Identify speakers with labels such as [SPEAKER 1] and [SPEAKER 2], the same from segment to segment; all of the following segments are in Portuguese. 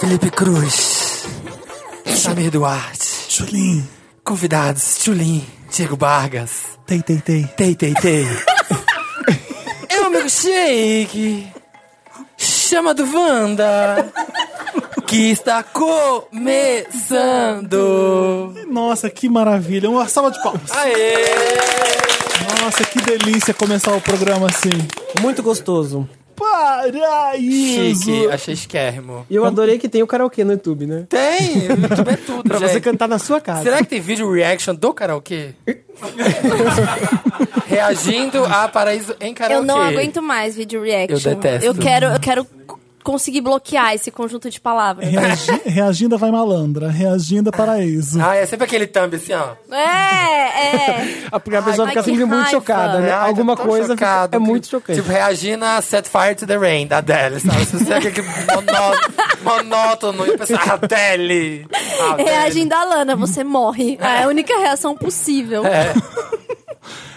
[SPEAKER 1] Felipe Cruz, Samir Duarte,
[SPEAKER 2] Chulim.
[SPEAKER 1] convidados, Tchulin, Diego Vargas,
[SPEAKER 2] Tei, tei, tei.
[SPEAKER 1] Tei Tei Tei. Eu, amigo Shake, chama do Wanda, que está começando.
[SPEAKER 2] Nossa, que maravilha. Uma salva de palmas.
[SPEAKER 1] Aê!
[SPEAKER 2] Nossa, que delícia começar o programa assim.
[SPEAKER 3] Muito gostoso.
[SPEAKER 2] Paraíso.
[SPEAKER 1] Chique, achei esquermo.
[SPEAKER 3] E eu adorei que tem o karaokê no YouTube, né?
[SPEAKER 1] Tem, YouTube é tudo,
[SPEAKER 3] Pra
[SPEAKER 1] gente.
[SPEAKER 3] você cantar na sua casa.
[SPEAKER 1] Será que tem vídeo reaction do karaokê? Reagindo a Paraíso em karaokê.
[SPEAKER 4] Eu não aguento mais vídeo reaction.
[SPEAKER 1] Eu detesto.
[SPEAKER 4] Eu quero, eu quero co- conseguir bloquear esse conjunto de palavras.
[SPEAKER 2] Reagi- reaginda vai malandra. Reaginda paraíso.
[SPEAKER 1] Ah, é sempre aquele thumb assim, ó.
[SPEAKER 4] É, é.
[SPEAKER 3] A Ah, porque a pessoa
[SPEAKER 4] Ai,
[SPEAKER 3] fica
[SPEAKER 4] mas que
[SPEAKER 3] sempre muito
[SPEAKER 4] raiva.
[SPEAKER 3] chocada, né?
[SPEAKER 1] Ai, tô
[SPEAKER 3] Alguma
[SPEAKER 1] tão
[SPEAKER 3] coisa fica-
[SPEAKER 1] chocado,
[SPEAKER 3] é muito
[SPEAKER 1] que-
[SPEAKER 3] chocante.
[SPEAKER 1] Tipo, reagindo a Set Fire to the Rain, da Adele, sabe? Você fica que monó- monótono e a pessoa, Adele! Adele.
[SPEAKER 4] Reagindo à Lana, você morre. É a única reação possível.
[SPEAKER 1] É.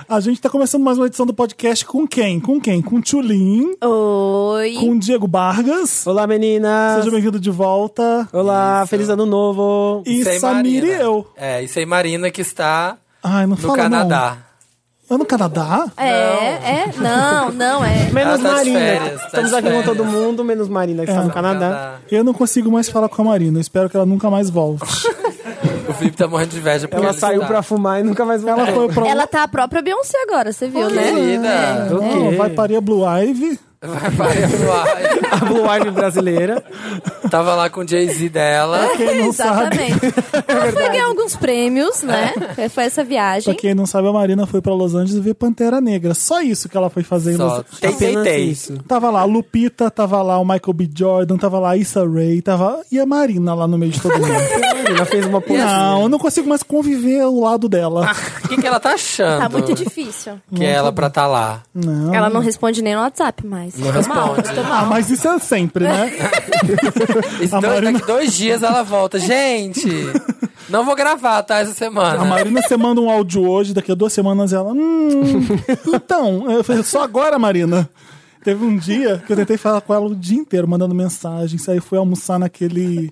[SPEAKER 2] A gente tá começando mais uma edição do podcast com quem? Com quem? Com Tchulin,
[SPEAKER 4] Oi.
[SPEAKER 2] com Diego Vargas.
[SPEAKER 3] Olá, meninas.
[SPEAKER 2] Seja bem-vindo de volta.
[SPEAKER 3] Olá, feliz ano novo.
[SPEAKER 2] E
[SPEAKER 1] Sem
[SPEAKER 2] Samir e
[SPEAKER 1] Marina.
[SPEAKER 2] eu.
[SPEAKER 1] É, e sem Marina que está
[SPEAKER 2] Ai, não
[SPEAKER 1] no
[SPEAKER 2] fala
[SPEAKER 1] Canadá.
[SPEAKER 2] não. É no Canadá?
[SPEAKER 4] É, é. Não, não, é.
[SPEAKER 3] Menos
[SPEAKER 1] Ah, tá de
[SPEAKER 3] Marina.
[SPEAKER 1] férias, tá
[SPEAKER 3] Estamos
[SPEAKER 1] de
[SPEAKER 3] aqui com
[SPEAKER 1] férias. Tá,
[SPEAKER 3] todo mundo, menos Marina, que está no
[SPEAKER 2] no
[SPEAKER 3] Canadá.
[SPEAKER 2] Eu não consigo mais falar com a Marina. Eu espero que ela nunca mais volte.
[SPEAKER 1] O Felipe tá morrendo de inveja porque
[SPEAKER 3] Ela
[SPEAKER 1] ele
[SPEAKER 3] saiu
[SPEAKER 1] está.
[SPEAKER 3] pra fumar e nunca mais voltou.
[SPEAKER 2] Ela foi pra
[SPEAKER 4] Ela tá a própria Beyoncé agora, você viu, né?
[SPEAKER 1] Querida,
[SPEAKER 2] Não,
[SPEAKER 3] Ok.
[SPEAKER 2] vai parir a Blue Ivy.
[SPEAKER 1] vai vai, vai.
[SPEAKER 3] A Blue Ivy brasileira.
[SPEAKER 1] Tava lá com o Jay-Z dela.
[SPEAKER 2] Quem não sabe,
[SPEAKER 4] Exatamente. Ela foi ganhar alguns prêmios, né? Foi essa viagem.
[SPEAKER 2] pra quem não sabe, a Marina foi pra Los Angeles ver Pantera Negra. Só isso que ela foi fazer. em
[SPEAKER 1] Só.
[SPEAKER 2] Los-
[SPEAKER 1] Tem, tem,
[SPEAKER 3] Apenas
[SPEAKER 1] tem.
[SPEAKER 3] isso.
[SPEAKER 2] Tava lá a Lupita, tava lá o Michael B. Jordan, tava lá a Issa Rae, tava... E a Marina lá no meio de todo mundo.
[SPEAKER 3] Marina fez uma
[SPEAKER 2] não, eu não consigo mais conviver ao lado dela.
[SPEAKER 1] O que, que ela tá achando?
[SPEAKER 4] Tá muito difícil.
[SPEAKER 1] Que é ela pra tá lá.
[SPEAKER 2] Não.
[SPEAKER 4] Ela não responde nem no WhatsApp mais. Não
[SPEAKER 1] responde.
[SPEAKER 2] Ah, mas isso é sempre, né?
[SPEAKER 1] Esse
[SPEAKER 2] A
[SPEAKER 1] dois-
[SPEAKER 2] Marina-
[SPEAKER 1] Daqui dois dias ela volta. Gente, não vou gravar, tá? Essa semana.
[SPEAKER 2] A Marina, você manda um áudio hoje, daqui a duas semanas ela... Hum, então, eu falei, só agora, Marina. Teve um dia que eu tentei falar com ela o dia inteiro, mandando mensagem. Aí fui almoçar naquele...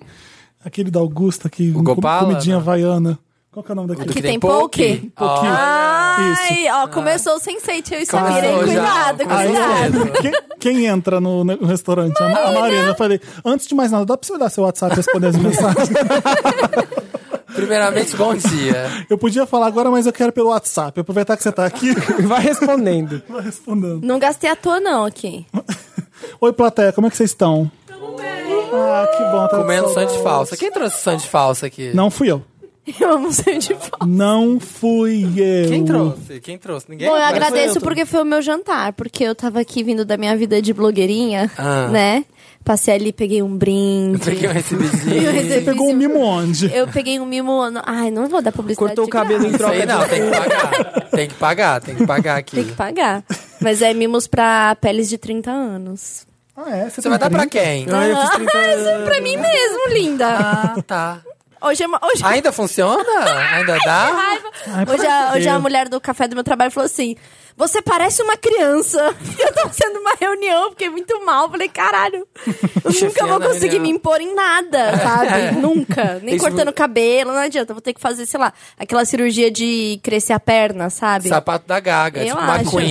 [SPEAKER 2] Aquele da Augusta, que com-
[SPEAKER 1] Gopala,
[SPEAKER 2] comidinha
[SPEAKER 1] né?
[SPEAKER 2] havaiana. Qual que é o nome daquele?
[SPEAKER 4] Que tem poke?
[SPEAKER 1] Ó,
[SPEAKER 2] Ah,
[SPEAKER 4] Ai, ó, começou o Sensei e o Samir, hein?
[SPEAKER 1] Começou já,
[SPEAKER 4] Cuidado,
[SPEAKER 1] começou
[SPEAKER 4] cuidado.
[SPEAKER 1] cedo.
[SPEAKER 2] Quem, quem entra no, no restaurante? A- A Marina. Eu falei, antes de mais nada, dá pra você olhar seu WhatsApp e responder as mensagens?
[SPEAKER 1] Primeiramente, bom dia.
[SPEAKER 2] Eu podia falar agora, mas eu quero pelo WhatsApp. Aproveitar que você tá aqui,
[SPEAKER 3] Vai respondendo.
[SPEAKER 2] vai respondendo.
[SPEAKER 4] Não gastei à toa, não, aqui.
[SPEAKER 2] Oi, plateia, como é que vocês estão? Ah, que bom. Tá
[SPEAKER 1] Comendo
[SPEAKER 2] saudade.
[SPEAKER 1] sangue falsa. Quem trouxe sangue falsa aqui?
[SPEAKER 2] Não fui eu.
[SPEAKER 4] Eu amo ser de volta.
[SPEAKER 2] Não fui eu.
[SPEAKER 1] Quem trouxe? Quem trouxe? Ninguém?
[SPEAKER 4] Bom, eu
[SPEAKER 1] Mas-
[SPEAKER 4] agradeço porque foi o meu jantar, porque eu tava aqui vindo da minha vida de blogueirinha,
[SPEAKER 1] Ah.
[SPEAKER 4] né? Passei ali, peguei um brinde.
[SPEAKER 1] Peguei um
[SPEAKER 4] Eu
[SPEAKER 1] recebidinho.
[SPEAKER 4] recebi-
[SPEAKER 2] Pegou um mimo onde?
[SPEAKER 4] Eu peguei um mimo. Ai, não vou dar publicidade.
[SPEAKER 3] Cortou o
[SPEAKER 4] de
[SPEAKER 3] cabelo
[SPEAKER 4] graça.
[SPEAKER 3] em
[SPEAKER 1] Isso
[SPEAKER 3] troca
[SPEAKER 1] aí
[SPEAKER 3] de
[SPEAKER 1] não, tem que pagar. Tem que pagar, tem que pagar aqui.
[SPEAKER 4] Tem que pagar. Mas é mimos pra peles de 30 anos.
[SPEAKER 2] Ah, é?
[SPEAKER 1] Você vai dar pra quem?
[SPEAKER 3] Ah, eu fiz 30
[SPEAKER 4] Isso é pra mim mesmo, linda.
[SPEAKER 1] Ah, tá.
[SPEAKER 4] Hoje é uma. Hoje...
[SPEAKER 1] Ainda funciona? Ainda dá?
[SPEAKER 4] raiva. Hoje, a, hoje a mulher do café do meu trabalho falou assim: Você parece uma criança. E eu tava sendo uma reunião, fiquei muito mal. Falei, caralho, eu nunca
[SPEAKER 1] Chefiando
[SPEAKER 4] vou
[SPEAKER 1] a
[SPEAKER 4] conseguir
[SPEAKER 1] reunião. É.
[SPEAKER 4] me impor em nada, sabe? Nunca. Nem
[SPEAKER 1] Isso-
[SPEAKER 4] cortando cabelo, não adianta. Eu Vou ter que fazer, sei lá, aquela cirurgia de crescer a perna, sabe?
[SPEAKER 1] Sapato da Gaga,
[SPEAKER 4] Eu
[SPEAKER 1] tipo
[SPEAKER 4] acho.
[SPEAKER 1] McQueen,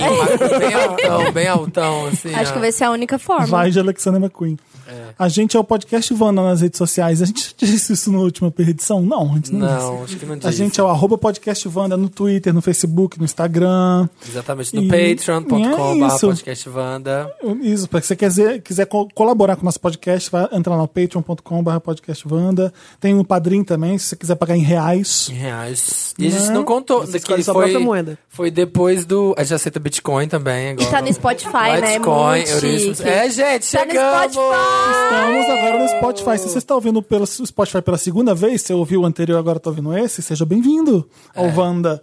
[SPEAKER 1] bem altão, bem altão, assim.
[SPEAKER 4] Acho
[SPEAKER 1] ó.
[SPEAKER 4] que vai ser a única forma.
[SPEAKER 2] Vai de Alexander McQueen. A gente é o podcast Vanda nas redes sociais. A gente disse isso na última perdição? Não, a gente não, disse.
[SPEAKER 1] Não, acho que não diz.
[SPEAKER 2] A gente é o arroba podcast Wanda no Twitter, no Facebook, no Instagram.
[SPEAKER 1] Exatamente, no
[SPEAKER 2] E- e
[SPEAKER 1] patreon.com.br
[SPEAKER 2] é isso.
[SPEAKER 1] podcastvanda.
[SPEAKER 2] Isso, para que você quiser, quiser co- colaborar com o nosso podcast, vai entrar lá no patreon.com.br podcastvanda. Tem no Padrim também, se você quiser pagar em reais.
[SPEAKER 1] Em reais. E a
[SPEAKER 2] Né?
[SPEAKER 1] gente não contou.
[SPEAKER 3] Você
[SPEAKER 1] Que
[SPEAKER 3] escolhe sua
[SPEAKER 1] foi,
[SPEAKER 3] própria moeda.
[SPEAKER 1] foi depois do. A gente aceita Bitcoin também agora.
[SPEAKER 4] Tá no Spotify, né? É
[SPEAKER 1] Bitcoin,
[SPEAKER 4] muito
[SPEAKER 1] Eurismos.
[SPEAKER 4] chique.
[SPEAKER 1] É, gente,
[SPEAKER 4] Tá no
[SPEAKER 1] chegamos!
[SPEAKER 4] Spotify!
[SPEAKER 2] Estamos agora no Spotify. Se você está ouvindo pelo Spotify pela segunda vez, você ouviu o anterior agora está ouvindo esse, seja bem-vindo ao Wanda.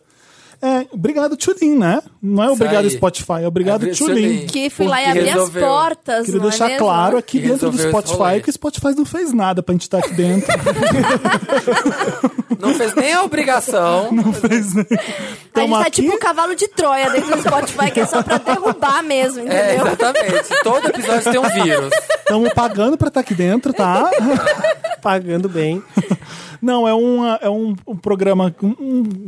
[SPEAKER 2] É, obrigado, Tchulin, né? Não é obrigado
[SPEAKER 1] aí.
[SPEAKER 2] Spotify, é obrigado,
[SPEAKER 1] Abri-
[SPEAKER 2] Tchulin.
[SPEAKER 1] Tchulin.
[SPEAKER 4] Que fui lá e
[SPEAKER 1] Porque
[SPEAKER 4] abri as
[SPEAKER 1] resolveu.
[SPEAKER 4] portas.
[SPEAKER 2] Queria
[SPEAKER 4] não é
[SPEAKER 2] deixar
[SPEAKER 4] mesmo?
[SPEAKER 2] claro aqui
[SPEAKER 1] Que
[SPEAKER 2] dentro do
[SPEAKER 1] resolveu esse rolê.
[SPEAKER 2] Spotify que o Spotify não fez nada pra gente estar aqui dentro.
[SPEAKER 1] Não fez nem a obrigação.
[SPEAKER 2] não fez nem.
[SPEAKER 4] A gente
[SPEAKER 2] Tamo
[SPEAKER 4] tá
[SPEAKER 2] aqui.
[SPEAKER 4] tipo um cavalo de Troia dentro do Spotify, que é só pra derrubar mesmo,
[SPEAKER 1] É,
[SPEAKER 4] entendeu?
[SPEAKER 1] exatamente. Todo episódio tem um vírus.
[SPEAKER 2] Estamos pagando pra estar aqui dentro, tá?
[SPEAKER 3] Pagando bem.
[SPEAKER 2] Não, é, uma, é um, um programa. O um, um-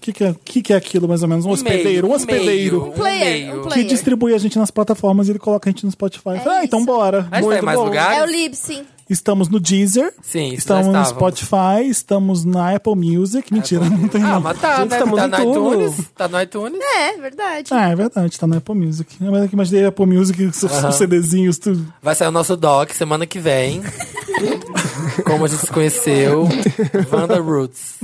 [SPEAKER 2] que, que, é, que, que é aquilo, mais ou menos? Um hospedeiro. Um hospedeiro.
[SPEAKER 1] meio,
[SPEAKER 4] player,
[SPEAKER 1] meio.
[SPEAKER 4] um player.
[SPEAKER 2] Que distribui a gente nas plataformas e ele coloca a gente no Spotify.
[SPEAKER 4] É
[SPEAKER 2] ah, então
[SPEAKER 4] isso.
[SPEAKER 2] bora.
[SPEAKER 1] Mas
[SPEAKER 2] Muito
[SPEAKER 1] tem mais
[SPEAKER 2] bom.
[SPEAKER 1] lugares?
[SPEAKER 4] É o Libsyn.
[SPEAKER 2] Estamos no Deezer.
[SPEAKER 1] Sim, isso
[SPEAKER 2] Estamos
[SPEAKER 1] nós
[SPEAKER 2] no
[SPEAKER 1] estávamos.
[SPEAKER 2] Spotify, estamos na Apple Music. Mentira, não tem
[SPEAKER 1] Ah,
[SPEAKER 2] não.
[SPEAKER 1] mas tá,
[SPEAKER 3] Gente,
[SPEAKER 1] né?
[SPEAKER 3] estamos
[SPEAKER 1] Tá
[SPEAKER 3] em
[SPEAKER 1] no
[SPEAKER 3] tudo.
[SPEAKER 1] iTunes. Tá no iTunes.
[SPEAKER 4] É, verdade.
[SPEAKER 2] Ah, é verdade, tá na Apple Music. Mas é que imaginei a Apple Music, os os CDzinhos, tudo.
[SPEAKER 1] Vai sair o nosso doc semana que vem. Como a gente se conheceu. Wanda Roots.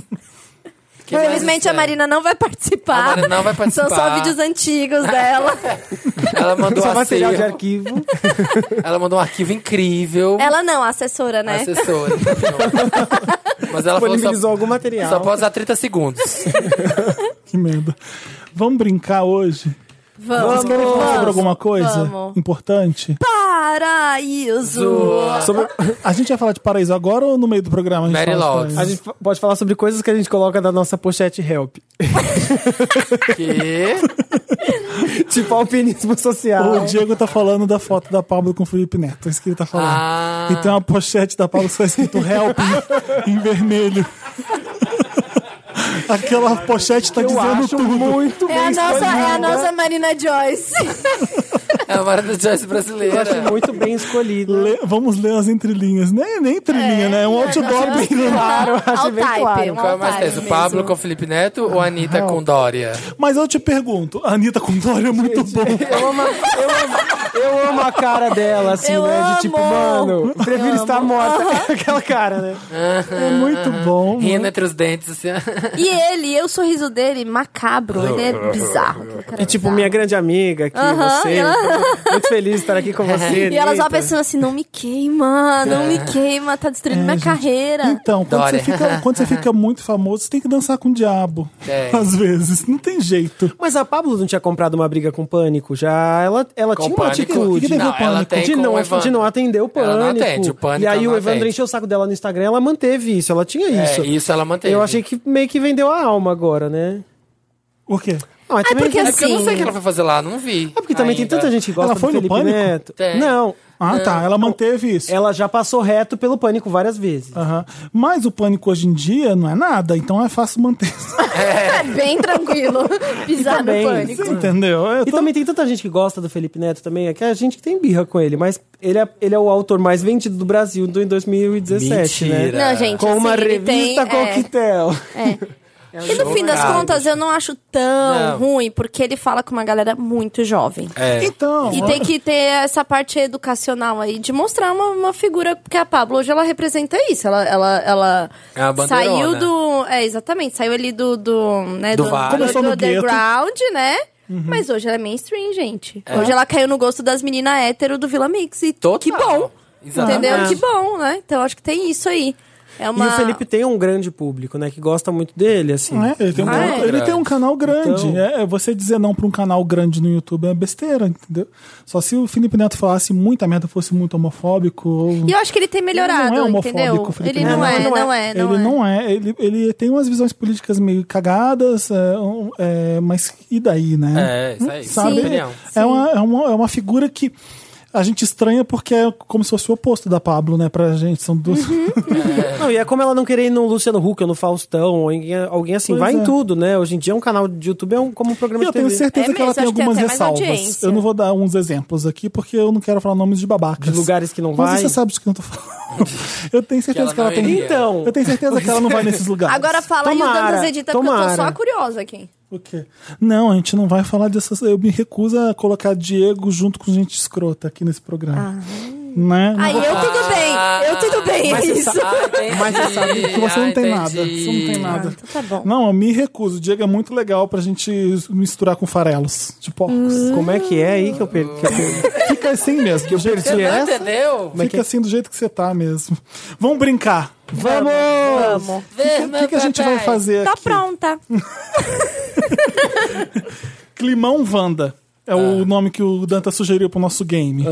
[SPEAKER 1] Que mais
[SPEAKER 4] Infelizmente a
[SPEAKER 1] estranho.
[SPEAKER 4] Marina não vai participar.
[SPEAKER 1] A Marina não vai participar.
[SPEAKER 4] São só vídeos antigos dela.
[SPEAKER 1] Ela mandou,
[SPEAKER 3] Só é material de
[SPEAKER 1] acervo,
[SPEAKER 3] arquivo.
[SPEAKER 1] ela mandou um arquivo incrível.
[SPEAKER 4] Ela não, a assessora, né?
[SPEAKER 1] Assessora. então. Mas ela falou que
[SPEAKER 3] Disponibilizou
[SPEAKER 1] só,
[SPEAKER 3] algum material.
[SPEAKER 1] só pode usar 30 segundos.
[SPEAKER 2] Que merda. Vamos brincar hoje?
[SPEAKER 4] Vamos.
[SPEAKER 2] Falar sobre alguma coisa
[SPEAKER 4] Vamos.
[SPEAKER 2] importante?
[SPEAKER 4] Paraíso.
[SPEAKER 3] Sobre-
[SPEAKER 2] A gente vai falar de paraíso agora ou no meio do programa? A gente
[SPEAKER 1] Mary
[SPEAKER 2] fala
[SPEAKER 1] Logs.
[SPEAKER 2] de
[SPEAKER 3] A
[SPEAKER 2] paraíso?
[SPEAKER 3] gente f- pode falar sobre coisas que a gente coloca na nossa pochete help.
[SPEAKER 1] Que...
[SPEAKER 3] tipo alpinismo social.
[SPEAKER 2] O Diego tá falando da foto da Pablo com o Felipe Neto, é isso que ele tá falando.
[SPEAKER 1] Ah.
[SPEAKER 2] E tem uma pochete da Pablo que tá escrito Help em vermelho. Aquela pochete tá
[SPEAKER 3] Eu
[SPEAKER 2] dizendo
[SPEAKER 3] acho
[SPEAKER 2] tudo.
[SPEAKER 3] muito
[SPEAKER 4] É
[SPEAKER 3] bem
[SPEAKER 4] a, nossa, é a
[SPEAKER 3] escolhida.
[SPEAKER 4] nossa Marina Joyce.
[SPEAKER 1] É a Marina Joyce brasileira.
[SPEAKER 3] Muito bem escolhida.
[SPEAKER 2] Le- vamos ler as entrelinhas. Nem, nem entrelinha, né? É um outdoor bem
[SPEAKER 3] claro, acho
[SPEAKER 4] Ao
[SPEAKER 3] bem
[SPEAKER 4] type,
[SPEAKER 3] claro.
[SPEAKER 4] um
[SPEAKER 1] Qual é
[SPEAKER 4] ao
[SPEAKER 1] mais
[SPEAKER 4] type
[SPEAKER 1] tenso? O
[SPEAKER 4] mesmo.
[SPEAKER 1] Pablo com Felipe Neto ou a Anitta com Dória?
[SPEAKER 2] Mas eu te pergunto, a Anitta com Dória é muito bom.
[SPEAKER 3] Eu amo, eu, amo, eu amo a cara dela, assim,
[SPEAKER 4] Eu
[SPEAKER 3] né? De tipo,
[SPEAKER 4] amo.
[SPEAKER 3] mano, prefiro estar morta. Aquela cara, né?
[SPEAKER 2] É muito
[SPEAKER 1] Ah.
[SPEAKER 2] bom.
[SPEAKER 1] Rindo entre os dentes, assim.
[SPEAKER 4] E ele, e o sorriso dele, macabro. Ele é bizarro. cara,
[SPEAKER 3] E tipo,
[SPEAKER 4] bizarro.
[SPEAKER 3] minha grande amiga aqui, você. Muito feliz de estar aqui com você.
[SPEAKER 4] E ela só
[SPEAKER 3] Anitta.
[SPEAKER 4] pensando assim, não me queima, não me queima, tá destruindo minha carreira.
[SPEAKER 2] Então, quando você,
[SPEAKER 1] Dória.
[SPEAKER 2] fica, quando você fica muito famoso, você tem que dançar com o diabo.
[SPEAKER 1] Tem.
[SPEAKER 2] Às vezes, não tem jeito.
[SPEAKER 3] Mas a Pablo não tinha comprado uma briga com o pânico já. Ela, ela
[SPEAKER 1] Com
[SPEAKER 3] tinha
[SPEAKER 1] o
[SPEAKER 3] uma
[SPEAKER 1] Pânico.
[SPEAKER 3] atitude.
[SPEAKER 2] que
[SPEAKER 1] não,
[SPEAKER 2] teve o
[SPEAKER 1] ela
[SPEAKER 2] Pânico?
[SPEAKER 1] tem
[SPEAKER 3] de
[SPEAKER 1] com
[SPEAKER 3] não,
[SPEAKER 1] o
[SPEAKER 3] de
[SPEAKER 1] Evandro.
[SPEAKER 3] não atender o pânico.
[SPEAKER 1] Ela não atende, o Pânico
[SPEAKER 3] E aí
[SPEAKER 1] ela
[SPEAKER 3] o
[SPEAKER 1] não
[SPEAKER 3] Evandro
[SPEAKER 1] atende.
[SPEAKER 3] encheu o saco dela no Instagram, ela manteve isso, ela tinha
[SPEAKER 1] É,
[SPEAKER 3] isso.
[SPEAKER 1] isso ela manteve.
[SPEAKER 3] Eu achei que meio que vendeu a alma agora, né?
[SPEAKER 2] O quê?
[SPEAKER 3] Ah, mas
[SPEAKER 4] Ah,
[SPEAKER 3] também
[SPEAKER 4] porque
[SPEAKER 3] é
[SPEAKER 1] É porque eu não
[SPEAKER 4] Sim.
[SPEAKER 1] sei o que ela foi fazer lá, não vi.
[SPEAKER 3] porque também tem
[SPEAKER 1] ainda.
[SPEAKER 3] tanta gente que gosta
[SPEAKER 2] Ela foi
[SPEAKER 3] do
[SPEAKER 2] no
[SPEAKER 3] Felipe
[SPEAKER 2] Pânico?
[SPEAKER 3] Neto.
[SPEAKER 1] Tem.
[SPEAKER 3] Não,
[SPEAKER 2] Ah,
[SPEAKER 4] É,
[SPEAKER 2] tá. Ela manteve isso.
[SPEAKER 3] ela já passou reto pelo pânico várias vezes.
[SPEAKER 2] Aham. Mas o pânico hoje em dia não é nada, então é fácil manter.
[SPEAKER 4] É bem tranquilo. Pisar
[SPEAKER 3] também,
[SPEAKER 4] no pânico.
[SPEAKER 2] Você entendeu? Eu
[SPEAKER 3] E
[SPEAKER 2] tô-
[SPEAKER 3] também tem tanta gente que gosta do Felipe Neto também, é que a gente que tem birra com ele, mas ele é, ele é o autor mais vendido do Brasil do- em 2017,
[SPEAKER 1] Mentira.
[SPEAKER 3] né?
[SPEAKER 4] Não, gente,
[SPEAKER 3] Com uma
[SPEAKER 4] assim, ele
[SPEAKER 3] revista
[SPEAKER 4] tem, é,
[SPEAKER 3] coquetel.
[SPEAKER 4] E no fim das
[SPEAKER 1] Chocado.
[SPEAKER 4] contas, eu não acho tão
[SPEAKER 1] Não.
[SPEAKER 4] ruim, porque ele fala com uma galera muito jovem.
[SPEAKER 1] É.
[SPEAKER 2] Então,
[SPEAKER 4] E tem que ter essa parte educacional aí de mostrar uma, uma figura, porque a Pablo hoje ela representa isso. Ela, ela, ela
[SPEAKER 1] É uma bandeirona.
[SPEAKER 4] saiu do. É, exatamente, saiu ali do. Do, né,
[SPEAKER 1] Do
[SPEAKER 4] do,
[SPEAKER 1] vale.
[SPEAKER 2] Começou no gueto.
[SPEAKER 4] underground, né?
[SPEAKER 3] Uhum.
[SPEAKER 4] Mas hoje ela é mainstream, gente. Hoje ela caiu no gosto das meninas hétero do Vila Mix. E
[SPEAKER 1] É. Total.
[SPEAKER 4] que bom.
[SPEAKER 1] Exatamente.
[SPEAKER 4] Entendeu? Que bom, né? Então acho que tem isso aí. É uma...
[SPEAKER 3] E o Felipe tem um grande público, né? Que gosta muito dele, assim.
[SPEAKER 2] né, ele, tem um,
[SPEAKER 4] Ah, é?
[SPEAKER 2] ele tem um canal grande.
[SPEAKER 3] Então-
[SPEAKER 2] É, você dizer não pra um canal grande no YouTube é besteira, entendeu? Só se o Felipe Neto falasse muita merda, fosse muito homofóbico. Ou...
[SPEAKER 4] E eu acho que ele tem melhorado,
[SPEAKER 2] Ele não é
[SPEAKER 4] entendeu?
[SPEAKER 2] homofóbico, Felipe
[SPEAKER 4] Ele não
[SPEAKER 2] Neto.
[SPEAKER 4] é,
[SPEAKER 3] Não,
[SPEAKER 4] não é, não é.
[SPEAKER 2] ele não é, ele, ele tem umas visões políticas meio cagadas, é, um, é, mas e daí, né?
[SPEAKER 1] É, isso aí,
[SPEAKER 4] Sim.
[SPEAKER 2] Sabe?
[SPEAKER 1] opinião.
[SPEAKER 2] É, uma, é, uma, é uma figura que a gente estranha porque é como se fosse o oposto da Pablo, né? Pra gente, são duas.
[SPEAKER 4] Uhum.
[SPEAKER 3] Não, e é como ela não querer ir no Luciano Huck ou no Faustão, ou em alguém assim.
[SPEAKER 2] Pois
[SPEAKER 3] vai
[SPEAKER 2] é.
[SPEAKER 3] em tudo, né? Hoje em dia um canal de YouTube é um, como um
[SPEAKER 2] E
[SPEAKER 3] programa
[SPEAKER 2] eu
[SPEAKER 3] de
[SPEAKER 2] tenho
[SPEAKER 3] TV.
[SPEAKER 2] certeza
[SPEAKER 4] É
[SPEAKER 2] que ela
[SPEAKER 4] mesmo,
[SPEAKER 2] tem
[SPEAKER 4] acho que
[SPEAKER 2] algumas
[SPEAKER 4] tem mais
[SPEAKER 2] ressalvas.
[SPEAKER 4] audiência.
[SPEAKER 2] Eu não vou dar uns exemplos aqui, porque eu não quero falar nomes de babacas.
[SPEAKER 3] De lugares que não
[SPEAKER 2] Mas
[SPEAKER 3] vai.
[SPEAKER 2] você sabe de que eu tô falando. Eu tenho certeza
[SPEAKER 1] Que ela
[SPEAKER 2] que
[SPEAKER 1] não
[SPEAKER 2] ela, tem.
[SPEAKER 1] iria.
[SPEAKER 3] Então.
[SPEAKER 2] Eu tenho certeza que ela não vai nesses lugares.
[SPEAKER 4] Agora fala aí o
[SPEAKER 3] Tomara,
[SPEAKER 4] Dantas Edita, porque eu tô
[SPEAKER 3] tomara.
[SPEAKER 4] só curiosa aqui.
[SPEAKER 2] O quê? Não, a gente não vai falar dessas. Eu me recuso a colocar Diego junto com gente escrota aqui nesse programa.
[SPEAKER 4] Ah.
[SPEAKER 2] Né?
[SPEAKER 4] Aí eu tudo bem, eu tudo bem, é isso.
[SPEAKER 1] tá Ah, Mas você sabe
[SPEAKER 2] Que você não tem nada. Você não tem nada.
[SPEAKER 4] Ah, então tá bom.
[SPEAKER 2] Não, eu me recuso. Diego é muito legal pra gente misturar com farelos de porcos.
[SPEAKER 4] Hum.
[SPEAKER 3] Como é que é aí que eu perdi? Que eu perdi?
[SPEAKER 2] Fica assim mesmo. do jeito
[SPEAKER 1] Você
[SPEAKER 2] que
[SPEAKER 1] não
[SPEAKER 2] é.
[SPEAKER 1] entendeu?
[SPEAKER 2] Fica assim do jeito que você tá mesmo. Vamos brincar.
[SPEAKER 3] Vamos!
[SPEAKER 4] Vamos.
[SPEAKER 2] O que, que a gente vai fazer
[SPEAKER 4] Tá
[SPEAKER 2] aqui?
[SPEAKER 4] pronta.
[SPEAKER 2] Climão Vanda é
[SPEAKER 3] Ah.
[SPEAKER 2] o nome que o Danta sugeriu pro nosso game.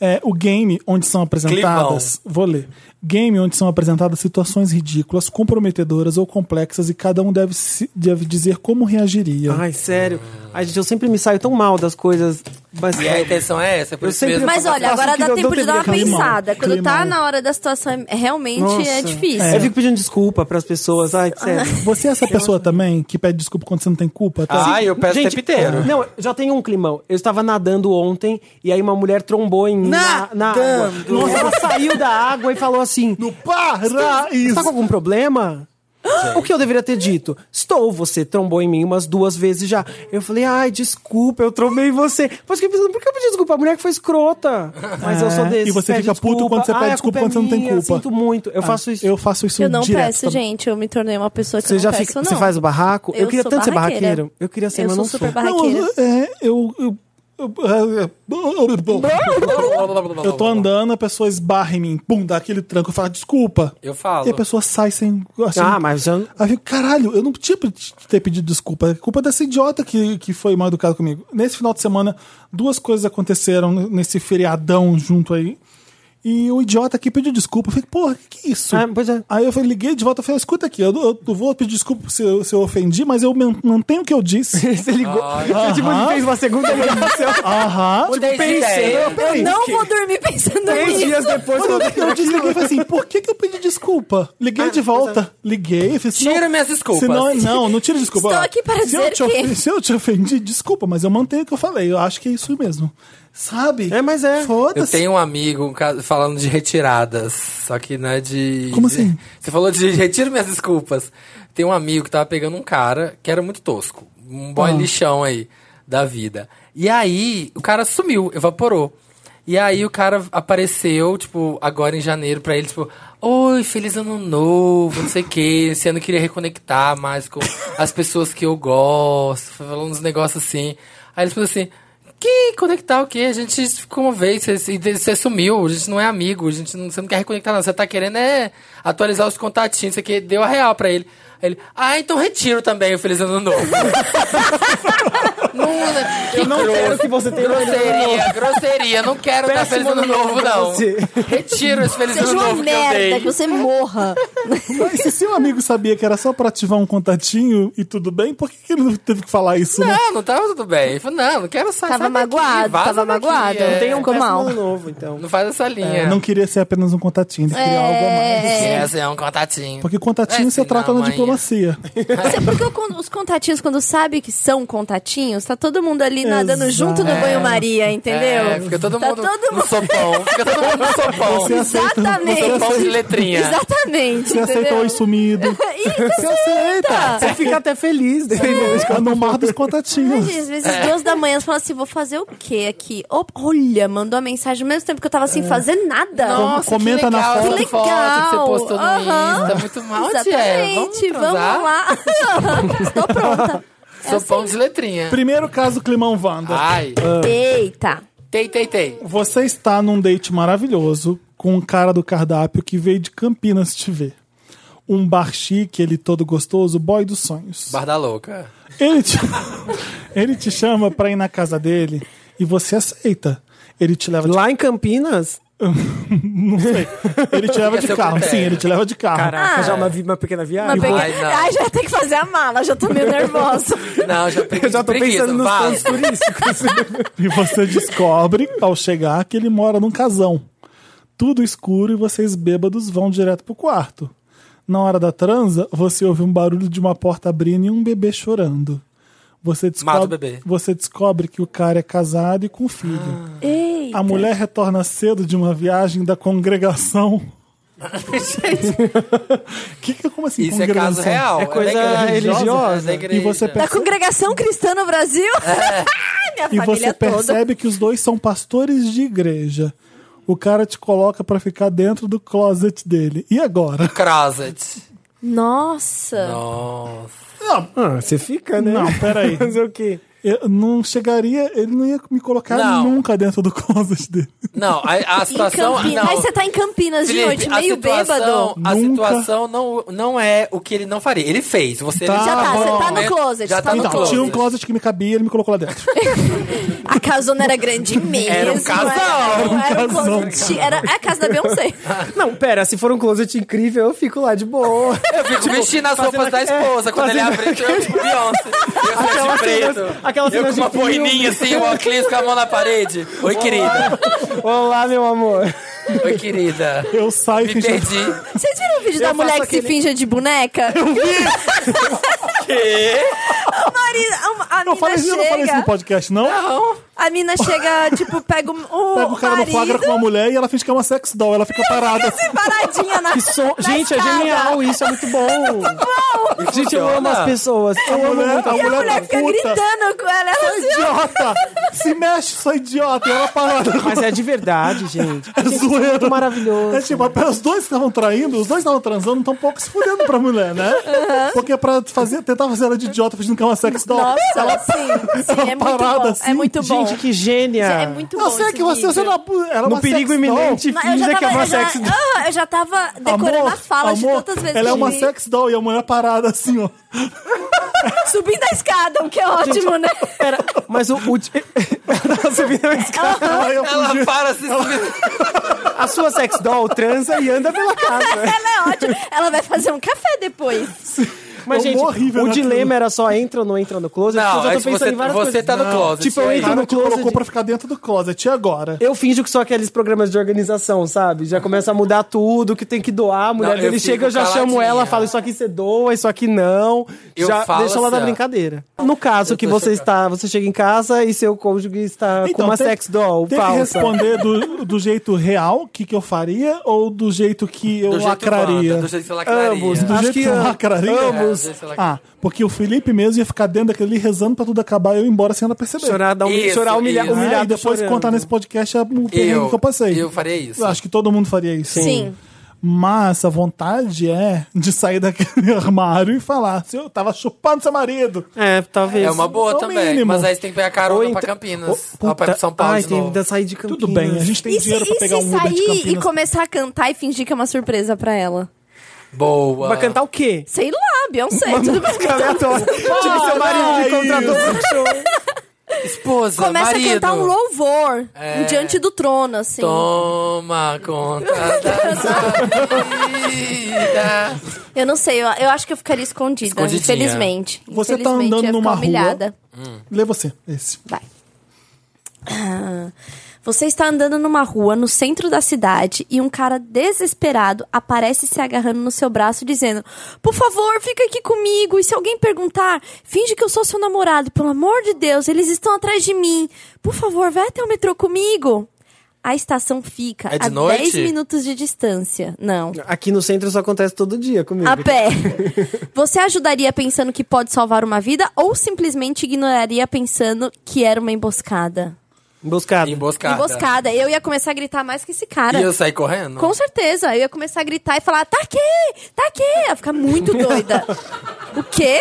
[SPEAKER 2] É, o game onde são apresentadas. Vou ler. Game onde são apresentadas situações ridículas, comprometedoras ou complexas e cada um deve, se- deve dizer como reagiria.
[SPEAKER 3] Ai, sério. Ai, gente, eu sempre me saio tão mal das coisas. Mas
[SPEAKER 1] E a intenção é essa. Por
[SPEAKER 3] Eu
[SPEAKER 1] isso
[SPEAKER 3] sempre-
[SPEAKER 1] mesmo,
[SPEAKER 4] Mas
[SPEAKER 1] quando
[SPEAKER 4] olha,
[SPEAKER 1] eu
[SPEAKER 4] agora
[SPEAKER 2] que
[SPEAKER 4] dá
[SPEAKER 2] deu-
[SPEAKER 4] tempo
[SPEAKER 2] deu
[SPEAKER 4] de dar uma
[SPEAKER 2] tempo de acalmar.
[SPEAKER 4] pensada. Quando tá
[SPEAKER 2] Climão.
[SPEAKER 4] na hora da situação, é- realmente
[SPEAKER 3] Nossa,
[SPEAKER 4] é difícil.
[SPEAKER 3] Eu fico pedindo desculpa pras pessoas. Ai, sério.
[SPEAKER 2] Você é essa pessoa também que pede desculpa quando você não tem culpa? Tá?
[SPEAKER 1] Ah, eu peço o tempo inteiro.
[SPEAKER 3] Assim, Não, já tem um climão. Eu estava nadando ontem e aí uma mulher trombou em mim na, na água.
[SPEAKER 1] Nadando.
[SPEAKER 3] Nossa, ela saiu da água e falou assim:
[SPEAKER 2] No paraíso!
[SPEAKER 3] Você tá com algum problema? O que eu deveria ter dito? Estou, você trombou em mim umas duas vezes já. Eu falei, ai, desculpa, eu trombei você. Mas fiquei pensando, por que eu pedi desculpa? A mulher que foi escrota. Mas eu sou
[SPEAKER 2] É,
[SPEAKER 3] desse.
[SPEAKER 2] e você
[SPEAKER 3] pede
[SPEAKER 2] fica puto quando você
[SPEAKER 3] Ai,
[SPEAKER 2] pede
[SPEAKER 3] a
[SPEAKER 2] desculpa
[SPEAKER 3] culpa é
[SPEAKER 2] quando você não tem
[SPEAKER 3] minha,
[SPEAKER 2] culpa. Ah.
[SPEAKER 3] sinto muito. Eu faço isso.
[SPEAKER 2] Eu faço isso
[SPEAKER 4] Eu não
[SPEAKER 2] direto. tá
[SPEAKER 4] peço,
[SPEAKER 2] também.
[SPEAKER 4] gente. Eu me tornei uma pessoa que
[SPEAKER 3] Você
[SPEAKER 4] não
[SPEAKER 3] já
[SPEAKER 4] peço,
[SPEAKER 3] fica,
[SPEAKER 4] não.
[SPEAKER 3] você faz o barraco? Eu,
[SPEAKER 4] Eu
[SPEAKER 3] queria
[SPEAKER 4] sou
[SPEAKER 3] tanto ser
[SPEAKER 4] barraqueira.
[SPEAKER 3] barraqueiro. Eu queria ser,
[SPEAKER 4] Eu
[SPEAKER 3] mas
[SPEAKER 4] sou
[SPEAKER 3] não
[SPEAKER 4] super
[SPEAKER 3] sou.
[SPEAKER 2] Não,
[SPEAKER 4] barraqueira.
[SPEAKER 2] eu- é, eu. eu- eu- Eu tô andando, a pessoa esbarra em mim, pum, dá aquele tranco, eu falo, desculpa.
[SPEAKER 1] Eu falo.
[SPEAKER 2] E a pessoa sai sem. assim,
[SPEAKER 3] Ah, mas eu...
[SPEAKER 2] Aí eu fico, caralho, eu não tinha pra te- ter pedido desculpa. É culpa dessa idiota que, que foi mal educada comigo. Nesse final de semana, duas coisas aconteceram n- nesse feriadão junto aí. E o idiota aqui pediu desculpa. Eu falei, porra, que que é isso?
[SPEAKER 3] Ah, pois é.
[SPEAKER 2] Aí eu falei, liguei de volta e falei, escuta aqui, eu, eu- eu vou pedir desculpa se eu, se eu ofendi, mas eu men- mantenho o que eu disse.
[SPEAKER 3] Você ligou. Você, tipo, ele fez uma segunda reunião.
[SPEAKER 2] Aham.
[SPEAKER 3] é
[SPEAKER 1] Tipo,
[SPEAKER 3] pensei,
[SPEAKER 4] Eu não vou dormir pensando
[SPEAKER 3] Três
[SPEAKER 4] nisso.
[SPEAKER 3] dias depois eu
[SPEAKER 2] Quando eu, eu desliguei e falei assim, por que, que eu pedi desculpa? Liguei de volta. Liguei, fiz
[SPEAKER 1] Tira
[SPEAKER 2] não-
[SPEAKER 1] minhas desculpas.
[SPEAKER 2] Senão, não, não tira desculpa.
[SPEAKER 4] Estou
[SPEAKER 2] Ó,
[SPEAKER 4] aqui para
[SPEAKER 2] se
[SPEAKER 4] dizer
[SPEAKER 2] eu te ofe-
[SPEAKER 4] que-
[SPEAKER 2] Se eu te ofendi, desculpa, mas eu mantenho o que eu falei. Eu acho que é isso mesmo. Sabe?
[SPEAKER 3] É, mas é.
[SPEAKER 1] Eu
[SPEAKER 2] Foda-se.
[SPEAKER 1] tenho um amigo um ca- falando de retiradas, só que não é de.
[SPEAKER 2] Como
[SPEAKER 1] de-
[SPEAKER 2] assim?
[SPEAKER 1] Você falou de retiro minhas desculpas. Tem um amigo que tava pegando um cara que era muito tosco. Um
[SPEAKER 2] Ah.
[SPEAKER 1] boy lixão aí da vida. E aí, o cara sumiu, evaporou. E aí o cara apareceu, tipo, agora em janeiro, pra ele, tipo, oi, feliz ano novo, não sei o que, esse ano eu queria reconectar mais com as pessoas que eu gosto, falando uns negócios assim. Aí ele falou assim, que conectar o quê? A gente ficou uma vez, você- você você sumiu, a gente não é amigo, a gente não, você não quer reconectar, não. Você tá querendo é atualizar os contatinhos, isso aqui deu a real pra ele. Aí ele, ah, então retiro também o Feliz Ano Novo. não, né? Que
[SPEAKER 3] não
[SPEAKER 1] grosso.
[SPEAKER 3] quero que você tenha um Feliz Ano
[SPEAKER 1] Grosseria, grosseria, não quero dar
[SPEAKER 3] Péssimo
[SPEAKER 1] Feliz Ano
[SPEAKER 3] Ano Novo
[SPEAKER 1] Novo,
[SPEAKER 3] pra
[SPEAKER 1] não.
[SPEAKER 3] você.
[SPEAKER 1] Retiro esse Feliz
[SPEAKER 4] Seja
[SPEAKER 1] Ano
[SPEAKER 4] uma
[SPEAKER 1] Novo que eu
[SPEAKER 4] merda,
[SPEAKER 1] dei.
[SPEAKER 4] que você morra.
[SPEAKER 2] Mas se seu amigo sabia que era só pra ativar um contatinho e tudo bem, por que, que ele não teve que falar isso, né?
[SPEAKER 1] Não, não tava tudo bem. Ele falou, não, não quero sair.
[SPEAKER 4] Tava
[SPEAKER 1] sai daqui,
[SPEAKER 4] magoado,
[SPEAKER 1] vaza
[SPEAKER 4] tava
[SPEAKER 1] daqui,
[SPEAKER 4] magoado.
[SPEAKER 1] é.
[SPEAKER 4] Não
[SPEAKER 3] Tem um
[SPEAKER 4] Ficou
[SPEAKER 3] péssimo
[SPEAKER 4] mal.
[SPEAKER 3] ano novo, então.
[SPEAKER 1] Não faz essa linha.
[SPEAKER 2] Não queria ser apenas um contatinho, ele queria algo a mais.
[SPEAKER 4] É.
[SPEAKER 1] Esse é um contatinho.
[SPEAKER 2] Porque contatinho
[SPEAKER 1] É,
[SPEAKER 2] você
[SPEAKER 1] se
[SPEAKER 2] trata
[SPEAKER 1] não,
[SPEAKER 2] na
[SPEAKER 1] aí-
[SPEAKER 2] diplomacia.
[SPEAKER 4] Sabe é Porque o con- os contatinhos, quando sabe que são contatinhos, tá todo mundo ali nadando
[SPEAKER 2] Exato.
[SPEAKER 4] junto no banho-maria, entendeu?
[SPEAKER 1] É, fica todo
[SPEAKER 4] Tá
[SPEAKER 1] mundo
[SPEAKER 4] todo
[SPEAKER 1] no
[SPEAKER 4] mundo-
[SPEAKER 1] sopão. Fica todo mundo no sopão.
[SPEAKER 2] Você aceita,
[SPEAKER 3] é
[SPEAKER 4] Exatamente.
[SPEAKER 1] no sopão
[SPEAKER 3] assim.
[SPEAKER 1] de letrinha.
[SPEAKER 4] Exatamente.
[SPEAKER 2] você aceita
[SPEAKER 4] entendeu?
[SPEAKER 2] oi sumido.
[SPEAKER 4] Ih,
[SPEAKER 2] Você aceita.
[SPEAKER 3] tá. Você fica até feliz, né?" dependendo.
[SPEAKER 2] Fica no mar dos contatinhos.
[SPEAKER 4] Às vezes,
[SPEAKER 1] É.
[SPEAKER 4] duas da manhã, você fala assim, vou fazer o quê aqui? Ô, olha, mandou a mensagem ao mesmo tempo que eu tava sem fazer nada.
[SPEAKER 1] É. Nossa,
[SPEAKER 2] comenta
[SPEAKER 1] que
[SPEAKER 2] na
[SPEAKER 1] legal,
[SPEAKER 2] foto.
[SPEAKER 1] essa
[SPEAKER 4] Que
[SPEAKER 1] foto que
[SPEAKER 4] legal.
[SPEAKER 1] você postou no
[SPEAKER 4] Aham.
[SPEAKER 1] Insta. Muito mal, onde é? Vamos,
[SPEAKER 4] Exatamente, vamos,
[SPEAKER 1] transar?
[SPEAKER 4] lá. É assim Estou pronta.
[SPEAKER 1] Sopão de letrinha.
[SPEAKER 2] Primeiro caso, Climão Wanda.
[SPEAKER 1] Ai,
[SPEAKER 4] Eita.
[SPEAKER 1] tem, tem, tem.
[SPEAKER 2] Você está num date maravilhoso com um cara do cardápio que veio de Campinas te ver. Um bar chique, ele todo gostoso, boy dos sonhos.
[SPEAKER 1] Bar da louca.
[SPEAKER 2] Ele te, ele te chama pra ir na casa dele e você aceita. Ele te leva de,
[SPEAKER 3] Lá em Campinas,
[SPEAKER 2] não sei. Ele te leva
[SPEAKER 1] Fica
[SPEAKER 2] de
[SPEAKER 1] seu
[SPEAKER 2] carro.
[SPEAKER 1] critério.
[SPEAKER 2] Sim, ele te leva de carro.
[SPEAKER 3] Caraca, já é uma, vi- uma pequena viagem.
[SPEAKER 4] Uma
[SPEAKER 3] Uma
[SPEAKER 4] pequena-
[SPEAKER 1] Ai, não.
[SPEAKER 4] Ai, já tem que fazer a mala, já tô meio nervosa.
[SPEAKER 1] Não, já, pre...
[SPEAKER 3] Eu já tô
[SPEAKER 1] preguiça,
[SPEAKER 3] pensando nos
[SPEAKER 1] vaza.
[SPEAKER 3] pontos turísticos.
[SPEAKER 2] E você descobre, ao chegar, que ele mora num casão. Tudo escuro e vocês bêbados vão direto pro quarto. Na hora da transa, você ouve um barulho de uma porta abrindo e um bebê chorando. Você descobre,
[SPEAKER 1] Mata o bebê.
[SPEAKER 2] Você descobre que o cara é casado e com filho.
[SPEAKER 4] Ei.
[SPEAKER 2] A mulher retorna cedo de uma viagem da congregação. que que, como assim,
[SPEAKER 1] Isso é
[SPEAKER 2] congregação?
[SPEAKER 1] caso real.
[SPEAKER 3] É coisa
[SPEAKER 1] da igreja.
[SPEAKER 3] religiosa.
[SPEAKER 1] É da igreja.
[SPEAKER 2] E você
[SPEAKER 4] Da Tá congregação cristã no Brasil?
[SPEAKER 1] É.
[SPEAKER 4] Minha
[SPEAKER 2] E
[SPEAKER 4] família
[SPEAKER 2] você
[SPEAKER 4] toda.
[SPEAKER 2] percebe que os dois são pastores de igreja. O cara te coloca pra ficar dentro do closet dele. E agora?
[SPEAKER 1] Closet.
[SPEAKER 4] Nossa.
[SPEAKER 1] Nossa.
[SPEAKER 3] Ah, você fica, né?
[SPEAKER 2] Não, peraí.
[SPEAKER 3] Fazer o quê?
[SPEAKER 2] Eu não chegaria, ele não ia me colocar
[SPEAKER 1] Não.
[SPEAKER 2] nunca dentro do closet dele.
[SPEAKER 1] Não, a, a
[SPEAKER 4] Em
[SPEAKER 1] situação...
[SPEAKER 4] Campinas.
[SPEAKER 1] não.
[SPEAKER 4] Aí você tá em Campinas
[SPEAKER 1] Felipe,
[SPEAKER 4] de noite,
[SPEAKER 1] a
[SPEAKER 4] meio
[SPEAKER 1] situação,
[SPEAKER 4] bêbado.
[SPEAKER 1] A
[SPEAKER 2] Nunca.
[SPEAKER 1] situação não, não é o que ele não faria. Ele fez. Você
[SPEAKER 2] Tá
[SPEAKER 1] ele
[SPEAKER 4] Já tá,
[SPEAKER 2] bom.
[SPEAKER 4] você tá no closet.
[SPEAKER 1] Já tá
[SPEAKER 4] tá
[SPEAKER 1] no
[SPEAKER 2] Então,
[SPEAKER 1] closet.
[SPEAKER 2] tinha um closet que me cabia, ele me colocou lá dentro.
[SPEAKER 4] A casona era grande mesmo.
[SPEAKER 1] Era um casal.
[SPEAKER 4] Era, um- era um closet.
[SPEAKER 2] Casal.
[SPEAKER 4] Era é a casa da Beyoncé.
[SPEAKER 3] Não, pera, se for um closet incrível, eu fico lá de boa.
[SPEAKER 1] Eu fico vestindo as Tipo, roupas da
[SPEAKER 3] aqu- é,
[SPEAKER 1] esposa. Quando ele
[SPEAKER 3] fazendo
[SPEAKER 1] abre, eu tipo Beyoncé. Eu sou de
[SPEAKER 3] Aquelas cenas,
[SPEAKER 1] preto.
[SPEAKER 3] aquela
[SPEAKER 1] Eu
[SPEAKER 3] cena
[SPEAKER 1] com
[SPEAKER 3] de
[SPEAKER 1] uma
[SPEAKER 3] filme.
[SPEAKER 1] boininha assim, o óculos com a mão na parede. Oi, querida.
[SPEAKER 3] Olá, meu amor.
[SPEAKER 1] Oi, querida.
[SPEAKER 2] Eu saio
[SPEAKER 1] Me
[SPEAKER 2] fingindo.
[SPEAKER 1] perdi.
[SPEAKER 4] Vocês viram o vídeo da
[SPEAKER 3] faço
[SPEAKER 4] mulher que se
[SPEAKER 3] aquele-
[SPEAKER 4] finge de boneca? Eu vi! A Marina, a, a
[SPEAKER 2] Eu
[SPEAKER 4] mina
[SPEAKER 2] falei, eu não falei isso
[SPEAKER 4] chega...
[SPEAKER 2] no podcast, não?
[SPEAKER 1] Não.
[SPEAKER 4] A mina chega, tipo, pega o, o
[SPEAKER 2] Pega o cara no flagra
[SPEAKER 4] marido...
[SPEAKER 2] com uma mulher e ela finge que é uma sex doll. Ela fica parada.
[SPEAKER 4] assim, paradinha na,
[SPEAKER 3] Que som...
[SPEAKER 4] na
[SPEAKER 3] Gente, é
[SPEAKER 4] escada.
[SPEAKER 3] genial isso, é muito bom. Gente, eu amo as pessoas. Eu amo
[SPEAKER 2] mulher-
[SPEAKER 3] muito.
[SPEAKER 2] a
[SPEAKER 4] E a mulher
[SPEAKER 2] mulher tá
[SPEAKER 4] fica
[SPEAKER 2] puta.
[SPEAKER 4] gritando com ela. ela assim,
[SPEAKER 2] Idiota! Se mexe, sou idiota! E ela parada.
[SPEAKER 3] Mas é de verdade, gente.
[SPEAKER 2] É zoeira.
[SPEAKER 3] Muito maravilhoso.
[SPEAKER 2] É tipo, apenas os dois estavam traindo, os dois estavam transando, tão pouco se fudendo pra mulher, né? Porque pra fazer, tentar fazer ela de idiota fingindo que é uma sex doll.
[SPEAKER 4] Nossa,
[SPEAKER 2] ela
[SPEAKER 4] sim, sim, é muito
[SPEAKER 2] parada
[SPEAKER 4] bom.
[SPEAKER 2] assim.
[SPEAKER 4] é muito bom.
[SPEAKER 3] Gente, que gênia.
[SPEAKER 4] É muito bom.
[SPEAKER 2] Eu sei
[SPEAKER 4] esse
[SPEAKER 2] que você,
[SPEAKER 4] vídeo.
[SPEAKER 2] você não era uma
[SPEAKER 3] No perigo
[SPEAKER 2] sex doll.
[SPEAKER 3] iminente,
[SPEAKER 4] Mas eu já
[SPEAKER 3] finja que é
[SPEAKER 4] tava-
[SPEAKER 3] uma
[SPEAKER 4] eu já-
[SPEAKER 3] sex
[SPEAKER 4] Ah, eu já tava decorando a fala de
[SPEAKER 2] amor,
[SPEAKER 4] tantas vezes
[SPEAKER 2] Ela
[SPEAKER 4] que
[SPEAKER 2] é uma
[SPEAKER 4] vi.
[SPEAKER 2] sex doll e a mulher parada assim, ó.
[SPEAKER 4] Subindo a escada, o que é ótimo, né?
[SPEAKER 3] Pera, mas o. o... Ela subiu na escada.
[SPEAKER 2] Ela ia fugir.
[SPEAKER 1] Ela para assim.
[SPEAKER 3] A sua sex doll transa e anda pela casa.
[SPEAKER 4] Ela é ótima. Ela vai fazer um café depois.
[SPEAKER 3] Mas,
[SPEAKER 2] Eu
[SPEAKER 3] gente,
[SPEAKER 2] morro horrível
[SPEAKER 3] o
[SPEAKER 2] naquilo.
[SPEAKER 3] dilema era só entra ou não entra no closet.
[SPEAKER 1] Não,
[SPEAKER 3] eu
[SPEAKER 1] é
[SPEAKER 3] já tô
[SPEAKER 1] que você,
[SPEAKER 3] pensando em várias
[SPEAKER 1] você
[SPEAKER 3] coisas.
[SPEAKER 1] tá no closet.
[SPEAKER 3] Tipo, eu
[SPEAKER 1] e aí?
[SPEAKER 3] entro
[SPEAKER 2] Cara,
[SPEAKER 3] no
[SPEAKER 2] te
[SPEAKER 3] closet.
[SPEAKER 2] colocou pra ficar dentro do closet. E agora?
[SPEAKER 3] Eu finjo que sou aqueles programas de organização, sabe? Já começa a mudar tudo, que tem que doar. A mulher
[SPEAKER 1] Não, eu
[SPEAKER 3] dele
[SPEAKER 1] fico
[SPEAKER 3] chega, eu já chamo
[SPEAKER 1] caladinha.
[SPEAKER 3] ela, falo isso aqui você doa, isso aqui não.
[SPEAKER 1] Eu
[SPEAKER 3] já
[SPEAKER 1] falo
[SPEAKER 3] deixa ela
[SPEAKER 1] assim,
[SPEAKER 3] na
[SPEAKER 1] ó.
[SPEAKER 3] brincadeira. No caso
[SPEAKER 1] Eu
[SPEAKER 3] que
[SPEAKER 1] tô
[SPEAKER 3] você
[SPEAKER 1] chocado.
[SPEAKER 3] está, você chega em casa e seu cônjuge está com uma
[SPEAKER 2] Então, tem-
[SPEAKER 3] sex doll
[SPEAKER 2] Tem que
[SPEAKER 3] falsa.
[SPEAKER 2] responder do, do jeito real, o que, que eu faria, ou do jeito que eu
[SPEAKER 1] Do jeito
[SPEAKER 2] lacraria?
[SPEAKER 1] Wanda, do jeito que você lacraria.
[SPEAKER 3] Ambos,
[SPEAKER 2] Do
[SPEAKER 3] Acho
[SPEAKER 2] jeito que, é
[SPEAKER 3] que
[SPEAKER 2] eu
[SPEAKER 3] am-
[SPEAKER 2] lacraria?
[SPEAKER 1] ambos. É, do jeito que eu
[SPEAKER 2] Ah, porque o Felipe mesmo ia ficar dentro daquele ali rezando pra tudo acabar e eu ir embora sem ela perceber.
[SPEAKER 3] Chorar, dar um,
[SPEAKER 1] Isso,
[SPEAKER 3] chorar humilha,
[SPEAKER 1] isso.
[SPEAKER 2] Né?
[SPEAKER 3] humilhado.
[SPEAKER 2] E depois
[SPEAKER 3] chorando.
[SPEAKER 2] contar nesse podcast é o perrengue
[SPEAKER 1] Eu,
[SPEAKER 2] que eu passei.
[SPEAKER 1] eu faria isso.
[SPEAKER 2] Eu acho que todo mundo faria isso.
[SPEAKER 4] Sim.
[SPEAKER 2] Mas a vontade é de sair daquele armário e falar: se eu tava chupando seu marido.
[SPEAKER 3] É, talvez.
[SPEAKER 1] É uma boa
[SPEAKER 2] É o
[SPEAKER 1] também.
[SPEAKER 2] mínimo.
[SPEAKER 1] Mas aí você tem que pegar
[SPEAKER 3] Ou
[SPEAKER 1] carona
[SPEAKER 3] então-
[SPEAKER 1] pra Campinas.
[SPEAKER 3] Ô,
[SPEAKER 1] Ou pra ir pro São Paulo
[SPEAKER 3] Ai,
[SPEAKER 1] de
[SPEAKER 3] tem
[SPEAKER 1] novo.
[SPEAKER 3] que sair de Campinas.
[SPEAKER 2] Tudo bem, a gente tem
[SPEAKER 4] E se,
[SPEAKER 2] dinheiro pra
[SPEAKER 4] e
[SPEAKER 2] pegar
[SPEAKER 4] se
[SPEAKER 2] um Uber de
[SPEAKER 4] sair e
[SPEAKER 2] Campinas.
[SPEAKER 4] começar a cantar e fingir que é uma surpresa pra ela?
[SPEAKER 1] Boa.
[SPEAKER 3] Vai cantar o quê?
[SPEAKER 4] Sei lá, Beyoncé, tudo bem.
[SPEAKER 3] Música aleatória. tipo, seu marido me contratou pro show.
[SPEAKER 1] Esposa,
[SPEAKER 4] Começa
[SPEAKER 1] marido.
[SPEAKER 4] a cantar um louvor
[SPEAKER 1] É.
[SPEAKER 4] em diante do trono, assim.
[SPEAKER 1] Toma conta da sua vida.
[SPEAKER 4] Eu não sei, eu, eu acho que eu ficaria escondida,
[SPEAKER 1] Escondidinha.
[SPEAKER 4] infelizmente.
[SPEAKER 2] Você tá
[SPEAKER 4] infelizmente,
[SPEAKER 2] andando
[SPEAKER 4] eu ia
[SPEAKER 2] numa
[SPEAKER 4] ficar
[SPEAKER 2] rua?
[SPEAKER 4] humilhada.
[SPEAKER 2] Lê você, esse.
[SPEAKER 4] Vai. Ah, Você está andando numa rua no centro da cidade e um cara desesperado aparece se agarrando no seu braço dizendo: "Por favor, fica aqui comigo e se alguém perguntar, finge que eu sou seu namorado, pelo amor de Deus, eles estão atrás de mim. Por favor, vai até o metrô comigo." A estação fica
[SPEAKER 1] É de
[SPEAKER 4] a
[SPEAKER 1] noite?
[SPEAKER 4] 10 minutos de distância. Não.
[SPEAKER 3] Aqui no centro isso acontece todo dia comigo.
[SPEAKER 4] A pé. Você ajudaria pensando que pode salvar uma vida ou simplesmente ignoraria pensando que era uma emboscada?
[SPEAKER 3] Emboscada.
[SPEAKER 1] Emboscada.
[SPEAKER 4] Emboscada. Eu ia começar a gritar mais que esse cara.
[SPEAKER 1] E eu saí correndo?
[SPEAKER 4] Com certeza. Eu ia começar a gritar e falar, tá aqui, tá aqui. Eu ia ficar muito doida. o quê?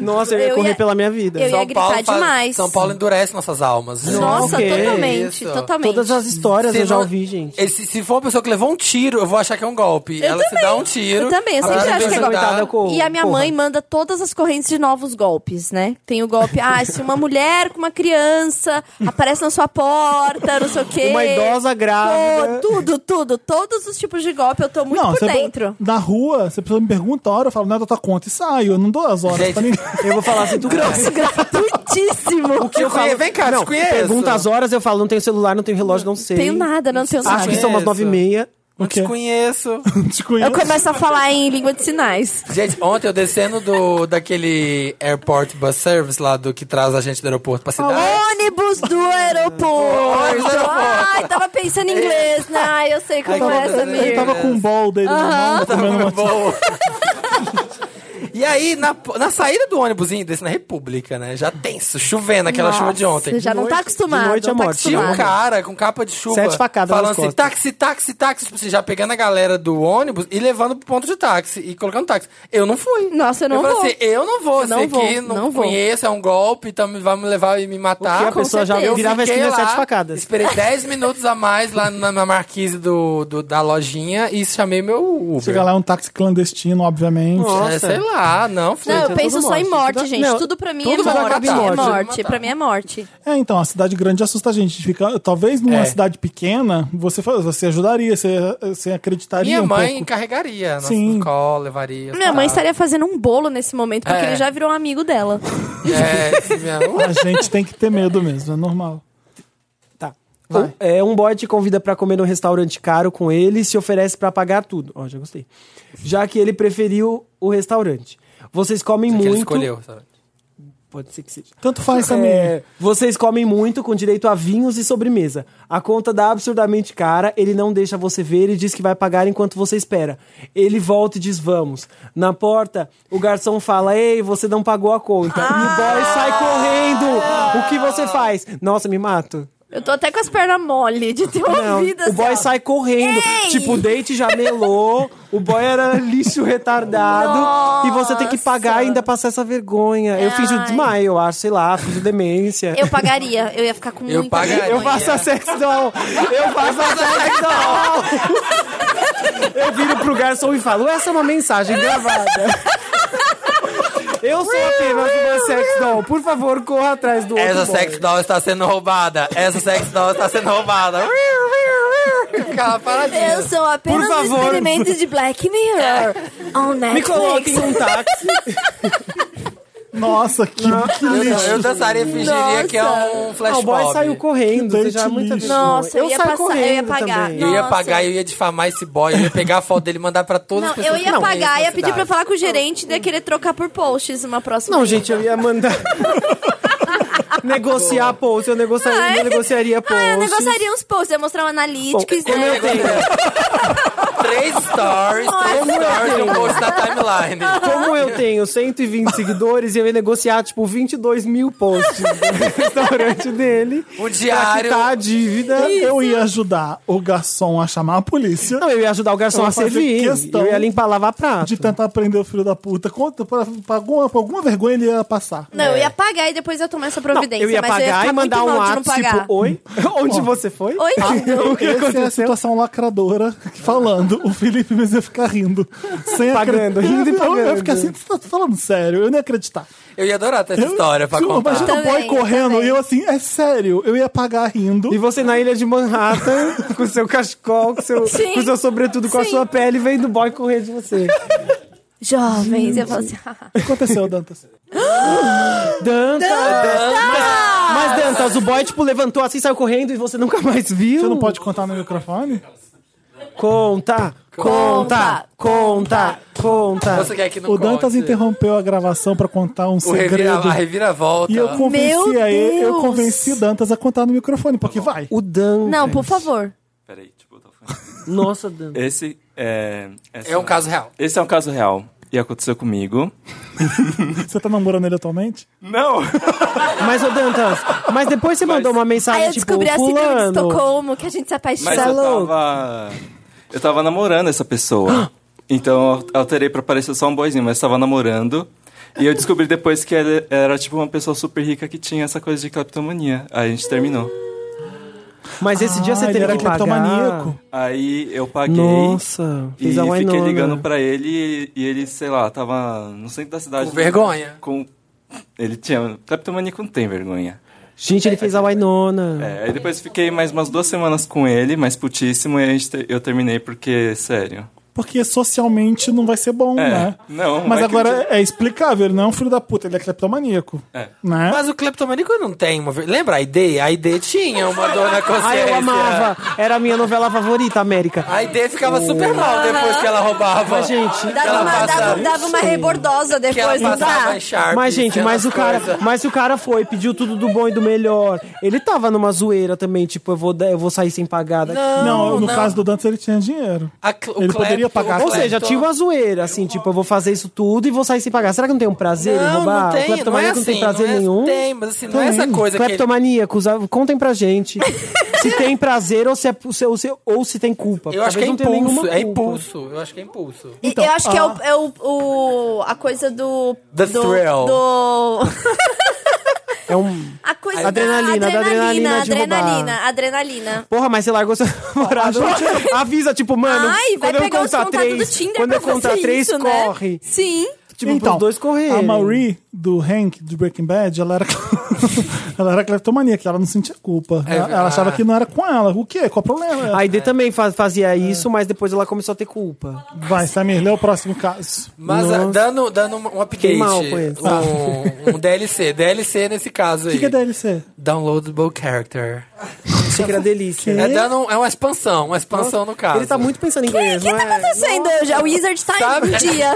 [SPEAKER 3] Nossa, eu ia
[SPEAKER 4] Eu
[SPEAKER 3] correr
[SPEAKER 4] ia-
[SPEAKER 3] pela minha vida.
[SPEAKER 4] eu ia gritar
[SPEAKER 1] faz-
[SPEAKER 4] demais.
[SPEAKER 1] São Paulo endurece nossas almas. gente.
[SPEAKER 4] Nossa,
[SPEAKER 3] ok.
[SPEAKER 4] totalmente,
[SPEAKER 1] Isso.
[SPEAKER 4] totalmente.
[SPEAKER 3] Todas as histórias
[SPEAKER 1] Se
[SPEAKER 3] eu já
[SPEAKER 1] não-
[SPEAKER 3] ouvi, gente.
[SPEAKER 1] E Se, se for uma pessoa que levou um tiro, eu vou achar que é um golpe.
[SPEAKER 4] Eu
[SPEAKER 1] Ela
[SPEAKER 4] também.
[SPEAKER 1] se dá um tiro.
[SPEAKER 4] Eu também, eu
[SPEAKER 1] agora
[SPEAKER 4] sempre
[SPEAKER 1] ela um
[SPEAKER 4] acho
[SPEAKER 1] tem
[SPEAKER 4] que é
[SPEAKER 1] dar-
[SPEAKER 3] coitada com-
[SPEAKER 4] E a minha
[SPEAKER 3] Porra.
[SPEAKER 4] mãe manda todas as correntes de novos golpes, né? Tem o golpe, ah, se uma mulher com uma criança aparece na sua porta, não sei o quê.
[SPEAKER 3] Uma idosa né? grávida.
[SPEAKER 4] Pô, tudo, tudo. Todos os tipos de golpe eu tô muito por
[SPEAKER 2] você- é
[SPEAKER 4] dentro.
[SPEAKER 2] Na rua, você pessoa me pergunta a hora, eu falo, não é da tua conta e saio. Eu não dou as horas
[SPEAKER 1] Gente,
[SPEAKER 2] pra ninguém.
[SPEAKER 3] Eu vou falar assim, tu
[SPEAKER 4] Grosso, gratuitíssimo.
[SPEAKER 1] Te conhe- Vem cá,
[SPEAKER 3] não,
[SPEAKER 1] te conheço.
[SPEAKER 3] pergunta as horas, eu falo, não tenho celular, não tenho relógio, não sei.
[SPEAKER 4] Tenho nada, não tenho nada.
[SPEAKER 3] Acho Ah, que são umas
[SPEAKER 1] Conheço.
[SPEAKER 3] nove e meia.
[SPEAKER 1] Não
[SPEAKER 2] quê?
[SPEAKER 1] te conheço.
[SPEAKER 2] Te conheço.
[SPEAKER 4] Eu começo a falar em língua de sinais.
[SPEAKER 1] Gente, ontem eu descendo do, daquele airport bus service lá do que traz a gente do aeroporto pra
[SPEAKER 4] Oh,
[SPEAKER 1] cidade.
[SPEAKER 4] Ônibus
[SPEAKER 1] Ônibus
[SPEAKER 4] do
[SPEAKER 1] do
[SPEAKER 4] aeroporto.
[SPEAKER 1] aeroporto.
[SPEAKER 4] Ai, tava pensando em inglês, né? Ai, eu sei como
[SPEAKER 1] Ai,
[SPEAKER 4] é essa,
[SPEAKER 1] eu
[SPEAKER 2] Ele
[SPEAKER 4] amigo.
[SPEAKER 2] tava com um bol dele na mão,
[SPEAKER 1] Tava
[SPEAKER 2] comendo uma
[SPEAKER 1] boa. Tá E aí, na, na saída do ônibusinho desse na República, né? Já tenso, chovendo, aquela
[SPEAKER 4] Nossa,
[SPEAKER 1] chuva de ontem.
[SPEAKER 4] Já não tá acostumado.
[SPEAKER 3] de noite é
[SPEAKER 4] não tá
[SPEAKER 3] morte.
[SPEAKER 1] Tinha um
[SPEAKER 4] acostumado.
[SPEAKER 1] cara com capa de chuva
[SPEAKER 3] Sete facadas
[SPEAKER 1] falando
[SPEAKER 3] nas
[SPEAKER 1] assim,
[SPEAKER 3] costas.
[SPEAKER 1] táxi, táxi, táxi, tipo assim, já pegando a galera do ônibus e levando pro ponto de táxi e colocando táxi. Eu não fui.
[SPEAKER 4] Nossa, eu não
[SPEAKER 1] eu falei
[SPEAKER 4] vou.
[SPEAKER 1] assim, eu não vou,
[SPEAKER 4] Eu não
[SPEAKER 1] esse aqui
[SPEAKER 4] vou,
[SPEAKER 1] não,
[SPEAKER 4] não vou.
[SPEAKER 1] conheço, é um golpe, então me- vai me levar e me matar.
[SPEAKER 3] Porque a
[SPEAKER 1] Com
[SPEAKER 3] pessoa já
[SPEAKER 1] certeza.
[SPEAKER 3] virava a
[SPEAKER 1] Fiquei
[SPEAKER 3] esquina
[SPEAKER 1] lá,
[SPEAKER 3] sete facadas.
[SPEAKER 1] Esperei 10 minutos a mais lá na, na marquise do, do- da lojinha e chamei meu Uber.
[SPEAKER 2] Chega lá, é um táxi clandestino, obviamente.
[SPEAKER 3] Nossa.
[SPEAKER 1] É, sei lá, matar, não, filho.
[SPEAKER 4] Não, eu
[SPEAKER 3] é
[SPEAKER 4] penso
[SPEAKER 3] tudo
[SPEAKER 4] só em
[SPEAKER 3] morte.
[SPEAKER 4] morte,
[SPEAKER 3] Tudo-
[SPEAKER 4] gente.
[SPEAKER 3] não,
[SPEAKER 4] tudo pra mim
[SPEAKER 1] tudo
[SPEAKER 4] é
[SPEAKER 1] vai
[SPEAKER 4] morte.
[SPEAKER 1] matar.
[SPEAKER 4] É
[SPEAKER 1] Tudo vai
[SPEAKER 4] morte.
[SPEAKER 1] matar.
[SPEAKER 4] Pra mim é morte.
[SPEAKER 2] É, então, a cidade grande assusta a gente. Fica, talvez numa
[SPEAKER 1] É.
[SPEAKER 2] cidade pequena, você, fa- você ajudaria, você, você acreditaria
[SPEAKER 1] Minha
[SPEAKER 2] um
[SPEAKER 1] mãe
[SPEAKER 2] pouco.
[SPEAKER 1] carregaria na
[SPEAKER 2] Sim.
[SPEAKER 1] escola, levaria.
[SPEAKER 4] Minha mãe
[SPEAKER 1] sabe?
[SPEAKER 4] estaria fazendo um bolo nesse momento, porque
[SPEAKER 1] É.
[SPEAKER 4] ele já virou um amigo dela.
[SPEAKER 1] É, se minha...
[SPEAKER 2] A gente tem que ter medo mesmo, é normal.
[SPEAKER 3] Tá.
[SPEAKER 2] Vai.
[SPEAKER 3] Um, é, um boy te convida pra comer num restaurante caro com ele e se oferece pra pagar tudo. Ó, já gostei. Já que ele preferiu o restaurante. Vocês comem
[SPEAKER 1] que ele
[SPEAKER 3] muito.
[SPEAKER 1] escolheu. sabe?
[SPEAKER 3] Pode ser que seja.
[SPEAKER 2] Tanto faz também.
[SPEAKER 3] É, vocês comem muito com direito a vinhos e sobremesa. A conta dá absurdamente cara, ele não deixa você ver e diz que vai pagar enquanto você espera. Ele volta e diz vamos. Na porta, o garçom fala: Ei, você não pagou a conta. E o
[SPEAKER 4] Ah!
[SPEAKER 3] boy sai correndo. O que você faz? Nossa, me mato.
[SPEAKER 4] Eu tô até com as pernas mole de ter
[SPEAKER 3] Não,
[SPEAKER 4] ouvido assim.
[SPEAKER 3] o boy
[SPEAKER 4] ó.
[SPEAKER 3] sai correndo.
[SPEAKER 4] Ei!
[SPEAKER 3] Tipo, o date já melou, o boy era lixo retardado. E você tem que pagar e ainda passar essa vergonha. Eu fiz o
[SPEAKER 4] Ai.
[SPEAKER 3] desmaio, eu acho, sei lá, fiz demência.
[SPEAKER 4] Eu pagaria, eu ia ficar com
[SPEAKER 1] Eu
[SPEAKER 4] muita
[SPEAKER 1] pagaria.
[SPEAKER 4] vergonha.
[SPEAKER 3] Eu faço a sexo doll! Eu faço a sexo doll! Eu viro pro garçom e falo, essa é uma mensagem gravada. Eu sou apenas uma sex doll. Por favor, corra atrás do outro
[SPEAKER 1] Essa
[SPEAKER 3] boy.
[SPEAKER 1] sex doll está sendo roubada. Essa sex doll está sendo roubada. Ficava paradinha.
[SPEAKER 4] Eu sou apenas
[SPEAKER 3] Por
[SPEAKER 4] um
[SPEAKER 3] favor.
[SPEAKER 4] experimento de Black Mirror. On
[SPEAKER 3] Me coloque
[SPEAKER 4] Netflix.
[SPEAKER 3] em um táxi.
[SPEAKER 2] Nossa, que, que
[SPEAKER 1] Eu,
[SPEAKER 2] lixo.
[SPEAKER 1] eu dançaria e fingiria
[SPEAKER 4] Nossa.
[SPEAKER 1] que é um flash
[SPEAKER 3] Ah, o boy
[SPEAKER 1] mob.
[SPEAKER 3] saiu correndo.
[SPEAKER 2] Que
[SPEAKER 3] Você já é
[SPEAKER 2] date
[SPEAKER 3] muita
[SPEAKER 2] lixo.
[SPEAKER 4] Nossa, eu ia
[SPEAKER 3] saio
[SPEAKER 4] passar- eu ia pagar.
[SPEAKER 1] Eu ia
[SPEAKER 4] Nossa.
[SPEAKER 1] pagar, eu ia difamar esse boy, eu ia pegar a foto dele e mandar pra todas
[SPEAKER 4] Não,
[SPEAKER 1] as pessoas.
[SPEAKER 4] eu ia
[SPEAKER 1] que
[SPEAKER 3] é
[SPEAKER 1] conheço
[SPEAKER 4] pagar,
[SPEAKER 1] na
[SPEAKER 4] ia pedir pra
[SPEAKER 1] cidade.
[SPEAKER 4] eu falar com o gerente e ia querer trocar por posts uma próxima.
[SPEAKER 3] Não, gente, eu ia mandar. negociar post. Eu negociaria,
[SPEAKER 4] Ai.
[SPEAKER 3] eu negociaria post.
[SPEAKER 4] Ah, eu negociaria uns posts, eu ia mostrar um analytics,
[SPEAKER 3] Bom,
[SPEAKER 4] né?
[SPEAKER 3] eu tenho-
[SPEAKER 1] É, Três stories, três
[SPEAKER 4] Nossa.
[SPEAKER 1] stories e um post na timeline.
[SPEAKER 3] Como eu tenho 120 seguidores, eu ia negociar, tipo, 22 mil posts do restaurante dele.
[SPEAKER 1] O diário.
[SPEAKER 3] Pra quitar a dívida.
[SPEAKER 2] Eu ia ajudar o garçom a chamar a polícia
[SPEAKER 3] Não, eu ia ajudar o garçom
[SPEAKER 2] Eu
[SPEAKER 3] a
[SPEAKER 2] vou fazer
[SPEAKER 3] servir.
[SPEAKER 2] questão
[SPEAKER 3] Eu ia limpar, lavar prato.
[SPEAKER 2] de tentar prender o filho da puta. Conta, pra, pra alguma, pra alguma vergonha ele ia passar.
[SPEAKER 4] Não, eu ia pagar e depois eu tomar essa
[SPEAKER 3] É. Não,
[SPEAKER 4] providência.
[SPEAKER 3] eu ia
[SPEAKER 4] mas eu ia
[SPEAKER 3] pagar
[SPEAKER 4] ficar
[SPEAKER 3] e mandar
[SPEAKER 4] muito
[SPEAKER 3] um
[SPEAKER 4] mal de não
[SPEAKER 3] ato,
[SPEAKER 4] pagar.
[SPEAKER 3] tipo, oi? Onde você foi? Ah,
[SPEAKER 4] Oi?
[SPEAKER 2] O que Essa é a situação lacradora falando. O Felipe mesmo ia ficar rindo. Sem
[SPEAKER 3] Pagando,
[SPEAKER 2] acreditar.
[SPEAKER 3] rindo e
[SPEAKER 2] Eu- Eu ia
[SPEAKER 3] pagando.
[SPEAKER 2] ficar assim, você tá falando sério, eu nem ia acreditar.
[SPEAKER 1] Eu ia adorar ter essa história é pra
[SPEAKER 2] eu,
[SPEAKER 1] contar.
[SPEAKER 2] Imagina o boy
[SPEAKER 4] Também,
[SPEAKER 2] correndo
[SPEAKER 4] também.
[SPEAKER 2] tá e eu assim, é sério, eu ia pagar rindo.
[SPEAKER 3] E você na ilha de Manhattan, com seu cachecol, com seu,
[SPEAKER 4] Sim.
[SPEAKER 3] com seu sobretudo, com a
[SPEAKER 4] Sim.
[SPEAKER 3] sua pele, vem do boy correr de você.
[SPEAKER 4] Jovens, eu falo
[SPEAKER 3] Hum.
[SPEAKER 4] assim.
[SPEAKER 2] O que aconteceu, Dantas?
[SPEAKER 3] Dantas! Mas, mas Dantas, o boy, tipo, levantou assim, saiu correndo e você nunca mais viu.
[SPEAKER 2] Você não pode contar no microfone?
[SPEAKER 3] Conta, conta, conta, conta.
[SPEAKER 1] Você quer que não
[SPEAKER 2] o Dantas
[SPEAKER 1] conte?
[SPEAKER 2] interrompeu a gravação pra contar um
[SPEAKER 1] o revira,
[SPEAKER 2] segredo.
[SPEAKER 1] a reviravolta.
[SPEAKER 2] E eu convenci
[SPEAKER 4] Meu
[SPEAKER 2] a ele, eu
[SPEAKER 4] Deus!
[SPEAKER 2] convenci o Dantas a contar no microfone, porque
[SPEAKER 1] Tá
[SPEAKER 2] vai.
[SPEAKER 3] O Dantas.
[SPEAKER 4] Não, por favor.
[SPEAKER 5] Peraí, deixa eu botar o fone.
[SPEAKER 3] Nossa, Dantas.
[SPEAKER 5] Esse é. essa-
[SPEAKER 1] É um caso real.
[SPEAKER 5] Esse é um caso real. E aconteceu comigo.
[SPEAKER 2] Você tá namorando ele atualmente?
[SPEAKER 5] Não!
[SPEAKER 3] Mas, ô Dantas, mas depois você mandou uma mensagem,
[SPEAKER 4] Aí eu
[SPEAKER 3] tipo,
[SPEAKER 4] descobri a síndrome de
[SPEAKER 3] fulano.
[SPEAKER 4] Estocolmo, que a gente se
[SPEAKER 5] Mas
[SPEAKER 4] apaixona.
[SPEAKER 5] eu
[SPEAKER 3] é louco.
[SPEAKER 5] tava. Eu tava namorando essa pessoa. Então eu alterei pra parecer só um boizinho, mas tava namorando. E eu descobri depois que ela era tipo uma pessoa super rica que tinha essa coisa de cleptomania. Aí a gente terminou.
[SPEAKER 3] Mas esse dia você
[SPEAKER 2] Ah, ele é
[SPEAKER 3] teria
[SPEAKER 2] era
[SPEAKER 3] que pagar.
[SPEAKER 2] cleptomaníaco.
[SPEAKER 5] Aí eu paguei.
[SPEAKER 3] Nossa,
[SPEAKER 5] E
[SPEAKER 3] fez a
[SPEAKER 5] fiquei
[SPEAKER 3] Winona.
[SPEAKER 5] ligando pra ele e ele, sei lá, tava no centro da cidade.
[SPEAKER 1] Com vergonha.
[SPEAKER 5] Com. Ele tinha. Cleptomania não tem vergonha.
[SPEAKER 3] Gente, ele fez a Winona.
[SPEAKER 5] É, aí depois fiquei mais umas duas semanas com ele, mais putíssimo, e a gente te- eu terminei porque, sério.
[SPEAKER 2] Porque socialmente não vai ser bom,
[SPEAKER 5] É,
[SPEAKER 2] né?
[SPEAKER 5] não,
[SPEAKER 2] Mas
[SPEAKER 5] vai
[SPEAKER 2] agora
[SPEAKER 5] acreditar.
[SPEAKER 2] é explicável, ele não é um filho da puta, ele é cleptomaníaco.
[SPEAKER 5] É.
[SPEAKER 2] Né?
[SPEAKER 1] Mas o cleptomaníaco não tem uma... ver- Lembra a ID? A ID tinha uma dor na consciência.
[SPEAKER 3] Ai, eu amava. Era a minha novela favorita, América.
[SPEAKER 1] A ID ficava super mal depois que ela roubava.
[SPEAKER 3] Mas, gente,
[SPEAKER 1] ela
[SPEAKER 4] Dava uma,
[SPEAKER 1] passa-
[SPEAKER 4] dava, dava uma rebordosa
[SPEAKER 1] que ela
[SPEAKER 4] depois, não
[SPEAKER 1] passava
[SPEAKER 4] dá?
[SPEAKER 1] em Sharp.
[SPEAKER 3] Mas, gente, mas o, cara, mas o cara foi, pediu tudo do bom e do melhor. Ele tava numa zoeira também, tipo, eu vou, dar- eu vou sair sem pagar. daqui.
[SPEAKER 2] não, no caso do Dantas ele tinha dinheiro.
[SPEAKER 3] Ah,
[SPEAKER 2] ele poderia pagar
[SPEAKER 3] Ou seja, tinha uma zoeira, assim, tipo, eu vou fazer isso tudo e vou sair sem pagar. Será que não tem um prazer em
[SPEAKER 1] Não,
[SPEAKER 3] roubar?
[SPEAKER 1] não
[SPEAKER 3] o
[SPEAKER 1] tem, não é
[SPEAKER 3] cleptomaníaco
[SPEAKER 1] assim,
[SPEAKER 3] não tem prazer
[SPEAKER 1] não é,
[SPEAKER 3] nenhum?
[SPEAKER 1] Tem, mas assim, não é essa coisa que...
[SPEAKER 3] Cleptomaníacos, ah, contem pra gente se tem prazer ou se, é, se- ou se- ou se tem culpa.
[SPEAKER 1] Eu acho que é
[SPEAKER 3] Talvez não tenha
[SPEAKER 1] impulso,
[SPEAKER 3] nenhuma
[SPEAKER 1] é
[SPEAKER 3] culpa.
[SPEAKER 1] impulso. Eu acho que é impulso.
[SPEAKER 4] E-
[SPEAKER 3] Então,
[SPEAKER 4] eu acho que é, o, é o, o- a coisa do.
[SPEAKER 1] The
[SPEAKER 4] do,
[SPEAKER 1] thrill.
[SPEAKER 4] do-
[SPEAKER 3] É um...
[SPEAKER 4] a coisa
[SPEAKER 3] Adrenalina,
[SPEAKER 4] da
[SPEAKER 3] da
[SPEAKER 4] adrenalina.
[SPEAKER 3] adrenalina de
[SPEAKER 4] adrenalina, adrenalina.
[SPEAKER 3] Porra, mas você largou seu namorado. Avisa, tipo, mano,
[SPEAKER 4] Ai, vai
[SPEAKER 3] quando eu
[SPEAKER 4] pegar os
[SPEAKER 3] contar
[SPEAKER 4] contatos
[SPEAKER 3] três,
[SPEAKER 4] do Tinder
[SPEAKER 3] quando
[SPEAKER 4] pra
[SPEAKER 3] eu contar
[SPEAKER 4] fazer
[SPEAKER 3] três,
[SPEAKER 4] isso, né?
[SPEAKER 3] corre.
[SPEAKER 4] Sim.
[SPEAKER 3] Tipo, pros dois correrem.
[SPEAKER 2] Então, A Marie do Hank, do Breaking Bad, ela era, ela era cleptomaníaca, ela não sentia culpa.
[SPEAKER 1] É,
[SPEAKER 2] ela, ela
[SPEAKER 1] ah.
[SPEAKER 2] achava que não era com ela. O quê? Qual o problema?
[SPEAKER 3] A
[SPEAKER 4] É.
[SPEAKER 3] Aide também fa- fazia isso, mas depois ela começou a ter culpa.
[SPEAKER 2] Vai, Samir, lê o próximo caso.
[SPEAKER 1] Mas ah, dando, dando um update,
[SPEAKER 3] Fiquei mal com isso. Ah.
[SPEAKER 1] um, um DLC, DLC nesse caso
[SPEAKER 2] O
[SPEAKER 1] aí.
[SPEAKER 2] que, que é DLC?
[SPEAKER 1] Downloadable Character.
[SPEAKER 3] Achei que era delícia.
[SPEAKER 1] É, dando, um- é uma expansão, uma expansão no caso.
[SPEAKER 3] Ele tá muito pensando em inglês,
[SPEAKER 4] O que
[SPEAKER 3] não
[SPEAKER 4] tá
[SPEAKER 3] é?
[SPEAKER 4] acontecendo hoje? A Wizard tá
[SPEAKER 1] Sabe?
[SPEAKER 4] em dia.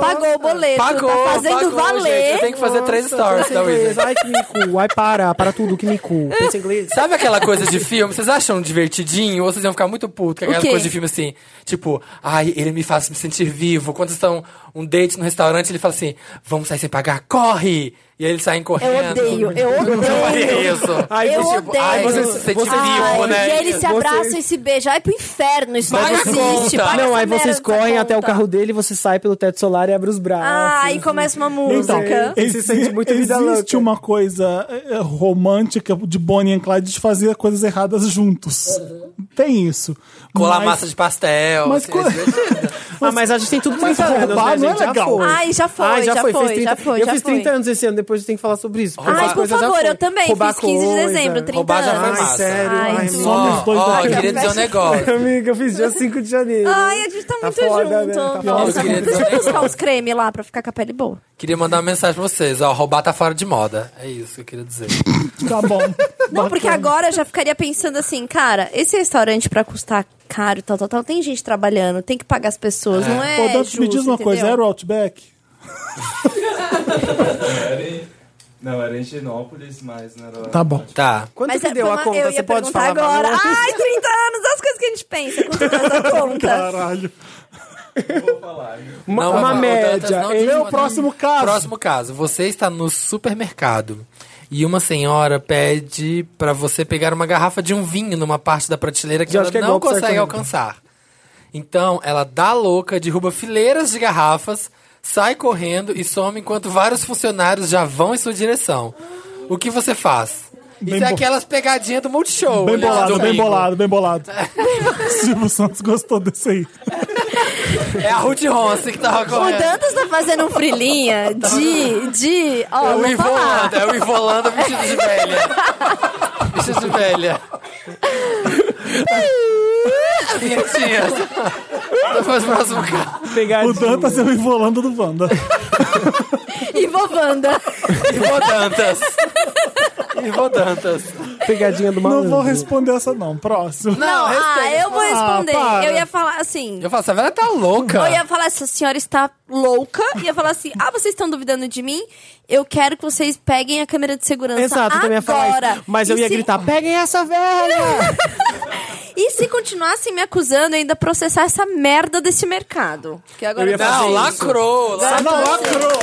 [SPEAKER 4] Pagou o boleto.
[SPEAKER 1] Pagou,
[SPEAKER 4] tá fazendo
[SPEAKER 1] pagou,
[SPEAKER 4] valer.
[SPEAKER 1] gente. Eu tenho que fazer três stories tá, da
[SPEAKER 3] Pensa em inglês.
[SPEAKER 1] Wizard.
[SPEAKER 3] Ai, que mico. Ai, para. Para tudo, que mico. Pensa em inglês.
[SPEAKER 1] Sabe aquela coisa de filme? Vocês acham divertidinho? Ou vocês vão ficar muito puto com
[SPEAKER 4] O
[SPEAKER 1] aquela
[SPEAKER 4] quê?
[SPEAKER 1] coisa de filme assim? Tipo, ai, ele me faz me sentir vivo. Quando estão um date no restaurante, ele fala assim: vamos sair sem pagar, corre! E aí eles saem correndo.
[SPEAKER 4] Eu odeio, eu
[SPEAKER 1] Eu odeio
[SPEAKER 4] odeio.
[SPEAKER 1] isso.
[SPEAKER 3] Ai,
[SPEAKER 4] Eu
[SPEAKER 3] você-
[SPEAKER 1] tipo, ai,
[SPEAKER 4] odeio.
[SPEAKER 1] você se sente
[SPEAKER 4] Ai,
[SPEAKER 1] vivo, né?
[SPEAKER 4] E eles se
[SPEAKER 3] Você-
[SPEAKER 4] abraçam e se beijam. Ai, pro inferno, isso
[SPEAKER 1] Paga a
[SPEAKER 4] não existe.
[SPEAKER 1] conta.
[SPEAKER 4] paga
[SPEAKER 3] Não,
[SPEAKER 4] essa
[SPEAKER 3] aí
[SPEAKER 4] merda
[SPEAKER 3] vocês
[SPEAKER 4] dessa
[SPEAKER 3] correm até o
[SPEAKER 4] conta.
[SPEAKER 3] carro dele, você sai pelo teto solar e abre os braços.
[SPEAKER 4] Ah, e começa uma
[SPEAKER 2] Então,
[SPEAKER 4] música.
[SPEAKER 3] Você se
[SPEAKER 2] exi-
[SPEAKER 3] sente muito vida
[SPEAKER 2] existe
[SPEAKER 3] louca.
[SPEAKER 2] uma coisa eh, romântica de Bonnie e Clyde de fazer coisas erradas juntos.
[SPEAKER 3] Uhum.
[SPEAKER 2] Tem isso.
[SPEAKER 1] Colar
[SPEAKER 2] Mas-
[SPEAKER 1] massa de pastel.
[SPEAKER 2] Mas
[SPEAKER 1] assim,
[SPEAKER 2] co-
[SPEAKER 1] é divertido.
[SPEAKER 3] Ah, mas a gente tem tudo
[SPEAKER 2] Mas
[SPEAKER 3] 30 anos,
[SPEAKER 2] roubar
[SPEAKER 3] né,
[SPEAKER 2] não é
[SPEAKER 3] gente? Já
[SPEAKER 2] legal.
[SPEAKER 3] foi.
[SPEAKER 4] Ai, já foi,
[SPEAKER 3] Ah,
[SPEAKER 4] já
[SPEAKER 3] foi,
[SPEAKER 4] foi,
[SPEAKER 3] fez 30
[SPEAKER 4] já foi,
[SPEAKER 3] Eu
[SPEAKER 4] já
[SPEAKER 3] fiz
[SPEAKER 4] foi.
[SPEAKER 3] 30 anos esse ano, depois a gente tem que falar sobre isso. porque
[SPEAKER 1] Ai,
[SPEAKER 3] essas
[SPEAKER 1] por
[SPEAKER 3] coisas já
[SPEAKER 4] favor,
[SPEAKER 3] foi.
[SPEAKER 4] eu também
[SPEAKER 3] Roubar
[SPEAKER 4] fiz 15 de
[SPEAKER 3] coisa.
[SPEAKER 4] dezembro, 30
[SPEAKER 1] Roubar já foi
[SPEAKER 4] anos.
[SPEAKER 3] Ai,
[SPEAKER 1] massa.
[SPEAKER 3] sério.
[SPEAKER 4] Ai,
[SPEAKER 3] Ai,
[SPEAKER 4] tudo.
[SPEAKER 2] Somos
[SPEAKER 1] Ó,
[SPEAKER 2] dois
[SPEAKER 1] ó,
[SPEAKER 2] daqui.
[SPEAKER 1] eu queria dizer um negócio.
[SPEAKER 3] Amiga, eu fiz dia 5 de janeiro.
[SPEAKER 4] Ai, a gente tá, muito
[SPEAKER 3] foda, né?
[SPEAKER 4] junto.
[SPEAKER 3] Tá
[SPEAKER 4] Nossa,
[SPEAKER 1] foda.
[SPEAKER 4] Deixa eu buscar os cremes lá pra ficar com a pele boa.
[SPEAKER 1] Queria mandar uma mensagem pra vocês, ó. Roubar tá fora de moda. É isso que eu queria dizer.
[SPEAKER 2] Tá bom.
[SPEAKER 4] Não, porque
[SPEAKER 2] Bacana.
[SPEAKER 4] agora eu já ficaria pensando assim, cara, esse restaurante pra custar caro, tal, tal, tal, tem gente trabalhando, tem que pagar as pessoas, não é
[SPEAKER 2] Ô, Dantas,
[SPEAKER 4] justo,
[SPEAKER 2] me diz uma coisa,
[SPEAKER 4] entendeu?
[SPEAKER 2] era o Outback?
[SPEAKER 5] Era em- Não, era em Genópolis, mas não era...
[SPEAKER 2] Tá bom.
[SPEAKER 1] Tá.
[SPEAKER 3] Quanto
[SPEAKER 4] Mas
[SPEAKER 3] que
[SPEAKER 4] é,
[SPEAKER 3] deu
[SPEAKER 4] foi
[SPEAKER 3] a
[SPEAKER 4] uma-
[SPEAKER 3] conta?
[SPEAKER 4] Eu ia
[SPEAKER 3] Você pode
[SPEAKER 4] perguntar
[SPEAKER 3] falar
[SPEAKER 4] agora.
[SPEAKER 3] valor?
[SPEAKER 4] Ai, 30 anos, as coisas que a gente pensa, quanto mais a conta.
[SPEAKER 2] Caralho.
[SPEAKER 5] Vou falar. né?
[SPEAKER 3] Uma,
[SPEAKER 1] Não,
[SPEAKER 3] uma
[SPEAKER 1] mas o Dantas
[SPEAKER 3] média.
[SPEAKER 1] não
[SPEAKER 3] hein?
[SPEAKER 1] diz
[SPEAKER 2] Lê o
[SPEAKER 1] uma-
[SPEAKER 2] próximo caso.
[SPEAKER 1] Próximo caso. Você está no supermercado e uma senhora pede pra você pegar uma garrafa de um vinho numa parte da prateleira que
[SPEAKER 3] Eu
[SPEAKER 1] ela
[SPEAKER 3] acho que é
[SPEAKER 1] não
[SPEAKER 3] golpe,
[SPEAKER 1] consegue
[SPEAKER 3] certamente.
[SPEAKER 1] alcançar. Então, ela dá louca, derruba fileiras de garrafas, sai correndo e some enquanto vários funcionários já vão em sua direção. O que você faz?
[SPEAKER 2] Bem
[SPEAKER 1] Isso é
[SPEAKER 2] bo-
[SPEAKER 1] aquelas pegadinhas do Multishow.
[SPEAKER 2] Bem
[SPEAKER 1] olha,
[SPEAKER 2] bolado, bem
[SPEAKER 1] domingo.
[SPEAKER 2] bolado, bem bolado. Silvio Santos gostou desse aí.
[SPEAKER 1] É a Ruth Ronce que tava
[SPEAKER 4] O
[SPEAKER 1] correndo.
[SPEAKER 4] Dantas tá fazendo um frilinha de, de, ó,
[SPEAKER 1] É o
[SPEAKER 4] vou falar.
[SPEAKER 1] Ivolanda, é o Ivolanda vestido de velha. vestido de velha. Vinhetinha. Depois o próximo carro.
[SPEAKER 3] Pegadinha.
[SPEAKER 2] O Dantas é o Ivolanda do Wanda.
[SPEAKER 4] Ivovanda.
[SPEAKER 1] Ivodantas. Ivodantas.
[SPEAKER 3] Pegadinha do
[SPEAKER 2] Não
[SPEAKER 3] malandro.
[SPEAKER 2] vou responder essa não. Próximo.
[SPEAKER 4] Não, ah, eu vou responder.
[SPEAKER 2] para.
[SPEAKER 4] eu ia falar assim.
[SPEAKER 1] Eu falo, essa velha tá louca.
[SPEAKER 4] Eu ia falar, essa senhora está louca. Ia falar assim, ah, vocês estão duvidando de mim? Eu quero que vocês peguem a câmera de segurança
[SPEAKER 3] Exato, eu também ia falar
[SPEAKER 4] agora.
[SPEAKER 3] isso. Mas eu
[SPEAKER 4] E
[SPEAKER 3] ia
[SPEAKER 4] se-
[SPEAKER 3] gritar, peguem essa velha!
[SPEAKER 4] E se continuassem me acusando, eu ainda processar essa merda desse mercado. Que agora assim,
[SPEAKER 3] Eu ia fazer
[SPEAKER 1] Não, lacrou.
[SPEAKER 4] Sabe-
[SPEAKER 1] lacrou.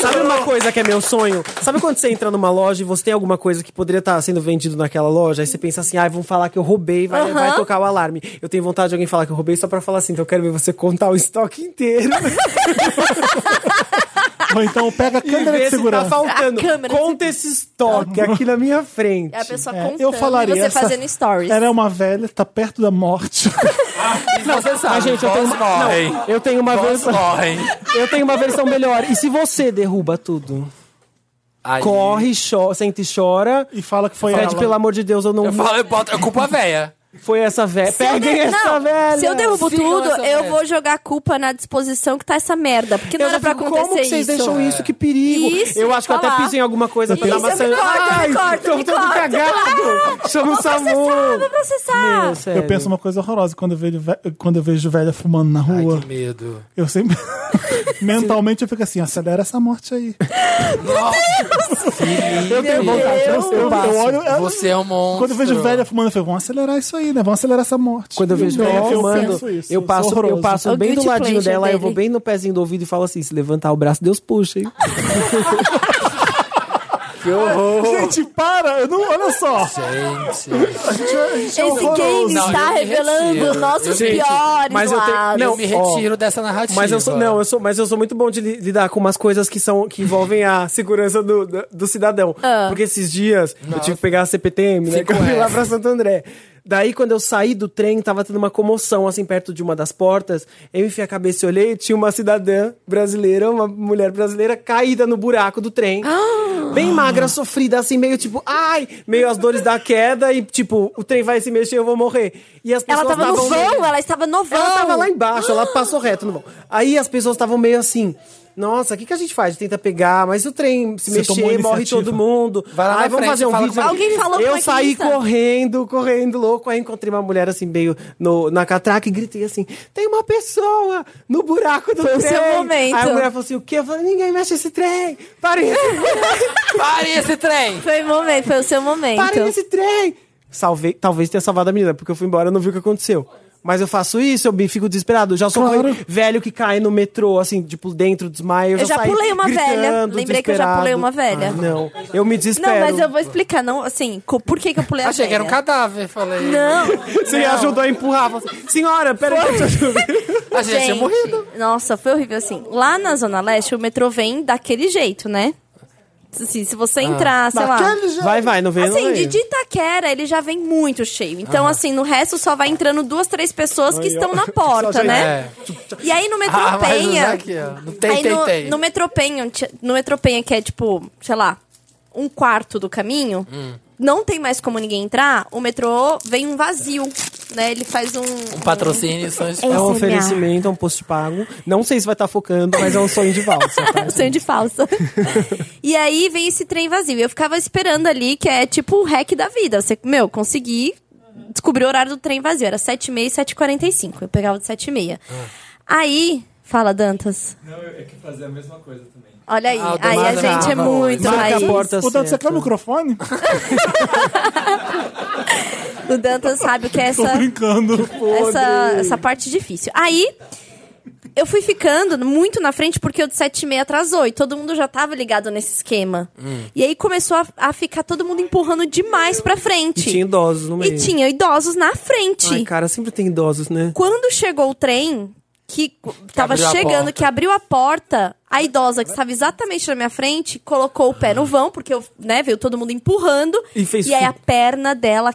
[SPEAKER 3] Sabe uma coisa que é meu sonho? Sabe quando você entra numa loja e você tem alguma coisa que poderia estar sendo vendido naquela loja? Aí você pensa assim, ah, vão falar que eu roubei, vai,
[SPEAKER 4] Aham.
[SPEAKER 3] vai tocar o alarme. Eu tenho vontade de alguém falar que eu roubei só pra falar assim, então eu quero ver você contar o estoque inteiro
[SPEAKER 2] Ou então pega a
[SPEAKER 3] e
[SPEAKER 2] câmera de
[SPEAKER 3] ver se tá
[SPEAKER 2] segurança.
[SPEAKER 3] faltando.
[SPEAKER 4] A câmera de
[SPEAKER 3] Conta esse estoque aqui na minha frente.
[SPEAKER 4] É a pessoa
[SPEAKER 2] É,
[SPEAKER 4] contando
[SPEAKER 2] eu falaria.
[SPEAKER 4] e você
[SPEAKER 2] essa-
[SPEAKER 4] fazendo stories.
[SPEAKER 2] Era uma velha, tá perto da morte.
[SPEAKER 1] E você sabe,
[SPEAKER 3] Mas, gente, eu tenho,
[SPEAKER 1] boss
[SPEAKER 3] uma,
[SPEAKER 1] morrem.
[SPEAKER 3] não, eu tenho uma
[SPEAKER 1] Boss
[SPEAKER 3] versão.
[SPEAKER 1] morrem.
[SPEAKER 3] Eu tenho uma versão melhor. E se você derruba tudo?
[SPEAKER 1] Aí-
[SPEAKER 3] É Corre, cho sente e chora.
[SPEAKER 2] e fala que foi
[SPEAKER 3] Pede,
[SPEAKER 2] ela.
[SPEAKER 3] pelo amor de Deus, eu não.
[SPEAKER 1] Eu falo, "É eu boto, eu culpo a velha.
[SPEAKER 3] Foi essa velha.
[SPEAKER 4] Se eu
[SPEAKER 3] Peguem
[SPEAKER 4] der-
[SPEAKER 3] essa
[SPEAKER 4] não,
[SPEAKER 3] velha.
[SPEAKER 4] Se eu derrubo
[SPEAKER 1] Sigam
[SPEAKER 4] tudo,
[SPEAKER 1] essa
[SPEAKER 4] eu
[SPEAKER 1] velha.
[SPEAKER 4] vou jogar a culpa na disposição que tá essa merda. Porque não
[SPEAKER 3] Eu já
[SPEAKER 4] era pra
[SPEAKER 3] fico,
[SPEAKER 4] acontecer
[SPEAKER 3] Como que vocês
[SPEAKER 4] isso.
[SPEAKER 3] deixam isso? Que perigo.
[SPEAKER 4] Isso,
[SPEAKER 3] eu acho que eu até
[SPEAKER 4] falar.
[SPEAKER 3] piso em alguma coisa pra
[SPEAKER 4] Isso,
[SPEAKER 3] dar
[SPEAKER 4] eu
[SPEAKER 3] uma
[SPEAKER 4] me corto, eu me corto,
[SPEAKER 3] tô
[SPEAKER 4] me Ah,
[SPEAKER 3] todo
[SPEAKER 4] corto.
[SPEAKER 3] cagado. Chama o
[SPEAKER 4] Vou processar, vou
[SPEAKER 3] SAMU.
[SPEAKER 4] processar.
[SPEAKER 3] Meu, sério.
[SPEAKER 2] Eu penso uma coisa horrorosa quando eu vejo, ve- quando eu vejo velha fumando na
[SPEAKER 1] Ai,
[SPEAKER 2] rua.
[SPEAKER 1] que medo.
[SPEAKER 2] Eu sempre. Mentalmente eu fico assim, acelera essa morte aí.
[SPEAKER 3] Eu tenho vontade. Eu, eu, passo.
[SPEAKER 2] olho. eu-
[SPEAKER 1] Você é um monstro.
[SPEAKER 2] Quando eu vejo velha fumando, eu falo, vamos acelerar isso aí, né? Vamos acelerar essa morte.
[SPEAKER 3] Quando eu vejo
[SPEAKER 2] Daí
[SPEAKER 3] ela fumando,
[SPEAKER 2] penso isso,
[SPEAKER 3] eu
[SPEAKER 2] sou
[SPEAKER 3] passo, eu
[SPEAKER 2] horroroso.
[SPEAKER 3] passo
[SPEAKER 4] É O
[SPEAKER 3] bem do
[SPEAKER 4] guilty
[SPEAKER 3] ladinho
[SPEAKER 4] pleasure
[SPEAKER 3] dela, eu vou
[SPEAKER 4] dele.
[SPEAKER 3] bem no pezinho do ouvido e falo assim: se levantar o braço, Deus puxa, hein?
[SPEAKER 1] Que horror.
[SPEAKER 2] Gente, para! Eu não, olha só!
[SPEAKER 1] Gente.
[SPEAKER 2] A gente, a gente é
[SPEAKER 4] Esse game
[SPEAKER 2] horroroso.
[SPEAKER 1] Não, eu
[SPEAKER 4] está
[SPEAKER 1] me
[SPEAKER 4] revelando
[SPEAKER 1] retiro.
[SPEAKER 4] nossos
[SPEAKER 1] Eu me-
[SPEAKER 4] piores
[SPEAKER 3] mas eu tenho-
[SPEAKER 4] lados.
[SPEAKER 1] Eu
[SPEAKER 3] Não,
[SPEAKER 1] me
[SPEAKER 3] ó,
[SPEAKER 1] retiro dessa narrativa.
[SPEAKER 3] Mas eu sou, não, eu sou, mas eu sou muito bom de li- lidar com umas coisas que são que envolvem a segurança do,
[SPEAKER 4] Ah.
[SPEAKER 3] do, do cidadão. Porque esses dias eu tive que pegar a CPTM, né?
[SPEAKER 1] Fico
[SPEAKER 3] Que eu fui lá
[SPEAKER 1] essa.
[SPEAKER 3] pra Santo André. Daí, quando eu saí do trem, tava tendo uma comoção, assim, perto de uma das portas. Eu enfiei a cabeça e olhei, tinha uma cidadã brasileira, uma mulher brasileira, caída no buraco do trem.
[SPEAKER 4] Ah.
[SPEAKER 3] Bem magra, sofrida, assim, meio tipo, ai! Meio as dores da queda e, tipo, o trem vai se mexer, eu vou morrer. E as pessoas
[SPEAKER 4] Ela tava
[SPEAKER 3] davam-
[SPEAKER 4] no vão, ela estava no vão.
[SPEAKER 3] ela tava lá embaixo, ela passou reto no vão. Aí as pessoas estavam meio assim. Nossa, o que, que a gente faz? Tenta pegar, mas se o trem se
[SPEAKER 2] Você tomou
[SPEAKER 3] mexer,
[SPEAKER 2] a
[SPEAKER 3] morre
[SPEAKER 2] iniciativa.
[SPEAKER 3] todo mundo.
[SPEAKER 1] Vai lá na
[SPEAKER 3] Ai, vamos
[SPEAKER 1] frente,
[SPEAKER 3] fazer um
[SPEAKER 1] fala
[SPEAKER 3] vídeo.
[SPEAKER 1] com-
[SPEAKER 4] Alguém falou com
[SPEAKER 3] Eu
[SPEAKER 4] a
[SPEAKER 3] saí
[SPEAKER 4] maquinista.
[SPEAKER 3] correndo, correndo louco. Aí encontrei uma mulher assim, meio no, na catraca e gritei assim: tem uma pessoa no buraco do
[SPEAKER 4] Foi o
[SPEAKER 3] trem.
[SPEAKER 4] seu momento.
[SPEAKER 3] Aí a mulher falou assim: o quê? Eu falei: ninguém mexe esse trem. Parem esse trem.
[SPEAKER 1] Pare esse trem!
[SPEAKER 4] Foi o momento, foi o seu momento.
[SPEAKER 3] Parem esse trem! Salvei, talvez tenha salvado a menina, porque eu fui embora e não vi o que aconteceu. Mas eu faço isso, eu me fico desesperado. Eu já sou
[SPEAKER 2] Claro.
[SPEAKER 3] aquele velho que cai no metrô, assim, tipo, dentro desmaia. Eu,
[SPEAKER 4] Eu já
[SPEAKER 3] saí
[SPEAKER 4] pulei uma
[SPEAKER 3] gritando,
[SPEAKER 4] velha. Lembrei que eu já
[SPEAKER 3] desesperado.
[SPEAKER 4] pulei uma velha.
[SPEAKER 3] Ah, não, eu me desespero.
[SPEAKER 4] Não, mas eu vou explicar, não, assim, co- por que, que eu pulei a
[SPEAKER 1] Achei que era um
[SPEAKER 4] velha.
[SPEAKER 1] cadáver, falei.
[SPEAKER 4] É. Não,
[SPEAKER 3] Você ajudou a empurrar. falou assim, Senhora, peraí que eu te ajudo.
[SPEAKER 1] A gente tinha morrido.
[SPEAKER 4] Nossa, foi horrível assim. Lá na Zona Leste, o metrô vem daquele jeito, né? Assim, se
[SPEAKER 1] Ah.
[SPEAKER 4] você entrar, sei lá.
[SPEAKER 2] Daquele jeito.
[SPEAKER 3] Vai, vai, não vem, não
[SPEAKER 4] Assim,
[SPEAKER 3] vem.
[SPEAKER 4] de Itaquera, ele já vem muito cheio. Então,
[SPEAKER 1] Ah.
[SPEAKER 4] assim, no resto só vai entrando duas, três pessoas que estão na porta,
[SPEAKER 3] gente-
[SPEAKER 1] É.
[SPEAKER 4] né? E aí no metrô
[SPEAKER 1] Ah, mas o
[SPEAKER 4] Penha.
[SPEAKER 1] Zac, ó, não tem,
[SPEAKER 4] aí
[SPEAKER 1] tem,
[SPEAKER 4] no,
[SPEAKER 1] tem.
[SPEAKER 4] no metrô Penha, ti- no metrô Penha, que é tipo, sei lá, um quarto do caminho,
[SPEAKER 1] Hum.
[SPEAKER 4] não tem mais como ninguém entrar, o metrô vem um vazio, né? Ele faz um.
[SPEAKER 1] Um patrocínio são
[SPEAKER 4] É
[SPEAKER 3] É um
[SPEAKER 4] SMR.
[SPEAKER 3] oferecimento, é um post pago. Não sei se vai estar focando, mas é um sonho de valsa. tá?
[SPEAKER 4] um sonho de falsa. e aí vem esse trem vazio. Eu ficava esperando ali, que é tipo o hack da vida. Você, meu, consegui descobrir o horário do trem vazio. Era 7h30 e 7h45. Eu pegava de 7h30.
[SPEAKER 1] Hum.
[SPEAKER 4] Aí, fala, Dantas.
[SPEAKER 5] Não, eu que fazer a mesma coisa também.
[SPEAKER 4] Olha aí.
[SPEAKER 1] Ah, o
[SPEAKER 4] aí a
[SPEAKER 1] Dantas
[SPEAKER 4] gente é
[SPEAKER 1] tava
[SPEAKER 4] muito
[SPEAKER 1] hoje.
[SPEAKER 3] Marca a
[SPEAKER 4] raiz.
[SPEAKER 3] porta
[SPEAKER 2] O Dante, você
[SPEAKER 3] certa.
[SPEAKER 2] quer o microfone?
[SPEAKER 4] O Dantas sabe o que é
[SPEAKER 2] Tô
[SPEAKER 4] essa.
[SPEAKER 2] brincando.
[SPEAKER 4] essa, essa parte difícil. Aí, eu fui ficando muito na frente porque o de 7 e meia atrasou e todo mundo já tava ligado nesse esquema.
[SPEAKER 3] Hum.
[SPEAKER 4] E aí começou a, a ficar todo mundo empurrando demais pra
[SPEAKER 3] E
[SPEAKER 4] frente.
[SPEAKER 3] tinha idosos no meio.
[SPEAKER 4] E tinha idosos na frente.
[SPEAKER 3] Ai, cara, sempre tem idosos, né?
[SPEAKER 4] Quando chegou o trem que, tava
[SPEAKER 1] abriu a
[SPEAKER 4] chegando,
[SPEAKER 1] porta.
[SPEAKER 4] que abriu a porta, a idosa que estava exatamente na minha frente colocou o pé no vão, porque eu, né, veio todo mundo empurrando.
[SPEAKER 3] E fez
[SPEAKER 4] aí
[SPEAKER 3] fu-
[SPEAKER 4] a perna dela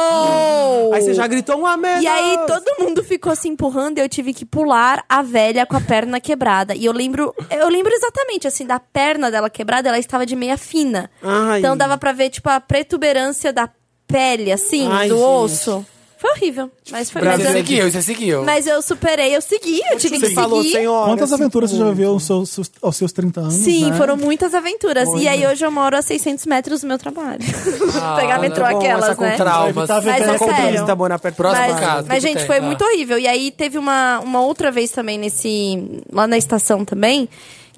[SPEAKER 4] quebrou.
[SPEAKER 3] Aí você já gritou um amém.
[SPEAKER 4] E aí todo mundo ficou se empurrando e eu tive que pular a velha com a perna quebrada. E eu lembro, eu lembro exatamente assim da perna dela quebrada, ela estava de meia fina.
[SPEAKER 3] Ai.
[SPEAKER 4] Então dava pra ver tipo a protuberância da pele assim,
[SPEAKER 3] Ai,
[SPEAKER 4] do
[SPEAKER 3] gente.
[SPEAKER 4] osso. Foi horrível, mas foi mas
[SPEAKER 1] Você
[SPEAKER 4] eu,
[SPEAKER 1] seguiu, você seguiu.
[SPEAKER 4] mas eu superei, eu segui, eu tive
[SPEAKER 3] Você
[SPEAKER 4] que
[SPEAKER 3] falou,
[SPEAKER 4] seguir.
[SPEAKER 3] senhora.
[SPEAKER 2] Quantas
[SPEAKER 3] assim,
[SPEAKER 2] aventuras você já viveu aos seus, seus- aos seus 30 anos?
[SPEAKER 4] Sim,
[SPEAKER 2] né?
[SPEAKER 4] foram muitas aventuras. E aí hoje eu moro a 600 metros do meu trabalho.
[SPEAKER 1] Ah,
[SPEAKER 4] Pegar metrô
[SPEAKER 1] é
[SPEAKER 3] tá bom, essa
[SPEAKER 4] aquelas, né?
[SPEAKER 1] Traumas.
[SPEAKER 2] Vai evitar
[SPEAKER 4] Mas é
[SPEAKER 3] Essa
[SPEAKER 4] sério.
[SPEAKER 3] conquista, Bonaparte.
[SPEAKER 1] Próximo
[SPEAKER 4] Mas,
[SPEAKER 1] caso,
[SPEAKER 4] mas,
[SPEAKER 1] que
[SPEAKER 4] gente,
[SPEAKER 1] tem.
[SPEAKER 4] foi
[SPEAKER 1] Ah.
[SPEAKER 4] muito horrível. E aí teve uma, uma outra vez também nesse. lá na estação também,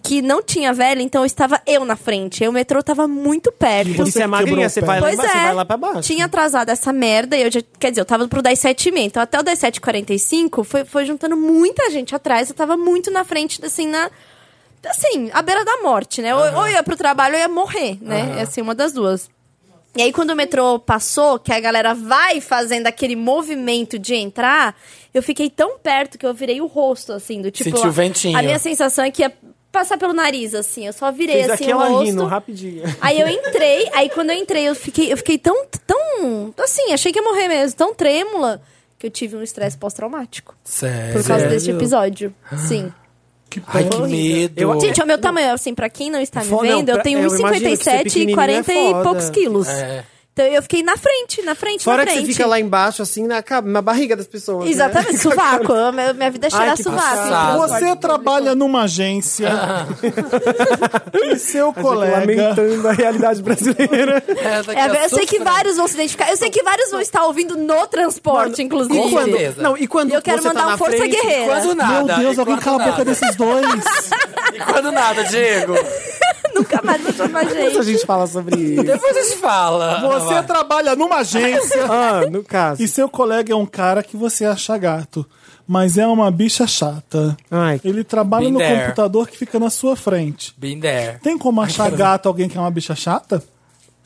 [SPEAKER 4] que não tinha velha, então estava eu na frente. E o metrô tava muito perto.
[SPEAKER 3] E se é
[SPEAKER 2] quebrou
[SPEAKER 3] magrinha, você
[SPEAKER 2] o pé.
[SPEAKER 3] vai, lá,
[SPEAKER 4] Pois
[SPEAKER 3] embaixo,
[SPEAKER 4] é,
[SPEAKER 3] você vai lá pra baixo.
[SPEAKER 4] tinha atrasado essa merda, e eu já, quer dizer, eu tava pro 10 7 h então até o 10 7 45 foi, foi juntando muita gente atrás, eu tava muito na frente, assim, na... Assim, à beira da morte, né? Ou, ou eu ia pro trabalho ou eu ia morrer, né? É assim, uma das duas. E aí, quando o metrô passou, que a galera vai fazendo aquele movimento de entrar, eu fiquei tão perto que eu virei o rosto, assim, do tipo...
[SPEAKER 1] Sentiu
[SPEAKER 4] a-
[SPEAKER 1] o ventinho.
[SPEAKER 4] A minha sensação é que ia passar pelo nariz, assim. Eu só virei,
[SPEAKER 3] Fez
[SPEAKER 4] assim, o
[SPEAKER 3] aquela
[SPEAKER 4] rosto.
[SPEAKER 3] rindo, rapidinho.
[SPEAKER 4] Aí eu entrei, aí quando eu entrei, eu fiquei, eu fiquei tão, tão. Assim, achei que ia morrer mesmo, tão trêmula, que eu tive um estresse pós-traumático.
[SPEAKER 1] Sério.
[SPEAKER 4] Por causa
[SPEAKER 3] É Sério?
[SPEAKER 4] desse episódio. Sim.
[SPEAKER 1] Ai, que medo.
[SPEAKER 3] Eu-
[SPEAKER 4] Gente, é o meu tamanho, assim, pra quem não está me
[SPEAKER 3] Ah. Fo- não,
[SPEAKER 4] vendo, eu
[SPEAKER 3] pra-
[SPEAKER 4] tenho
[SPEAKER 3] eu imagino que ser
[SPEAKER 4] 1,57 e
[SPEAKER 3] pequenininho
[SPEAKER 4] 40
[SPEAKER 3] é
[SPEAKER 4] e
[SPEAKER 3] foda.
[SPEAKER 4] poucos quilos.
[SPEAKER 1] É.
[SPEAKER 4] Então eu fiquei na frente, na frente,
[SPEAKER 3] Fora
[SPEAKER 4] na
[SPEAKER 3] que
[SPEAKER 4] frente.
[SPEAKER 3] você fica lá embaixo, assim, na, ca- na barriga das pessoas. né?
[SPEAKER 4] Exatamente, sovaco. Eu- Minha minha vida é
[SPEAKER 3] Ai,
[SPEAKER 4] cheirar
[SPEAKER 3] que
[SPEAKER 4] sovaco.
[SPEAKER 1] passada.
[SPEAKER 4] então.
[SPEAKER 2] Você trabalha numa agência e seu
[SPEAKER 3] Mas eu tô
[SPEAKER 2] colega.
[SPEAKER 3] Lamentando a realidade brasileira.
[SPEAKER 1] É, daqui
[SPEAKER 4] É,
[SPEAKER 1] a
[SPEAKER 4] eu sei que
[SPEAKER 1] sofrer.
[SPEAKER 4] vários vão se identificar. Eu sei que vários vão estar ouvindo no transporte, inclusive.
[SPEAKER 1] com certeza.
[SPEAKER 3] Não, e quando
[SPEAKER 4] Eu quero
[SPEAKER 3] você
[SPEAKER 4] mandar
[SPEAKER 3] tá na
[SPEAKER 4] um Força
[SPEAKER 3] frente,
[SPEAKER 4] Guerreira.
[SPEAKER 1] Quando nada.
[SPEAKER 2] Meu Deus,
[SPEAKER 1] e
[SPEAKER 2] alguém
[SPEAKER 1] quando
[SPEAKER 2] cala a boca
[SPEAKER 1] nada.
[SPEAKER 2] desses dois.
[SPEAKER 1] E quando nada, Diego?
[SPEAKER 4] Nunca mais vou chamar
[SPEAKER 3] Depois
[SPEAKER 4] gente.
[SPEAKER 3] a gente fala sobre isso.
[SPEAKER 1] Depois a gente fala.
[SPEAKER 2] Você
[SPEAKER 1] Vai.
[SPEAKER 2] trabalha numa agência
[SPEAKER 3] Ah, no caso.
[SPEAKER 2] e seu colega é um cara que você acha gato, mas é uma bicha chata.
[SPEAKER 3] Ai,
[SPEAKER 2] Ele trabalha
[SPEAKER 1] Been
[SPEAKER 2] no
[SPEAKER 1] there.
[SPEAKER 2] computador que fica na sua frente.
[SPEAKER 1] Been there.
[SPEAKER 2] Tem como achar gato alguém que é uma bicha chata?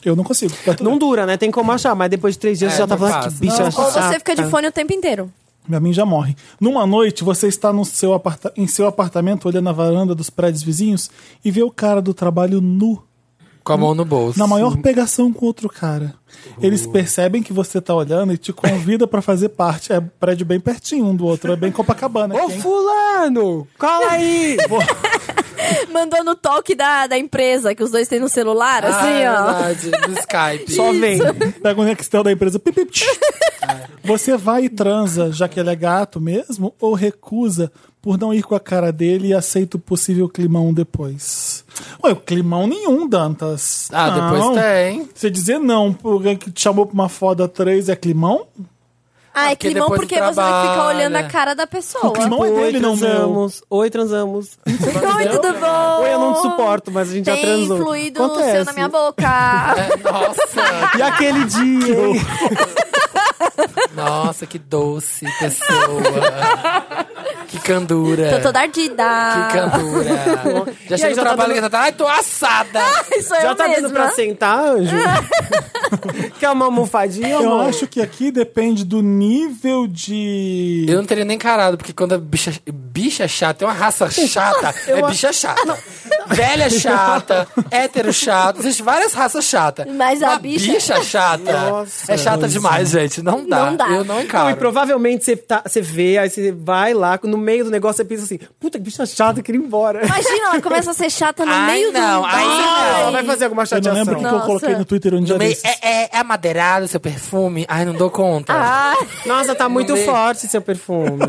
[SPEAKER 2] Eu não consigo. é
[SPEAKER 3] não dura, né? Tem como achar, mas depois de três dias
[SPEAKER 1] É,
[SPEAKER 3] você já tá
[SPEAKER 1] não
[SPEAKER 3] falando
[SPEAKER 1] faz.
[SPEAKER 3] que bicha
[SPEAKER 4] Ou você
[SPEAKER 3] chata."
[SPEAKER 4] fica de fone o tempo inteiro.
[SPEAKER 2] Minha mãe já morre. Numa noite, você está no seu aparta- em seu apartamento, olhando a varanda dos prédios vizinhos e vê o cara do trabalho nu.
[SPEAKER 1] Com a mão no bolso.
[SPEAKER 2] na maior pegação com outro cara. Eles
[SPEAKER 3] Uhum.
[SPEAKER 2] percebem que você tá olhando e te convida pra fazer parte. É prédio bem pertinho um do outro, é bem Copacabana.
[SPEAKER 3] Ô,
[SPEAKER 2] aqui, hein?
[SPEAKER 3] fulano! Cola aí!
[SPEAKER 4] Mandou no toque da, da empresa que os dois têm no celular,
[SPEAKER 1] Ah,
[SPEAKER 4] assim,
[SPEAKER 1] é
[SPEAKER 4] ó.
[SPEAKER 1] verdade, no Skype.
[SPEAKER 3] Só vem.
[SPEAKER 2] Pega o Nextel da empresa. pi, pi, tch. Você vai e transa, já que ele é gato mesmo, ou recusa por não ir com a cara dele e aceita o possível climão depois? Ué, o climão nenhum, Dantas.
[SPEAKER 1] Ah, depois
[SPEAKER 2] Não.
[SPEAKER 1] tem.
[SPEAKER 2] Você dizer não pra alguém que te chamou pra uma foda 3 é climão?
[SPEAKER 4] Ah, é
[SPEAKER 1] porque
[SPEAKER 4] climão
[SPEAKER 1] depois do
[SPEAKER 4] porque você vai ficar
[SPEAKER 1] trabalho,
[SPEAKER 4] olhando
[SPEAKER 1] né?
[SPEAKER 4] a cara da pessoa.
[SPEAKER 2] O climão é
[SPEAKER 3] Oi,
[SPEAKER 2] dele, não meu.
[SPEAKER 3] transamos. Oi, transamos.
[SPEAKER 4] Oi, tudo bom?
[SPEAKER 3] Oi, eu não te suporto, mas a gente já
[SPEAKER 4] Oh, Tem
[SPEAKER 3] transou.
[SPEAKER 4] fluido
[SPEAKER 3] Acontece.
[SPEAKER 4] seu na minha boca.
[SPEAKER 1] É, nossa,
[SPEAKER 3] E aquele dia, hein?
[SPEAKER 1] nossa, que doce pessoa. Que
[SPEAKER 3] É.
[SPEAKER 1] candura.
[SPEAKER 4] Tô toda Ah. ardida.
[SPEAKER 1] Que candura. Já
[SPEAKER 3] E
[SPEAKER 1] chega
[SPEAKER 3] aí,
[SPEAKER 1] no
[SPEAKER 3] já tá
[SPEAKER 1] trabalho
[SPEAKER 3] dando-
[SPEAKER 1] e já tá. Ai, tô assada.
[SPEAKER 4] Isso é
[SPEAKER 3] Já
[SPEAKER 4] eu
[SPEAKER 3] tá
[SPEAKER 4] mesma.
[SPEAKER 3] dando pra sentar, anjo? Quer uma almofadinha,
[SPEAKER 2] Eu
[SPEAKER 3] amor?
[SPEAKER 2] acho que aqui depende do nível de.
[SPEAKER 1] Eu não teria nem carado, porque quando a bicha, bicha chata é uma raça chata, é bicha chata. Velha é chata, hétero chato, existe várias raças chatas.
[SPEAKER 4] Mas a
[SPEAKER 1] Uma é
[SPEAKER 4] bicha-
[SPEAKER 1] chata
[SPEAKER 3] Nossa,
[SPEAKER 1] é chata demais, gente. Não dá.
[SPEAKER 4] Não dá.
[SPEAKER 1] Eu não
[SPEAKER 3] Não, e
[SPEAKER 1] encaro.
[SPEAKER 3] provavelmente você, tá- você vê, aí você vai lá, no meio do negócio você pensa assim, puta que bicha chata, eu queria ir embora.
[SPEAKER 4] Imagina, ela começa a ser chata no
[SPEAKER 1] Ai,
[SPEAKER 4] meio
[SPEAKER 1] não,
[SPEAKER 4] do...
[SPEAKER 1] ai, não.
[SPEAKER 3] Ela vai fazer alguma
[SPEAKER 2] Eu não
[SPEAKER 3] chateação.
[SPEAKER 2] lembro o que que eu
[SPEAKER 4] Nossa.
[SPEAKER 2] coloquei no Twitter um dia
[SPEAKER 1] No meio,
[SPEAKER 2] desses.
[SPEAKER 1] é, é, é amadeirado seu perfume. Ai, não dou conta. É,
[SPEAKER 4] Ah,
[SPEAKER 3] Nossa, tá muito
[SPEAKER 1] meio.
[SPEAKER 3] forte seu perfume.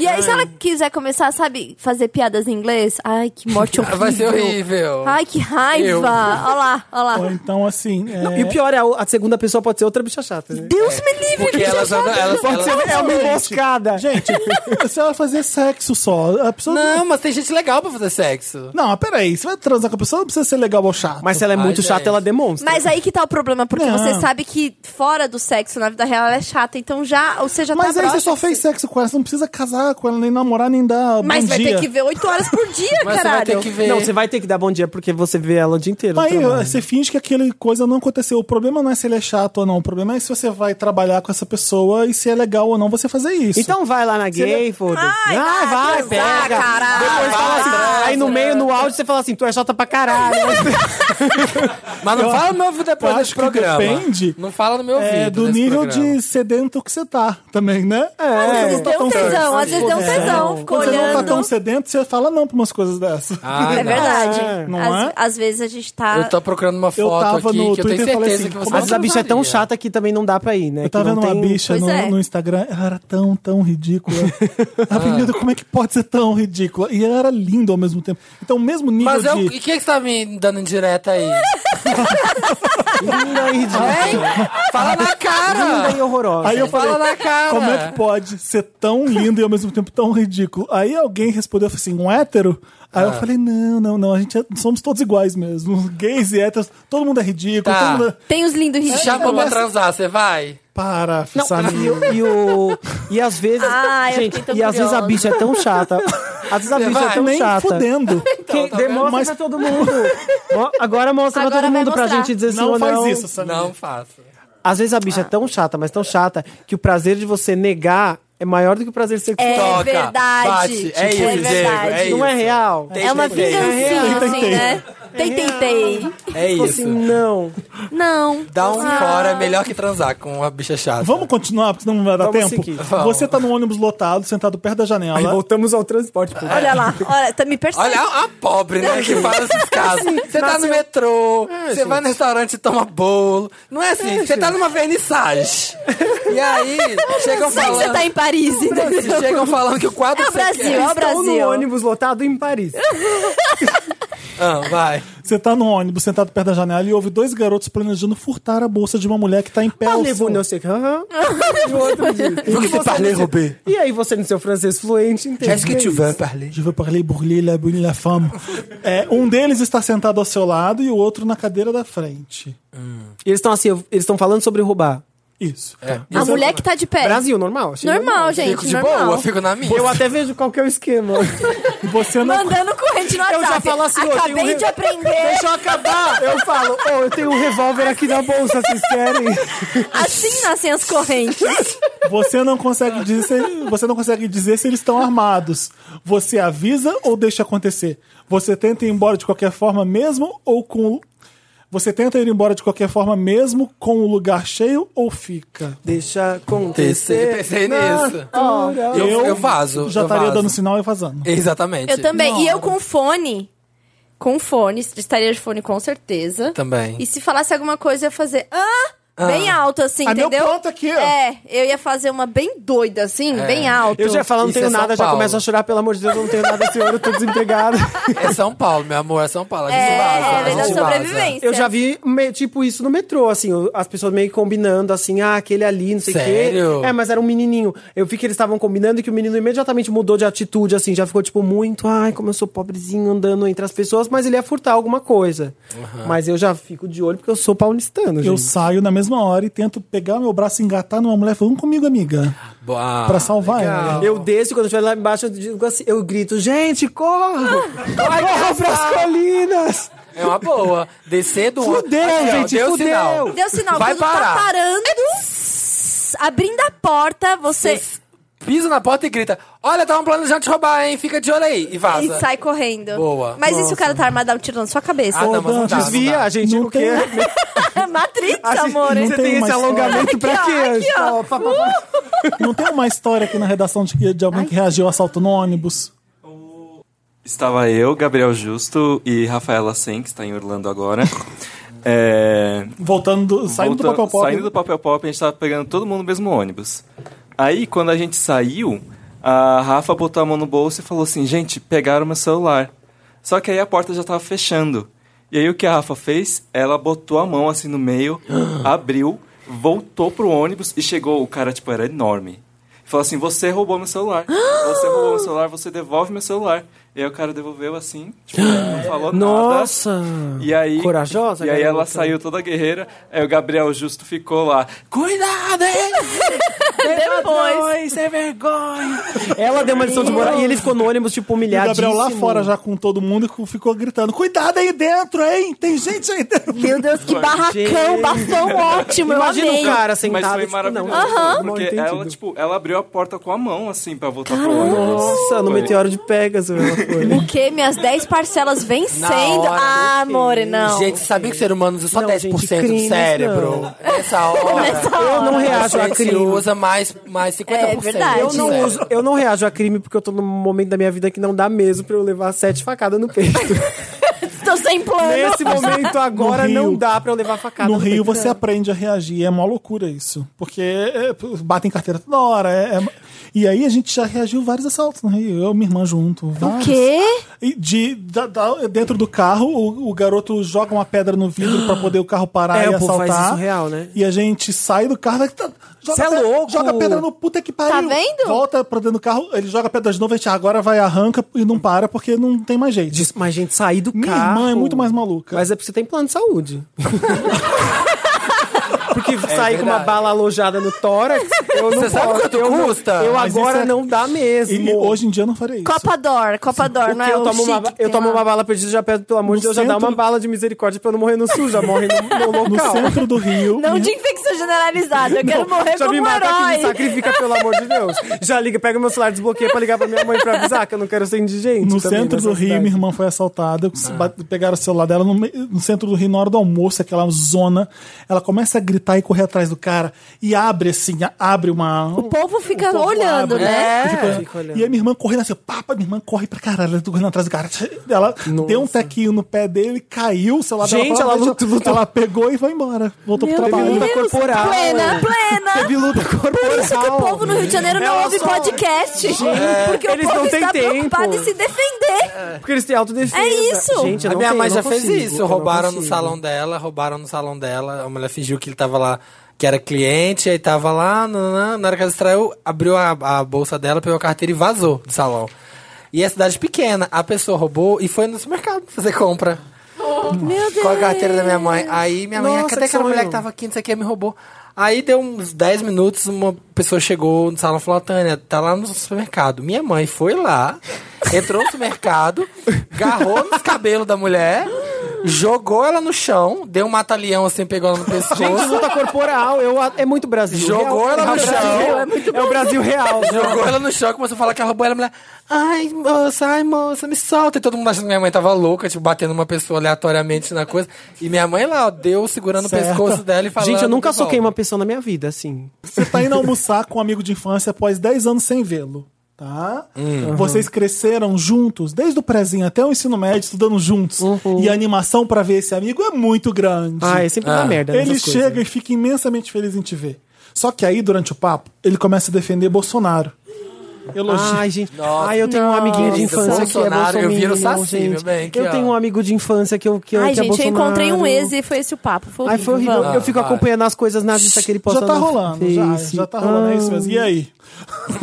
[SPEAKER 4] e aí, se ela quiser começar, sabe, fazer piadas em inglês? Ai, que morte horrível.
[SPEAKER 1] Vai ser horrível.
[SPEAKER 4] Ai, que raiva.
[SPEAKER 1] Eu.
[SPEAKER 4] Olha lá, olha lá.
[SPEAKER 2] Ou então, assim. é-
[SPEAKER 3] E o pior é, a, a segunda pessoa pode ser outra bicha chata, né?
[SPEAKER 4] Deus me livre.
[SPEAKER 1] Porque
[SPEAKER 4] que
[SPEAKER 1] elas
[SPEAKER 4] chata.
[SPEAKER 1] andam. Elas,
[SPEAKER 3] Pode
[SPEAKER 1] elas-
[SPEAKER 3] ser é uma emboscada.
[SPEAKER 2] Gente, você vai fazer sexo só. A pessoa. Não.
[SPEAKER 1] Não, mas tem gente legal pra fazer sexo.
[SPEAKER 2] mas peraí. Você vai transar com a pessoa, não precisa ser legal ou chato.
[SPEAKER 3] Mas se ela é
[SPEAKER 1] Ai,
[SPEAKER 3] muito
[SPEAKER 1] gente.
[SPEAKER 3] chata, ela demonstra.
[SPEAKER 4] Mas aí que tá o problema, porque
[SPEAKER 2] Não.
[SPEAKER 4] você sabe que fora do sexo, na vida real, ela é chata. Então já, você já
[SPEAKER 2] Mas
[SPEAKER 4] tá
[SPEAKER 2] aí você
[SPEAKER 4] broxa,
[SPEAKER 2] só fez sexo com ela, você não precisa casar com ela, nem namorar, nem dar
[SPEAKER 4] Mas
[SPEAKER 2] bom
[SPEAKER 4] vai
[SPEAKER 2] dia.
[SPEAKER 4] ter que ver oito horas por dia,
[SPEAKER 1] Mas você vai
[SPEAKER 4] caralho.
[SPEAKER 1] ter que ver.
[SPEAKER 3] Não, você vai ter que dar bom dia porque você vê ela o dia inteiro. tá
[SPEAKER 2] Aí
[SPEAKER 3] trabalho.
[SPEAKER 2] você finge que aquela coisa não aconteceu. O problema não é se ele é chato ou não. O problema é se você vai trabalhar com essa pessoa e se é legal ou não você fazer isso.
[SPEAKER 3] Então vai lá na gay, foda-se.
[SPEAKER 4] Ai,
[SPEAKER 3] Ah, vai,
[SPEAKER 4] vai, transar,
[SPEAKER 3] pega.
[SPEAKER 4] caralho.
[SPEAKER 3] Depois fala assim, aí no meio, no áudio, você fala assim, tu é chata pra caralho.
[SPEAKER 1] Mas não fala no meu ouvido depois
[SPEAKER 2] eu
[SPEAKER 1] desse
[SPEAKER 2] acho que
[SPEAKER 1] programa.
[SPEAKER 2] depende,
[SPEAKER 1] Não fala no meu ouvido.
[SPEAKER 2] é do
[SPEAKER 1] nesse
[SPEAKER 2] nível
[SPEAKER 1] programa.
[SPEAKER 2] de sedento que você tá também, né?
[SPEAKER 4] Às vezes deu um tesão, às vezes deu um tesão. Ficou
[SPEAKER 2] Quando você não tá
[SPEAKER 4] olhando.
[SPEAKER 2] tão sedento, você fala não pra umas coisas dessas.
[SPEAKER 1] Ah,
[SPEAKER 4] É
[SPEAKER 1] não.
[SPEAKER 4] verdade.
[SPEAKER 2] Não
[SPEAKER 4] às,
[SPEAKER 2] é?
[SPEAKER 4] às vezes a gente tá.
[SPEAKER 1] Eu tô procurando uma
[SPEAKER 2] Eu
[SPEAKER 1] foto
[SPEAKER 2] tava
[SPEAKER 1] aqui
[SPEAKER 2] no
[SPEAKER 1] que eu tenho
[SPEAKER 2] Twitter e
[SPEAKER 1] certeza
[SPEAKER 2] falei assim,
[SPEAKER 1] que
[SPEAKER 2] como
[SPEAKER 1] você
[SPEAKER 2] é
[SPEAKER 1] não
[SPEAKER 2] que
[SPEAKER 3] Mas a bicha é tão
[SPEAKER 1] usaria.
[SPEAKER 3] chata que também não dá pra ir, né?
[SPEAKER 2] Eu tava
[SPEAKER 3] que
[SPEAKER 2] vendo
[SPEAKER 3] não
[SPEAKER 2] uma
[SPEAKER 3] tem-
[SPEAKER 2] bicha
[SPEAKER 4] Pois
[SPEAKER 2] no,
[SPEAKER 4] é.
[SPEAKER 2] no Instagram, ela era tão, tão ridícula. Ela perguntou como é que pode ser tão ridícula. E ela era linda ao mesmo tempo. Então, o mesmo nível
[SPEAKER 1] Mas
[SPEAKER 2] de.
[SPEAKER 1] eu, e quem que tá me dando indireta aí?
[SPEAKER 3] Linda e ridícula.
[SPEAKER 1] Hein? Fala na
[SPEAKER 3] Linda e
[SPEAKER 1] cara!
[SPEAKER 3] horrorosa.
[SPEAKER 2] Aí eu falei,
[SPEAKER 1] Fala na cara!
[SPEAKER 2] como é que pode ser tão lindo e ao mesmo tempo tão ridículo? Aí alguém respondeu assim, um hétero? Aí
[SPEAKER 3] Ah.
[SPEAKER 2] eu falei, não, não, não, a gente é- somos todos iguais mesmo. Gays e héteros, todo mundo é ridículo,
[SPEAKER 1] Tá.
[SPEAKER 2] todo mundo é...
[SPEAKER 4] Tem os lindos
[SPEAKER 1] Se
[SPEAKER 4] ridículos.
[SPEAKER 1] chama pra
[SPEAKER 2] começa-
[SPEAKER 1] transar, você vai?
[SPEAKER 2] Para,
[SPEAKER 3] E,
[SPEAKER 2] Samir.
[SPEAKER 3] o- e o. E às vezes.
[SPEAKER 4] Ah, eu
[SPEAKER 3] gente,
[SPEAKER 4] fiquei tão
[SPEAKER 3] e às vezes a
[SPEAKER 4] curiosa.
[SPEAKER 3] bicha é tão chata. Às vezes a
[SPEAKER 1] Você
[SPEAKER 3] bicha é
[SPEAKER 1] vai?
[SPEAKER 3] tão
[SPEAKER 2] Nem
[SPEAKER 3] chata.
[SPEAKER 2] fudendo.
[SPEAKER 1] Então, tá
[SPEAKER 3] Que, demonstra
[SPEAKER 2] Mas-
[SPEAKER 3] pra todo mundo. Mo- Agora mostra
[SPEAKER 4] Agora
[SPEAKER 3] pra todo
[SPEAKER 4] vai
[SPEAKER 3] mundo pra
[SPEAKER 4] mostrar.
[SPEAKER 3] gente dizer sim
[SPEAKER 2] Não
[SPEAKER 3] ou
[SPEAKER 2] faz
[SPEAKER 3] não.
[SPEAKER 2] isso, Samir.
[SPEAKER 1] Não faço.
[SPEAKER 3] Às vezes a bicha é tão chata, mas tão chata, que o prazer de você negar é maior do que o prazer sexual.
[SPEAKER 4] É
[SPEAKER 1] Toca,
[SPEAKER 4] verdade.
[SPEAKER 1] bate. É isso,
[SPEAKER 4] É
[SPEAKER 1] Diego,
[SPEAKER 4] verdade.
[SPEAKER 1] é
[SPEAKER 3] não é
[SPEAKER 1] isso.
[SPEAKER 3] real.
[SPEAKER 1] Tem-
[SPEAKER 4] É uma
[SPEAKER 1] Tentei.
[SPEAKER 4] vingancinha, assim, né? Tem, tentei.
[SPEAKER 1] É
[SPEAKER 3] Tipo assim,
[SPEAKER 1] isso.
[SPEAKER 3] não.
[SPEAKER 4] Não.
[SPEAKER 1] Dá um
[SPEAKER 4] Ah.
[SPEAKER 1] fora é melhor que transar com uma bicha chata.
[SPEAKER 2] Vamos continuar, porque senão não vai dar
[SPEAKER 3] Vamos
[SPEAKER 2] tempo.
[SPEAKER 3] seguir.
[SPEAKER 1] Vamos.
[SPEAKER 2] Você tá num ônibus lotado, sentado perto da janela.
[SPEAKER 3] Aí voltamos ao transporte. público.
[SPEAKER 4] Olha lá, olha, tá me perseguindo.
[SPEAKER 1] Olha a, a pobre, né, que fala esses casos. Você tá no metrô,
[SPEAKER 4] É,
[SPEAKER 1] você vai no restaurante e toma bolo. Não é assim, você tá numa vernissage. E aí, chegam
[SPEAKER 4] Sei que você
[SPEAKER 1] falando...
[SPEAKER 4] tá em Paris, entendeu?
[SPEAKER 1] Chegam falando que o quadro
[SPEAKER 4] É o
[SPEAKER 1] que você
[SPEAKER 4] Brasil, é o
[SPEAKER 3] Estou
[SPEAKER 4] Brasil.
[SPEAKER 3] no ônibus lotado em Paris.
[SPEAKER 1] quer- Ah, vai.
[SPEAKER 2] Você tá num ônibus, sentado perto da janela, e houve dois garotos planejando furtar a bolsa de uma mulher que tá em pé. ao
[SPEAKER 3] Parlez-vous,
[SPEAKER 2] sol.
[SPEAKER 3] não sei o quê. Aham. E o outro diz,
[SPEAKER 1] Vous que
[SPEAKER 3] e
[SPEAKER 1] se
[SPEAKER 3] você
[SPEAKER 1] parlez,
[SPEAKER 3] no seu-
[SPEAKER 1] Robert?
[SPEAKER 3] E aí você no seu francês fluente entende.
[SPEAKER 1] Est-ce que
[SPEAKER 3] É
[SPEAKER 1] tu
[SPEAKER 3] isso.
[SPEAKER 1] veux parler?
[SPEAKER 2] Je veux parler, brûler la brûler la femme. É, um deles está sentado ao seu lado e o outro na cadeira da frente.
[SPEAKER 3] E Eles estão assim, eu- eles estão falando sobre roubar.
[SPEAKER 2] Isso.
[SPEAKER 1] É.
[SPEAKER 4] A mulher que tá de pé.
[SPEAKER 3] Brasil, normal. achei
[SPEAKER 4] Normal, gente,
[SPEAKER 1] Fico de
[SPEAKER 4] normal.
[SPEAKER 1] boa, fico na minha.
[SPEAKER 3] Eu até vejo qual que é o esquema.
[SPEAKER 2] Você não.
[SPEAKER 4] Mandando corrente no
[SPEAKER 3] Eu
[SPEAKER 4] WhatsApp.
[SPEAKER 3] já falo assim, ó, tem um
[SPEAKER 4] Acabei
[SPEAKER 3] re-
[SPEAKER 4] de aprender.
[SPEAKER 3] Deixa eu acabar. Eu falo, ô, eu tenho um revólver aqui na bolsa, vocês querem?
[SPEAKER 4] Assim nascem as correntes.
[SPEAKER 2] Você não consegue dizer se, você não consegue dizer se eles estão armados. Você avisa ou deixa acontecer? Você tenta ir embora de qualquer forma mesmo ou com Você tenta ir embora de qualquer forma, mesmo com o lugar cheio, ou fica?
[SPEAKER 3] Deixa
[SPEAKER 1] Pensei,
[SPEAKER 3] acontecer.
[SPEAKER 1] pensei nisso.
[SPEAKER 2] Natural.
[SPEAKER 1] Eu- eu vazo,
[SPEAKER 2] Já
[SPEAKER 1] eu
[SPEAKER 2] estaria
[SPEAKER 1] vazo.
[SPEAKER 2] dando sinal e vazando.
[SPEAKER 1] Exatamente.
[SPEAKER 4] Eu também. E eu com fone. Com fone. Estaria de fone com certeza.
[SPEAKER 1] Também.
[SPEAKER 4] E se falasse alguma coisa, eu ia fazer. Ah! Bem alto, assim,
[SPEAKER 2] Ah, meu
[SPEAKER 4] entendeu?
[SPEAKER 2] ponto aqui, ó.
[SPEAKER 4] É, eu ia fazer uma bem doida, assim, bem alto.
[SPEAKER 3] Eu já falo, não
[SPEAKER 1] Isso
[SPEAKER 3] tenho
[SPEAKER 1] é São
[SPEAKER 3] nada, já
[SPEAKER 1] Paulo.
[SPEAKER 3] começo a chorar, pelo amor de Deus, eu não tenho nada esse ano, tô desempregado.
[SPEAKER 1] É São Paulo, meu amor, é São Paulo. A gente
[SPEAKER 4] É,
[SPEAKER 1] vaza.
[SPEAKER 4] é
[SPEAKER 1] a
[SPEAKER 4] lei da
[SPEAKER 1] gente vaza.
[SPEAKER 4] sobrevivência.
[SPEAKER 3] Eu já vi, me- tipo, isso no metrô, assim, o- as pessoas meio que combinando, assim, ah, aquele ali, não sei o quê.
[SPEAKER 1] Sério?
[SPEAKER 3] É, mas era um menininho. Eu vi que eles estavam combinando e que o menino imediatamente mudou de atitude, assim, já ficou, tipo, muito, ai, como eu sou pobrezinho andando entre as pessoas, mas ele ia furtar alguma coisa. Mas eu já fico de olho porque eu sou paulistano,
[SPEAKER 2] Eu
[SPEAKER 3] gente.
[SPEAKER 2] saio na mesma hora e tento pegar meu braço, engatar numa mulher e falar, vamos comigo, amiga.
[SPEAKER 1] Boa.
[SPEAKER 2] Pra salvar ela.
[SPEAKER 3] Eu desço, quando eu estiver lá embaixo, eu, digo assim, eu grito, gente, corre! Corre pras colinas!
[SPEAKER 1] É uma boa. Descer do
[SPEAKER 3] Fudeu,
[SPEAKER 1] ó,
[SPEAKER 3] gente,
[SPEAKER 1] deu
[SPEAKER 3] fudeu.
[SPEAKER 1] sinal.
[SPEAKER 4] Deu sinal,
[SPEAKER 1] Vai
[SPEAKER 4] Bruno
[SPEAKER 1] parar.
[SPEAKER 4] tá parando. Abrindo a porta, você.
[SPEAKER 1] Pisa na porta e grita: Olha, tá um planejando te roubar, hein? Fica de olho aí. E vaza.
[SPEAKER 4] E sai correndo.
[SPEAKER 1] Boa.
[SPEAKER 4] Mas e se o cara tá armado, dá um tiro na sua cabeça?
[SPEAKER 1] Ah, não, mas não dá, não
[SPEAKER 3] Desvia,
[SPEAKER 1] dá.
[SPEAKER 3] a gente,
[SPEAKER 2] Não
[SPEAKER 3] porque...
[SPEAKER 2] tem-
[SPEAKER 4] Matrix, amor.
[SPEAKER 2] não
[SPEAKER 3] assim, Você
[SPEAKER 2] tem
[SPEAKER 3] tem
[SPEAKER 2] uma
[SPEAKER 3] esse
[SPEAKER 2] história.
[SPEAKER 3] alongamento pra
[SPEAKER 4] Aqui,
[SPEAKER 3] quê?
[SPEAKER 4] ó, aqui, ó.
[SPEAKER 3] Ó, pá, pá, pá.
[SPEAKER 2] Não tem uma história aqui na redação de, que- de alguém que reagiu ao assalto no ônibus?
[SPEAKER 5] Estava eu, Gabriel Justo e Rafaela Sen, que está em Orlando agora. É,
[SPEAKER 2] Voltando, do- saindo do
[SPEAKER 5] volta-
[SPEAKER 2] papel pop.
[SPEAKER 5] Saindo do papel pop, a gente tava pegando todo mundo no mesmo ônibus. Aí, quando a gente saiu, a Rafa botou a mão no bolso e falou assim, gente, pegaram meu celular. Só que aí a porta já tava fechando. E aí o que a Rafa fez? Ela botou a mão assim no meio, abriu, voltou pro ônibus e chegou. O cara, tipo, era enorme. Falou assim, você roubou meu celular. Você roubou meu celular, você devolve meu celular. E aí o cara devolveu assim, tipo, não falou nada.
[SPEAKER 3] Nossa!
[SPEAKER 5] E aí,
[SPEAKER 3] Corajosa,
[SPEAKER 5] E aí
[SPEAKER 3] garota.
[SPEAKER 5] ela saiu toda guerreira. Aí o Gabriel Justo ficou lá. Cuidado, hein?
[SPEAKER 4] um Depois.
[SPEAKER 5] Sem vergonha.
[SPEAKER 3] Ela deu uma lição de moral e ele ficou no ônibus,
[SPEAKER 2] E
[SPEAKER 3] tipo,
[SPEAKER 2] o
[SPEAKER 3] humilhado.
[SPEAKER 2] Gabriel lá fora já com todo mundo e ficou gritando: Cuidado aí dentro, hein? Tem gente aí dentro.
[SPEAKER 4] Meu Deus, que barracão,
[SPEAKER 3] Gente.
[SPEAKER 4] bastão ótimo.
[SPEAKER 3] Imagina
[SPEAKER 4] eu
[SPEAKER 3] o
[SPEAKER 4] amei.
[SPEAKER 3] cara
[SPEAKER 5] Mas
[SPEAKER 3] sentado,
[SPEAKER 5] foi
[SPEAKER 3] tipo, não.
[SPEAKER 5] maravilhoso. Porque
[SPEAKER 3] Mal
[SPEAKER 5] ela,
[SPEAKER 3] entendido.
[SPEAKER 5] tipo, ela abriu a porta com a mão, assim, pra voltar pro ônibus.
[SPEAKER 3] Nossa, no
[SPEAKER 5] Foi.
[SPEAKER 3] meteoro de Pegasus ela foi.
[SPEAKER 4] O que? Minhas 10 parcelas vencendo.
[SPEAKER 1] Na hora,
[SPEAKER 4] Ah, amore, não.
[SPEAKER 1] Gente, sabia que ser humano usa só
[SPEAKER 3] Não,
[SPEAKER 1] 10%
[SPEAKER 3] gente, crimes,
[SPEAKER 1] do cérebro?
[SPEAKER 3] não.
[SPEAKER 1] Nessa hora. Nessa
[SPEAKER 3] Eu não reajo a
[SPEAKER 1] Você
[SPEAKER 3] crime.
[SPEAKER 1] usa mais, mais 50%.
[SPEAKER 4] É verdade.
[SPEAKER 3] Eu não,
[SPEAKER 1] né?
[SPEAKER 3] uso, eu não reajo a crime porque eu tô num momento da minha vida que não dá mesmo pra eu levar sete facadas no peito.
[SPEAKER 4] Tô sem plano.
[SPEAKER 3] Nesse momento agora
[SPEAKER 2] No Rio-
[SPEAKER 3] não dá pra eu levar facada
[SPEAKER 2] No
[SPEAKER 3] no,
[SPEAKER 2] Rio
[SPEAKER 3] peito,
[SPEAKER 2] você
[SPEAKER 3] não.
[SPEAKER 2] aprende a reagir, é mó loucura isso. Porque é, batem carteira toda hora. é- é- e aí a gente já reagiu vários assaltos no Rio. Eu e minha irmã junto.
[SPEAKER 4] O
[SPEAKER 2] vários.
[SPEAKER 4] quê?
[SPEAKER 2] E de, da- da- dentro do carro, o, o garoto joga uma pedra no vidro pra poder o carro parar
[SPEAKER 3] É,
[SPEAKER 2] e
[SPEAKER 3] o povo
[SPEAKER 2] assaltar.
[SPEAKER 3] faz isso real, né?
[SPEAKER 2] E a gente sai do carro. vai, tá-
[SPEAKER 3] Cê
[SPEAKER 2] Joga,
[SPEAKER 3] é
[SPEAKER 2] pedra,
[SPEAKER 3] louco!
[SPEAKER 2] joga pedra no puta que pariu.
[SPEAKER 4] Tá vendo?
[SPEAKER 2] Volta pra dentro do carro, ele joga pedra de novo, a gente agora vai, arranca e não para porque não tem mais jeito.
[SPEAKER 3] Diz- Mas, gente, sair do
[SPEAKER 2] Minha
[SPEAKER 3] carro...
[SPEAKER 2] irmã é muito mais maluca.
[SPEAKER 3] Mas é porque você tem plano de saúde. Porque sair com uma
[SPEAKER 1] É verdade.
[SPEAKER 3] bala alojada no tórax, eu não
[SPEAKER 1] Você sabe
[SPEAKER 3] posso.
[SPEAKER 1] quanto
[SPEAKER 3] eu não-
[SPEAKER 1] custa?
[SPEAKER 3] Eu
[SPEAKER 2] Mas
[SPEAKER 3] agora
[SPEAKER 2] isso é-
[SPEAKER 3] não dá mesmo.
[SPEAKER 2] E hoje em dia eu não faria isso.
[SPEAKER 4] Copa d'Or, Copa d'Or, não
[SPEAKER 3] Porque
[SPEAKER 4] é
[SPEAKER 3] eu
[SPEAKER 4] o
[SPEAKER 3] tomo, uma,
[SPEAKER 4] chique
[SPEAKER 3] ba-
[SPEAKER 4] que
[SPEAKER 3] eu
[SPEAKER 4] tem
[SPEAKER 3] tomo
[SPEAKER 4] lá.
[SPEAKER 3] uma bala perdida, já peço, pelo amor
[SPEAKER 2] No
[SPEAKER 3] de Deus, já dá
[SPEAKER 2] centro-
[SPEAKER 3] uma bala de misericórdia pra eu não morrer no sul, já morre no, no
[SPEAKER 2] No
[SPEAKER 3] local.
[SPEAKER 2] centro do Rio.
[SPEAKER 4] Não
[SPEAKER 2] minha-
[SPEAKER 4] de infecção generalizada, eu quero morrer
[SPEAKER 3] já
[SPEAKER 4] como
[SPEAKER 3] me
[SPEAKER 4] um
[SPEAKER 3] mata que me
[SPEAKER 4] herói.
[SPEAKER 3] sacrifica, pelo amor de Deus. Já liga, pega meu celular, desbloqueia pra ligar pra minha mãe pra avisar que eu não quero ser indigente.
[SPEAKER 2] No
[SPEAKER 3] também
[SPEAKER 2] centro
[SPEAKER 3] nessa
[SPEAKER 2] do Rio,
[SPEAKER 3] cidade. Ah.
[SPEAKER 2] minha irmã foi assaltada. bate- Pegaram o celular dela no, me- no centro do Rio, na hora do almoço, aquela zona. Ela começa a gritar e correr atrás do cara. E abre assim, a- abre uma.
[SPEAKER 4] O povo fica
[SPEAKER 2] povo
[SPEAKER 4] olhando,
[SPEAKER 2] abre.
[SPEAKER 4] né?
[SPEAKER 3] É, fica olhando.
[SPEAKER 2] E a minha irmã correndo assim, papa, minha irmã corre pra caralho, eu tô correndo atrás do cara. Ela deu um tequinho no pé dele, caiu, o celular dela
[SPEAKER 3] Gente,
[SPEAKER 2] pra
[SPEAKER 3] ela
[SPEAKER 2] frente,
[SPEAKER 3] lutou, lutou.
[SPEAKER 2] ela pegou e foi embora. Voltou pro
[SPEAKER 4] Meu
[SPEAKER 2] trabalho.
[SPEAKER 3] luta
[SPEAKER 4] Deus,
[SPEAKER 3] corporal,
[SPEAKER 4] plena,
[SPEAKER 3] é.
[SPEAKER 4] plena.
[SPEAKER 3] Teve luta corporal.
[SPEAKER 4] Por isso que o povo no Rio de Janeiro não
[SPEAKER 3] Ela
[SPEAKER 4] ouve
[SPEAKER 3] só-
[SPEAKER 4] podcast. Porque
[SPEAKER 3] eles
[SPEAKER 4] o povo
[SPEAKER 3] não têm
[SPEAKER 4] está
[SPEAKER 3] tempo.
[SPEAKER 4] preocupado em se defender.
[SPEAKER 3] Porque eles têm autodefesa.
[SPEAKER 4] É isso.
[SPEAKER 3] Gente, eu
[SPEAKER 1] A
[SPEAKER 3] não
[SPEAKER 1] minha
[SPEAKER 3] tenho,
[SPEAKER 1] mãe
[SPEAKER 3] eu
[SPEAKER 1] já
[SPEAKER 3] não
[SPEAKER 1] fez
[SPEAKER 3] consigo, eu
[SPEAKER 1] isso.
[SPEAKER 3] não
[SPEAKER 1] Roubaram no
[SPEAKER 3] consigo.
[SPEAKER 1] salão dela, roubaram no salão dela. A mulher fingiu que ele tava lá, que era cliente, aí tava lá, nananã. na hora que ela distraiu, abriu a, a bolsa dela, pegou a carteira e vazou do salão. E é cidade pequena, a pessoa roubou e foi no supermercado fazer compra.
[SPEAKER 4] Meu
[SPEAKER 1] Com a
[SPEAKER 4] Deus.
[SPEAKER 1] carteira da minha mãe. Aí minha mãe,
[SPEAKER 3] Nossa,
[SPEAKER 1] cadê
[SPEAKER 3] que
[SPEAKER 1] aquela mulher
[SPEAKER 3] sonho."
[SPEAKER 1] que tava aqui, não sei o que, me roubou. Aí deu uns 10 minutos, uma pessoa chegou no salão e falou, Tânia, tá lá no supermercado. Minha mãe foi lá, entrou no supermercado, agarrou nos cabelos da mulher, jogou ela no chão, deu um mata-leão assim, pegou ela no
[SPEAKER 3] Gente,
[SPEAKER 1] pescoço.
[SPEAKER 3] luta corporal, eu, a- é muito Brasil.
[SPEAKER 1] Jogou
[SPEAKER 3] Real-
[SPEAKER 1] ela no
[SPEAKER 3] é o
[SPEAKER 1] chão.
[SPEAKER 3] Brasil,
[SPEAKER 1] É muito
[SPEAKER 3] É o Brasil real.
[SPEAKER 1] Jogou ela no chão, começou a falar que ela roubou ela. A mulher, ai moça, ai moça, me solta. E todo mundo achando que minha mãe tava louca, tipo, batendo uma pessoa aleatoriamente na coisa. E minha mãe lá, ó, deu segurando
[SPEAKER 2] Certo.
[SPEAKER 1] o pescoço dela e falando.
[SPEAKER 3] Gente, eu nunca
[SPEAKER 1] de volta.
[SPEAKER 3] soquei uma pessoa na minha vida, assim.
[SPEAKER 2] Você tá indo almoçar com um amigo de infância após 10 anos sem vê-lo, tá?
[SPEAKER 3] Uhum.
[SPEAKER 2] Vocês cresceram juntos, desde o prezinho até o ensino médio, estudando juntos.
[SPEAKER 3] Uhum.
[SPEAKER 2] E a animação pra ver esse amigo é muito grande.
[SPEAKER 3] Ai, é sempre dá
[SPEAKER 1] Ah.
[SPEAKER 3] merda.
[SPEAKER 2] Ele
[SPEAKER 3] nessas coisas.
[SPEAKER 2] chega e fica imensamente feliz em te ver. Só que aí, durante o papo, ele começa a defender Bolsonaro. Elogia.
[SPEAKER 3] Ai, gente.
[SPEAKER 1] Nossa.
[SPEAKER 3] Ai, eu tenho um amiguinho de
[SPEAKER 1] Nossa,
[SPEAKER 3] infância que é
[SPEAKER 1] Bolsonaro, eu viro
[SPEAKER 3] bolsominion,
[SPEAKER 1] saci, meu
[SPEAKER 3] gente.
[SPEAKER 1] bem, que
[SPEAKER 3] eu
[SPEAKER 1] ó.
[SPEAKER 3] tenho um amigo de infância que eu que, eu-
[SPEAKER 4] Ai,
[SPEAKER 3] que é
[SPEAKER 4] gente, eu encontrei um
[SPEAKER 3] Bolsonaro.
[SPEAKER 4] ex e foi esse o papo. Foi
[SPEAKER 3] Ai, foi
[SPEAKER 4] horrível.
[SPEAKER 3] horrível.
[SPEAKER 4] Vamos.
[SPEAKER 3] eu fico
[SPEAKER 1] Ah, vai.
[SPEAKER 3] acompanhando as coisas na vista que ele posta
[SPEAKER 2] já tá
[SPEAKER 3] no
[SPEAKER 2] rolando, já,
[SPEAKER 3] Face.
[SPEAKER 2] já tá rolando, é isso mesmo. E aí?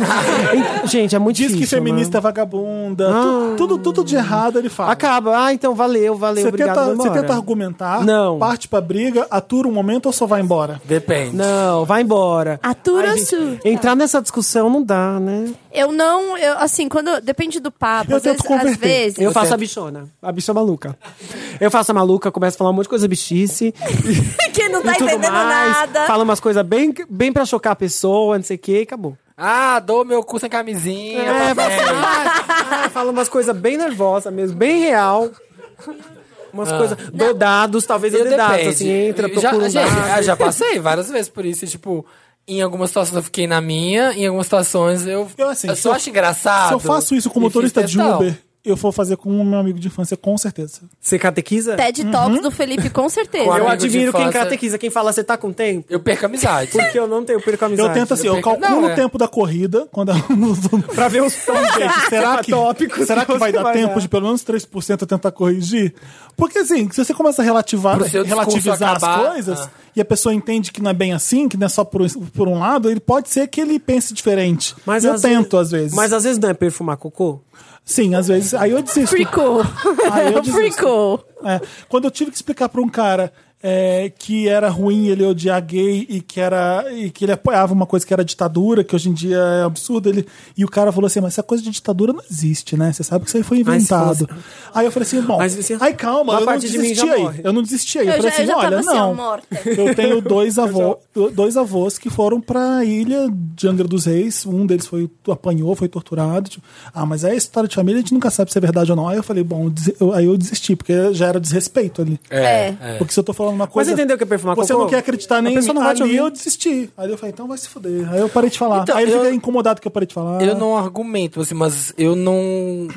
[SPEAKER 3] Ah, gente, é muito
[SPEAKER 2] Diz que
[SPEAKER 3] difícil,
[SPEAKER 2] feminista é
[SPEAKER 3] né? Ah.
[SPEAKER 2] vagabunda, tu- tudo, tudo de errado ele fala.
[SPEAKER 3] Acaba. Ah, então valeu, valeu,
[SPEAKER 2] Você
[SPEAKER 3] obrigado,
[SPEAKER 2] tenta,
[SPEAKER 3] vou
[SPEAKER 2] você
[SPEAKER 3] embora.
[SPEAKER 2] tenta argumentar,
[SPEAKER 3] Não.
[SPEAKER 2] parte pra briga, atura um momento ou só vai embora?
[SPEAKER 1] Depende.
[SPEAKER 3] Não, vai embora.
[SPEAKER 4] Atura
[SPEAKER 3] Ai, gente,
[SPEAKER 4] sua.
[SPEAKER 3] Entrar nessa discussão não dá, né?
[SPEAKER 4] Eu não, eu, assim, quando. Depende do papo.
[SPEAKER 2] Eu
[SPEAKER 4] às,
[SPEAKER 2] tento
[SPEAKER 4] vezes, às
[SPEAKER 2] converter.
[SPEAKER 4] vezes.
[SPEAKER 3] Eu faço a bichona. é A bicha maluca. Eu faço a maluca, começo a falar um monte de coisa bichice.
[SPEAKER 4] Quem não tá
[SPEAKER 3] e tudo
[SPEAKER 4] entendendo
[SPEAKER 3] mais.
[SPEAKER 4] nada.
[SPEAKER 3] Fala umas coisas bem, bem pra chocar a pessoa, não sei o quê, e acabou.
[SPEAKER 1] Ah, dou meu cu sem camisinha.
[SPEAKER 3] É,
[SPEAKER 1] tá
[SPEAKER 3] fala,
[SPEAKER 1] bem.
[SPEAKER 3] assim, ah, fala umas coisas bem nervosas mesmo, bem real. Umas coisas. Dou dados, talvez eu,
[SPEAKER 1] Eu
[SPEAKER 3] dê dados,
[SPEAKER 1] depende.
[SPEAKER 3] assim, entra,
[SPEAKER 1] Eu já,
[SPEAKER 3] procura um
[SPEAKER 1] gente,
[SPEAKER 3] dado.
[SPEAKER 1] eu já passei várias vezes por isso. e, tipo, em algumas situações eu fiquei na minha, em algumas situações eu,
[SPEAKER 2] Eu, assim, se
[SPEAKER 1] só
[SPEAKER 2] eu-
[SPEAKER 1] acho engraçado.
[SPEAKER 2] Se eu faço isso com
[SPEAKER 1] E
[SPEAKER 2] motorista
[SPEAKER 1] fiz
[SPEAKER 2] de
[SPEAKER 1] questão.
[SPEAKER 2] Uber, eu vou fazer com o meu amigo de infância, com certeza.
[SPEAKER 3] Você catequiza?
[SPEAKER 4] TED Talks do Felipe, com certeza.
[SPEAKER 1] Claro.
[SPEAKER 3] Uhum. Eu
[SPEAKER 1] Amigo
[SPEAKER 3] admiro
[SPEAKER 1] de
[SPEAKER 3] quem
[SPEAKER 1] infância.
[SPEAKER 3] catequiza, quem fala, você tá com tempo?
[SPEAKER 1] Eu perco a amizade.
[SPEAKER 3] Porque eu não tenho, perco a amizade.
[SPEAKER 2] Eu tento assim,
[SPEAKER 1] Eu
[SPEAKER 2] eu,
[SPEAKER 1] perco-
[SPEAKER 2] calculo
[SPEAKER 1] Não,
[SPEAKER 2] o
[SPEAKER 1] é.
[SPEAKER 2] tempo da corrida, quando
[SPEAKER 3] Pra ver os tons
[SPEAKER 2] um Gente, será que,
[SPEAKER 3] tópicos
[SPEAKER 2] será que vai dar tempo de pelo menos 3% eu tentar corrigir? Porque assim, se você começa a relativar,
[SPEAKER 1] Pro seu discurso
[SPEAKER 2] relativizar as
[SPEAKER 1] acabar,
[SPEAKER 2] coisas
[SPEAKER 1] ah.
[SPEAKER 2] e a pessoa entende que não é bem assim, que não é só por, por um lado, ele pode ser que ele pense diferente. Mas eu tento às vezes.
[SPEAKER 3] Mas às vezes não é perfumar cocô?
[SPEAKER 2] Sim, às vezes. Aí eu desisto.
[SPEAKER 4] Fricou.
[SPEAKER 2] Aí Ah, eu desisto.
[SPEAKER 4] Fricou.
[SPEAKER 2] É, quando eu tive que explicar pra um cara é, que era ruim ele odiar gay e que, era, e que ele apoiava uma coisa que era ditadura, que hoje em dia é absurdo, ele, e o cara falou assim, mas essa coisa de ditadura não existe, né? Você sabe que isso aí foi
[SPEAKER 3] Aí você falou
[SPEAKER 2] inventado. Aí eu falei assim, bom,
[SPEAKER 3] Mas você-
[SPEAKER 2] aí calma,
[SPEAKER 3] uma
[SPEAKER 2] eu não
[SPEAKER 3] parte de mim
[SPEAKER 2] desisti
[SPEAKER 3] já
[SPEAKER 2] aí.
[SPEAKER 3] morre.
[SPEAKER 2] Eu não desisti aí. Eu,
[SPEAKER 4] Eu
[SPEAKER 2] falei
[SPEAKER 4] já- eu
[SPEAKER 2] assim,
[SPEAKER 4] já tava
[SPEAKER 2] olha,
[SPEAKER 4] assim, ó,
[SPEAKER 2] não.
[SPEAKER 4] morta.
[SPEAKER 2] Eu tenho dois, avô, dois avós que foram pra ilha de Angra dos Reis. Um deles foi apanhou, foi torturado. Tipo, ah, mas é história de família, a gente nunca sabe se é verdade ou não. Aí eu falei, bom, eu des- eu- aí eu desisti, porque já era desrespeito ali.
[SPEAKER 1] É,
[SPEAKER 4] É.
[SPEAKER 1] é.
[SPEAKER 2] Porque se eu tô falando uma coisa.
[SPEAKER 3] entendeu o que é perfumar
[SPEAKER 2] Você
[SPEAKER 3] cocô?
[SPEAKER 2] não quer acreditar
[SPEAKER 3] A
[SPEAKER 2] nem em
[SPEAKER 3] pessoa
[SPEAKER 2] mim.
[SPEAKER 3] não vai te
[SPEAKER 2] Ali
[SPEAKER 3] ouvir.
[SPEAKER 2] eu desisti. Aí eu falei, então vai se fuder. Aí eu parei de falar.
[SPEAKER 1] Então,
[SPEAKER 2] aí ele
[SPEAKER 1] eu-
[SPEAKER 2] fica incomodado que eu parei de falar.
[SPEAKER 3] Ah.
[SPEAKER 1] Eu não argumento, assim, mas eu não.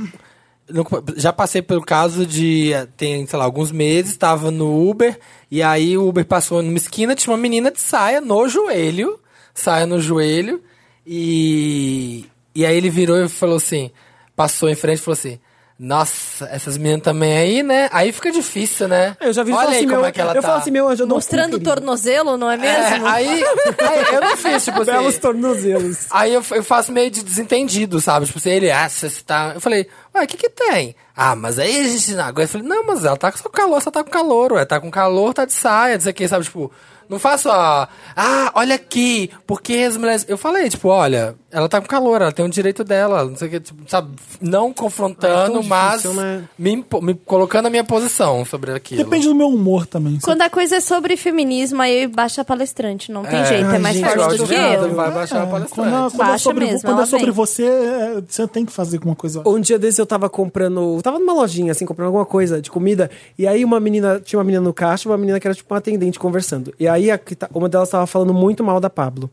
[SPEAKER 1] não- já passei pelo caso de. eh, Tem, sei lá, alguns meses, tava no Uber, e aí o Uber passou numa esquina, tinha uma menina de saia no joelho. Saia no joelho. E. E aí ele virou e falou assim. Passou em frente e falou assim. Nossa, essas meninas também aí, né? Aí fica difícil, né?
[SPEAKER 3] Eu já vi
[SPEAKER 1] Olha
[SPEAKER 3] falar
[SPEAKER 1] aí
[SPEAKER 3] assim,
[SPEAKER 1] como
[SPEAKER 3] meu,
[SPEAKER 1] é que ela
[SPEAKER 3] eu
[SPEAKER 1] tá.
[SPEAKER 3] falo assim, meu anjo, eu dou um cu,
[SPEAKER 4] Mostrando o
[SPEAKER 3] querido.
[SPEAKER 4] tornozelo, não é
[SPEAKER 1] É,
[SPEAKER 4] mesmo?
[SPEAKER 1] aí, aí eu não fiz, tipo assim.
[SPEAKER 3] Belos tornozelos.
[SPEAKER 1] Aí eu, eu faço meio de desentendido, sabe? Tipo assim, ele, ah, você tá. Eu falei, ué, o que que tem? Ah, mas aí a gente não aguenta. Eu falei, não, mas ela tá só com calor, só tá com calor, ué. Tá com calor, tá de saia, não sei o que, sabe? Tipo, não faço a. Ah, olha aqui, porque as mulheres. Eu falei, tipo, olha, ela tá com calor, ela tem o direito dela, não sei o que, tipo, sabe? Não confrontando,
[SPEAKER 3] Ah, é tão
[SPEAKER 1] mas.
[SPEAKER 3] difícil, né?
[SPEAKER 1] me, impo- me colocando a minha posição sobre aquilo.
[SPEAKER 2] Depende do meu humor também. sabe?
[SPEAKER 4] Quando a coisa é sobre feminismo, aí baixa a palestrante. Não tem
[SPEAKER 1] É.
[SPEAKER 4] jeito, é mais
[SPEAKER 1] Gente,
[SPEAKER 4] forte
[SPEAKER 1] igual
[SPEAKER 4] do que
[SPEAKER 1] de nada,
[SPEAKER 4] eu.
[SPEAKER 1] Vai baixar a
[SPEAKER 2] Quando,
[SPEAKER 1] palestrante.
[SPEAKER 2] quando é
[SPEAKER 4] Baixa
[SPEAKER 2] sobre,
[SPEAKER 4] mesmo,
[SPEAKER 2] quando é
[SPEAKER 4] ela
[SPEAKER 2] sobre
[SPEAKER 4] vem.
[SPEAKER 2] você, é, você tem que fazer alguma coisa.
[SPEAKER 3] Um dia desse eu tava comprando. Eu tava numa lojinha, assim, comprando alguma coisa de comida. E aí uma menina. Tinha uma menina no caixa e uma menina que era tipo uma atendente conversando. E aí a que tá- uma delas tava falando muito mal da Pablo.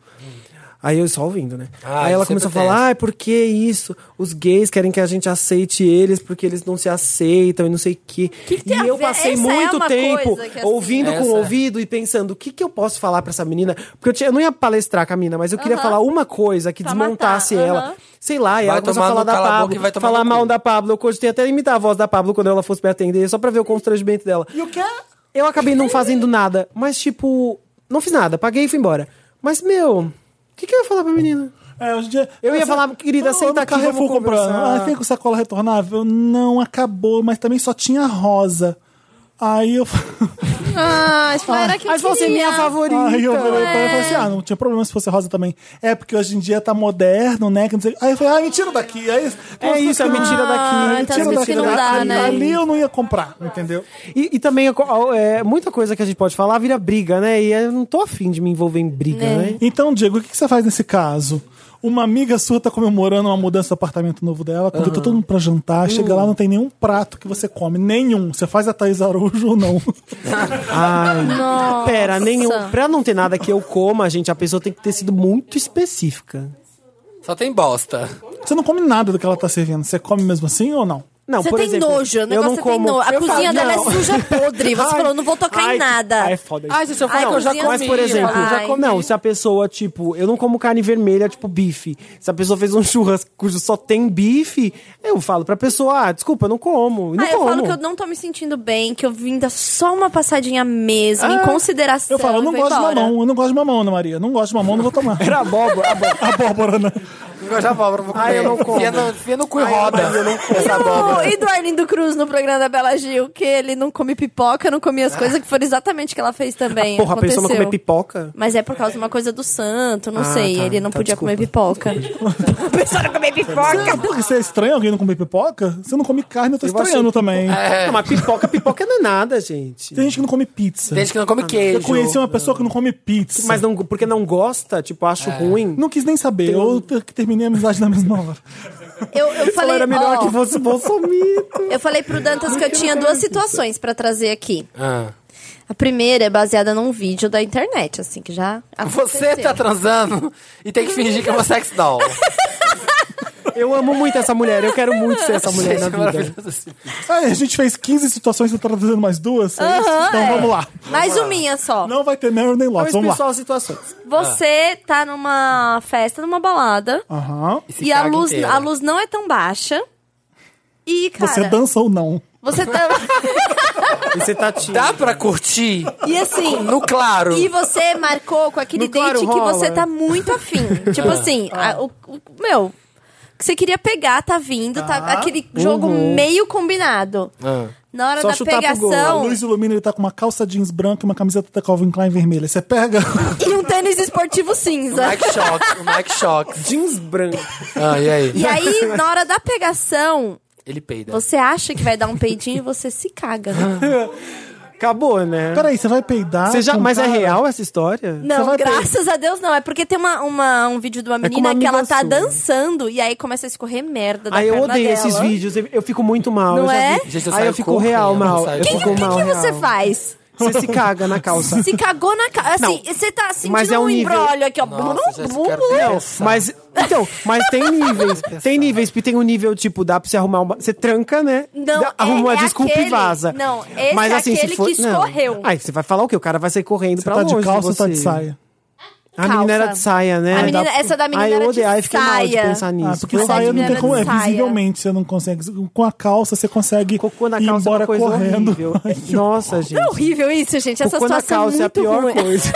[SPEAKER 3] Aí eu só ouvindo, né?
[SPEAKER 1] Ah,
[SPEAKER 3] aí ela
[SPEAKER 1] sempre
[SPEAKER 3] começou a
[SPEAKER 1] tem
[SPEAKER 3] falar, ah, por que isso? Os gays querem que a gente aceite eles porque eles não se aceitam e não sei o quê.
[SPEAKER 4] Que que tem
[SPEAKER 3] e
[SPEAKER 4] a
[SPEAKER 3] eu
[SPEAKER 4] ver?
[SPEAKER 3] passei
[SPEAKER 4] Essa é
[SPEAKER 3] muito
[SPEAKER 4] uma
[SPEAKER 3] tempo
[SPEAKER 4] coisa que, assim,
[SPEAKER 3] ouvindo com
[SPEAKER 1] Essa
[SPEAKER 3] o
[SPEAKER 1] é.
[SPEAKER 3] ouvido e pensando, o que, que eu posso falar pra essa menina? Porque eu, tinha- eu não ia palestrar com a menina, mas eu queria falar uma coisa que
[SPEAKER 4] Pra
[SPEAKER 3] desmontasse
[SPEAKER 4] matar,
[SPEAKER 3] ela.
[SPEAKER 4] aham.
[SPEAKER 3] Sei lá, e
[SPEAKER 1] Vai
[SPEAKER 3] ela começou a
[SPEAKER 1] tomar
[SPEAKER 3] falar
[SPEAKER 1] no
[SPEAKER 3] da
[SPEAKER 1] cala a boca
[SPEAKER 3] Pablo,
[SPEAKER 1] e vai tomar
[SPEAKER 3] falar
[SPEAKER 1] no
[SPEAKER 3] mal
[SPEAKER 1] cu.
[SPEAKER 3] da Pablo. Eu cogitei até imitar a voz da Pablo quando ela fosse me atender, só pra ver o constrangimento dela. E o quê? Eu acabei não fazendo nada, mas tipo, não fiz nada, paguei e fui embora. Mas, meu, o que, que eu ia falar pra menina?
[SPEAKER 2] É, hoje em dia-
[SPEAKER 3] Eu ia
[SPEAKER 2] Você-
[SPEAKER 3] falar, querida,
[SPEAKER 2] Eu
[SPEAKER 3] senta
[SPEAKER 2] no
[SPEAKER 3] aqui, vamos
[SPEAKER 2] Carrefour
[SPEAKER 3] conversar.
[SPEAKER 2] Ah, tem com sacola retornável? Não, acabou, mas também só tinha rosa. Aí eu.
[SPEAKER 4] Ah, espera que
[SPEAKER 3] Mas você é minha favorita.
[SPEAKER 2] Aí eu virei pra ela e falei
[SPEAKER 4] É.
[SPEAKER 2] assim: ah, não tinha problema se fosse rosa também. É porque hoje em dia tá moderno, né? Que não sei... Aí eu falei: ah, mentira daqui. Aí,
[SPEAKER 3] É isso, a mentira daqui.
[SPEAKER 4] Ah, então as coisas que não dá, né?
[SPEAKER 2] Ali eu não ia comprar, entendeu?
[SPEAKER 3] E, e também a co- é, muita coisa que a gente pode falar vira briga, né? E eu não tô afim de me envolver em briga,
[SPEAKER 4] Né.
[SPEAKER 3] né?
[SPEAKER 2] Então, Diego, o que que você faz nesse caso? Uma amiga sua tá comemorando uma mudança do apartamento novo dela, convidou todo mundo pra jantar, chega lá, não tem nenhum prato que você come, nenhum. Você faz a Thaís Araújo ou não?
[SPEAKER 3] Ai.
[SPEAKER 4] Nossa.
[SPEAKER 3] Pera, nenhum. Pra não ter nada que eu coma, gente, a pessoa tem que ter sido muito específica.
[SPEAKER 1] Só tem bosta.
[SPEAKER 2] Você não come nada do que ela tá servindo. Você come mesmo assim ou não?
[SPEAKER 3] Não,
[SPEAKER 4] Você
[SPEAKER 3] por
[SPEAKER 4] tem
[SPEAKER 3] exemplo,
[SPEAKER 4] nojo, o
[SPEAKER 3] eu não
[SPEAKER 4] negócio é tem
[SPEAKER 3] como.
[SPEAKER 4] nojo. A
[SPEAKER 3] Eu falo,
[SPEAKER 4] cozinha dela é
[SPEAKER 3] não.
[SPEAKER 4] suja podre. Você
[SPEAKER 3] Ai,
[SPEAKER 4] falou, não vou tocar
[SPEAKER 3] ai,
[SPEAKER 4] em nada.
[SPEAKER 3] ai, É foda isso.
[SPEAKER 1] Ai, gente, eu falei
[SPEAKER 4] Ai,
[SPEAKER 1] que eu já
[SPEAKER 4] cozinha-
[SPEAKER 1] comi.
[SPEAKER 4] Mas, por exemplo,
[SPEAKER 1] eu já
[SPEAKER 4] ai.
[SPEAKER 1] comi.
[SPEAKER 3] Não, se a pessoa, tipo, eu não como carne vermelha, tipo bife. Se a pessoa fez um churrasco cujo só tem bife, eu falo pra pessoa, ah, desculpa, eu não como. E Não
[SPEAKER 4] Ah, eu
[SPEAKER 3] como.
[SPEAKER 4] falo que eu não tô me sentindo bem, que eu vim dar só uma passadinha mesmo, em consideração.
[SPEAKER 2] Eu falo, eu não
[SPEAKER 4] e vou
[SPEAKER 2] gosto
[SPEAKER 4] embora.
[SPEAKER 2] de mamão, eu não gosto de mamão, Ana Maria. Não gosto de mamão, não vou tomar.
[SPEAKER 3] Era abóbora, abóbora.
[SPEAKER 2] Abóbora, né?
[SPEAKER 1] Não gosto de abóbora, não vou comer.
[SPEAKER 3] Ai, eu não como.
[SPEAKER 1] Enfia no, enfia no cu e roda. Essa abóbora.
[SPEAKER 4] Oh, E do Arlindo Cruz no programa da Bela Gil, que ele não come pipoca, não comia as coisas que foram exatamente o que ela fez também.
[SPEAKER 3] Ah, Porra, a pessoa
[SPEAKER 4] Aconteceu.
[SPEAKER 3] não comer pipoca?
[SPEAKER 4] Mas é por causa de uma coisa do santo, não
[SPEAKER 3] Ah,
[SPEAKER 4] sei.
[SPEAKER 3] tá,
[SPEAKER 4] ele não
[SPEAKER 3] tá,
[SPEAKER 4] podia comer pipoca. a pessoa não comer pipoca.
[SPEAKER 2] Porque você é estranho alguém não comer pipoca? Você não come carne, eu tô
[SPEAKER 3] Eu acho
[SPEAKER 2] estranhando
[SPEAKER 3] que-
[SPEAKER 2] também.
[SPEAKER 1] É,
[SPEAKER 3] Não, mas pipoca, pipoca não é nada, gente.
[SPEAKER 2] Tem gente que não come pizza.
[SPEAKER 1] desde que não come
[SPEAKER 2] Eu
[SPEAKER 1] queijo.
[SPEAKER 2] conheci um- uma pessoa que não come pizza.
[SPEAKER 3] Mas não, porque não gosta, tipo, acho ruim.
[SPEAKER 2] É. Não quis nem saber. Eu ter- que terminei a amizade na mesma hora.
[SPEAKER 4] Eu, eu
[SPEAKER 3] Ela
[SPEAKER 4] falei,
[SPEAKER 3] era melhor
[SPEAKER 4] ó,
[SPEAKER 3] que fosse bolsomito.
[SPEAKER 4] eu falei pro Dantas que eu tinha duas situações pra trazer aqui.
[SPEAKER 1] Ah.
[SPEAKER 4] A primeira é baseada num vídeo da internet, assim, que já aconteceu.
[SPEAKER 1] Você tá transando e tem que fingir que é uma sex doll.
[SPEAKER 3] Eu amo muito essa mulher, eu quero muito ser essa mulher
[SPEAKER 1] Gente,
[SPEAKER 3] na
[SPEAKER 1] é
[SPEAKER 3] vida.
[SPEAKER 1] maravilhoso esse vídeo.
[SPEAKER 2] Aí, a gente fez 15 situações, você tá trazendo mais duas? é isso?
[SPEAKER 4] Aham,
[SPEAKER 2] então
[SPEAKER 4] é.
[SPEAKER 2] vamos lá.
[SPEAKER 4] Mais uma minha só.
[SPEAKER 2] Não vai ter Meryl nem Lotus,
[SPEAKER 3] Mas
[SPEAKER 2] vamos lá.
[SPEAKER 3] pessoal, situações.
[SPEAKER 4] Você
[SPEAKER 3] Ah.
[SPEAKER 4] tá numa festa, numa balada,
[SPEAKER 2] Aham.
[SPEAKER 1] Se
[SPEAKER 4] e a
[SPEAKER 1] caga
[SPEAKER 4] luz,
[SPEAKER 1] inteira.
[SPEAKER 4] a luz não é tão baixa. E, cara,
[SPEAKER 2] Você dança ou não?
[SPEAKER 4] você tá.
[SPEAKER 3] E você tá tímido.
[SPEAKER 1] Dá pra curtir
[SPEAKER 4] E assim.
[SPEAKER 1] no claro.
[SPEAKER 4] E você marcou com aquele
[SPEAKER 3] No claro
[SPEAKER 4] date que
[SPEAKER 3] rola. Ah.
[SPEAKER 4] você tá muito afim. tipo assim, a- o, o- meu, que você queria pegar, tá vindo, tá
[SPEAKER 3] Ah.
[SPEAKER 4] aquele jogo meio combinado.
[SPEAKER 1] Ah.
[SPEAKER 4] Na hora
[SPEAKER 3] Uhum. Só
[SPEAKER 4] da
[SPEAKER 3] chutar pro
[SPEAKER 2] A
[SPEAKER 3] gol.
[SPEAKER 4] pegação
[SPEAKER 2] luz ilumina, ele tá com uma calça jeans branca e uma camiseta da Calvin Klein vermelha. Você pega.
[SPEAKER 4] e um tênis esportivo cinza.
[SPEAKER 1] Mike Shock, o Mike Shock.
[SPEAKER 3] Jeans branco.
[SPEAKER 1] Ah, e aí?
[SPEAKER 4] E aí, na hora da pegação,
[SPEAKER 1] Ele peida.
[SPEAKER 4] você acha que vai dar um peidinho e você se caga. né?
[SPEAKER 3] Acabou, né?
[SPEAKER 2] Peraí, você vai peidar.
[SPEAKER 3] Você já,
[SPEAKER 2] Tá com um
[SPEAKER 3] mas é
[SPEAKER 2] cara?
[SPEAKER 3] real essa história?
[SPEAKER 4] Não,
[SPEAKER 2] vai
[SPEAKER 4] graças a Deus não. É porque tem uma, uma- um vídeo de uma
[SPEAKER 3] É com
[SPEAKER 4] menina
[SPEAKER 3] uma
[SPEAKER 4] que ela
[SPEAKER 3] amiga
[SPEAKER 4] tá
[SPEAKER 3] sua.
[SPEAKER 4] dançando e aí começa a escorrer merda da
[SPEAKER 3] Aí eu
[SPEAKER 4] perna
[SPEAKER 3] odeio
[SPEAKER 4] dela.
[SPEAKER 3] esses vídeos, eu eu fico muito mal.
[SPEAKER 4] Não
[SPEAKER 3] eu já
[SPEAKER 4] é?
[SPEAKER 3] vi.
[SPEAKER 1] Gente, eu
[SPEAKER 3] Aí
[SPEAKER 1] saio
[SPEAKER 3] eu fico
[SPEAKER 1] correndo,
[SPEAKER 3] real
[SPEAKER 1] eu
[SPEAKER 3] mal.
[SPEAKER 1] saio
[SPEAKER 3] Eu
[SPEAKER 4] Quem-
[SPEAKER 3] fico
[SPEAKER 4] O que,
[SPEAKER 3] mal
[SPEAKER 4] que você
[SPEAKER 3] real.
[SPEAKER 4] faz?
[SPEAKER 3] Você se caga na calça.
[SPEAKER 4] Se cagou na cara. Assim, você tá
[SPEAKER 3] mas
[SPEAKER 4] sentindo
[SPEAKER 3] é
[SPEAKER 4] um,
[SPEAKER 3] um nível-
[SPEAKER 4] embrólio aqui, ó. é
[SPEAKER 1] Nossa,
[SPEAKER 4] Blum,
[SPEAKER 1] Jéssica,
[SPEAKER 4] blum,
[SPEAKER 1] quero
[SPEAKER 4] blum.
[SPEAKER 1] ver
[SPEAKER 3] Não,
[SPEAKER 1] essa.
[SPEAKER 3] mas. Então, mas tem níveis. tem níveis, porque tem um nível, tipo, dá pra você arrumar uma. Você tranca, né?
[SPEAKER 4] Não,
[SPEAKER 3] Dá- arruma
[SPEAKER 4] é-
[SPEAKER 3] uma
[SPEAKER 4] é
[SPEAKER 3] desculpa
[SPEAKER 4] aquele-
[SPEAKER 3] e vaza. assim,
[SPEAKER 4] não, esse é aquele que
[SPEAKER 3] não.
[SPEAKER 4] escorreu.
[SPEAKER 3] Aí você vai falar o quê? O cara vai sair correndo
[SPEAKER 2] Você
[SPEAKER 3] pra
[SPEAKER 2] tá
[SPEAKER 3] longe.
[SPEAKER 2] de calça ou
[SPEAKER 3] você.
[SPEAKER 2] tá de saia?
[SPEAKER 3] A menina era de saia, né?
[SPEAKER 4] A
[SPEAKER 3] Aí
[SPEAKER 4] menina-
[SPEAKER 3] dá-
[SPEAKER 4] essa da menina
[SPEAKER 3] Aí eu
[SPEAKER 4] era de
[SPEAKER 3] odeio, aí fiquei mal de
[SPEAKER 4] saia.
[SPEAKER 3] pensar nisso.
[SPEAKER 2] Ah, porque
[SPEAKER 3] Foi
[SPEAKER 2] saia não tem
[SPEAKER 4] horrível.
[SPEAKER 2] como. É,
[SPEAKER 4] Saia.
[SPEAKER 2] visivelmente você não consegue. Com a calça você consegue
[SPEAKER 3] Cocô na
[SPEAKER 2] ir
[SPEAKER 3] calça é
[SPEAKER 2] embora
[SPEAKER 3] uma coisa
[SPEAKER 2] correndo.
[SPEAKER 3] horrível. Nossa, gente.
[SPEAKER 4] Não é horrível isso, gente. Essa
[SPEAKER 3] Cocô na
[SPEAKER 4] situação
[SPEAKER 3] calça
[SPEAKER 4] muito
[SPEAKER 3] é a pior
[SPEAKER 4] ruim.
[SPEAKER 3] coisa.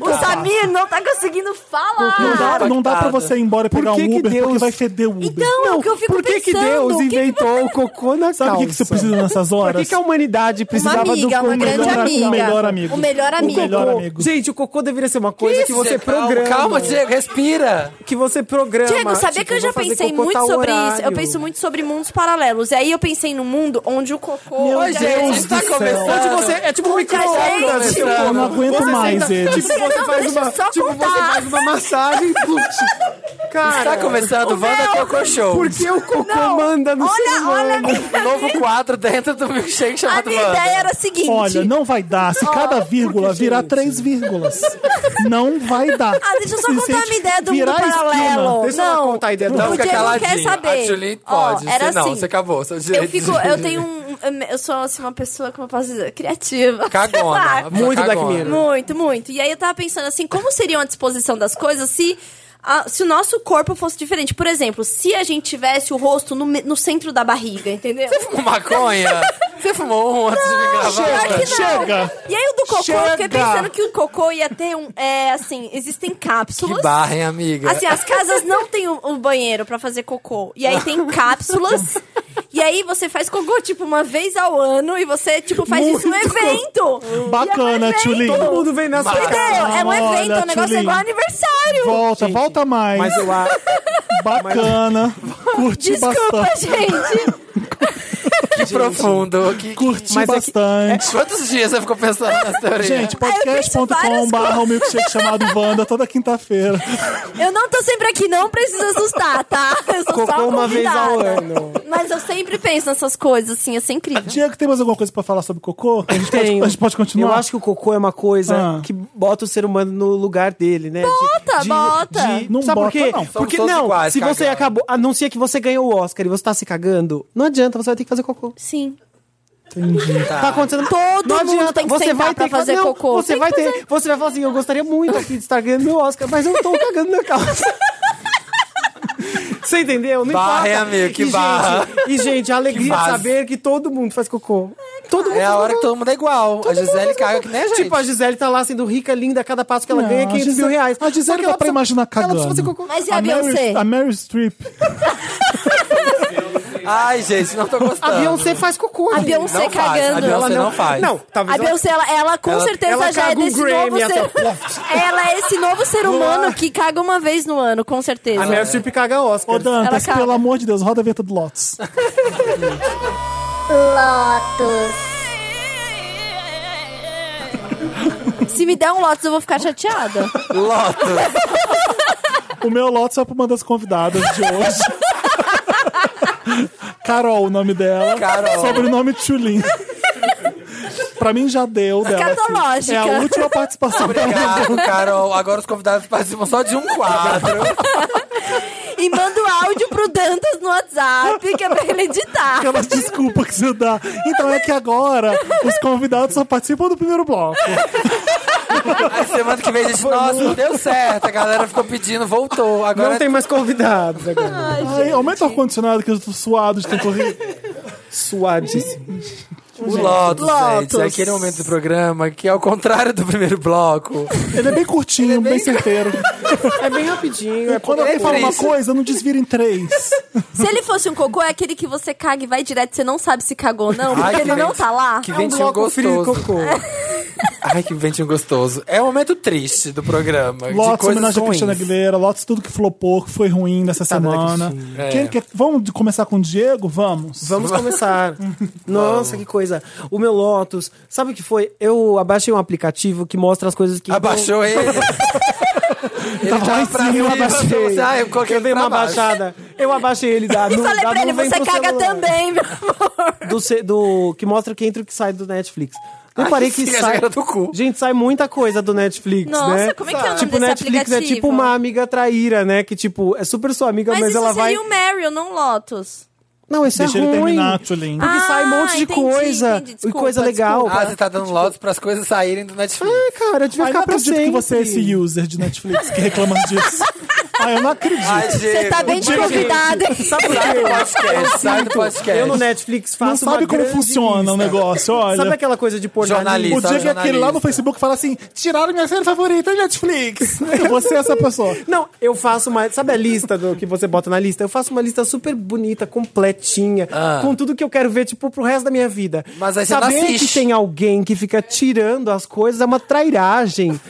[SPEAKER 4] O Samir não tá conseguindo falar.
[SPEAKER 2] Não dá, não dá pra você ir embora e
[SPEAKER 3] Por
[SPEAKER 2] pegar
[SPEAKER 3] que
[SPEAKER 2] um
[SPEAKER 3] que
[SPEAKER 2] Uber porque
[SPEAKER 3] Deus-
[SPEAKER 2] vai feder o Uber.
[SPEAKER 4] Então, é o que eu fico
[SPEAKER 3] Por que, que
[SPEAKER 4] pensando.
[SPEAKER 3] Deus
[SPEAKER 4] O que que
[SPEAKER 3] inventou o cocô na
[SPEAKER 2] Sabe o
[SPEAKER 3] calça?
[SPEAKER 2] que, que você precisa nessas
[SPEAKER 3] Por
[SPEAKER 2] horas?
[SPEAKER 3] que, é um que a humanidade
[SPEAKER 4] Uma
[SPEAKER 3] precisava do
[SPEAKER 4] amiga, é
[SPEAKER 3] cocô?
[SPEAKER 4] uma grande
[SPEAKER 2] melhor-
[SPEAKER 4] amiga.
[SPEAKER 2] o melhor amigo.
[SPEAKER 4] O melhor
[SPEAKER 2] O
[SPEAKER 4] amigo.
[SPEAKER 2] melhor
[SPEAKER 3] Cocô.
[SPEAKER 2] amigo.
[SPEAKER 3] Gente, o cocô deveria ser uma coisa que,
[SPEAKER 1] Isso,
[SPEAKER 3] você
[SPEAKER 1] calma,
[SPEAKER 3] programa.
[SPEAKER 1] Calma, Diego, respira.
[SPEAKER 3] Que você programa.
[SPEAKER 4] Diego, sabia
[SPEAKER 3] Tipo,
[SPEAKER 4] que eu já
[SPEAKER 3] vou fazer
[SPEAKER 4] pensei
[SPEAKER 3] cocô
[SPEAKER 4] muito
[SPEAKER 3] tal
[SPEAKER 4] sobre isso?
[SPEAKER 3] horário.
[SPEAKER 4] Eu penso muito sobre mundos paralelos. E aí eu pensei num mundo onde o cocô. é
[SPEAKER 1] Oi,
[SPEAKER 4] onde a
[SPEAKER 1] gente,
[SPEAKER 4] gente-
[SPEAKER 1] está
[SPEAKER 2] do céu.
[SPEAKER 1] começando.
[SPEAKER 3] Onde você. É tipo um micro-ondas.
[SPEAKER 4] gente-
[SPEAKER 3] seu
[SPEAKER 1] Eu
[SPEAKER 3] corpo.
[SPEAKER 2] não aguento
[SPEAKER 3] Você
[SPEAKER 2] mais
[SPEAKER 3] senta-
[SPEAKER 2] ele.
[SPEAKER 3] Tipo, você
[SPEAKER 4] Não,
[SPEAKER 3] faz
[SPEAKER 4] deixa eu
[SPEAKER 3] uma.
[SPEAKER 4] só
[SPEAKER 3] Tipo, você
[SPEAKER 4] contar.
[SPEAKER 3] faz uma massagem e Cara.
[SPEAKER 1] Está começando o Wanda Coco Show.
[SPEAKER 3] Por que o cocô
[SPEAKER 4] Não,
[SPEAKER 3] manda no ser
[SPEAKER 4] Olha,
[SPEAKER 3] humano?
[SPEAKER 4] olha, a minha-
[SPEAKER 1] Um novo quadro dentro do milkshake
[SPEAKER 4] a
[SPEAKER 1] chamado
[SPEAKER 4] minha
[SPEAKER 1] Wanda.
[SPEAKER 4] ideia é era a seguinte.
[SPEAKER 2] Olha, não vai dar. Se cada vírgula virar três vírgulas, não vai dar.
[SPEAKER 4] Ah, deixa eu só
[SPEAKER 2] Se
[SPEAKER 4] contar a minha ideia do mundo
[SPEAKER 2] virar a esquina,
[SPEAKER 4] paralelo.
[SPEAKER 3] Deixa eu
[SPEAKER 4] não,
[SPEAKER 3] contar a ideia tá? do
[SPEAKER 1] Então
[SPEAKER 4] o
[SPEAKER 1] fica
[SPEAKER 4] Diego
[SPEAKER 1] caladinho.
[SPEAKER 4] quer saber.
[SPEAKER 1] A Julie
[SPEAKER 4] Ó,
[SPEAKER 1] pode.
[SPEAKER 4] era
[SPEAKER 1] se não,
[SPEAKER 4] assim.
[SPEAKER 1] você acabou. Seu direito.
[SPEAKER 4] Eu fico, eu tenho um, eu sou assim, uma pessoa, como eu posso dizer, criativa.
[SPEAKER 1] Cagona.
[SPEAKER 3] Muito
[SPEAKER 1] cagona.
[SPEAKER 3] Black Mirror.
[SPEAKER 4] Muito, muito. E aí eu tava pensando assim, como seria a disposição das coisas se, a- se o nosso corpo fosse diferente? Por exemplo, se a gente tivesse o rosto no, me- no centro da barriga, entendeu?
[SPEAKER 1] Você fumou maconha? Você fumou um antes de vir gravar?
[SPEAKER 4] Pior que não.
[SPEAKER 2] Chega.
[SPEAKER 4] E aí o do cocô, eu fiquei
[SPEAKER 3] Chega.
[SPEAKER 4] pensando que o cocô ia ter um. É, assim, existem cápsulas.
[SPEAKER 1] Que barra, hein, amiga?
[SPEAKER 4] Assim, as casas não têm o, o banheiro pra fazer cocô. E aí tem cápsulas E aí você faz cocô, tipo, uma vez ao ano e você, tipo, faz isso no evento.
[SPEAKER 2] Bacana,
[SPEAKER 4] E é um
[SPEAKER 2] Tchulin.
[SPEAKER 4] evento.
[SPEAKER 3] Todo mundo vem nessa
[SPEAKER 4] Entendeu?
[SPEAKER 2] Bacana,
[SPEAKER 4] É um evento, é
[SPEAKER 2] olha,
[SPEAKER 4] um negócio
[SPEAKER 2] Tchulin.
[SPEAKER 4] igual aniversário.
[SPEAKER 2] Volta,
[SPEAKER 3] Gente,
[SPEAKER 2] volta mais.
[SPEAKER 3] Mas eu acho.
[SPEAKER 2] Bacana. Curti
[SPEAKER 4] Desculpa,
[SPEAKER 2] bastante.
[SPEAKER 4] gente.
[SPEAKER 1] Que profundo. Que,
[SPEAKER 2] Curti
[SPEAKER 3] Mas é que- É.
[SPEAKER 2] bastante.
[SPEAKER 1] Quantos dias você ficou pensando nessa teoria?
[SPEAKER 2] Gente,
[SPEAKER 4] Ah, eu penso várias
[SPEAKER 2] podcast.com.br o milkshake chamado Wanda toda quinta-feira.
[SPEAKER 4] Eu não tô sempre aqui, não precisa assustar, tá? Eu sou só
[SPEAKER 3] Cocô uma vez ao
[SPEAKER 4] convidada.
[SPEAKER 3] ano.
[SPEAKER 4] Mas eu sempre penso nessas coisas, assim, assim, incrível.
[SPEAKER 2] Diego, tem mais alguma coisa pra falar sobre cocô? A gente,
[SPEAKER 3] Tenho.
[SPEAKER 2] Pode, a gente pode continuar?
[SPEAKER 3] Eu acho que o cocô é uma coisa
[SPEAKER 2] Ah.
[SPEAKER 3] que bota o ser humano no lugar dele, né?
[SPEAKER 4] Bota, bota.
[SPEAKER 2] Não
[SPEAKER 3] sabe
[SPEAKER 2] bota,
[SPEAKER 3] por quê?
[SPEAKER 2] não.
[SPEAKER 1] Somos
[SPEAKER 3] Porque
[SPEAKER 1] todos
[SPEAKER 3] não,
[SPEAKER 1] iguais,
[SPEAKER 3] se você
[SPEAKER 1] cagando.
[SPEAKER 3] acabou, a não ser que você ganhou o Oscar e você tá se cagando, não adianta, você vai ter que fazer cocô.
[SPEAKER 4] Sim.
[SPEAKER 3] Tá, acontecendo.
[SPEAKER 4] Todo
[SPEAKER 3] não
[SPEAKER 4] mundo
[SPEAKER 3] adianta,
[SPEAKER 4] tem que
[SPEAKER 3] você
[SPEAKER 4] sentar
[SPEAKER 3] vai ter
[SPEAKER 4] pra
[SPEAKER 3] que
[SPEAKER 4] fazer
[SPEAKER 3] não,
[SPEAKER 4] cocô.
[SPEAKER 3] Você
[SPEAKER 4] Tem
[SPEAKER 3] vai
[SPEAKER 4] que
[SPEAKER 3] ter, você vai falar assim, eu gostaria muito aqui de estar ganhando meu Oscar, mas eu tô cagando na calça. Você entendeu? Não
[SPEAKER 1] Barra,
[SPEAKER 3] importa.
[SPEAKER 1] hein, amigo? Que
[SPEAKER 3] e,
[SPEAKER 1] barra.
[SPEAKER 3] Gente, e, gente, a alegria de
[SPEAKER 1] vaso.
[SPEAKER 3] saber que todo mundo faz cocô. Todo mundo
[SPEAKER 1] É a
[SPEAKER 3] faz
[SPEAKER 1] hora
[SPEAKER 3] cocô.
[SPEAKER 1] que todo mundo é igual. a Gisele caga que
[SPEAKER 4] Né,
[SPEAKER 1] nem a gente.
[SPEAKER 3] Tipo, a Gisele tá lá sendo rica, linda, a cada passo que ela
[SPEAKER 2] Não,
[SPEAKER 3] ganha é
[SPEAKER 2] a
[SPEAKER 3] 500 mil
[SPEAKER 2] Gisele-
[SPEAKER 3] reais.
[SPEAKER 2] a Gisele
[SPEAKER 3] Só que
[SPEAKER 2] dá
[SPEAKER 3] ela
[SPEAKER 2] pra
[SPEAKER 3] precisa-
[SPEAKER 2] imaginar
[SPEAKER 3] Ela precisa fazer
[SPEAKER 2] cagando.
[SPEAKER 3] cocô.
[SPEAKER 4] Mas e a, Beyoncé?
[SPEAKER 2] Mary, a Mary Streep.
[SPEAKER 1] Ai, gente, não tô gostando.
[SPEAKER 3] A Beyoncé faz cocô.
[SPEAKER 4] A
[SPEAKER 3] gente.
[SPEAKER 4] Beyoncé
[SPEAKER 1] não faz. A
[SPEAKER 4] cagando.
[SPEAKER 1] Beyoncé não,
[SPEAKER 3] não-
[SPEAKER 1] faz.
[SPEAKER 3] Não,
[SPEAKER 4] A
[SPEAKER 3] talvez ela-
[SPEAKER 4] Beyoncé, ela, ela com certeza
[SPEAKER 3] ela
[SPEAKER 4] já é
[SPEAKER 3] caga um
[SPEAKER 4] desse
[SPEAKER 3] Grammy,
[SPEAKER 4] novo
[SPEAKER 3] ela
[SPEAKER 4] ser... Ela é esse novo ser humano que caga uma vez no ano, com certeza.
[SPEAKER 3] A Meryl Streep caga Oscar.
[SPEAKER 2] Ô, Dantas,
[SPEAKER 4] caga.
[SPEAKER 2] pelo amor de Deus, roda a vinheta do Lotus.
[SPEAKER 4] Se me der um Lotus, eu vou ficar chateada.
[SPEAKER 1] Lotus.
[SPEAKER 2] O meu Lotus é pra uma das convidadas de hoje. Carol, o nome dela.
[SPEAKER 1] Carol.
[SPEAKER 2] Sobrenome Tchulin. pra mim já deu dela. assim.
[SPEAKER 4] Escatológica.
[SPEAKER 2] É a última participação dela.
[SPEAKER 1] Obrigado, Carol. Agora os convidados participam só de um quadro.
[SPEAKER 4] E manda o áudio pro Dantas no WhatsApp, que é pra ele editar.
[SPEAKER 2] Aquelas desculpas que você dá. Então é que agora os convidados só participam do primeiro bloco.
[SPEAKER 1] Aí semana que vem a gente, nossa, não deu certo. A galera ficou pedindo, voltou. Agora
[SPEAKER 3] Não tem mais convidados agora.
[SPEAKER 2] Aí, aumenta o ar-condicionado que eu tô suado de tanto rir.
[SPEAKER 3] Suadíssimo.
[SPEAKER 1] é o Lotus,
[SPEAKER 4] Lotus.
[SPEAKER 1] gente. É aquele momento do programa que é ao contrário do primeiro bloco.
[SPEAKER 2] Ele é bem curtinho, bem... certeiro.
[SPEAKER 3] É bem rapidinho. É
[SPEAKER 2] Quando alguém
[SPEAKER 4] um
[SPEAKER 2] fala uma
[SPEAKER 1] três.
[SPEAKER 2] coisa, não desvira em três.
[SPEAKER 4] Se ele fosse um cocô, é aquele que você caga e vai direto, você não sabe se cagou ou não, porque
[SPEAKER 1] Ai, que
[SPEAKER 4] ele não
[SPEAKER 1] venti-
[SPEAKER 4] tá lá.
[SPEAKER 1] que
[SPEAKER 4] É um
[SPEAKER 1] ventinho
[SPEAKER 4] bloco
[SPEAKER 1] gostoso.
[SPEAKER 4] frio.
[SPEAKER 3] cocô.
[SPEAKER 2] É.
[SPEAKER 1] Ai, que ventinho gostoso. É o momento triste do programa. de
[SPEAKER 2] Lotus,
[SPEAKER 1] coisas
[SPEAKER 2] homenagem a
[SPEAKER 1] ruins.
[SPEAKER 2] Cristina Aguilera, Lotus, tudo que flopou, que foi ruim nessa
[SPEAKER 3] Tá
[SPEAKER 2] semana.
[SPEAKER 1] É.
[SPEAKER 2] Quem quer- Vamos de- começar com o Diego? Vamos.
[SPEAKER 3] Vamos começar. Nossa, que coisa. O meu Lotus, sabe o que foi? Eu abaixei um aplicativo que mostra as coisas que.
[SPEAKER 1] Abaixou ele. ele
[SPEAKER 2] Tava lá em
[SPEAKER 1] pra
[SPEAKER 2] cima,
[SPEAKER 1] cima,
[SPEAKER 2] eu
[SPEAKER 1] abaixei.
[SPEAKER 3] Abaixei.
[SPEAKER 1] Você, ah, eu coloquei
[SPEAKER 3] eu dei
[SPEAKER 1] ele
[SPEAKER 3] uma
[SPEAKER 1] pra baixo.
[SPEAKER 3] baixada. Eu abaixei ele da.
[SPEAKER 4] E falei pra ele, você caga também, meu amor.
[SPEAKER 3] do, ce- do- que mostra o que entra e o que sai do Netflix. Eu
[SPEAKER 1] Ai,
[SPEAKER 3] parei
[SPEAKER 1] sim,
[SPEAKER 3] que
[SPEAKER 1] essa
[SPEAKER 3] sai.
[SPEAKER 1] cara do cu.
[SPEAKER 3] Gente, sai muita coisa do Netflix,
[SPEAKER 4] Nossa,
[SPEAKER 3] né?
[SPEAKER 4] como é que é o nome
[SPEAKER 3] Tipo,
[SPEAKER 4] desse
[SPEAKER 3] Netflix é
[SPEAKER 4] aplicativo?
[SPEAKER 3] tipo uma amiga traíra, né? Que tipo, é super sua amiga,
[SPEAKER 4] Mas,
[SPEAKER 3] mas,
[SPEAKER 4] isso
[SPEAKER 3] ela vai.
[SPEAKER 4] seria um- o Meryl, não Lotus.
[SPEAKER 3] Não, isso
[SPEAKER 2] Deixa
[SPEAKER 3] é
[SPEAKER 2] ele
[SPEAKER 3] ruim.
[SPEAKER 2] terminar, Tulin.
[SPEAKER 3] Porque
[SPEAKER 4] Ah,
[SPEAKER 3] sai um monte de
[SPEAKER 4] entendi,
[SPEAKER 3] coisa.
[SPEAKER 4] entendi.
[SPEAKER 3] e
[SPEAKER 4] Desculpa,
[SPEAKER 3] coisa legal.
[SPEAKER 1] Ah, você tá dando Lotus pras coisas saírem do Netflix.
[SPEAKER 3] Ah, cara, eu devia
[SPEAKER 2] Ai, não
[SPEAKER 3] ficar pra
[SPEAKER 2] acredito
[SPEAKER 3] sempre.
[SPEAKER 2] que você é esse user de Netflix que reclama disso. Ai, eu não acredito.
[SPEAKER 1] Ai,
[SPEAKER 4] Você tá bem de
[SPEAKER 3] Mas,
[SPEAKER 4] convidado, hein?
[SPEAKER 3] Sabe por
[SPEAKER 1] Sai do
[SPEAKER 3] quê?
[SPEAKER 1] podcast, sai do podcast.
[SPEAKER 3] Eu no Netflix
[SPEAKER 2] não
[SPEAKER 3] faço
[SPEAKER 2] sabe
[SPEAKER 3] uma
[SPEAKER 2] como
[SPEAKER 3] grande
[SPEAKER 2] funciona o
[SPEAKER 3] lista.
[SPEAKER 2] negócio, olha.
[SPEAKER 3] Sabe aquela coisa de pornô?
[SPEAKER 1] Jornalista.
[SPEAKER 2] O
[SPEAKER 1] Sabe,
[SPEAKER 2] dia que aquele lá
[SPEAKER 1] jornalista.
[SPEAKER 2] no Facebook fala assim: tiraram minha série favorita Netflix. Você é essa pessoa.
[SPEAKER 3] Não, eu faço uma. Sabe a lista do que você bota na lista? Eu faço uma lista super bonita, completinha,
[SPEAKER 1] Ah.
[SPEAKER 3] com tudo que eu quero ver, tipo, pro resto da minha vida.
[SPEAKER 1] Mas aí você não
[SPEAKER 3] Saber
[SPEAKER 1] assiste.
[SPEAKER 3] que tem alguém que fica tirando as coisas é uma trairagem.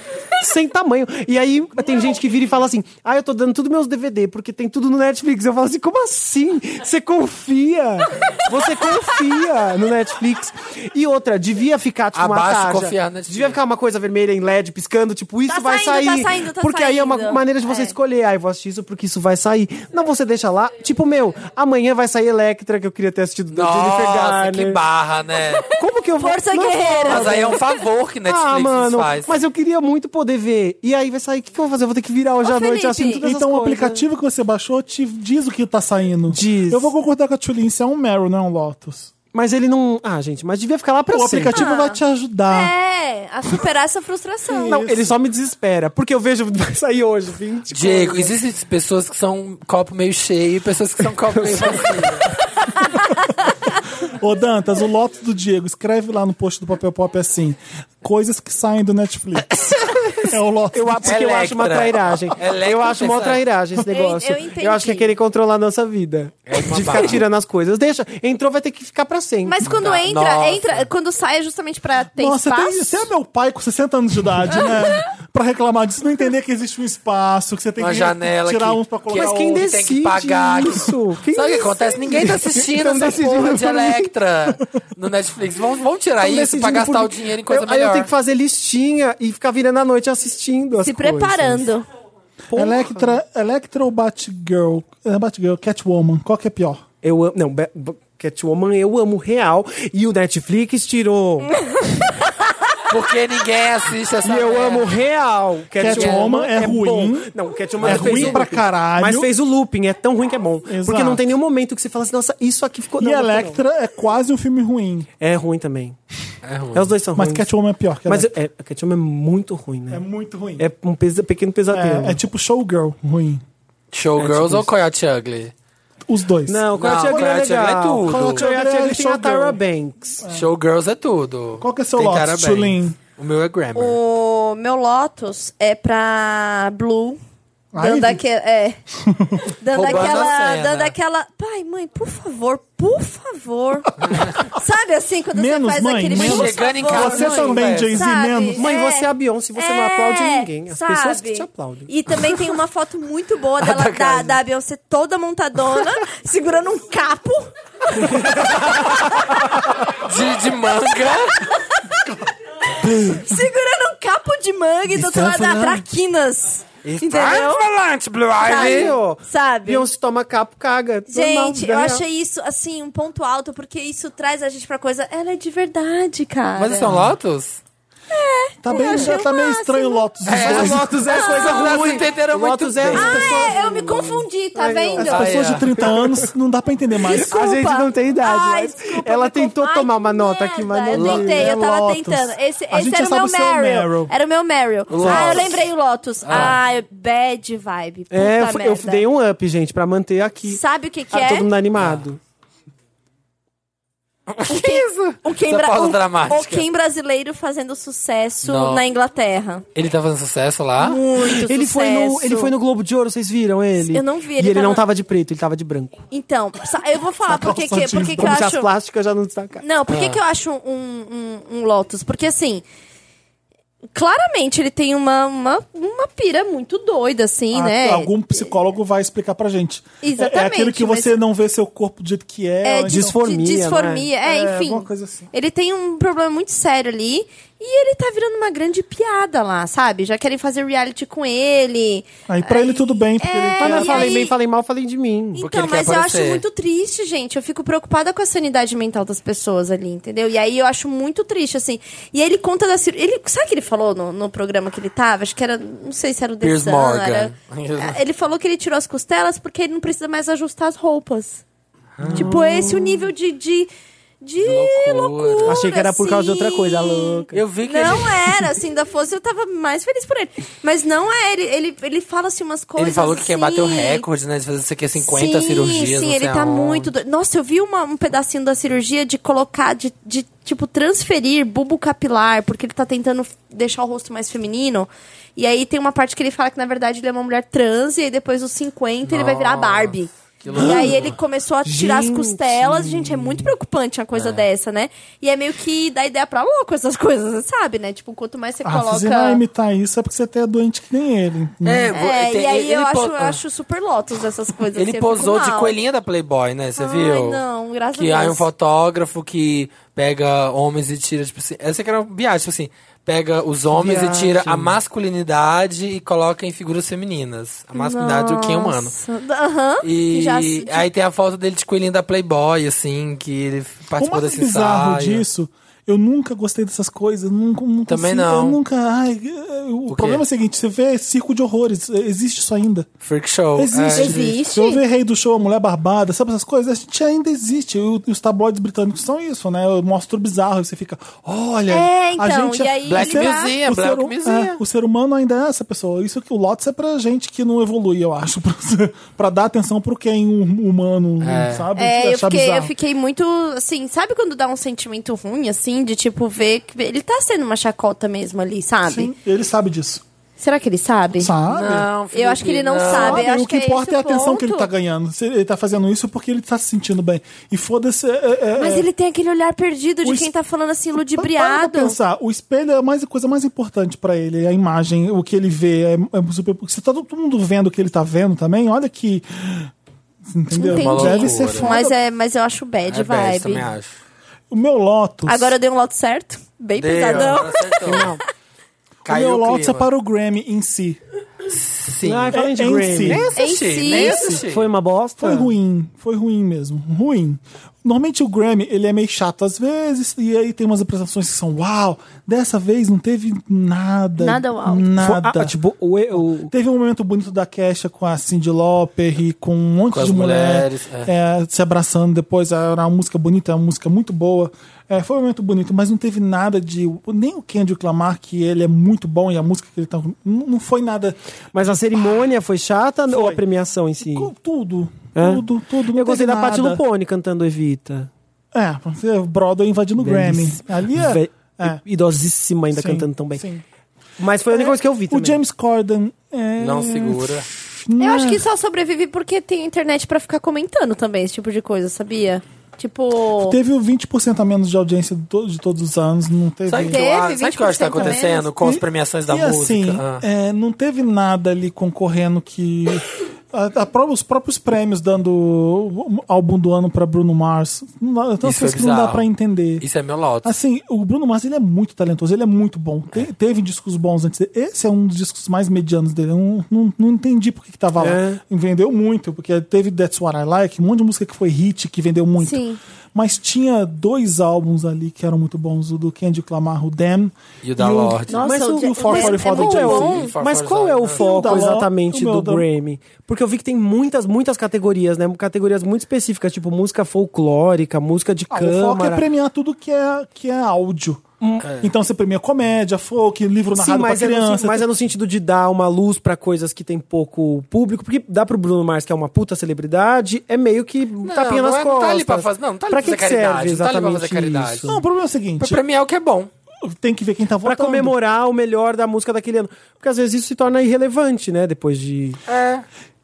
[SPEAKER 3] Sem tamanho. E aí tem gente que vira e fala assim: Ah, eu tô dando tudo meus DVD, porque tem tudo no Netflix. Eu falo assim, como assim? Você confia? Você confia no Netflix. E outra, devia ficar, tipo,
[SPEAKER 1] Abaixo,
[SPEAKER 3] uma tarja.
[SPEAKER 1] confiar no Netflix.
[SPEAKER 3] Devia ficar uma coisa vermelha em LED piscando, tipo, isso vai
[SPEAKER 4] saindo, tá
[SPEAKER 3] sair.
[SPEAKER 4] saindo, tá
[SPEAKER 3] porque aí é uma
[SPEAKER 4] saindo.
[SPEAKER 3] maneira de você
[SPEAKER 4] É.
[SPEAKER 3] escolher escolher, ah, eu vou assistir isso porque isso vai sair. Não, você deixa lá. Tipo, meu, amanhã vai sair Electra, que eu queria ter assistido da Jennifer
[SPEAKER 1] Nossa,
[SPEAKER 3] Garner.
[SPEAKER 1] que barra, né?
[SPEAKER 3] Como que eu vou...
[SPEAKER 4] Força
[SPEAKER 3] Não,
[SPEAKER 4] guerreira.
[SPEAKER 1] Mas aí é um favor que Netflix
[SPEAKER 3] ah,
[SPEAKER 1] nos
[SPEAKER 3] mano,
[SPEAKER 1] faz.
[SPEAKER 3] mas eu queria muito poder ver. E aí vai sair, o que, que eu vou fazer? Eu vou ter que virar hoje
[SPEAKER 4] Ô,
[SPEAKER 3] à noite
[SPEAKER 4] Felipe,
[SPEAKER 3] assistindo todas essas
[SPEAKER 2] Então o
[SPEAKER 3] coisas.
[SPEAKER 2] aplicativo que você baixou te diz o que tá saindo.
[SPEAKER 3] Diz.
[SPEAKER 2] Eu vou concordar com a Tulin, isso é um Meryl, não é um Lotus.
[SPEAKER 3] Mas ele não... Ah, gente, mas devia ficar lá pra
[SPEAKER 2] O
[SPEAKER 3] sempre. Ah.
[SPEAKER 2] aplicativo
[SPEAKER 4] Ah,
[SPEAKER 2] vai te ajudar.
[SPEAKER 4] É, a superar essa frustração.
[SPEAKER 3] Não, ele só me desespera. Porque eu vejo, vai sair hoje, 20
[SPEAKER 1] Diego, existem pessoas que são copo meio cheio e pessoas que são copo meio vazio.
[SPEAKER 2] Ô Dantas, o Lotus do Diego, escreve lá no post do Papel Pop assim: coisas que saem do Netflix. é o Lotus.
[SPEAKER 3] Eu, a- porque eu
[SPEAKER 1] Electra.
[SPEAKER 3] acho uma trairagem.
[SPEAKER 1] Electra
[SPEAKER 3] eu acho uma
[SPEAKER 1] tem que
[SPEAKER 3] trairagem esse negócio.
[SPEAKER 4] eu entendi.
[SPEAKER 3] acho que é querer controlar a nossa vida.
[SPEAKER 1] É uma
[SPEAKER 3] de ficar
[SPEAKER 1] barra.
[SPEAKER 3] tirando as coisas. Deixa, entrou, vai ter que ficar pra sempre.
[SPEAKER 4] Mas quando
[SPEAKER 1] Tá,
[SPEAKER 4] entra,
[SPEAKER 1] nossa.
[SPEAKER 4] entra, quando sai é justamente pra ter
[SPEAKER 2] Nossa,
[SPEAKER 4] espaço.
[SPEAKER 2] tem- você é meu pai com 60 anos de idade, né? pra reclamar disso, não entender que existe um espaço, que você tem
[SPEAKER 1] Uma
[SPEAKER 2] que
[SPEAKER 1] janela
[SPEAKER 2] tirar
[SPEAKER 1] que-
[SPEAKER 2] uns pra colocar
[SPEAKER 1] que-
[SPEAKER 3] Mas quem
[SPEAKER 1] que
[SPEAKER 3] decide
[SPEAKER 1] um tem que pagar, que-
[SPEAKER 3] isso? Quem
[SPEAKER 1] Sabe o que
[SPEAKER 3] decide?
[SPEAKER 1] acontece? Ninguém tá assistindo
[SPEAKER 3] Tão
[SPEAKER 1] essa
[SPEAKER 3] decidindo
[SPEAKER 1] porra de
[SPEAKER 3] por mim.
[SPEAKER 1] Electra no Netflix. Vamos, vamos tirar
[SPEAKER 3] Tão
[SPEAKER 1] isso pra
[SPEAKER 3] decidindo
[SPEAKER 1] gastar
[SPEAKER 3] por
[SPEAKER 1] o
[SPEAKER 3] mim.
[SPEAKER 1] dinheiro em coisa
[SPEAKER 3] um Eu-
[SPEAKER 1] melhor.
[SPEAKER 3] Aí eu tenho que fazer listinha e ficar virando a noite assistindo as
[SPEAKER 4] Se
[SPEAKER 3] coisas.
[SPEAKER 4] preparando.
[SPEAKER 3] Porra.
[SPEAKER 2] Electra, Electra ou Batgirl? É Batgirl, Catwoman, qual que é pior?
[SPEAKER 3] Eu amo. Não, Ba- Ba- Catwoman eu amo real. E o Netflix
[SPEAKER 4] Hum.
[SPEAKER 3] tirou.
[SPEAKER 1] Porque ninguém assiste essa
[SPEAKER 3] E eu
[SPEAKER 1] merda.
[SPEAKER 3] amo real. Catwoman,
[SPEAKER 2] Catwoman é
[SPEAKER 3] é
[SPEAKER 2] ruim.
[SPEAKER 3] Bom. Não, Catwoman
[SPEAKER 2] É
[SPEAKER 3] fez
[SPEAKER 2] ruim
[SPEAKER 3] o
[SPEAKER 2] pra
[SPEAKER 3] looping.
[SPEAKER 2] caralho.
[SPEAKER 3] Mas fez o looping, é tão ruim que é bom.
[SPEAKER 2] Exato.
[SPEAKER 3] Porque não tem nenhum momento que você fala assim, nossa, isso aqui ficou.
[SPEAKER 2] E
[SPEAKER 3] não, não, não.
[SPEAKER 2] Electra é quase um filme ruim,
[SPEAKER 3] É ruim também.
[SPEAKER 1] É ruim.
[SPEAKER 3] É, os dois são
[SPEAKER 2] mas
[SPEAKER 3] ruins.
[SPEAKER 2] Catwoman é pior que
[SPEAKER 3] Mas
[SPEAKER 2] Electra.
[SPEAKER 3] eu- é, a Catwoman é muito ruim, né?
[SPEAKER 2] É muito ruim.
[SPEAKER 3] É um pesa- pequeno pesadelo.
[SPEAKER 2] É, é tipo Showgirl ruim.
[SPEAKER 3] É,
[SPEAKER 1] Showgirls
[SPEAKER 3] tipo
[SPEAKER 1] ou Coyote Ugly?
[SPEAKER 2] Os dois.
[SPEAKER 3] Não, o Coyote
[SPEAKER 1] Não,
[SPEAKER 3] Ugly é
[SPEAKER 1] Coyote Ugly é
[SPEAKER 3] legal.
[SPEAKER 1] tudo.
[SPEAKER 3] Coyote
[SPEAKER 2] Coyote
[SPEAKER 3] Ugly
[SPEAKER 2] Ugly
[SPEAKER 3] tem a
[SPEAKER 2] Showgirl.
[SPEAKER 3] Tyra é Banks.
[SPEAKER 1] Showgirls é tudo.
[SPEAKER 2] Qual que é seu
[SPEAKER 1] Tem
[SPEAKER 2] lote,
[SPEAKER 1] cara bem.
[SPEAKER 2] Tulin?
[SPEAKER 1] O meu é Grammar.
[SPEAKER 4] O meu Lotus é pra Blue.
[SPEAKER 2] Ai,
[SPEAKER 4] Dando
[SPEAKER 2] Vivi.
[SPEAKER 4] aquela. É. dando
[SPEAKER 1] Roubando a
[SPEAKER 4] aquela.
[SPEAKER 1] cena.
[SPEAKER 4] Dando aquela. Pai, mãe, por favor, por favor. Sabe assim, quando
[SPEAKER 2] Menos,
[SPEAKER 4] você faz
[SPEAKER 2] mãe,
[SPEAKER 4] aquele
[SPEAKER 2] menos.
[SPEAKER 4] por
[SPEAKER 1] Chegando em
[SPEAKER 4] favor,
[SPEAKER 1] casa,
[SPEAKER 2] Você
[SPEAKER 1] mãe,
[SPEAKER 2] também,
[SPEAKER 1] velho.
[SPEAKER 2] Jay-Z,
[SPEAKER 4] Sabe?
[SPEAKER 2] menos.
[SPEAKER 3] Mãe, você é a Beyoncé, você não aplaude
[SPEAKER 4] É,
[SPEAKER 3] ninguém. As pessoas que te
[SPEAKER 4] sabe?
[SPEAKER 3] aplaudem.
[SPEAKER 4] E também tem uma foto muito boa dela, da,
[SPEAKER 1] Kali.
[SPEAKER 4] da Beyoncé toda montadona, segurando um capo.
[SPEAKER 1] De, de manga.
[SPEAKER 4] Segurando um capo de manga e do
[SPEAKER 1] Está
[SPEAKER 3] é
[SPEAKER 4] outro lado da
[SPEAKER 1] falando.
[SPEAKER 4] Traquinas.
[SPEAKER 1] é
[SPEAKER 4] Entendeu?
[SPEAKER 1] Avalanche, Blue
[SPEAKER 4] Sabe?
[SPEAKER 1] Ivy.
[SPEAKER 4] Sabe?
[SPEAKER 3] Beyoncé toma capo, caga. Normal,
[SPEAKER 4] Gente,
[SPEAKER 3] vida
[SPEAKER 4] eu
[SPEAKER 3] real.
[SPEAKER 4] achei isso, assim, um ponto alto, porque isso traz a gente pra coisa. Ela é de verdade, cara.
[SPEAKER 1] Mas
[SPEAKER 3] é
[SPEAKER 1] são Lotus?
[SPEAKER 2] Tá, bem,
[SPEAKER 4] achei né?
[SPEAKER 2] tá meio
[SPEAKER 4] o máximo.
[SPEAKER 2] estranho o Lotus. dos
[SPEAKER 1] É,
[SPEAKER 2] dois.
[SPEAKER 3] Lotus é coisa
[SPEAKER 1] Ah,
[SPEAKER 3] ruim.
[SPEAKER 1] vocês entenderam
[SPEAKER 3] Lotus
[SPEAKER 1] muito
[SPEAKER 3] é
[SPEAKER 1] bem.
[SPEAKER 3] as pessoas-
[SPEAKER 4] É, eu me confundi, tá
[SPEAKER 3] Ai,
[SPEAKER 4] vendo?
[SPEAKER 1] Ah,
[SPEAKER 2] Pessoas de
[SPEAKER 4] É.
[SPEAKER 2] 30 anos, não dá pra entender mais.
[SPEAKER 4] Desculpa.
[SPEAKER 3] A gente não tem idade,
[SPEAKER 4] Ai,
[SPEAKER 3] mas
[SPEAKER 4] desculpa,
[SPEAKER 3] ela
[SPEAKER 4] me
[SPEAKER 3] tentou
[SPEAKER 4] conf-
[SPEAKER 3] tomar
[SPEAKER 4] Ai,
[SPEAKER 3] uma
[SPEAKER 4] que
[SPEAKER 3] nota aqui, mas
[SPEAKER 4] merda,
[SPEAKER 3] não
[SPEAKER 4] Eu
[SPEAKER 3] deu.
[SPEAKER 4] tentei,
[SPEAKER 1] É
[SPEAKER 4] eu tava
[SPEAKER 2] Lotus.
[SPEAKER 4] tentando. Esse,
[SPEAKER 2] A
[SPEAKER 4] esse
[SPEAKER 2] gente
[SPEAKER 4] era o
[SPEAKER 2] já
[SPEAKER 4] meu
[SPEAKER 2] sabe o seu
[SPEAKER 4] Meryl.
[SPEAKER 2] Meryl.
[SPEAKER 4] Era o meu Meryl. Ah, eu lembrei o Lotus. Ah, bad vibe. Puta
[SPEAKER 3] É, eu, eu
[SPEAKER 4] merda.
[SPEAKER 3] dei um up, gente, pra manter aqui.
[SPEAKER 4] Sabe o que que
[SPEAKER 3] Ah,
[SPEAKER 4] é?
[SPEAKER 3] Todo mundo animado.
[SPEAKER 4] O Ken,
[SPEAKER 1] Essa
[SPEAKER 4] bra-
[SPEAKER 1] pausa
[SPEAKER 4] o-
[SPEAKER 1] dramática.
[SPEAKER 4] o Ken brasileiro fazendo sucesso
[SPEAKER 1] Não.
[SPEAKER 4] na Inglaterra.
[SPEAKER 1] Ele tá fazendo sucesso lá?
[SPEAKER 4] Muito
[SPEAKER 3] Ele
[SPEAKER 4] sucesso.
[SPEAKER 3] foi, no, ele foi no Globo de Ouro, vocês viram ele?
[SPEAKER 4] Eu não vi,
[SPEAKER 3] E
[SPEAKER 4] ele
[SPEAKER 3] ele
[SPEAKER 4] tava-
[SPEAKER 3] não tava de preto, ele tava de branco.
[SPEAKER 4] Então, sa- eu vou falar porque que, por que que eu
[SPEAKER 3] Como se as
[SPEAKER 4] acho...
[SPEAKER 3] plásticas já não destacaram.
[SPEAKER 4] Não,
[SPEAKER 2] É.
[SPEAKER 4] por que, que eu acho um, um- um Lotus? Porque assim. Claramente ele tem uma, uma, uma pira muito doida, assim,
[SPEAKER 2] Ah,
[SPEAKER 4] né?
[SPEAKER 2] Algum psicólogo vai explicar pra gente. É- É
[SPEAKER 4] Exatamente,
[SPEAKER 2] aquele que
[SPEAKER 4] mas-
[SPEAKER 2] você não vê seu corpo do jeito que é. ou então-
[SPEAKER 4] dis-
[SPEAKER 3] disformia,
[SPEAKER 4] di-
[SPEAKER 3] né?
[SPEAKER 4] disformia, é,
[SPEAKER 2] É,
[SPEAKER 4] enfim.
[SPEAKER 2] alguma coisa assim.
[SPEAKER 4] Ele tem um problema muito sério ali. E ele tá virando uma grande piada lá, sabe? Já querem fazer reality com ele.
[SPEAKER 2] Aí pra ele tudo bem, porque ele tá-
[SPEAKER 3] Mas
[SPEAKER 2] quer...
[SPEAKER 4] É,
[SPEAKER 3] não
[SPEAKER 4] e
[SPEAKER 3] falei
[SPEAKER 4] aí-
[SPEAKER 3] bem, falei mal, falei de mim.
[SPEAKER 1] Porque
[SPEAKER 4] Então,
[SPEAKER 1] ele quer
[SPEAKER 4] mas eu acho
[SPEAKER 1] aparecer.
[SPEAKER 4] muito triste, gente. Eu fico preocupada com a sanidade mental das pessoas ali, entendeu? E aí eu acho muito triste, assim. E aí ele conta da cirurgia. Ele, sabe o que ele falou no, no programa que ele tava? Acho que era. Não sei se era o The
[SPEAKER 1] Piers
[SPEAKER 4] Sun,
[SPEAKER 1] Morgan.
[SPEAKER 4] era- Ele falou que ele tirou as costelas porque ele não precisa mais ajustar as roupas. Tipo, esse é o nível de. de de
[SPEAKER 1] Ah. Loucura.
[SPEAKER 4] loucura.
[SPEAKER 3] Achei que era por causa de outra
[SPEAKER 4] assim.
[SPEAKER 3] coisa, louca.
[SPEAKER 1] Eu vi que
[SPEAKER 4] Não
[SPEAKER 1] ele...
[SPEAKER 4] era, assim, ainda fosse, eu tava mais feliz por ele. Mas não é, ele, ele, ele fala assim umas coisas.
[SPEAKER 1] Ele falou que quer bater o
[SPEAKER 4] assim.
[SPEAKER 1] recorde, né? De fazer isso aqui, 50
[SPEAKER 4] sim,
[SPEAKER 1] cirurgias.
[SPEAKER 4] Sim,
[SPEAKER 1] não
[SPEAKER 4] ele
[SPEAKER 1] sei
[SPEAKER 4] tá
[SPEAKER 1] aonde.
[SPEAKER 4] muito. doido. Nossa, eu vi uma- um pedacinho da cirurgia de colocar, de, de, tipo, transferir bulbo capilar, porque ele tá tentando f- deixar o rosto mais feminino. E aí tem uma parte que ele fala que, na verdade, ele é uma mulher trans, e aí depois dos 50 ele vai virar
[SPEAKER 1] Nossa,
[SPEAKER 4] Barbie.
[SPEAKER 1] que
[SPEAKER 4] E
[SPEAKER 1] loucura.
[SPEAKER 4] aí ele começou a tirar
[SPEAKER 3] Gente.
[SPEAKER 4] as costelas. Gente, é muito preocupante uma coisa dessa, né? E é meio que dá ideia pra louco essas coisas, né? sabe, né? Tipo, quanto mais você
[SPEAKER 2] Ah, se você vai
[SPEAKER 4] coloca...
[SPEAKER 2] imitar isso é porque você até é doente que nem ele. né?
[SPEAKER 1] É, vo-
[SPEAKER 4] É,
[SPEAKER 1] tem-
[SPEAKER 4] e aí
[SPEAKER 1] ele
[SPEAKER 4] eu, acho,
[SPEAKER 1] po- ah.
[SPEAKER 4] eu acho super lotus essas coisas.
[SPEAKER 1] Ele
[SPEAKER 4] assim, eu fico
[SPEAKER 1] posou de
[SPEAKER 4] mal.
[SPEAKER 1] coelhinha da Playboy, né? Você
[SPEAKER 4] Ai,
[SPEAKER 1] viu?
[SPEAKER 4] não, graças
[SPEAKER 1] que
[SPEAKER 4] a
[SPEAKER 1] há
[SPEAKER 4] Deus.
[SPEAKER 1] um fotógrafo que pega homens e tira, tipo assim. Essa que era uma viagem, tipo assim. Pega os homens
[SPEAKER 3] Viagem.
[SPEAKER 1] e tira a masculinidade e coloca em figuras femininas. A masculinidade do que é humano.
[SPEAKER 4] Nossa. Aham.
[SPEAKER 1] E
[SPEAKER 4] Já se-
[SPEAKER 1] aí tem a foto dele de coelhinho da Playboy, assim, que ele
[SPEAKER 2] O
[SPEAKER 1] participou
[SPEAKER 2] mais
[SPEAKER 1] desse
[SPEAKER 2] é bizarro
[SPEAKER 1] ensaio.
[SPEAKER 2] disso, eu nunca gostei dessas coisas. Nunca, nunca
[SPEAKER 1] Também
[SPEAKER 2] consigo-
[SPEAKER 1] não.
[SPEAKER 2] Eu nunca. ai, eu- o
[SPEAKER 1] quê?
[SPEAKER 2] problema é o seguinte: você vê circo de horrores. Existe isso ainda.
[SPEAKER 1] Freak show.
[SPEAKER 2] Existe.
[SPEAKER 1] É.
[SPEAKER 4] Existe?
[SPEAKER 2] Se tipo, eu ver Rei do Show, a Mulher Barbada, sabe essas coisas? A gente ainda existe. E o- e os tabloides britânicos são isso, né? Eu mostro bizarro e você fica, olha.
[SPEAKER 4] É,
[SPEAKER 2] a
[SPEAKER 4] então,
[SPEAKER 2] gente
[SPEAKER 4] e aí
[SPEAKER 1] Black
[SPEAKER 4] fica-
[SPEAKER 1] Museum, Black
[SPEAKER 2] hu-
[SPEAKER 1] Museum.
[SPEAKER 2] o ser humano ainda é essa pessoa. Isso que o Lotus é pra gente que não evolui, eu acho. Pra, você- pra dar atenção pro quem hum- humano, sabe?
[SPEAKER 4] É, eu
[SPEAKER 2] Achar
[SPEAKER 4] fiquei, eu
[SPEAKER 2] bizarro.
[SPEAKER 4] fiquei muito, assim, sabe quando dá um sentimento ruim, assim, de tipo, ver que ele tá sendo uma chacota mesmo ali, sabe?
[SPEAKER 2] Sim, ele sabe disso.
[SPEAKER 4] Será que ele sabe?
[SPEAKER 2] Sabe?
[SPEAKER 1] Não,
[SPEAKER 4] Eu acho que ele não sabe.
[SPEAKER 2] Sabe,
[SPEAKER 4] eu acho
[SPEAKER 2] o que,
[SPEAKER 4] que é
[SPEAKER 2] importa
[SPEAKER 4] esse
[SPEAKER 2] é a atenção
[SPEAKER 4] ponto.
[SPEAKER 2] que ele tá ganhando. Se Ele tá fazendo isso porque ele tá se sentindo bem. E foda-se. é- é- é-
[SPEAKER 4] Mas ele tem aquele olhar perdido de
[SPEAKER 2] O es-
[SPEAKER 4] quem tá falando assim,
[SPEAKER 2] Pa- Então, Para
[SPEAKER 4] ludibriado.
[SPEAKER 2] pra pensar, o espelho é a mais- a coisa mais importante pra ele, é a imagem, o que ele vê. É, é super, se tá todo mundo vendo o que ele tá vendo também, olha que. Entendeu?
[SPEAKER 4] Entendi.
[SPEAKER 1] uma
[SPEAKER 2] Deve ser
[SPEAKER 1] loucura.
[SPEAKER 2] foda.
[SPEAKER 4] Mas, é, mas eu acho bad
[SPEAKER 1] É bad,
[SPEAKER 4] vibe.
[SPEAKER 1] também acho.
[SPEAKER 2] O meu Lotus.
[SPEAKER 4] Agora eu dei um lote certo. Bem
[SPEAKER 1] Deu,
[SPEAKER 4] pesadão.
[SPEAKER 1] acertou.
[SPEAKER 2] o
[SPEAKER 1] Caiu
[SPEAKER 2] meu
[SPEAKER 1] o
[SPEAKER 2] Lotus é
[SPEAKER 1] clima.
[SPEAKER 2] para o Grammy em si.
[SPEAKER 1] Sim.
[SPEAKER 3] Ai, falando de
[SPEAKER 2] É, em
[SPEAKER 3] Grammy.
[SPEAKER 2] si. É
[SPEAKER 1] nem assisti,
[SPEAKER 4] Em si,
[SPEAKER 1] nem assisti.
[SPEAKER 3] Foi uma bosta?
[SPEAKER 4] É.
[SPEAKER 2] Foi ruim, foi ruim mesmo, ruim. Normalmente o Grammy, ele é meio chato às vezes, e aí tem umas apresentações que são uau, dessa vez não teve nada.
[SPEAKER 4] Nada uau.
[SPEAKER 3] Foi-
[SPEAKER 2] Nada.
[SPEAKER 3] ah, tipo, o, o-
[SPEAKER 2] Teve um momento bonito da Kesha com a Cindy Lauper e com um monte
[SPEAKER 1] Com as
[SPEAKER 2] de mulher
[SPEAKER 1] mulheres,
[SPEAKER 2] é, se abraçando depois. É, Era uma música bonita, era uma música muito boa. É, foi um momento bonito, mas não teve nada de. Nem o Kendrick Lamar, que ele é muito bom e a música que ele tá. n- Não foi nada.
[SPEAKER 3] Mas a cerimônia foi chata ou a premiação em si?
[SPEAKER 2] com Tudo.
[SPEAKER 3] É?
[SPEAKER 2] Tudo, tudo. não
[SPEAKER 3] Eu gostei
[SPEAKER 2] teve
[SPEAKER 3] da parte
[SPEAKER 2] nada.
[SPEAKER 3] do Pony cantando Evita.
[SPEAKER 2] É, você- Broadway invadindo o Grammy.
[SPEAKER 3] Velhice-
[SPEAKER 2] Ali é.
[SPEAKER 3] Ve-
[SPEAKER 2] é.
[SPEAKER 3] Idosíssima ainda
[SPEAKER 2] Sim,
[SPEAKER 3] cantando tão bem.
[SPEAKER 2] sim. É.
[SPEAKER 3] Mas foi a única coisa que eu vi
[SPEAKER 2] O
[SPEAKER 3] também.
[SPEAKER 2] James Corden. é,
[SPEAKER 1] Não segura.
[SPEAKER 4] Eu acho que só sobrevive porque tem internet pra ficar comentando também esse tipo de coisa, sabia? Tipo.
[SPEAKER 2] Teve o 20% a menos de audiência de to- de todos os anos. Não teve.
[SPEAKER 1] Sabe o que,
[SPEAKER 4] Teve
[SPEAKER 1] eu acho- sabe o que eu acho que tá
[SPEAKER 4] 20%
[SPEAKER 1] acontecendo
[SPEAKER 4] menos.
[SPEAKER 1] com as
[SPEAKER 2] E-
[SPEAKER 1] premiações da
[SPEAKER 2] e
[SPEAKER 1] música?
[SPEAKER 2] Assim,
[SPEAKER 1] Ah.
[SPEAKER 2] é, não teve nada ali concorrendo que. a- a pró- os próprios prêmios dando o- o álbum do ano pra Bruno Mars. Não dá- Então,
[SPEAKER 1] Isso foi
[SPEAKER 2] coisas que não dá
[SPEAKER 1] bizarro.
[SPEAKER 2] pra entender.
[SPEAKER 1] Isso é meu lote.
[SPEAKER 2] Assim, o Bruno Mars ele é muito talentoso, ele é muito bom. Te- teve discos bons antes. dele. Esse é um dos discos mais medianos dele. Eu não, não, não entendi por que, que tava
[SPEAKER 3] É.
[SPEAKER 2] lá. Vendeu muito, porque teve That's What I Like, um monte de música que foi hit, que vendeu muito.
[SPEAKER 4] Sim.
[SPEAKER 2] Mas tinha dois álbuns ali que eram muito bons: o do Kendrick Lamar, o Damn.
[SPEAKER 1] E o da Lorde.
[SPEAKER 4] Nossa,
[SPEAKER 2] mas
[SPEAKER 4] o
[SPEAKER 2] o,
[SPEAKER 4] Ja-
[SPEAKER 2] o 444
[SPEAKER 4] é
[SPEAKER 2] do
[SPEAKER 4] muito
[SPEAKER 2] Jay-Z.
[SPEAKER 4] bom.
[SPEAKER 3] Mas qual é o foco
[SPEAKER 2] da Lo-
[SPEAKER 3] exatamente
[SPEAKER 2] o meu
[SPEAKER 3] do
[SPEAKER 2] da-
[SPEAKER 3] Grammy? Porque eu vi que tem muitas, muitas categorias, né? Categorias muito específicas, tipo música folclórica, música de
[SPEAKER 2] Ah, o foco é
[SPEAKER 3] câmara.
[SPEAKER 2] premiar tudo que é, que é áudio.
[SPEAKER 1] É.
[SPEAKER 2] Então você premia comédia, folk, livro
[SPEAKER 3] Hum. Sim,
[SPEAKER 2] narrado
[SPEAKER 3] mas,
[SPEAKER 2] pra
[SPEAKER 3] é no,
[SPEAKER 2] criança.
[SPEAKER 3] sen- mas é no sentido de dar uma luz pra coisas que tem pouco público, porque dá pro Bruno Mars, que é uma puta celebridade, é meio que tapinha
[SPEAKER 1] não
[SPEAKER 3] nas
[SPEAKER 1] é-
[SPEAKER 3] costas.
[SPEAKER 1] não tá ali pra fazer- não, não tá ali pra
[SPEAKER 3] que
[SPEAKER 1] fazer
[SPEAKER 3] que
[SPEAKER 1] caridade,
[SPEAKER 3] serve
[SPEAKER 1] não tá ali pra fazer
[SPEAKER 3] exatamente
[SPEAKER 1] caridade.
[SPEAKER 3] isso?
[SPEAKER 2] Não, o problema é o
[SPEAKER 1] Pra
[SPEAKER 2] seguinte,
[SPEAKER 1] premiar o que é bom.
[SPEAKER 2] tem que ver quem tá
[SPEAKER 3] Pra
[SPEAKER 2] votando.
[SPEAKER 3] comemorar o melhor da música daquele ano. Porque às vezes isso se torna irrelevante, né? Depois de.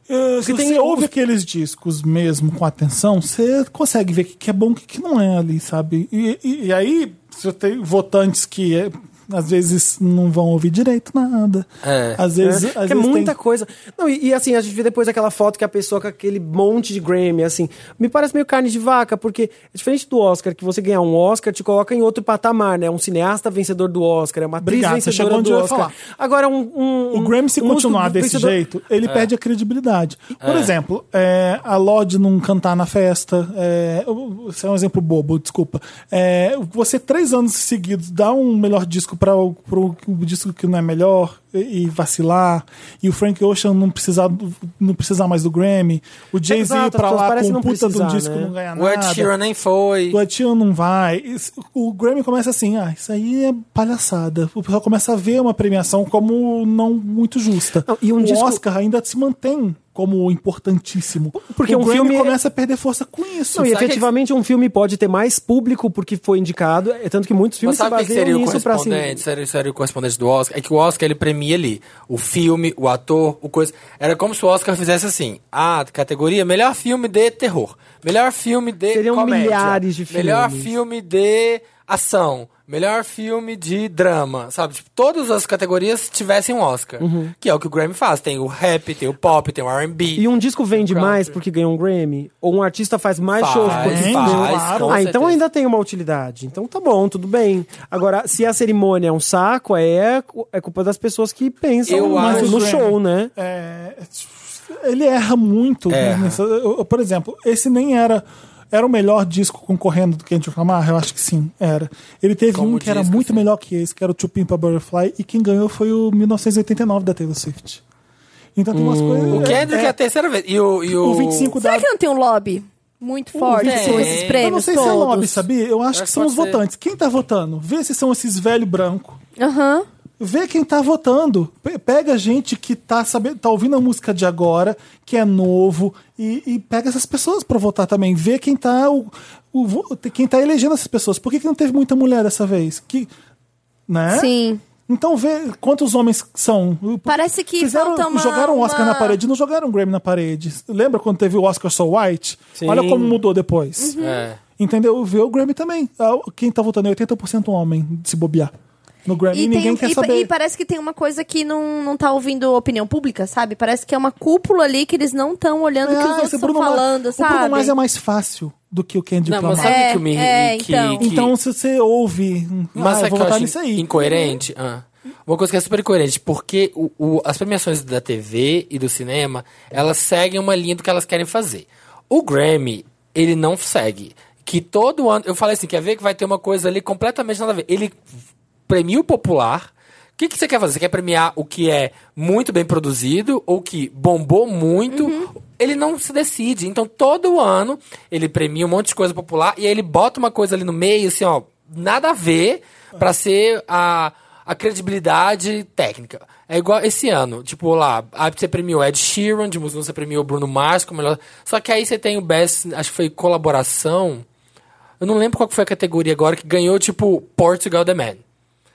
[SPEAKER 2] Eh, Se
[SPEAKER 3] Porque tem
[SPEAKER 2] você ouve
[SPEAKER 3] os-
[SPEAKER 2] aqueles discos mesmo com atenção, você consegue ver o que, que é bom e o que, que não é ali, sabe? E, e- e aí, você tem votantes que eh, às vezes não vão ouvir direito nada.
[SPEAKER 1] É.
[SPEAKER 2] Às
[SPEAKER 3] É,
[SPEAKER 2] vezes, às
[SPEAKER 3] que é
[SPEAKER 2] vezes
[SPEAKER 3] muita
[SPEAKER 2] tem...
[SPEAKER 3] coisa. Não, e, e, assim, a gente vê depois aquela foto que a pessoa com aquele monte de Grammy, assim. Me parece meio carne de vaca, porque é diferente do Oscar, que você ganhar um Oscar te coloca em outro patamar, né? Um cineasta vencedor do Oscar, é uma atriz
[SPEAKER 2] Obrigado, você
[SPEAKER 3] vencedora
[SPEAKER 2] chegou onde
[SPEAKER 3] do
[SPEAKER 2] eu ia
[SPEAKER 3] Oscar.
[SPEAKER 2] falar.
[SPEAKER 3] Agora, um, um-
[SPEAKER 2] O Grammy, se
[SPEAKER 3] um músico
[SPEAKER 2] continuar desse
[SPEAKER 3] vencedor-
[SPEAKER 2] jeito, ele
[SPEAKER 3] É.
[SPEAKER 2] perde a credibilidade. Por exemplo, é, a Lorde não cantar na festa. É, eu- isso é um exemplo bobo, desculpa. É, você, três anos seguidos, dá um melhor disco para o pro- o disco que não é melhor e, e vacilar. E o Frank Ocean não precisar, do- não precisar mais do Grammy. O Jay-Z ir
[SPEAKER 3] Exato,
[SPEAKER 2] pra
[SPEAKER 3] as pessoas
[SPEAKER 2] lá com
[SPEAKER 3] parecem
[SPEAKER 2] um
[SPEAKER 3] não
[SPEAKER 2] puta de um
[SPEAKER 3] precisar,
[SPEAKER 2] disco
[SPEAKER 3] né?
[SPEAKER 2] não ganhar
[SPEAKER 1] O Ed
[SPEAKER 2] nada.
[SPEAKER 1] Sheeran nem foi.
[SPEAKER 2] O Atinho não vai. Isso- O Grammy começa assim, ah, isso aí é palhaçada. O pessoal começa a ver uma premiação como não muito justa.
[SPEAKER 3] Não, e um
[SPEAKER 2] o
[SPEAKER 3] disco-
[SPEAKER 2] Oscar ainda se mantém como importantíssimo.
[SPEAKER 3] Porque
[SPEAKER 2] o
[SPEAKER 3] um
[SPEAKER 2] Grammy
[SPEAKER 3] filme é-
[SPEAKER 2] começa a perder força com isso.
[SPEAKER 3] Não, e
[SPEAKER 1] Sabe
[SPEAKER 3] efetivamente um filme pode ter mais público porque foi indicado, é tanto que muitos
[SPEAKER 1] Mas
[SPEAKER 3] filmes se
[SPEAKER 1] sabe o que que
[SPEAKER 3] baseiam
[SPEAKER 1] seria o
[SPEAKER 3] nisso pra assim.
[SPEAKER 1] correspondente? Seria, seria o correspondente do Oscar? É que o Oscar ele premia ali o filme, o ator, o coisa. Era como se o Oscar fizesse assim: a categoria melhor filme de terror, melhor filme de
[SPEAKER 3] Seriam
[SPEAKER 1] comédia,
[SPEAKER 3] milhares de
[SPEAKER 1] melhor
[SPEAKER 3] filmes.
[SPEAKER 1] filme de ação, melhor filme de drama, sabe? Tipo, todas as categorias tivessem um Oscar, que é o que o Grammy faz. Tem o rap, tem o pop, tem o R&B.
[SPEAKER 3] Uhum. E um disco vende
[SPEAKER 1] Country.
[SPEAKER 3] mais porque ganhou um Grammy? Ou um artista faz mais
[SPEAKER 1] Faz,
[SPEAKER 3] shows porque
[SPEAKER 1] faz,
[SPEAKER 3] ganhou?
[SPEAKER 1] claro. com
[SPEAKER 3] Ah, então
[SPEAKER 1] certeza.
[SPEAKER 3] ainda tem uma utilidade. Então tá bom, tudo bem. Agora, se a cerimônia é um saco, aí é, é culpa das pessoas que pensam
[SPEAKER 1] Eu
[SPEAKER 3] mais
[SPEAKER 1] acho-
[SPEAKER 3] no show, né?
[SPEAKER 2] É, ele erra muito.
[SPEAKER 1] Erra.
[SPEAKER 2] nessa- eu- eu- por exemplo, esse nem era. Era o melhor disco concorrendo do Kendrick Lamar? Eu acho que sim, era. Ele teve
[SPEAKER 1] Como
[SPEAKER 2] um que era
[SPEAKER 1] disco,
[SPEAKER 2] muito
[SPEAKER 1] sim.
[SPEAKER 2] melhor que esse, que era o Chupin para Butterfly, e quem ganhou foi o 1989 da Taylor Swift. Então tem umas coisas.
[SPEAKER 1] o Kendrick é, a terceira vez. E o, e o...
[SPEAKER 2] o 25 da.
[SPEAKER 4] Será que não tem um lobby muito forte
[SPEAKER 1] tem.
[SPEAKER 4] com esses prêmios?
[SPEAKER 2] Hum, Eu não sei
[SPEAKER 4] todos?
[SPEAKER 2] se é lobby, sabia? Eu acho
[SPEAKER 1] Acho
[SPEAKER 2] que são
[SPEAKER 1] que
[SPEAKER 2] os
[SPEAKER 1] pode ser.
[SPEAKER 2] votantes. Quem tá votando? Vê se são esses velho branco.
[SPEAKER 4] Aham.
[SPEAKER 2] Vê quem tá votando. Pe- Pega gente que tá sabendo, tá ouvindo a música de agora, que é novo, e, e pega essas pessoas pra votar também. Vê quem tá o, o vo- quem tá elegendo essas pessoas. Por que, que não teve muita mulher dessa vez? Que, né?
[SPEAKER 4] Sim.
[SPEAKER 2] Então vê quantos homens são.
[SPEAKER 4] Parece que
[SPEAKER 2] Fizeram,
[SPEAKER 4] falta uma-
[SPEAKER 2] jogaram o Oscar
[SPEAKER 4] uma-
[SPEAKER 2] na parede, não jogaram o Grammy na parede. Lembra quando teve o Oscar So White?
[SPEAKER 3] Sim.
[SPEAKER 2] Olha como mudou depois.
[SPEAKER 4] Uhum.
[SPEAKER 1] É.
[SPEAKER 2] Entendeu? Vê o Grammy também. Ah, Quem tá votando é 80% homem, se bobear. No Grammy
[SPEAKER 4] E, tem-
[SPEAKER 2] ninguém quer
[SPEAKER 4] e pa-
[SPEAKER 2] saber.
[SPEAKER 4] e parece que tem uma coisa que não, não tá ouvindo opinião pública, sabe? Parece que é uma cúpula ali que eles não estão olhando o que
[SPEAKER 2] Ah,
[SPEAKER 4] os outros
[SPEAKER 2] esse
[SPEAKER 4] estão
[SPEAKER 2] Bruno Mars-
[SPEAKER 4] falando, sabe?
[SPEAKER 2] O Bruno Mars é mais fácil do que o Kendrick
[SPEAKER 1] Não, mas
[SPEAKER 2] Lamar.
[SPEAKER 1] sabe
[SPEAKER 4] É,
[SPEAKER 1] que o Mir...
[SPEAKER 4] é,
[SPEAKER 1] que,
[SPEAKER 4] então.
[SPEAKER 1] que-
[SPEAKER 2] Então se você ouve, hum,
[SPEAKER 1] Mas
[SPEAKER 2] ah,
[SPEAKER 1] sabe
[SPEAKER 2] eu vou
[SPEAKER 1] que eu
[SPEAKER 2] votar
[SPEAKER 1] acho
[SPEAKER 2] nisso aí.
[SPEAKER 1] incoerente? Ah. Uma coisa que é super incoerente, porque o- o- as premiações da TV e do cinema, elas seguem uma linha do que elas querem fazer. O Grammy, ele não segue. Que todo ano. Eu falei assim, quer ver que vai ter uma coisa ali completamente nada a ver. Ele premia o popular. O que, que você quer fazer? Você quer premiar o que é muito bem produzido ou que bombou muito? Ele não se decide. Então, todo ano, ele premia um monte de coisa popular e aí ele bota uma coisa ali no meio, assim, ó, nada a ver, pra ser a, a credibilidade técnica. É igual esse ano, tipo, lá, aí você premiou Ed Sheeran, de música você premiou Bruno Mars, como melhor. Só que aí você tem o Best, acho que foi colaboração. Eu não lembro qual que foi a categoria agora que ganhou, tipo, Portugal The Man.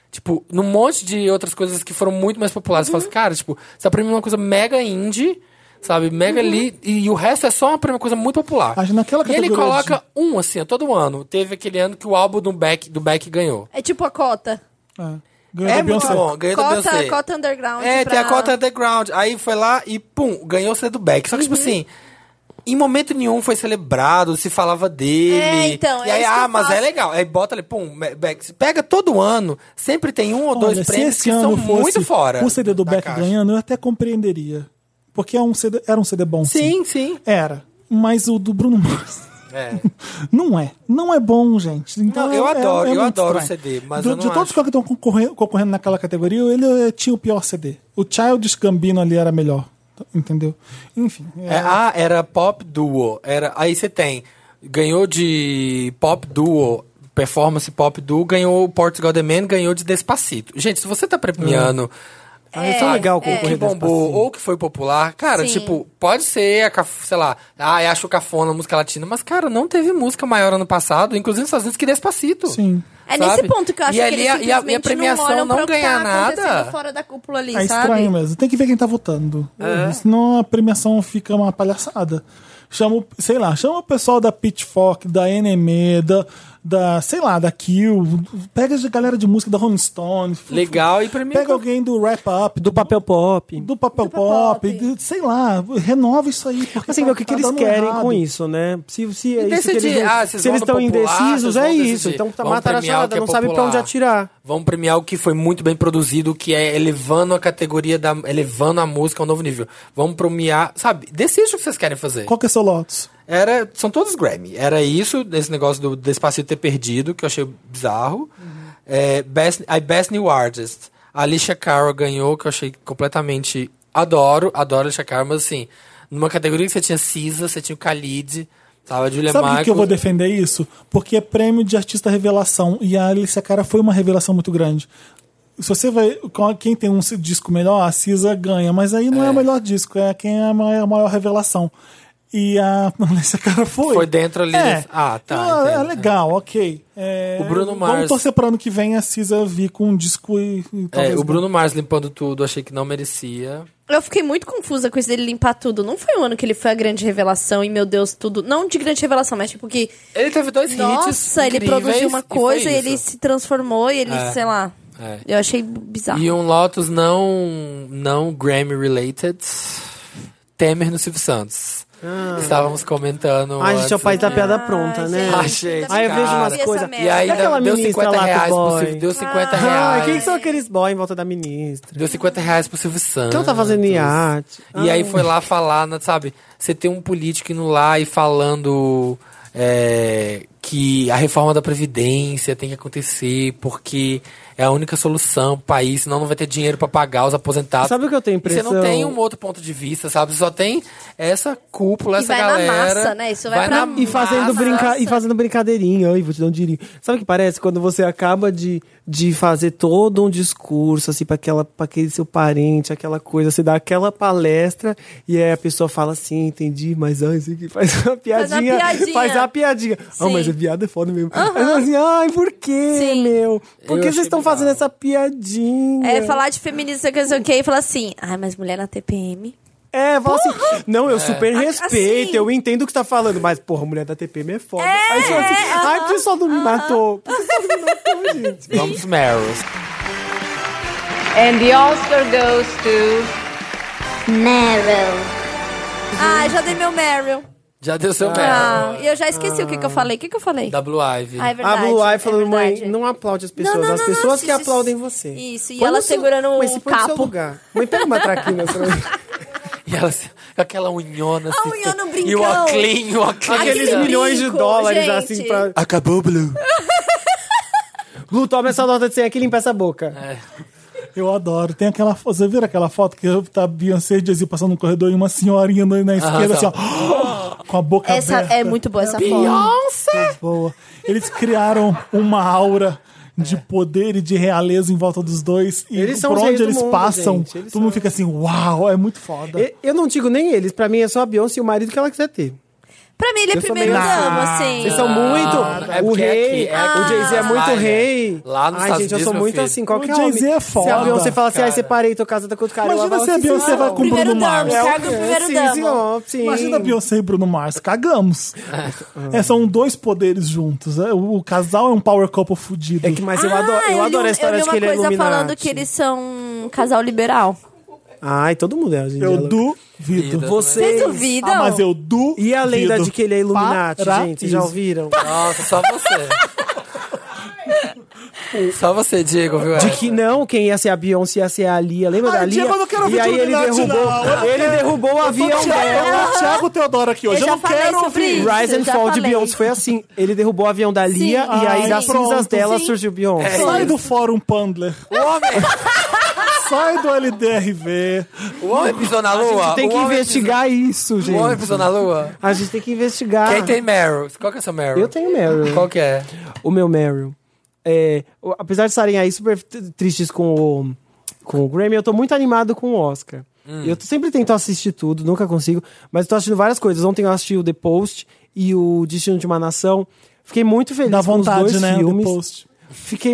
[SPEAKER 1] Tipo, num monte de outras coisas que foram muito mais populares. Você fala assim, cara, tipo, você tá premiando uma coisa mega indie, sabe? Mega ali. E, o resto é só uma premi- coisa muito popular.
[SPEAKER 2] Uhum. Acho naquela
[SPEAKER 1] e ele
[SPEAKER 2] categoria
[SPEAKER 1] coloca um, assim, ó, todo ano. Teve aquele ano que o álbum do Beck, do Beck ganhou.
[SPEAKER 4] É tipo a cota.
[SPEAKER 2] É. Ganhou da
[SPEAKER 1] muito
[SPEAKER 2] Beyoncé.
[SPEAKER 1] bom, ganhou da
[SPEAKER 4] Cota,
[SPEAKER 1] Beyoncé.
[SPEAKER 4] cota underground.
[SPEAKER 1] É,
[SPEAKER 4] pra...
[SPEAKER 1] tem a cota underground. Aí foi lá e, pum, ganhou o CD do Beck. Só que,
[SPEAKER 4] Uhum.
[SPEAKER 1] tipo assim, em momento nenhum foi celebrado, se falava dele.
[SPEAKER 4] É, então,
[SPEAKER 1] E
[SPEAKER 4] é
[SPEAKER 1] aí,
[SPEAKER 4] isso que
[SPEAKER 1] ah,
[SPEAKER 4] eu
[SPEAKER 1] mas
[SPEAKER 4] faço.
[SPEAKER 1] é legal. Aí bota ali, pum, Beck. Pega todo ano, sempre tem um ou dois
[SPEAKER 2] Olha, se
[SPEAKER 1] prêmios
[SPEAKER 2] esse
[SPEAKER 1] que
[SPEAKER 2] ano
[SPEAKER 1] são
[SPEAKER 2] fosse
[SPEAKER 1] muito fora.
[SPEAKER 2] o CD do
[SPEAKER 1] da
[SPEAKER 2] Beck
[SPEAKER 1] caixa.
[SPEAKER 2] ganhando, eu até compreenderia. Porque é um CD, era um CD bom, sim.
[SPEAKER 1] Sim, sim.
[SPEAKER 2] Era. Mas o do Bruno Mars...
[SPEAKER 1] É.
[SPEAKER 2] Não é. Não é bom, gente. Então,
[SPEAKER 1] Não, eu
[SPEAKER 2] é- é-
[SPEAKER 1] adoro,
[SPEAKER 2] é
[SPEAKER 1] eu
[SPEAKER 2] muito
[SPEAKER 1] adoro
[SPEAKER 2] estranho.
[SPEAKER 1] o CD, mas
[SPEAKER 2] Do-
[SPEAKER 1] eu
[SPEAKER 2] De
[SPEAKER 1] não
[SPEAKER 2] todos
[SPEAKER 1] acho.
[SPEAKER 2] que estão concorrendo, concorrendo naquela categoria, ele eh, tinha o pior CD. O Childish Gambino ali era melhor. Entendeu? Enfim.
[SPEAKER 1] É, ah, era pop duo. Era, aí você tem. Ganhou de pop duo, performance pop duo, ganhou o Portugal The Man, ganhou de Despacito. Gente, se você tá premiando.
[SPEAKER 3] Ah, isso é legal
[SPEAKER 1] ou que
[SPEAKER 3] concorrer
[SPEAKER 1] bombou,
[SPEAKER 3] Despacito.
[SPEAKER 1] ou que foi popular. Cara,
[SPEAKER 4] Sim.
[SPEAKER 1] tipo, pode ser, a, caf- sei lá, ah, eu acho cafona a música latina, mas, cara, não teve música maior ano passado, inclusive nos Estados Unidos, que Despacito.
[SPEAKER 2] Sim.
[SPEAKER 4] É nesse
[SPEAKER 1] sabe?
[SPEAKER 4] ponto que eu acho
[SPEAKER 1] E
[SPEAKER 4] que
[SPEAKER 1] ali
[SPEAKER 4] eles
[SPEAKER 1] a- e a- e a
[SPEAKER 4] simplesmente
[SPEAKER 1] premiação
[SPEAKER 4] não, olham
[SPEAKER 1] não
[SPEAKER 4] pra o que
[SPEAKER 1] ganha
[SPEAKER 4] tá acontecendo
[SPEAKER 1] nada.
[SPEAKER 4] fora da cúpula ali,
[SPEAKER 2] É
[SPEAKER 4] sabe?
[SPEAKER 2] estranho mesmo. Tem que ver quem tá votando.
[SPEAKER 3] É.
[SPEAKER 2] Senão a premiação fica uma palhaçada. Chama, o- sei lá, chama o pessoal da Pitchfork, da NME, da, da sei lá, da Kill. Pega a galera de música da Rolling Stone. f-
[SPEAKER 1] Legal e premiou.
[SPEAKER 2] Pega alguém do Wrap Up, do,
[SPEAKER 3] Do papel pop.
[SPEAKER 2] do Papel
[SPEAKER 4] Papel
[SPEAKER 2] Pop,
[SPEAKER 4] Pop.
[SPEAKER 2] de- sei lá, renova isso aí. Porque
[SPEAKER 3] Assim,
[SPEAKER 2] tá-
[SPEAKER 3] o que,
[SPEAKER 2] tá
[SPEAKER 3] que eles
[SPEAKER 2] dando
[SPEAKER 3] querem
[SPEAKER 2] errado.
[SPEAKER 3] com isso, né? Se, se, é
[SPEAKER 1] E
[SPEAKER 3] isso que
[SPEAKER 1] decidir,
[SPEAKER 3] eles, não-
[SPEAKER 1] ah, vocês
[SPEAKER 3] se
[SPEAKER 1] vão
[SPEAKER 3] eles
[SPEAKER 1] no
[SPEAKER 3] estão
[SPEAKER 1] popular,
[SPEAKER 3] indecisos,
[SPEAKER 1] vocês
[SPEAKER 3] é
[SPEAKER 1] vão
[SPEAKER 3] isso.
[SPEAKER 1] decidir.
[SPEAKER 3] Então tá
[SPEAKER 1] Vamos
[SPEAKER 3] matar a
[SPEAKER 1] premiar o
[SPEAKER 3] charada,
[SPEAKER 1] que é
[SPEAKER 3] não sabe pra
[SPEAKER 1] popular.
[SPEAKER 3] onde atirar.
[SPEAKER 1] Vamos premiar o que foi muito bem produzido, que é elevando a categoria da. elevando a música a um novo nível. Vamos premiar. Sabe, decide o que vocês querem fazer.
[SPEAKER 2] Qual que é seu Lotus?
[SPEAKER 1] Era, são todos Grammy. Era isso, esse negócio do Despacito ter perdido, que eu achei bizarro.
[SPEAKER 3] Uhum.
[SPEAKER 1] É, Best, aí Best New Artist. A Alicia Carroll ganhou, que eu achei completamente. Adoro, adoro a Alicia Carroll, mas assim, numa categoria que você tinha Cisa, você tinha o Khalid, tava a Julia
[SPEAKER 2] Sabe por que eu
[SPEAKER 1] Michaels.
[SPEAKER 2] vou defender isso? Porque é prêmio de artista revelação. E a Alicia Cara foi uma revelação muito grande. Se você vai. com Quem tem um disco melhor, a Cisa ganha. Mas aí não é, o melhor disco, é quem é a maior, a maior revelação. E a Alicia Cara foi.
[SPEAKER 1] Foi dentro ali.
[SPEAKER 2] É.
[SPEAKER 1] Ah, tá,
[SPEAKER 2] Então, É,
[SPEAKER 1] entendo.
[SPEAKER 2] legal, ok. É,
[SPEAKER 1] O Bruno
[SPEAKER 2] Vamos
[SPEAKER 1] Mars-
[SPEAKER 2] torcer para ano que vem a Cisa vir com um disco e. e
[SPEAKER 1] É,
[SPEAKER 2] talvez
[SPEAKER 1] o Bruno Mars limpando tudo, achei que não merecia.
[SPEAKER 4] Eu fiquei muito confusa com isso dele limpar tudo. Não foi um ano que ele foi a grande revelação e, meu Deus, tudo. Não de grande revelação, mas tipo que.
[SPEAKER 1] Ele teve dois hits.
[SPEAKER 4] nossa, ele
[SPEAKER 1] incríveis
[SPEAKER 4] produziu uma
[SPEAKER 1] e foi
[SPEAKER 4] coisa e, ele
[SPEAKER 1] isso.
[SPEAKER 4] se transformou e ele,
[SPEAKER 1] É.
[SPEAKER 4] sei lá.
[SPEAKER 1] É.
[SPEAKER 4] Eu achei bizarro.
[SPEAKER 1] E um Lotus não, não Grammy related. Temer no Silvio Santos. Estávamos comentando.
[SPEAKER 3] Ah. Ai, gente, é o
[SPEAKER 1] antes,
[SPEAKER 3] pai da
[SPEAKER 1] né?
[SPEAKER 3] piada pronta, né?
[SPEAKER 4] tá
[SPEAKER 1] Ah, gente,
[SPEAKER 3] Aí eu vejo
[SPEAKER 1] cara.
[SPEAKER 3] umas coisas.
[SPEAKER 4] E
[SPEAKER 1] E aí
[SPEAKER 3] Cadê aquela
[SPEAKER 1] ainda deu
[SPEAKER 3] ministra
[SPEAKER 1] 50
[SPEAKER 3] lá do
[SPEAKER 1] reais
[SPEAKER 3] boy? Ah.
[SPEAKER 1] pro Silvio. Deu 50
[SPEAKER 3] Ai,
[SPEAKER 1] reais.
[SPEAKER 3] quem são aqueles boy em volta da ministra?
[SPEAKER 1] Deu 50 reais pro Silvio Santos.
[SPEAKER 3] Então tá fazendo iate.
[SPEAKER 1] E aí foi lá falar, né, sabe? Você tem um político indo lá e falando é, que a reforma da Previdência tem que acontecer porque é a única solução pro país, senão não vai ter dinheiro pra pagar os aposentados.
[SPEAKER 3] Sabe o que eu tenho
[SPEAKER 1] E Você não
[SPEAKER 3] impressão?
[SPEAKER 1] tem um outro ponto de vista, sabe? Você só tem essa cúpula,
[SPEAKER 4] E
[SPEAKER 1] essa
[SPEAKER 4] vai na
[SPEAKER 1] galera.
[SPEAKER 4] massa, né? Isso vai pra-
[SPEAKER 1] na
[SPEAKER 3] E fazendo,
[SPEAKER 1] massa.
[SPEAKER 3] brinca... e fazendo brincadeirinha. Ai, vou te dar um dinheirinho. Sabe o que parece? Quando você acaba de, de fazer todo um discurso, assim, pra, aquela, pra aquele seu parente, aquela coisa, você dá aquela palestra e aí a pessoa fala assim, entendi, mas ai, isso aqui faz uma piadinha.
[SPEAKER 4] piadinha.
[SPEAKER 3] Faz a piadinha. Ah,
[SPEAKER 4] Sim.
[SPEAKER 3] mas a piada é foda mesmo. Aí fala assim, ai, por quê,
[SPEAKER 4] Sim.
[SPEAKER 3] meu?
[SPEAKER 1] Eu
[SPEAKER 3] Por que vocês
[SPEAKER 1] achei
[SPEAKER 3] estão fazendo essa piadinha.
[SPEAKER 4] É, falar de feminismo, que não sei o que, e falar assim, ai, mas mulher na TPM.
[SPEAKER 3] É, fala assim. Não, eu super respeito,
[SPEAKER 4] Assim.
[SPEAKER 3] eu entendo o que você tá falando, mas, porra, a mulher da TPM é foda. Aí você fala assim, ai, por que só não me matou?
[SPEAKER 4] É
[SPEAKER 3] Por que só não me matou, gente?
[SPEAKER 1] Vamos, Meryl.
[SPEAKER 6] And the Oscar goes to.
[SPEAKER 7] Meryl.
[SPEAKER 4] Ah, já dei meu Meryl.
[SPEAKER 1] Já deu seu Meryl.
[SPEAKER 4] Ah, e eu já esqueci o que, que eu falei. O que, que eu falei?
[SPEAKER 1] É. Da Blue Ivy.
[SPEAKER 4] Ah, é
[SPEAKER 3] A
[SPEAKER 4] verdade.
[SPEAKER 3] Blue Eye
[SPEAKER 4] é
[SPEAKER 3] falando, mãe,
[SPEAKER 4] verdade.
[SPEAKER 3] não aplaude as pessoas,
[SPEAKER 4] não,
[SPEAKER 3] as
[SPEAKER 4] não,
[SPEAKER 3] pessoas
[SPEAKER 4] não,
[SPEAKER 3] que
[SPEAKER 4] isso, isso,
[SPEAKER 3] aplaudem
[SPEAKER 4] isso.
[SPEAKER 3] você.
[SPEAKER 4] Isso, e
[SPEAKER 3] Põe
[SPEAKER 4] ela
[SPEAKER 3] no seu-
[SPEAKER 4] segurando
[SPEAKER 3] Mãe,
[SPEAKER 4] um
[SPEAKER 3] se põe no seu
[SPEAKER 4] capo.
[SPEAKER 3] lugar. Mãe, pega uma traquina. pra mim.
[SPEAKER 1] E ela assim, com aquela unhona assim.
[SPEAKER 4] unhona, o
[SPEAKER 1] E o
[SPEAKER 4] brincão.
[SPEAKER 1] oclinho, o oclinho.
[SPEAKER 4] Aquele
[SPEAKER 3] Aqueles milhões de
[SPEAKER 4] brinco,
[SPEAKER 3] dólares,
[SPEAKER 4] gente.
[SPEAKER 3] assim, pra...
[SPEAKER 1] Acabou, Blue.
[SPEAKER 3] Blue, toma essa nota de 100 aqui e limpa essa boca.
[SPEAKER 1] É.
[SPEAKER 2] Eu adoro. Tem aquela foto. Você viram aquela foto que tá Beyoncé e Jay-Z passando no corredor e uma senhorinha na na esquerda, assim,
[SPEAKER 1] Arrasou.
[SPEAKER 2] ó. Com a boca
[SPEAKER 4] Essa
[SPEAKER 2] aberta.
[SPEAKER 4] é muito boa essa foto.
[SPEAKER 2] Beyoncé! Boa. Eles criaram uma aura de poder e de realeza em volta dos dois. E
[SPEAKER 3] É. Eles são
[SPEAKER 2] por
[SPEAKER 3] os reis
[SPEAKER 2] onde
[SPEAKER 3] do
[SPEAKER 2] eles
[SPEAKER 3] mundo,
[SPEAKER 2] passam,
[SPEAKER 3] gente. Eles
[SPEAKER 2] todo mundo
[SPEAKER 3] são-
[SPEAKER 2] fica assim, uau, é muito foda.
[SPEAKER 3] E- Eu não digo nem eles, pra mim é só a Beyoncé e o marido que ela quiser ter.
[SPEAKER 4] Pra mim, ele é
[SPEAKER 3] Eu sou
[SPEAKER 4] primeiro
[SPEAKER 3] meio-
[SPEAKER 4] damo, assim.
[SPEAKER 3] Vocês são Ah, muito.
[SPEAKER 1] é
[SPEAKER 3] o
[SPEAKER 1] porque
[SPEAKER 3] rei.
[SPEAKER 1] aqui, é aqui.
[SPEAKER 3] o Jay-Z é
[SPEAKER 1] Ah.
[SPEAKER 3] muito
[SPEAKER 1] Lá, né?
[SPEAKER 3] rei.
[SPEAKER 1] Lá nos Estados
[SPEAKER 3] Ai, gente, eu
[SPEAKER 1] Unidos,
[SPEAKER 3] sou
[SPEAKER 1] meu
[SPEAKER 3] muito
[SPEAKER 1] filho.
[SPEAKER 3] assim. Qualquer
[SPEAKER 2] O Jay-Z
[SPEAKER 3] homem.
[SPEAKER 2] é
[SPEAKER 3] Se a
[SPEAKER 2] foda,
[SPEAKER 3] Beyoncé fala assim, ai,
[SPEAKER 1] cara.
[SPEAKER 3] separei, tô casada com outro cara.
[SPEAKER 2] Imagina
[SPEAKER 3] ela fala
[SPEAKER 2] se a
[SPEAKER 3] assim,
[SPEAKER 2] Beyoncé
[SPEAKER 3] "Não,
[SPEAKER 2] vai com o
[SPEAKER 4] Primeiro
[SPEAKER 2] Bruno
[SPEAKER 4] damo,
[SPEAKER 2] Mars.
[SPEAKER 4] cargo primeiro
[SPEAKER 3] É, sim,
[SPEAKER 4] damo.
[SPEAKER 3] senhor, sim.
[SPEAKER 2] Imagina Beyoncé e Bruno Mars, cagamos. É, são dois poderes juntos. é, O o casal é um power couple fudido.
[SPEAKER 3] É que, mas eu adoro,
[SPEAKER 4] Ah,
[SPEAKER 3] eu
[SPEAKER 4] li um-
[SPEAKER 3] adoro a história
[SPEAKER 4] eu li
[SPEAKER 3] de que ele é
[SPEAKER 4] uma coisa
[SPEAKER 3] iluminado.
[SPEAKER 4] falando que eles são um casal liberal.
[SPEAKER 3] Ai, todo mundo é. hoje em dia,
[SPEAKER 2] Eu
[SPEAKER 3] louco.
[SPEAKER 2] duvido.
[SPEAKER 3] Vocês...
[SPEAKER 4] Vocês duvidam?
[SPEAKER 2] né? Ah, mas eu duvido.
[SPEAKER 3] E a lenda de que ele é Illuminati,
[SPEAKER 2] Para
[SPEAKER 3] gente? Já
[SPEAKER 2] isso.
[SPEAKER 3] ouviram?
[SPEAKER 1] Nossa, só você. só você, Diego, viu?
[SPEAKER 3] De que não, quem ia ser a Beyoncé ia ser a Lia. Lembra
[SPEAKER 2] Ai,
[SPEAKER 3] da Lia?
[SPEAKER 2] Diego, Ah, eu não quero
[SPEAKER 3] e
[SPEAKER 2] ouvir
[SPEAKER 3] aí
[SPEAKER 2] de
[SPEAKER 3] ele
[SPEAKER 2] Illuminati,
[SPEAKER 3] derrubou,
[SPEAKER 2] não. Eu não
[SPEAKER 3] ele derrubou o
[SPEAKER 2] Eu
[SPEAKER 3] avião
[SPEAKER 2] tô Thiago-
[SPEAKER 3] dela.
[SPEAKER 2] eu tô Thiago Teodoro aqui hoje. Eu,
[SPEAKER 4] Eu já
[SPEAKER 2] não
[SPEAKER 4] falei
[SPEAKER 2] quero
[SPEAKER 4] sobre
[SPEAKER 2] ouvir.
[SPEAKER 4] isso.
[SPEAKER 3] Rise and
[SPEAKER 4] já
[SPEAKER 3] Fall de
[SPEAKER 4] falei.
[SPEAKER 3] Beyoncé foi assim. Ele derrubou o avião da Lia
[SPEAKER 4] Sim.
[SPEAKER 3] e aí
[SPEAKER 2] Ai,
[SPEAKER 3] das cinzas
[SPEAKER 2] pronto,
[SPEAKER 3] dela
[SPEAKER 2] sim.
[SPEAKER 3] surgiu Beyoncé.
[SPEAKER 2] Sai do fórum Pandler.
[SPEAKER 1] O homem,
[SPEAKER 2] Sai do LDRV.
[SPEAKER 1] o homem pisou na lua.
[SPEAKER 3] Tem que
[SPEAKER 1] o homem
[SPEAKER 3] investigar isso,
[SPEAKER 1] pisou- O homem
[SPEAKER 3] gente.
[SPEAKER 1] pisou na lua.
[SPEAKER 3] A gente tem que investigar.
[SPEAKER 1] Quem tem Meryl? Qual que é o seu Meryl?
[SPEAKER 3] Eu tenho Meryl.
[SPEAKER 1] Qual que é?
[SPEAKER 3] O meu Meryl. É, o- apesar de estarem aí super t- tristes com o, com o Grammy, eu tô muito animado com o Oscar. Eu t- sempre tento assistir tudo, nunca consigo, mas eu tô assistindo várias coisas. Ontem eu assisti o The Post e o Destino de uma Nação. Fiquei muito feliz
[SPEAKER 2] Dá
[SPEAKER 3] com os
[SPEAKER 2] vontade,
[SPEAKER 3] dois
[SPEAKER 2] né?
[SPEAKER 3] filmes.
[SPEAKER 2] do post.
[SPEAKER 3] Fiquei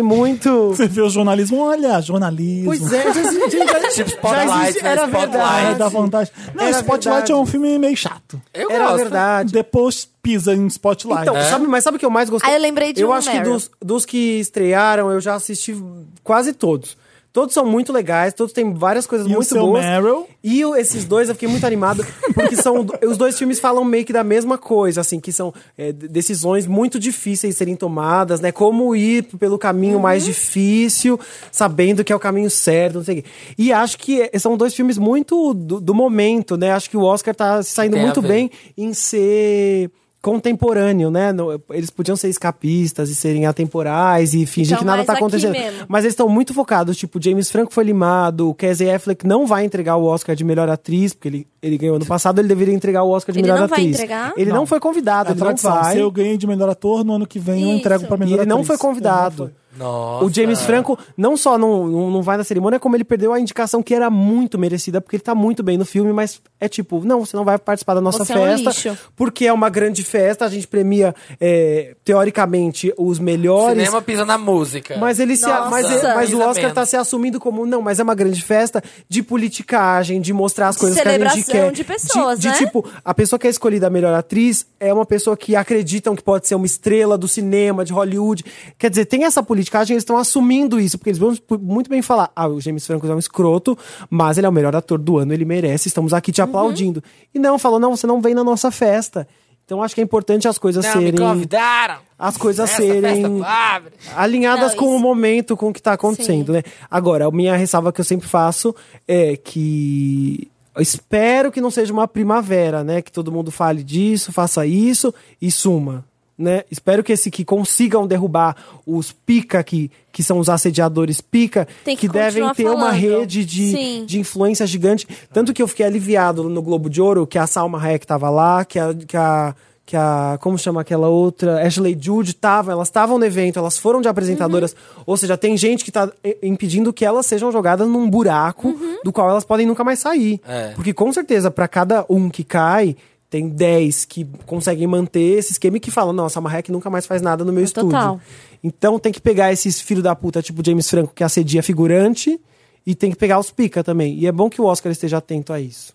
[SPEAKER 3] muito.
[SPEAKER 2] Você vê o jornalismo, olha, jornalismo.
[SPEAKER 3] Pois é, já, já, já,
[SPEAKER 1] Tipo Spotlight,
[SPEAKER 3] existe-
[SPEAKER 1] né?
[SPEAKER 3] era
[SPEAKER 1] Spotlight.
[SPEAKER 2] Ai,
[SPEAKER 3] verdade.
[SPEAKER 2] dá vontade. Não,
[SPEAKER 3] Era
[SPEAKER 2] Spotlight
[SPEAKER 3] verdade.
[SPEAKER 2] é um filme meio chato.
[SPEAKER 1] Eu
[SPEAKER 3] Era
[SPEAKER 1] gosto.
[SPEAKER 3] verdade.
[SPEAKER 2] The Post pisa em Spotlight. É.
[SPEAKER 3] Então, sabe, mas sabe o que eu mais gostei?
[SPEAKER 4] Ah, eu lembrei de
[SPEAKER 3] Eu
[SPEAKER 4] um
[SPEAKER 3] acho que
[SPEAKER 4] Meryl.
[SPEAKER 3] dos, dos que estrearam, eu já assisti quase todos. Todos são muito legais, todos têm várias coisas
[SPEAKER 2] E o
[SPEAKER 3] muito
[SPEAKER 2] seu
[SPEAKER 3] boas.
[SPEAKER 2] Meryl?
[SPEAKER 3] E o- esses dois eu fiquei muito animado, porque são os dois filmes falam meio que da mesma coisa, assim, que são é, de- decisões muito difíceis de serem tomadas, né? Como ir pelo caminho
[SPEAKER 4] Uhum.
[SPEAKER 3] mais difícil, sabendo que é o caminho certo, não sei o quê. E acho que é- são dois filmes muito do, do momento, né? Acho que o Oscar tá se saindo
[SPEAKER 1] Tem a
[SPEAKER 3] muito
[SPEAKER 1] ver.
[SPEAKER 3] bem em ser contemporâneo, né? Não- Eles podiam ser escapistas e serem atemporais e fingir
[SPEAKER 4] Então,
[SPEAKER 3] que nada
[SPEAKER 4] mas
[SPEAKER 3] tá
[SPEAKER 4] aqui
[SPEAKER 3] acontecendo.
[SPEAKER 4] mesmo.
[SPEAKER 3] Mas eles estão muito focados, tipo, James Franco foi limado, o Casey Affleck não vai entregar o Oscar de melhor atriz, porque ele, ele ganhou ano passado, ele deveria entregar o Oscar de
[SPEAKER 4] Ele
[SPEAKER 3] melhor
[SPEAKER 4] não vai
[SPEAKER 3] atriz.
[SPEAKER 4] entregar?
[SPEAKER 3] Ele não, foi convidado,
[SPEAKER 2] a
[SPEAKER 3] ele não
[SPEAKER 2] tradição,
[SPEAKER 3] vai.
[SPEAKER 2] se eu ganhei de melhor ator, no ano que vem eu
[SPEAKER 4] Isso.
[SPEAKER 2] entrego pra
[SPEAKER 3] E
[SPEAKER 2] melhor
[SPEAKER 3] ele não
[SPEAKER 2] atriz.
[SPEAKER 3] foi convidado.
[SPEAKER 1] Nossa.
[SPEAKER 3] O James Franco não só não, não, não vai na cerimônia, como ele perdeu a indicação que era muito merecida, porque ele tá muito bem no filme, mas é tipo, não, você não vai participar da nossa
[SPEAKER 4] Você é um
[SPEAKER 3] festa.
[SPEAKER 4] lixo.
[SPEAKER 3] Porque é uma grande festa, a gente premia, é, teoricamente, os
[SPEAKER 1] O
[SPEAKER 3] melhores.
[SPEAKER 1] cinema pisa na música.
[SPEAKER 3] Mas ele se,
[SPEAKER 4] Nossa.
[SPEAKER 3] mas, ele- mas o
[SPEAKER 1] Pisa
[SPEAKER 3] Oscar
[SPEAKER 1] menos.
[SPEAKER 3] tá se assumindo como não, mas é uma grande festa de politicagem, de mostrar as coisas que a gente
[SPEAKER 4] celebração
[SPEAKER 3] quer.
[SPEAKER 4] de pessoas,
[SPEAKER 3] de,
[SPEAKER 4] né?
[SPEAKER 3] tipo, a pessoa que é escolhida a melhor atriz é uma pessoa que acreditam que pode ser uma estrela do cinema, de Hollywood. Quer dizer, tem essa politicagem, eles estão assumindo isso, porque eles vão pu- muito bem falar: "Ah, o James Franco é um escroto, mas ele é o melhor ator do ano, ele merece, estamos aqui
[SPEAKER 4] Uhum.
[SPEAKER 3] te aplaudindo". E não, falou: "Não, você não vem na nossa festa". Então acho que é importante as coisas
[SPEAKER 1] Não, me
[SPEAKER 3] serem
[SPEAKER 1] convidaram.
[SPEAKER 3] as coisas
[SPEAKER 1] Essa
[SPEAKER 3] serem
[SPEAKER 1] festa pobre.
[SPEAKER 3] alinhadas
[SPEAKER 4] Não,
[SPEAKER 3] com o
[SPEAKER 4] isso-
[SPEAKER 3] momento, com o que tá acontecendo,
[SPEAKER 4] Sim.
[SPEAKER 3] né? Agora, a minha ressalva que eu sempre faço é que eu espero que não seja uma primavera, né? Que todo mundo fale disso, faça isso e suma. Né? Espero que esse que consigam derrubar os pica que, que são os assediadores pica
[SPEAKER 4] Tem que
[SPEAKER 3] devem
[SPEAKER 4] continuar
[SPEAKER 3] ter uma
[SPEAKER 4] falando.
[SPEAKER 3] rede de,
[SPEAKER 4] Sim.
[SPEAKER 3] de influência gigante. Tanto que eu fiquei aliviado no Globo de Ouro que a Salma Hayek tava lá, que a. Que a que a, como chama aquela outra? Ashley Judd tava, elas estavam no evento, elas foram de apresentadoras. Ou seja, tem gente que tá eh, impedindo que elas sejam jogadas num buraco do qual elas podem nunca mais sair.
[SPEAKER 1] É.
[SPEAKER 3] Porque com certeza, para cada um que cai, Tem 10 que conseguem manter esse esquema e que falam, nossa, a Marrec nunca mais faz nada no meu estúdio.
[SPEAKER 4] total.
[SPEAKER 3] Então tem que pegar esses filho da puta, tipo James Franco, que assedia figurante, e tem que pegar os pica também. E é bom que o Oscar esteja atento a isso.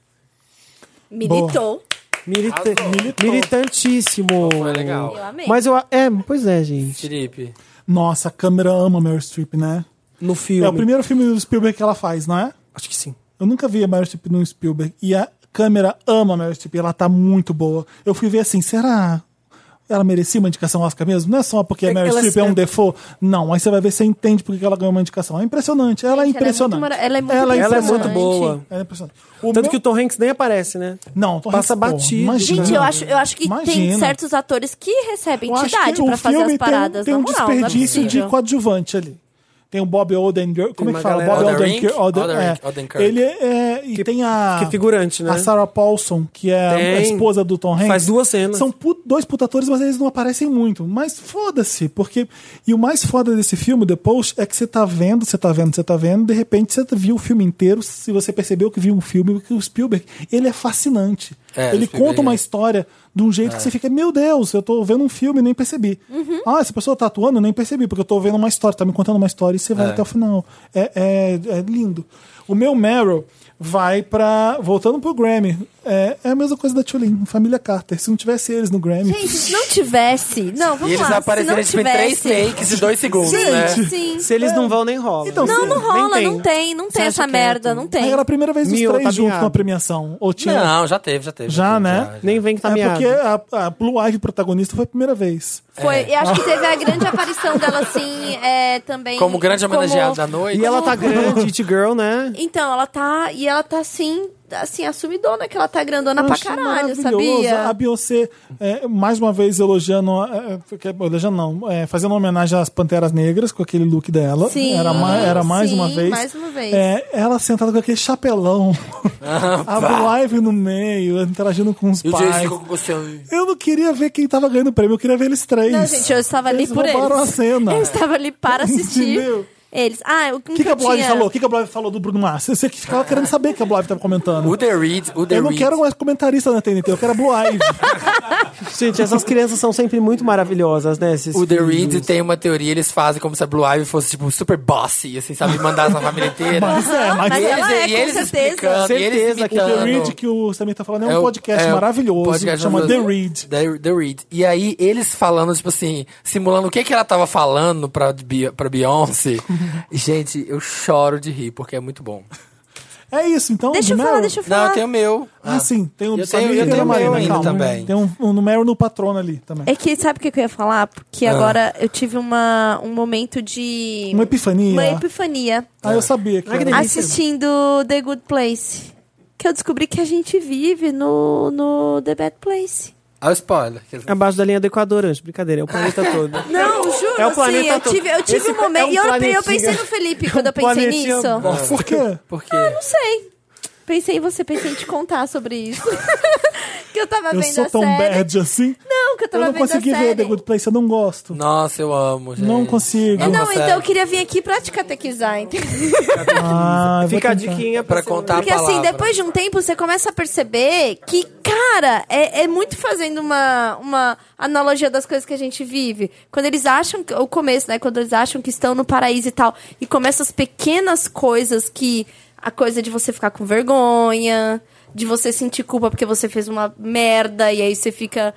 [SPEAKER 4] Militou.
[SPEAKER 3] Milita
[SPEAKER 1] Arrasou.
[SPEAKER 3] milita- Militantíssimo.
[SPEAKER 1] Foi legal.
[SPEAKER 4] Eu amei.
[SPEAKER 3] Mas eu. a- É, pois é, gente.
[SPEAKER 1] Felipe.
[SPEAKER 2] Nossa, a câmera ama Meryl Streep, né?
[SPEAKER 3] No filme.
[SPEAKER 2] É o primeiro filme do Spielberg que ela faz, não é?
[SPEAKER 3] Acho que sim.
[SPEAKER 2] Eu nunca vi a Meryl Streep no Spielberg. E a câmera ama a Meryl Streep, ela tá muito boa. Eu fui ver assim, será... Ela merecia uma indicação Oscar mesmo? Não é só porque a
[SPEAKER 3] É-
[SPEAKER 2] Meryl
[SPEAKER 3] ela-
[SPEAKER 2] Streep é um default. Não, aí você vai ver, você entende porque que ela ganhou uma indicação. É impressionante. Ela é
[SPEAKER 4] Gente, ela é muito
[SPEAKER 2] impressionante.
[SPEAKER 4] mara- ela é muito
[SPEAKER 3] Ela é muito
[SPEAKER 4] Impressionante.
[SPEAKER 3] boa.
[SPEAKER 2] Ela é impressionante.
[SPEAKER 3] Tanto que o Tom Hanks nem aparece, né?
[SPEAKER 2] Não, Tom
[SPEAKER 3] passa
[SPEAKER 2] Hanks, pô,
[SPEAKER 3] batido.
[SPEAKER 2] imagina.
[SPEAKER 4] Gente, eu acho, eu acho que tem
[SPEAKER 2] Imagina.
[SPEAKER 4] certos atores que recebem
[SPEAKER 2] Eu acho que
[SPEAKER 4] entidade
[SPEAKER 2] o
[SPEAKER 4] pra fazer
[SPEAKER 2] filme
[SPEAKER 4] as paradas.
[SPEAKER 2] Tem, tem um
[SPEAKER 4] na moral, não é
[SPEAKER 2] desperdício de
[SPEAKER 4] possível.
[SPEAKER 2] coadjuvante ali. Tem o Bob Odenkirk. Como é
[SPEAKER 3] uma
[SPEAKER 2] que fala?
[SPEAKER 3] galera-
[SPEAKER 2] Bob
[SPEAKER 1] Odenkirk?
[SPEAKER 2] Odenkirk. Ode-
[SPEAKER 1] Odenkirk,
[SPEAKER 2] é.
[SPEAKER 1] Odenkirk.
[SPEAKER 2] Ele é. E tem a.
[SPEAKER 3] Que figurante, né?
[SPEAKER 2] A Sarah Paulson, que é a
[SPEAKER 3] Tem.
[SPEAKER 2] esposa do Tom Hanks.
[SPEAKER 3] Faz duas cenas.
[SPEAKER 2] São pu- dois putatores, mas eles não aparecem muito. Mas foda-se, porque. E o mais foda desse filme, The Post, é que você tá vendo, você tá vendo, você tá vendo, de repente você viu o filme inteiro, se você percebeu que viu um filme, que o Spielberg, ele é fascinante.
[SPEAKER 1] É,
[SPEAKER 2] ele
[SPEAKER 1] o Spielberg
[SPEAKER 2] conta uma
[SPEAKER 1] é.
[SPEAKER 2] história de um jeito que
[SPEAKER 3] É.
[SPEAKER 2] você fica, meu Deus, eu tô vendo um filme e nem percebi. Ah, essa pessoa tá atuando, eu nem percebi, porque eu tô vendo uma história, tá me contando uma história e você vai até o final. É, é- é lindo. O meu Meryl vai pra. Voltando pro Grammy. É, é a mesma coisa da Tulin, Família Carter. Se não tivesse eles no Grammy.
[SPEAKER 4] Gente, se não tivesse. Não,
[SPEAKER 1] E
[SPEAKER 4] vamos
[SPEAKER 1] eles
[SPEAKER 4] lá.
[SPEAKER 1] apareceram
[SPEAKER 4] se
[SPEAKER 1] tipo,
[SPEAKER 4] não
[SPEAKER 1] em três
[SPEAKER 4] tivesse.
[SPEAKER 1] takes de dois segundos, né?
[SPEAKER 4] Gente, sim.
[SPEAKER 3] Se eles não vão, nem rola.
[SPEAKER 2] Então,
[SPEAKER 4] Não, não
[SPEAKER 2] Nem
[SPEAKER 4] rola,
[SPEAKER 3] tem.
[SPEAKER 4] não tem, não
[SPEAKER 3] Você
[SPEAKER 4] tem
[SPEAKER 3] acha
[SPEAKER 4] essa
[SPEAKER 3] que é,
[SPEAKER 4] merda,
[SPEAKER 3] então?
[SPEAKER 4] não
[SPEAKER 2] Aí
[SPEAKER 4] tem.
[SPEAKER 2] era a primeira vez os
[SPEAKER 3] Mil, tá
[SPEAKER 2] três juntos
[SPEAKER 3] miado.
[SPEAKER 2] na premiação. Ou tinha.
[SPEAKER 1] Não, já teve, já teve.
[SPEAKER 2] Já,
[SPEAKER 1] teve,
[SPEAKER 2] né?
[SPEAKER 1] já.
[SPEAKER 3] Nem vem que tá
[SPEAKER 2] é
[SPEAKER 3] miado.
[SPEAKER 2] porque a, a Blue Ivy protagonista foi a primeira vez.
[SPEAKER 4] Foi,
[SPEAKER 1] É.
[SPEAKER 4] e acho que teve a grande aparição dela, assim, é, também.
[SPEAKER 1] Como grande homenageado da noite.
[SPEAKER 3] E ela tá grande, It Girl, né?
[SPEAKER 4] Então, ela tá. E ela tá assim, assim, assumidona, que ela tá grandona pra
[SPEAKER 2] Acho
[SPEAKER 4] caralho,
[SPEAKER 2] maravilhoso.
[SPEAKER 4] sabia?
[SPEAKER 2] A Beyoncé, é, mais uma vez, elogiando, é, é, elogiando não, é, fazendo uma homenagem às Panteras Negras com aquele look dela.
[SPEAKER 4] Sim,
[SPEAKER 2] era, ma- era mais
[SPEAKER 4] sim,
[SPEAKER 2] uma vez.
[SPEAKER 4] mais uma vez.
[SPEAKER 2] É, ela sentada com aquele chapelão, a Blue Ivy no meio, interagindo com os
[SPEAKER 1] E o Jace
[SPEAKER 2] pais.
[SPEAKER 1] ficou com você.
[SPEAKER 2] Eu não queria ver quem tava ganhando o prêmio, eu queria ver eles três.
[SPEAKER 4] Não, gente, eu estava ali
[SPEAKER 2] Eles
[SPEAKER 4] por eles.
[SPEAKER 2] roubaram a cena.
[SPEAKER 4] Eu estava ali para assistir.
[SPEAKER 2] Entendeu?
[SPEAKER 4] Eles. Ah, o
[SPEAKER 2] O que, que a Blue Ivy
[SPEAKER 4] tinha...
[SPEAKER 2] falou? O que, que a Blue Ivy falou do Bruno Mars? Eu sei que ficava querendo saber o que a Blue Ivy tava comentando.
[SPEAKER 1] O The Reed, o The
[SPEAKER 2] eu não
[SPEAKER 1] Reed.
[SPEAKER 2] quero mais comentarista na TNT, eu quero a Blue Ivy.
[SPEAKER 3] Gente, essas crianças são sempre muito maravilhosas, né? Esses
[SPEAKER 1] O The
[SPEAKER 3] filhos.
[SPEAKER 1] Reed tem uma teoria, eles fazem como se a Blue Ivy fosse, tipo, super bossy, assim, sabe? Mandar essa família inteira.
[SPEAKER 2] Mas é, mas
[SPEAKER 1] E
[SPEAKER 4] Mas
[SPEAKER 1] eles,
[SPEAKER 4] ela é,
[SPEAKER 1] e
[SPEAKER 4] com
[SPEAKER 1] eles
[SPEAKER 4] certeza.
[SPEAKER 1] explicando, e eles
[SPEAKER 3] Certeza que o The
[SPEAKER 1] imitando.
[SPEAKER 2] The Read que o Samir tá falando é um
[SPEAKER 1] É o-
[SPEAKER 2] podcast
[SPEAKER 1] é o
[SPEAKER 2] maravilhoso
[SPEAKER 1] podcast
[SPEAKER 2] que chama The
[SPEAKER 1] maravilhoso.
[SPEAKER 2] Read.
[SPEAKER 1] The, The Reed. E aí, eles falando, tipo assim, simulando o que, que ela tava falando pra, Bi- pra Beyoncé. Gente, eu choro de rir, porque é muito bom.
[SPEAKER 2] É isso, então.
[SPEAKER 4] Deixa
[SPEAKER 2] de
[SPEAKER 4] eu falar,
[SPEAKER 2] Meryl?
[SPEAKER 4] deixa eu falar.
[SPEAKER 1] Não, tem um- o meu.
[SPEAKER 2] Ah, sim, tem o
[SPEAKER 1] Eu
[SPEAKER 2] do
[SPEAKER 1] tenho-
[SPEAKER 2] Samir
[SPEAKER 1] eu
[SPEAKER 2] e da
[SPEAKER 1] tenho
[SPEAKER 2] Marina,
[SPEAKER 1] meu ainda
[SPEAKER 2] calma.
[SPEAKER 1] também.
[SPEAKER 2] Tem um, um no Meryl no Patrono ali também.
[SPEAKER 4] É que sabe o que que eu ia falar? Porque
[SPEAKER 1] Ah.
[SPEAKER 4] agora eu tive uma, um momento de.
[SPEAKER 2] Uma epifania.
[SPEAKER 4] Uma epifania.
[SPEAKER 2] Ah, eu sabia que
[SPEAKER 3] Ai, que
[SPEAKER 2] era.
[SPEAKER 3] delícia.
[SPEAKER 4] Assistindo The Good Place. Que eu descobri que a gente vive no, no The Bad Place.
[SPEAKER 1] Olha o spoiler.
[SPEAKER 2] É
[SPEAKER 3] Abaixo da linha do Equador, antes. Brincadeira, é o planeta todo.
[SPEAKER 4] Não, juro,
[SPEAKER 3] É o
[SPEAKER 4] assim,
[SPEAKER 3] planeta
[SPEAKER 4] eu tive, eu tive
[SPEAKER 3] Esse
[SPEAKER 4] um momento.
[SPEAKER 3] é um
[SPEAKER 4] e eu, eu
[SPEAKER 3] planetinha.
[SPEAKER 4] pensei no
[SPEAKER 2] É um
[SPEAKER 4] Felipe quando eu pensei
[SPEAKER 3] planetinha
[SPEAKER 4] nisso.
[SPEAKER 3] bom.
[SPEAKER 2] Por quê?
[SPEAKER 4] Tá
[SPEAKER 1] Porque
[SPEAKER 4] Não sei. Pensei em você, pensei em te contar sobre isso. que eu tava
[SPEAKER 2] Eu
[SPEAKER 4] vendo
[SPEAKER 2] sou
[SPEAKER 4] a
[SPEAKER 2] tão
[SPEAKER 4] série.
[SPEAKER 2] bad assim.
[SPEAKER 4] Não, que eu
[SPEAKER 2] Eu
[SPEAKER 4] tava
[SPEAKER 2] não
[SPEAKER 4] vendo a
[SPEAKER 2] consegui
[SPEAKER 4] série.
[SPEAKER 2] ver The Good Place, eu não gosto.
[SPEAKER 1] Nossa, eu amo, gente.
[SPEAKER 2] Não é. consigo.
[SPEAKER 1] Amo
[SPEAKER 4] Não,
[SPEAKER 1] a
[SPEAKER 4] então
[SPEAKER 1] série.
[SPEAKER 4] eu queria vir aqui pra te catequizar, entendeu?
[SPEAKER 2] Ah, eu vou
[SPEAKER 3] Fica a
[SPEAKER 2] tentar.
[SPEAKER 3] diquinha
[SPEAKER 1] Pra contar
[SPEAKER 4] Porque
[SPEAKER 1] a palavra.
[SPEAKER 4] assim, depois de um tempo, você começa a perceber que, cara, é, é muito fazendo uma, uma analogia das coisas que a gente vive. Quando eles acham, que, o começo, né? Quando eles acham que estão no paraíso e tal, e começam as pequenas coisas que. A coisa de você ficar com vergonha, de você sentir culpa porque você fez uma merda, e aí você fica.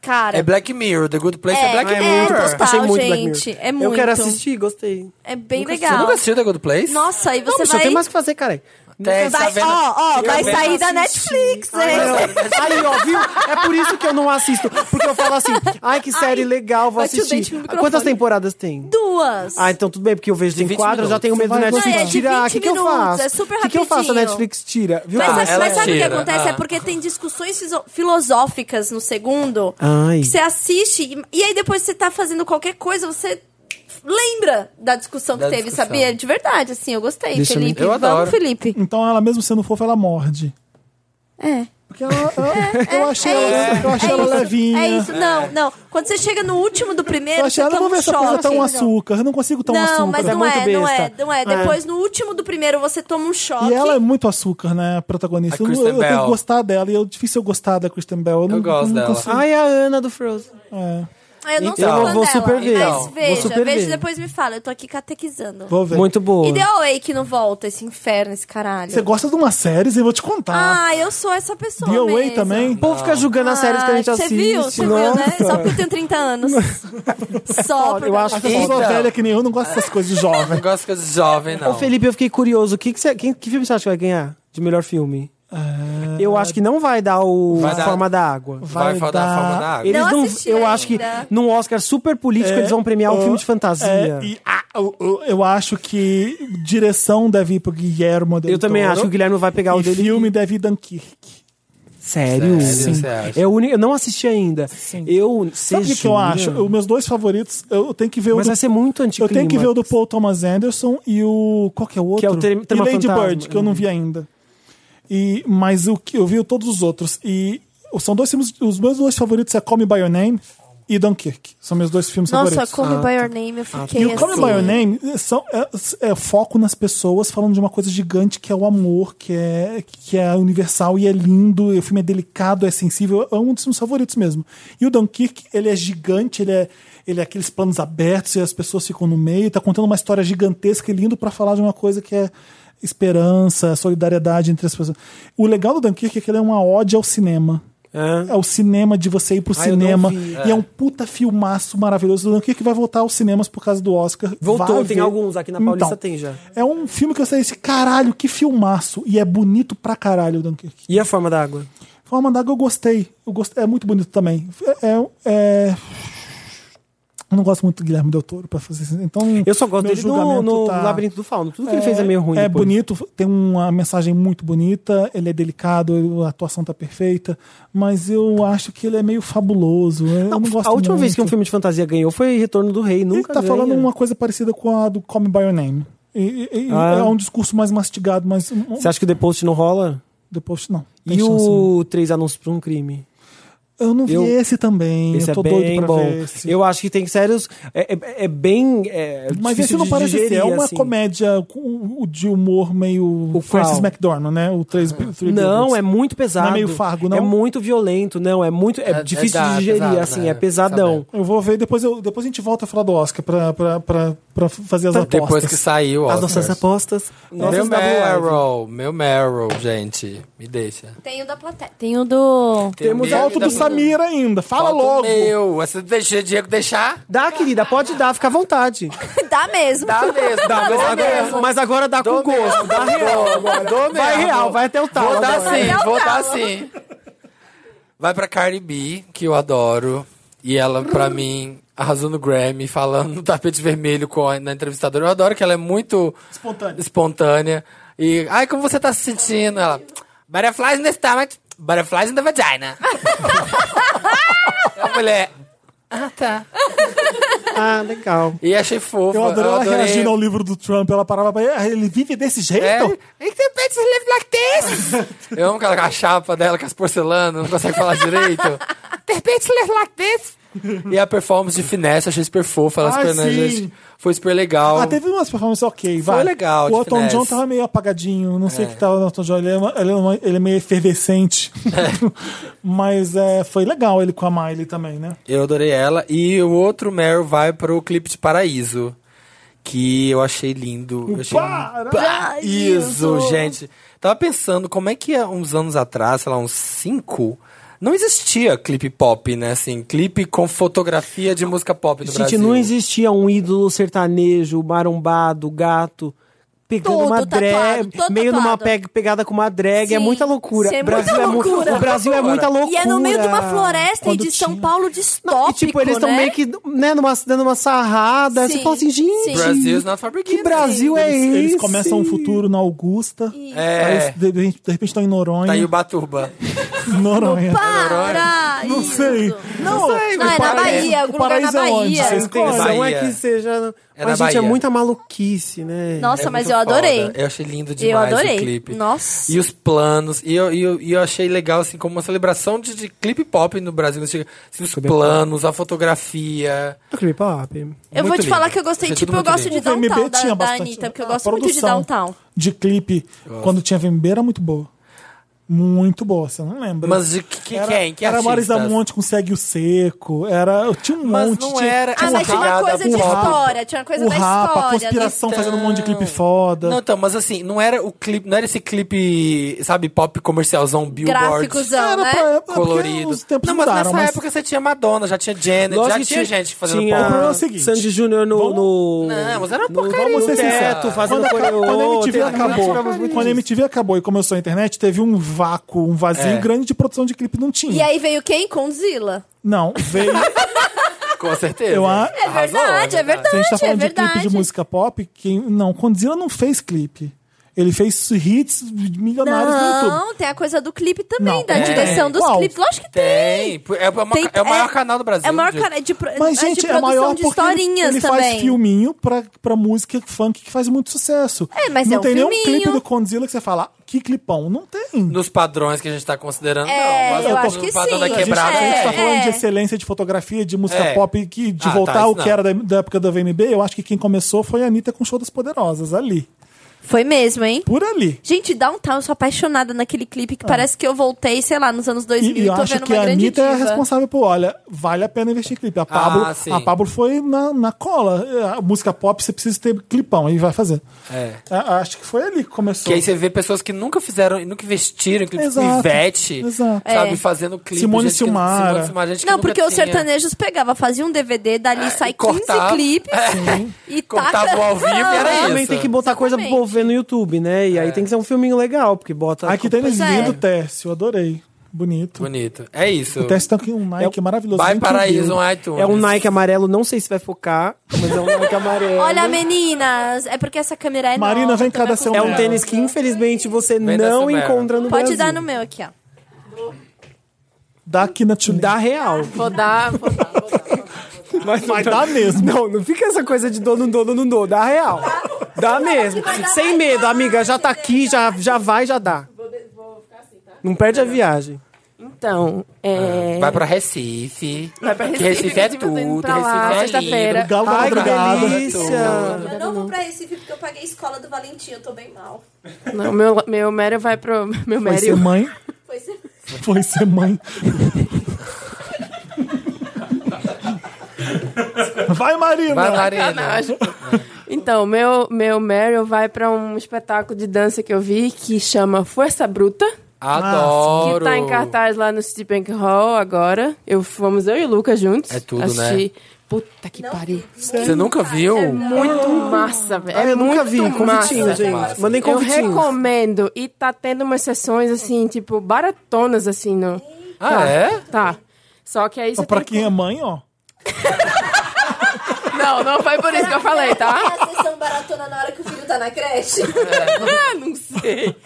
[SPEAKER 4] Cara,
[SPEAKER 1] É Black Mirror, The Good Place é,
[SPEAKER 4] É,
[SPEAKER 1] Black
[SPEAKER 4] é
[SPEAKER 1] Mirror.
[SPEAKER 4] total.
[SPEAKER 3] Achei muito Black
[SPEAKER 4] gente,
[SPEAKER 3] Mirror.
[SPEAKER 4] é
[SPEAKER 3] Eu
[SPEAKER 4] muito.
[SPEAKER 3] quero assistir, gostei.
[SPEAKER 4] é bem
[SPEAKER 1] Você
[SPEAKER 4] legal.
[SPEAKER 1] nunca assistiu The Good Place?
[SPEAKER 4] Nossa, aí
[SPEAKER 3] Não,
[SPEAKER 4] você
[SPEAKER 3] bicho,
[SPEAKER 4] vai.
[SPEAKER 3] tem mais o que fazer, cara.
[SPEAKER 1] Tem, tá
[SPEAKER 4] vai
[SPEAKER 1] vendo?
[SPEAKER 4] ó, ó,
[SPEAKER 1] Fica
[SPEAKER 4] vai
[SPEAKER 1] vendo.
[SPEAKER 4] sair da Netflix, é.
[SPEAKER 3] Ai,
[SPEAKER 4] hein?
[SPEAKER 3] não. Aí, ó, viu? É por isso que eu não assisto. Porque eu falo assim, ai, que série
[SPEAKER 4] Ai,
[SPEAKER 3] legal, vou
[SPEAKER 4] bati o dente
[SPEAKER 3] assistir.
[SPEAKER 4] no microfone.
[SPEAKER 3] Quantas temporadas tem?
[SPEAKER 4] Duas.
[SPEAKER 3] Ah, então tudo bem, porque eu vejo em
[SPEAKER 1] 20
[SPEAKER 3] quadro, eu já
[SPEAKER 1] minutos.
[SPEAKER 3] tenho medo do
[SPEAKER 2] Vai
[SPEAKER 3] Netflix
[SPEAKER 4] gostar.
[SPEAKER 3] tirar. O que, que eu
[SPEAKER 4] é minutos,
[SPEAKER 3] faço?
[SPEAKER 4] é super
[SPEAKER 3] O que, que eu faço? A
[SPEAKER 4] rapidinho.
[SPEAKER 3] Netflix tira. Viu?
[SPEAKER 4] Mas,
[SPEAKER 3] como
[SPEAKER 1] Tá,
[SPEAKER 4] mas
[SPEAKER 3] é?
[SPEAKER 1] ela
[SPEAKER 4] sabe o que
[SPEAKER 1] tira.
[SPEAKER 4] acontece? É
[SPEAKER 1] Ah.
[SPEAKER 4] porque tem discussões fiso- filosóficas no segundo
[SPEAKER 3] Ai.
[SPEAKER 4] que você assiste e, e aí depois você tá fazendo qualquer coisa, você lembra da discussão que
[SPEAKER 1] Da
[SPEAKER 4] teve,
[SPEAKER 1] discussão.
[SPEAKER 4] sabia? De verdade, assim, eu gostei,
[SPEAKER 3] Deixa eu
[SPEAKER 4] Felipe.
[SPEAKER 1] me- Eu
[SPEAKER 4] Vamos,
[SPEAKER 1] adoro.
[SPEAKER 4] Felipe.
[SPEAKER 2] Então ela, mesmo sendo fofa, ela morde.
[SPEAKER 4] É.
[SPEAKER 2] Porque ela, ela- eu achei ela, eu achei
[SPEAKER 4] é
[SPEAKER 2] ela
[SPEAKER 4] isso,
[SPEAKER 2] levinha.
[SPEAKER 4] É isso, não, não. Quando você chega no último do primeiro,
[SPEAKER 2] Eu achei ela,
[SPEAKER 4] você toma
[SPEAKER 2] não vou
[SPEAKER 4] um
[SPEAKER 2] ver essa coisa
[SPEAKER 4] choque.
[SPEAKER 2] tão açúcar. Eu não consigo tão
[SPEAKER 4] não,
[SPEAKER 2] açúcar.
[SPEAKER 4] mas
[SPEAKER 3] é
[SPEAKER 4] não
[SPEAKER 3] muito
[SPEAKER 4] é, não é,
[SPEAKER 3] besta.
[SPEAKER 4] não é.
[SPEAKER 3] É.
[SPEAKER 4] Depois, no último do primeiro, você toma um choque.
[SPEAKER 2] E ela é muito açúcar, né? A
[SPEAKER 1] A
[SPEAKER 2] protagonista. eu,
[SPEAKER 1] Kristen
[SPEAKER 2] eu tenho
[SPEAKER 1] Bell.
[SPEAKER 2] que gostar dela. E eu difícil eu gostar da Kristen Bell. Eu, não,
[SPEAKER 1] gosto
[SPEAKER 2] não
[SPEAKER 1] dela.
[SPEAKER 2] Consigo.
[SPEAKER 3] Ai, a Ana do Frozen.
[SPEAKER 2] É,
[SPEAKER 4] Ah, Eu não
[SPEAKER 1] Então,
[SPEAKER 4] sou
[SPEAKER 1] eu
[SPEAKER 4] fã
[SPEAKER 1] vou
[SPEAKER 4] dela,
[SPEAKER 3] super ver.
[SPEAKER 4] mas
[SPEAKER 1] Vou
[SPEAKER 4] veja,
[SPEAKER 3] super
[SPEAKER 4] veja
[SPEAKER 3] ver.
[SPEAKER 4] e depois me fala. Eu tô aqui catequizando.
[SPEAKER 2] vou ver.
[SPEAKER 3] Muito boa.
[SPEAKER 4] E The Away que não volta, esse inferno, esse caralho.
[SPEAKER 2] Você gosta de umas séries? Eu vou te contar.
[SPEAKER 4] Ah, eu sou essa pessoa
[SPEAKER 2] The Away
[SPEAKER 4] mesmo.
[SPEAKER 2] também?
[SPEAKER 3] O povo Um fica julgando as séries que a gente
[SPEAKER 4] Ah,
[SPEAKER 3] assiste.
[SPEAKER 4] Você viu, você viu,
[SPEAKER 3] Nossa.
[SPEAKER 4] né? Só porque eu tenho 30 anos. Só porque
[SPEAKER 3] eu acho
[SPEAKER 2] Acho que eu sou
[SPEAKER 1] Eita.
[SPEAKER 2] velha que nem eu, não gosto dessas coisas de
[SPEAKER 1] Não
[SPEAKER 2] jovem.
[SPEAKER 1] gosto de coisa de é jovem, não.
[SPEAKER 3] Ô, Felipe, eu fiquei curioso. Que, que, você- quem- que filme você acha que vai ganhar de melhor filme? Eu acho que não vai dar o
[SPEAKER 1] Vai dar.
[SPEAKER 3] Forma da Água.
[SPEAKER 1] Vai
[SPEAKER 2] Ah. vai
[SPEAKER 1] faltar
[SPEAKER 2] dar-
[SPEAKER 1] a forma da água.
[SPEAKER 3] Eles
[SPEAKER 4] Não
[SPEAKER 3] não,
[SPEAKER 4] assisti
[SPEAKER 3] eu acho que
[SPEAKER 4] ainda.
[SPEAKER 3] num Oscar super político eles vão premiar um
[SPEAKER 2] Ah,
[SPEAKER 3] filme de fantasia.
[SPEAKER 2] é, e, ah, eu, eu- eu acho que direção deve ir pro Guilhermo del
[SPEAKER 3] eu também
[SPEAKER 2] Toro.
[SPEAKER 3] acho que o Guilherme vai pegar o
[SPEAKER 2] E
[SPEAKER 3] dele.
[SPEAKER 2] filme deve ir Dunkirk.
[SPEAKER 3] Sério?
[SPEAKER 1] Sério,
[SPEAKER 3] Sim.
[SPEAKER 1] você acha?
[SPEAKER 3] É o único, eu não assisti ainda. Eu sei
[SPEAKER 2] Sabe o que que eu acho? Os meus dois favoritos, eu tenho que ver o
[SPEAKER 3] Mas
[SPEAKER 2] do
[SPEAKER 3] vai ser muito antigo.
[SPEAKER 2] Eu tenho que ver o do Paul Thomas Anderson e o. Qual que é o outro?
[SPEAKER 3] Que é o Uhum. Trem-
[SPEAKER 2] e
[SPEAKER 3] Trema
[SPEAKER 2] Lady
[SPEAKER 3] Fantasma.
[SPEAKER 2] Bird, que eu não vi ainda. E, mas o que eu vi todos os outros. E são dois filmes. Os meus dois favoritos é Call Me By Your Name e Dunkirk. São meus dois filmes
[SPEAKER 4] Nossa,
[SPEAKER 2] favoritos.
[SPEAKER 4] Call Me By Your Name, eu fiquei
[SPEAKER 2] E o Call Me
[SPEAKER 4] assim...
[SPEAKER 2] By Your Name é, são, é, é foco nas pessoas falando de uma coisa gigante que é o amor, que é, que é universal e é lindo. E o filme é delicado, é sensível. É um dos meus favoritos mesmo. E o Dunkirk, ele é gigante, ele é, ele é aqueles planos abertos e as pessoas ficam no meio. Tá contando uma história gigantesca e lindo para falar de uma coisa que é esperança, solidariedade entre as pessoas. O legal do Dunkirk é que ele é uma ode ao cinema. É o cinema de você ir pro
[SPEAKER 3] Ah, eu não
[SPEAKER 2] cinema.
[SPEAKER 3] vi.
[SPEAKER 2] E é um puta filmaço maravilhoso. O que, que vai voltar aos cinemas por causa do Oscar?
[SPEAKER 3] Voltou,
[SPEAKER 2] Vai
[SPEAKER 3] tem
[SPEAKER 2] ver.
[SPEAKER 3] alguns. Aqui na Paulista
[SPEAKER 2] Então,
[SPEAKER 3] tem já.
[SPEAKER 2] É um filme que eu sei esse caralho, que filmaço. E é bonito pra caralho o Dunkirk.
[SPEAKER 3] E a Forma da Água?
[SPEAKER 2] Forma d'água eu gostei. Eu gostei. É muito bonito também. É, é- é- Eu não gosto muito do Guilherme Del Toro pra fazer isso. Então,
[SPEAKER 3] Eu só gosto
[SPEAKER 2] meu
[SPEAKER 3] dele no,
[SPEAKER 2] julgamento
[SPEAKER 3] no
[SPEAKER 2] tá-
[SPEAKER 3] Labirinto do Fauno. Tudo que ele fez é meio ruim.
[SPEAKER 2] É
[SPEAKER 3] depois.
[SPEAKER 2] bonito, tem uma mensagem muito bonita, ele é delicado, a atuação tá perfeita, mas eu acho que ele é meio fabuloso. Eu não,
[SPEAKER 3] Não,
[SPEAKER 2] gosto
[SPEAKER 3] a última vez
[SPEAKER 2] muito.
[SPEAKER 3] que um filme de fantasia ganhou foi Retorno do Rei. Nunca
[SPEAKER 2] Ele tá
[SPEAKER 3] ganha.
[SPEAKER 2] falando uma coisa parecida com a do Come By Your Name. E- e- e
[SPEAKER 3] Ah.
[SPEAKER 2] É um discurso mais mastigado, mas um-
[SPEAKER 3] Você acha que o The Post não rola?
[SPEAKER 2] depois não. Tem
[SPEAKER 3] E
[SPEAKER 2] chance, não.
[SPEAKER 3] o Três Anúncios para um Crime?
[SPEAKER 2] Eu não vi
[SPEAKER 3] eu-
[SPEAKER 2] esse também.
[SPEAKER 3] Esse
[SPEAKER 2] eu tô
[SPEAKER 3] é
[SPEAKER 2] doido
[SPEAKER 3] bem
[SPEAKER 2] pra
[SPEAKER 3] bom.
[SPEAKER 2] ver esse.
[SPEAKER 3] Eu acho que tem sérios. É, é- é bem. é,
[SPEAKER 2] Mas
[SPEAKER 3] difícil
[SPEAKER 2] esse não
[SPEAKER 3] de
[SPEAKER 2] parece
[SPEAKER 3] digerir,
[SPEAKER 2] ser. É uma
[SPEAKER 3] assim.
[SPEAKER 2] comédia com, o- de humor meio
[SPEAKER 3] O
[SPEAKER 2] Francis
[SPEAKER 3] qual?
[SPEAKER 2] McDormand, né? O 3
[SPEAKER 3] Não, é muito pesado.
[SPEAKER 2] Não é meio Fargo, não?
[SPEAKER 3] É muito violento, não. É muito. É,
[SPEAKER 1] É-
[SPEAKER 3] difícil
[SPEAKER 1] é da-
[SPEAKER 3] de digerir,
[SPEAKER 1] pesado,
[SPEAKER 3] assim.
[SPEAKER 1] né?
[SPEAKER 3] É pesadão.
[SPEAKER 2] Eu vou ver, depois, eu, depois a gente volta a falar do Oscar pra, pra, pra, pra fazer as apostas.
[SPEAKER 1] Depois que saiu, ó.
[SPEAKER 3] As nossas é apostas. É.
[SPEAKER 1] Meu
[SPEAKER 3] nossas da Blue Ivy.
[SPEAKER 1] Meryl, meu Meryl, gente. Me deixa.
[SPEAKER 4] Tem o da plateia. Tem o do...
[SPEAKER 2] Temos
[SPEAKER 1] Meu
[SPEAKER 2] alto
[SPEAKER 1] da-
[SPEAKER 2] do Samir ainda. Fala
[SPEAKER 1] Falta o
[SPEAKER 2] logo.
[SPEAKER 1] Meu, você deixa Diego deixar?
[SPEAKER 3] Dá, querida, pode dar, fica à vontade.
[SPEAKER 4] Dá mesmo.
[SPEAKER 1] Dá mesmo, dá
[SPEAKER 3] Mas
[SPEAKER 1] mesmo.
[SPEAKER 3] agora, mas agora dá com
[SPEAKER 1] Dou
[SPEAKER 3] gosto,
[SPEAKER 1] mesmo,
[SPEAKER 3] dá real.
[SPEAKER 1] dou, dou
[SPEAKER 3] Vai
[SPEAKER 1] mesmo.
[SPEAKER 3] real, vai até o talo.
[SPEAKER 1] Vou dar
[SPEAKER 3] agora.
[SPEAKER 1] sim,
[SPEAKER 4] Vai até o
[SPEAKER 1] vou dar
[SPEAKER 4] talo.
[SPEAKER 1] sim. Vai pra Cardi B, que eu adoro. E ela, pra mim, arrasou no Grammy, falando no tapete vermelho com a, na entrevistadora. Eu adoro que ela é muito
[SPEAKER 2] Espontânea.
[SPEAKER 1] espontânea. E, ai, como você tá se sentindo? Ela, butterflies in the stomach, butterflies in the vagina. a mulher, ah, tá.
[SPEAKER 3] Ah, legal.
[SPEAKER 1] E achei fofa.
[SPEAKER 2] Eu adoro ela
[SPEAKER 1] adorei.
[SPEAKER 2] reagindo ao livro do Trump. Ela parava pra ele. Ele vive desse jeito?
[SPEAKER 1] É. It depends on live like this. Eu amo aquela com a chapa dela, com as porcelanas, não consegue falar direito. Depends on live like this. E a performance de finesse, achei super fofa. Ela
[SPEAKER 2] Ah,
[SPEAKER 1] super né,
[SPEAKER 2] sim.
[SPEAKER 1] Foi super legal.
[SPEAKER 2] Ah, teve umas performances ok, vai.
[SPEAKER 1] legal, de
[SPEAKER 2] O Elton
[SPEAKER 1] finesse.
[SPEAKER 2] John tava meio apagadinho. Não sei o que tava no Elton John. Ele é, uma- ele é uma- ele é meio efervescente. Mas é, foi legal ele com a Miley também, né?
[SPEAKER 1] Eu adorei ela. E o outro Meryl vai pro clipe de Paraíso. Que eu achei lindo. Eu achei
[SPEAKER 2] Paraíso!
[SPEAKER 1] Paraíso, gente. Tava pensando como é que há uns anos atrás, sei lá, uns cinco, não existia clipe pop, né? Assim, clipe com fotografia de música pop no
[SPEAKER 3] Gente,
[SPEAKER 1] Brasil.
[SPEAKER 3] não existia um ídolo sertanejo, marombado, gato, pegando
[SPEAKER 4] Todo
[SPEAKER 3] uma drag,
[SPEAKER 4] tatuado, todo
[SPEAKER 3] meio numa
[SPEAKER 4] tatuado.
[SPEAKER 3] pe- pegada com uma drag, é
[SPEAKER 4] Sim,
[SPEAKER 3] muita loucura.
[SPEAKER 4] sim, é
[SPEAKER 3] O Brasil
[SPEAKER 4] muita
[SPEAKER 3] é muito-
[SPEAKER 4] loucura.
[SPEAKER 3] o Brasil é muita loucura.
[SPEAKER 4] E é no meio de uma floresta e
[SPEAKER 2] Quando
[SPEAKER 4] de São
[SPEAKER 2] tinha.
[SPEAKER 4] Paulo
[SPEAKER 3] Não,
[SPEAKER 4] distópico,
[SPEAKER 3] e, tipo, eles
[SPEAKER 4] estão
[SPEAKER 3] estão meio que né, numa, dando uma sarrada. Você
[SPEAKER 4] Sim,
[SPEAKER 3] fala assim, gente,
[SPEAKER 4] sim.
[SPEAKER 1] Brasil's not for beginners.
[SPEAKER 3] que Brasil é esse?
[SPEAKER 2] Eles um começam o futuro na Augusta.
[SPEAKER 1] É.
[SPEAKER 2] Aí, de, de repente estão em Noronha.
[SPEAKER 1] Tá aí o Batuba.
[SPEAKER 2] Noronha.
[SPEAKER 4] Para!
[SPEAKER 2] Não
[SPEAKER 4] isso.
[SPEAKER 2] sei.
[SPEAKER 3] Não,
[SPEAKER 4] Não, é na Bahia, algum
[SPEAKER 2] o
[SPEAKER 4] lugar na
[SPEAKER 2] paraíso é onde?
[SPEAKER 4] Bahia.
[SPEAKER 2] Vocês
[SPEAKER 3] A intenção
[SPEAKER 1] Bahia.
[SPEAKER 3] é que seja.
[SPEAKER 1] É
[SPEAKER 3] mas,
[SPEAKER 1] na
[SPEAKER 3] gente, é
[SPEAKER 1] Bahia.
[SPEAKER 3] muita maluquice, né?
[SPEAKER 4] Nossa,
[SPEAKER 1] É
[SPEAKER 4] mas
[SPEAKER 1] muito
[SPEAKER 4] eu adorei.
[SPEAKER 1] foda. Eu achei lindo
[SPEAKER 4] Eu
[SPEAKER 1] demais
[SPEAKER 4] adorei.
[SPEAKER 1] o clipe.
[SPEAKER 4] Nossa.
[SPEAKER 1] E os planos. E eu, e eu, e eu achei legal, assim, como uma celebração de, de clipe pop no Brasil. Assim, os planos, a fotografia.
[SPEAKER 3] Do clipe pop.
[SPEAKER 4] Eu vou
[SPEAKER 1] Muito
[SPEAKER 4] te
[SPEAKER 1] lindo.
[SPEAKER 4] falar que eu gostei,
[SPEAKER 1] Achei
[SPEAKER 4] tipo,
[SPEAKER 1] tudo
[SPEAKER 4] eu
[SPEAKER 1] muito
[SPEAKER 4] gosto de
[SPEAKER 1] lindo.
[SPEAKER 2] O VMB
[SPEAKER 4] Downtown da,
[SPEAKER 2] tinha
[SPEAKER 4] da
[SPEAKER 2] bastante. né?
[SPEAKER 4] Anitta, porque eu
[SPEAKER 2] a
[SPEAKER 4] gosto muito de
[SPEAKER 2] produção
[SPEAKER 4] Downtown.
[SPEAKER 2] De clipe, quando tinha VMB, era muito boa. Muito boa, você não lembra.
[SPEAKER 1] Mas de que, que-
[SPEAKER 2] era,
[SPEAKER 1] quem? Que
[SPEAKER 2] Era Marisa
[SPEAKER 1] artistas?
[SPEAKER 2] Monte com Segue o Seco. Era, tinha um
[SPEAKER 1] Mas
[SPEAKER 2] monte.
[SPEAKER 1] não
[SPEAKER 2] tinha,
[SPEAKER 1] era-
[SPEAKER 4] Ah,
[SPEAKER 1] Essa
[SPEAKER 4] mas tinha uma
[SPEAKER 1] pegada
[SPEAKER 4] coisa de
[SPEAKER 1] burra.
[SPEAKER 4] história, tinha uma coisa
[SPEAKER 2] o
[SPEAKER 4] da
[SPEAKER 2] rapa, a
[SPEAKER 4] história. né?
[SPEAKER 2] conspiração
[SPEAKER 4] do-
[SPEAKER 2] fazendo um monte de clipe foda.
[SPEAKER 1] Não, então, mas assim, não era o clipe, não era esse clipe, sabe, pop comercialzão, billboard.
[SPEAKER 4] Gráficosão,
[SPEAKER 2] Era
[SPEAKER 4] né?
[SPEAKER 2] pra época, Ah, porque
[SPEAKER 1] Colorido.
[SPEAKER 2] Os tempos
[SPEAKER 1] não, mas
[SPEAKER 2] mudaram,
[SPEAKER 1] nessa época você tinha Madonna, já tinha Janet,
[SPEAKER 3] Lógico
[SPEAKER 1] já
[SPEAKER 3] que
[SPEAKER 1] tinha, gente fazendo
[SPEAKER 3] tinha
[SPEAKER 2] O problema é o
[SPEAKER 1] pop.
[SPEAKER 2] seguinte,
[SPEAKER 3] Sandy Júnior no,
[SPEAKER 2] vamos-
[SPEAKER 3] no.
[SPEAKER 1] Não, mas era uma
[SPEAKER 3] no-
[SPEAKER 1] porcaria,
[SPEAKER 2] Vamos
[SPEAKER 1] né?
[SPEAKER 2] ser sinceros.
[SPEAKER 3] teto, fazendo
[SPEAKER 2] quando, a-
[SPEAKER 3] coreô,
[SPEAKER 2] quando a MTV
[SPEAKER 3] tem-
[SPEAKER 2] acabou,
[SPEAKER 3] tivemos muito
[SPEAKER 2] quando a MTV acabou e começou a internet, teve um vácuo, um vazio
[SPEAKER 1] É.
[SPEAKER 2] grande de produção de clipe. Não tinha.
[SPEAKER 4] E aí veio quem? Condzilla.
[SPEAKER 2] Não, veio.
[SPEAKER 1] Com certeza. né?
[SPEAKER 2] eu a...
[SPEAKER 4] É verdade,
[SPEAKER 2] Se a
[SPEAKER 4] é
[SPEAKER 2] gente tá
[SPEAKER 4] verdade, é
[SPEAKER 2] falando de clipe
[SPEAKER 4] verdade.
[SPEAKER 2] de música pop, quem... não, Condzilla não fez clipe. Ele fez hits milionários no YouTube.
[SPEAKER 4] Não, tem a coisa do clipe também,
[SPEAKER 2] Não.
[SPEAKER 4] da
[SPEAKER 2] É.
[SPEAKER 4] direção dos
[SPEAKER 2] Qual?
[SPEAKER 4] clipes. Lógico que tem.
[SPEAKER 1] Tem. É, uma-
[SPEAKER 4] Tem-
[SPEAKER 1] é o maior canal do Brasil.
[SPEAKER 4] É o maior
[SPEAKER 1] digo.
[SPEAKER 4] canal de, pro-
[SPEAKER 2] Mas,
[SPEAKER 4] é de
[SPEAKER 2] gente, é
[SPEAKER 4] produção
[SPEAKER 2] maior
[SPEAKER 4] de
[SPEAKER 2] porque ele,
[SPEAKER 4] historinhas
[SPEAKER 2] ele
[SPEAKER 4] também.
[SPEAKER 2] faz filminho pra, pra música funk que faz muito sucesso.
[SPEAKER 4] É, mas
[SPEAKER 2] não
[SPEAKER 4] é um
[SPEAKER 2] tem nenhum
[SPEAKER 4] filminho.
[SPEAKER 2] clipe do Condzilla que você fala, "Ah, que clipão. Não tem.
[SPEAKER 1] Nos padrões que a gente tá considerando,
[SPEAKER 4] É,
[SPEAKER 1] não. Mas
[SPEAKER 4] eu
[SPEAKER 1] o
[SPEAKER 4] acho que
[SPEAKER 1] padrão da
[SPEAKER 4] sim.
[SPEAKER 1] quebrada,
[SPEAKER 2] a gente, a gente tá
[SPEAKER 4] é,
[SPEAKER 2] falando de
[SPEAKER 4] é.
[SPEAKER 2] excelência de fotografia, de música
[SPEAKER 1] É.
[SPEAKER 2] pop, que, de
[SPEAKER 1] Ah, tá,
[SPEAKER 2] voltar ao
[SPEAKER 1] isso
[SPEAKER 2] que
[SPEAKER 1] não.
[SPEAKER 2] era da, da época da VMB, eu acho que quem começou foi a Anitta com o Show das Poderosas, ali.
[SPEAKER 4] Foi mesmo, hein?
[SPEAKER 2] Por ali.
[SPEAKER 4] Gente, Downtown, eu sou apaixonada naquele clipe que parece que eu voltei, sei lá, nos anos 2000
[SPEAKER 2] Ah. E,
[SPEAKER 4] e,
[SPEAKER 2] e eu
[SPEAKER 4] Assim, tô
[SPEAKER 2] acho
[SPEAKER 4] vendo
[SPEAKER 2] que
[SPEAKER 4] uma
[SPEAKER 2] a
[SPEAKER 4] grande
[SPEAKER 2] Anitta é a
[SPEAKER 4] diva.
[SPEAKER 2] responsável por, olha, vale a pena investir em clipe. A Pablo,
[SPEAKER 1] Ah, sim.
[SPEAKER 2] a Pablo foi na, na cola. A música pop, você precisa ter clipão, e vai fazer.
[SPEAKER 1] É.
[SPEAKER 2] A- acho que foi ali que começou.
[SPEAKER 1] Que aí você vê pessoas que nunca fizeram, e nunca investiram, clipe
[SPEAKER 2] Exato,
[SPEAKER 1] Ivete,
[SPEAKER 2] exato.
[SPEAKER 1] sabe,
[SPEAKER 4] É.
[SPEAKER 1] fazendo clipe.
[SPEAKER 2] Simone
[SPEAKER 1] gente que-
[SPEAKER 2] Silmara.
[SPEAKER 1] Simone Silmara, gente que
[SPEAKER 4] Não,
[SPEAKER 1] nunca
[SPEAKER 4] porque os
[SPEAKER 1] tinha.
[SPEAKER 4] sertanejos pegavam, faziam um DVD,
[SPEAKER 2] É,
[SPEAKER 4] dali sai 15
[SPEAKER 1] cortava.
[SPEAKER 4] clipes e
[SPEAKER 1] Cortava
[SPEAKER 4] taca...
[SPEAKER 1] o ao vivo e era
[SPEAKER 4] Ah,
[SPEAKER 1] isso.
[SPEAKER 3] Também tem que botar coisa pro
[SPEAKER 4] Exatamente.
[SPEAKER 3] povo ver no YouTube, né? E aí tem que ser um filminho legal, porque bota. tipo,
[SPEAKER 2] Aqui tem
[SPEAKER 4] Pois é.
[SPEAKER 2] lindo Tércio, adorei. Bonito.
[SPEAKER 1] Bonito. É isso.
[SPEAKER 2] O Tércio tá aqui um Nike maravilhoso.
[SPEAKER 1] Vai
[SPEAKER 2] nem que
[SPEAKER 1] Paraíso
[SPEAKER 2] viu.
[SPEAKER 1] um iTunes.
[SPEAKER 3] É um Nike amarelo, não sei se vai focar, mas é um Nike amarelo.
[SPEAKER 4] Olha, meninas, é porque essa câmera é
[SPEAKER 2] Marina,
[SPEAKER 4] nova,
[SPEAKER 2] vem cá
[SPEAKER 4] tô me
[SPEAKER 2] dar seu
[SPEAKER 3] É um
[SPEAKER 4] acompanhando.
[SPEAKER 3] tênis que infelizmente você
[SPEAKER 1] Vem da
[SPEAKER 3] não
[SPEAKER 1] Silmara.
[SPEAKER 3] encontra no
[SPEAKER 4] Pode
[SPEAKER 3] Brasil.
[SPEAKER 4] dar no meu aqui, ó.
[SPEAKER 2] Dá aqui na Tulip.
[SPEAKER 3] Dá real.
[SPEAKER 4] Vou dar, vou dar.
[SPEAKER 3] Mas
[SPEAKER 2] Vai dar mesmo.
[SPEAKER 3] Não, não fica essa coisa de dono, dono, não dou. Dá real. Dá mesmo.
[SPEAKER 4] vai dar
[SPEAKER 3] Sem
[SPEAKER 4] mais
[SPEAKER 3] medo,
[SPEAKER 4] nada,
[SPEAKER 3] amiga. Já tá aqui, já, já vai, já dá.
[SPEAKER 4] assim, tá?
[SPEAKER 3] Não perde a viagem.
[SPEAKER 8] Então, é.
[SPEAKER 1] Vai pra Recife.
[SPEAKER 8] Vai pra
[SPEAKER 1] Que Recife é
[SPEAKER 8] tô indo
[SPEAKER 1] tudo.
[SPEAKER 8] pra lá,
[SPEAKER 1] Recife é
[SPEAKER 8] sexta-feira.
[SPEAKER 1] lindo.
[SPEAKER 2] O galo da
[SPEAKER 3] Ai, que
[SPEAKER 2] madrugada.
[SPEAKER 3] delícia.
[SPEAKER 4] Eu não vou pra Recife porque eu paguei escola do Valentim, eu tô bem mal.
[SPEAKER 8] Não, meu, meu Mério vai pro. Meu
[SPEAKER 2] Foi ser
[SPEAKER 8] Mério.
[SPEAKER 2] mãe.
[SPEAKER 4] Pois é.
[SPEAKER 2] Foi ser mãe. Vai, Marina.
[SPEAKER 1] Vai, Marina.
[SPEAKER 8] é Sacanagem. Então, meu, meu Meryl vai pra um espetáculo de dança que eu vi que chama Força Bruta,
[SPEAKER 1] Adoro.
[SPEAKER 8] que tá em cartaz lá no City Bank Hall agora. Eu, fomos eu e o Lucas juntos.
[SPEAKER 1] É tudo,
[SPEAKER 8] assistir. Puta que pariu.
[SPEAKER 1] Você nunca viu?
[SPEAKER 4] É
[SPEAKER 8] Muito massa, velho.
[SPEAKER 3] Ah,
[SPEAKER 8] é
[SPEAKER 3] eu
[SPEAKER 8] muito
[SPEAKER 3] nunca vi. Convitinho,
[SPEAKER 8] massa.
[SPEAKER 3] gente. Mandem
[SPEAKER 8] Eu
[SPEAKER 3] convitinho.
[SPEAKER 8] recomendo. E tá tendo umas sessões, assim, tipo, baratonas, assim, no...
[SPEAKER 1] Ah, é?
[SPEAKER 8] Tá. Só que aí você
[SPEAKER 2] Pra
[SPEAKER 8] tem
[SPEAKER 2] quem é mãe, ó.
[SPEAKER 8] que- Não, não foi por isso que eu falei, tá?
[SPEAKER 4] a sessão baratona na hora que o filho tá na creche?
[SPEAKER 8] Ah, não sei.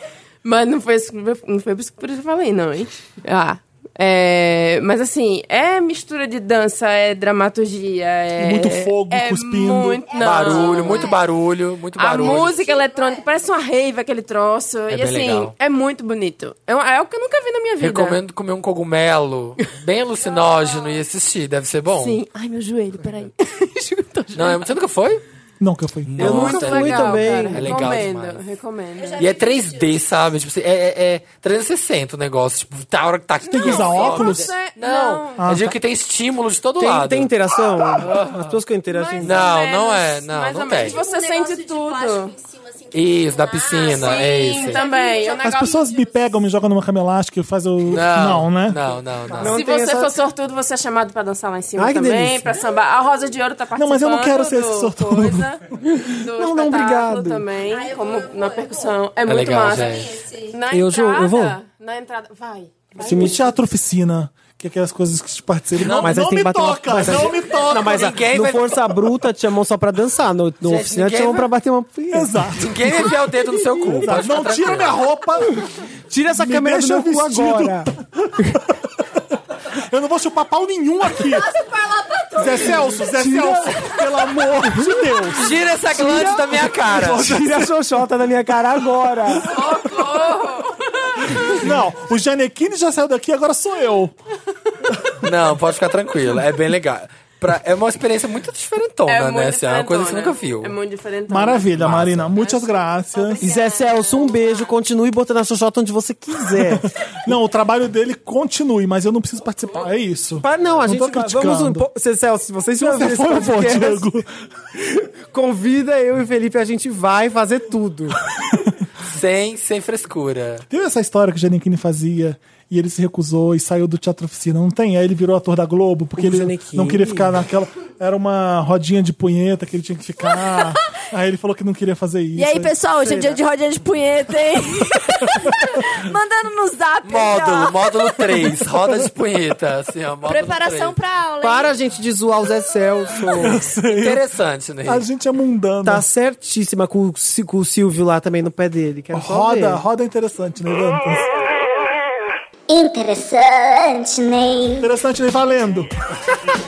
[SPEAKER 8] Mas não foi, isso- não foi por isso que eu falei, não, hein? Ah. é, mas assim, é mistura de dança, é dramaturgia, é.
[SPEAKER 2] Muito fogo,
[SPEAKER 8] é
[SPEAKER 2] cuspindo.
[SPEAKER 8] muito- não.
[SPEAKER 1] Barulho, muito barulho, muito
[SPEAKER 8] A
[SPEAKER 1] barulho.
[SPEAKER 8] música eletrônica parece uma rave aquele troço. e
[SPEAKER 1] bem
[SPEAKER 8] assim,
[SPEAKER 1] legal.
[SPEAKER 8] é muito bonito. É, uma- é algo que eu nunca vi na minha vida.
[SPEAKER 1] Recomendo comer um cogumelo bem alucinógeno e assistir, deve ser bom.
[SPEAKER 8] Sim. Ai, meu joelho, peraí.
[SPEAKER 1] Não, é- você nunca foi?
[SPEAKER 2] Não, que eu fui.
[SPEAKER 1] Eu
[SPEAKER 3] nunca fui também.
[SPEAKER 8] cara.
[SPEAKER 1] É legal
[SPEAKER 8] recomendo,
[SPEAKER 1] demais.
[SPEAKER 8] recomendo.
[SPEAKER 1] E é 3D, sabe? Tipo, assim, é, é, é 360 o negócio. Tipo, tá a hora que tá aqui. Tem
[SPEAKER 2] que usar óculos?
[SPEAKER 8] Você-
[SPEAKER 1] Não, eu digo que tem estímulo de todo lado.
[SPEAKER 3] Tem, tem interação? As pessoas que eu interajo.
[SPEAKER 8] Mais
[SPEAKER 3] gente.
[SPEAKER 1] Não,
[SPEAKER 8] ou menos,
[SPEAKER 1] não é, não,
[SPEAKER 8] mais
[SPEAKER 1] não
[SPEAKER 8] ou menos.
[SPEAKER 1] tem.
[SPEAKER 4] Um
[SPEAKER 8] Você sente tudo.
[SPEAKER 4] assim,
[SPEAKER 1] Isso,
[SPEAKER 4] Ah,
[SPEAKER 1] da piscina, é isso.
[SPEAKER 8] Sim, também. é um
[SPEAKER 2] As
[SPEAKER 8] negócio-
[SPEAKER 2] pessoas me pegam, me jogam numa cama elástica e fazem o...
[SPEAKER 1] Não,
[SPEAKER 2] né?
[SPEAKER 1] Não, não, não.
[SPEAKER 3] Não
[SPEAKER 8] Se
[SPEAKER 3] então, tem
[SPEAKER 8] você
[SPEAKER 3] essa-
[SPEAKER 8] for sortudo, você é chamado pra dançar lá em cima
[SPEAKER 3] Ai, que delícia.
[SPEAKER 8] também, pra sambar. A Rosa de Ouro tá participando.
[SPEAKER 2] Não, mas eu não quero ser
[SPEAKER 8] do
[SPEAKER 2] esse sortudo.
[SPEAKER 8] Coisa, do
[SPEAKER 3] Não, não,
[SPEAKER 8] espetáculo
[SPEAKER 3] obrigado.
[SPEAKER 8] Também,
[SPEAKER 4] eu
[SPEAKER 8] como
[SPEAKER 4] vou, eu vou,
[SPEAKER 8] na
[SPEAKER 4] eu vou.
[SPEAKER 8] percussão. É, muito
[SPEAKER 1] legal,
[SPEAKER 8] massa.
[SPEAKER 1] gente.
[SPEAKER 8] Na
[SPEAKER 3] Eu
[SPEAKER 8] entrada,
[SPEAKER 3] juro, eu vou.
[SPEAKER 8] Na entrada, vai. vai.
[SPEAKER 2] Sim, teatro oficina. que é aquelas coisas que te participam. Não,
[SPEAKER 3] mas aí
[SPEAKER 2] não
[SPEAKER 3] tem
[SPEAKER 2] me
[SPEAKER 3] que bater
[SPEAKER 2] toca,
[SPEAKER 3] uma... mas aí-
[SPEAKER 2] não me toca.
[SPEAKER 3] Não, mas a-
[SPEAKER 1] Ninguém
[SPEAKER 3] no
[SPEAKER 1] vai-
[SPEAKER 3] Força Bruta te chamam só pra dançar. No, no
[SPEAKER 1] Gente,
[SPEAKER 3] oficina te
[SPEAKER 1] ninguém
[SPEAKER 3] chamam
[SPEAKER 1] vai-
[SPEAKER 3] pra bater uma.
[SPEAKER 2] Exato.
[SPEAKER 1] Ninguém vai enfiar o dedo no seu cu.
[SPEAKER 2] Exato.
[SPEAKER 3] Tá
[SPEAKER 1] Pode
[SPEAKER 2] Não
[SPEAKER 1] ficar
[SPEAKER 2] tira
[SPEAKER 1] tranquilo.
[SPEAKER 2] minha roupa.
[SPEAKER 3] Tira essa
[SPEAKER 2] Me
[SPEAKER 3] câmera do
[SPEAKER 2] deixa
[SPEAKER 3] meu cu
[SPEAKER 2] vestido.
[SPEAKER 3] agora.
[SPEAKER 2] Eu não vou chupar pau nenhum aqui. Zé Celso, Zé
[SPEAKER 1] é
[SPEAKER 2] Celso, pelo amor de Deus.
[SPEAKER 1] Tira essa glande da minha cara.
[SPEAKER 3] Tira a xoxota da minha cara agora.
[SPEAKER 2] Não, o Janequine já saiu daqui, agora sou eu.
[SPEAKER 1] Não, pode ficar tranquilo. É bem legal. Pra- é uma experiência muito diferentona,
[SPEAKER 8] É
[SPEAKER 1] né?
[SPEAKER 8] muito
[SPEAKER 1] Assim, é uma coisa que você
[SPEAKER 8] diferentona.
[SPEAKER 1] nunca viu.
[SPEAKER 8] É muito diferente.
[SPEAKER 2] Maravilha, Marina. Muitas graças.
[SPEAKER 3] E Zé Celso, um beijo. Continue botando a xoxota onde você quiser.
[SPEAKER 2] Não, o trabalho dele continue, mas eu não preciso participar. É isso.
[SPEAKER 3] Pa- Não, a gente
[SPEAKER 2] tô
[SPEAKER 3] vai-
[SPEAKER 2] criticando.
[SPEAKER 3] vamos um po- Zé Celso, se vocês vão
[SPEAKER 2] Você foi, eu vou, Diego.
[SPEAKER 3] convida eu e Felipe, a gente vai fazer tudo.
[SPEAKER 1] Sem, sem frescura.
[SPEAKER 2] Teve essa história que o Janequine fazia e ele se recusou e saiu do Teatro Oficina, não tem? Aí ele virou ator da Globo porque
[SPEAKER 3] O
[SPEAKER 2] ele
[SPEAKER 3] Giannichini.
[SPEAKER 2] não queria ficar naquela. Era uma rodinha de punheta que ele tinha que ficar. aí ele falou que não queria fazer isso.
[SPEAKER 4] E aí, pessoal, hoje é dia de rodinha de punheta, hein? Mandando no zap.
[SPEAKER 1] Módulo,
[SPEAKER 4] ó.
[SPEAKER 1] módulo 3. Roda de punheta, assim, ó. Módulo
[SPEAKER 4] Preparação
[SPEAKER 1] 3.
[SPEAKER 4] pra aula. hein?
[SPEAKER 3] Para, gente, de zoar o Zé Celso.
[SPEAKER 1] Interessante, né?
[SPEAKER 2] A gente é mundano.
[SPEAKER 3] Tá certíssima com, o Sil- com o Silvio lá também no pé dele. Quero só ver.
[SPEAKER 2] roda, roda é interessante, né? Dantas?
[SPEAKER 7] Interessante, Ney.
[SPEAKER 2] Interessante, né? Valendo.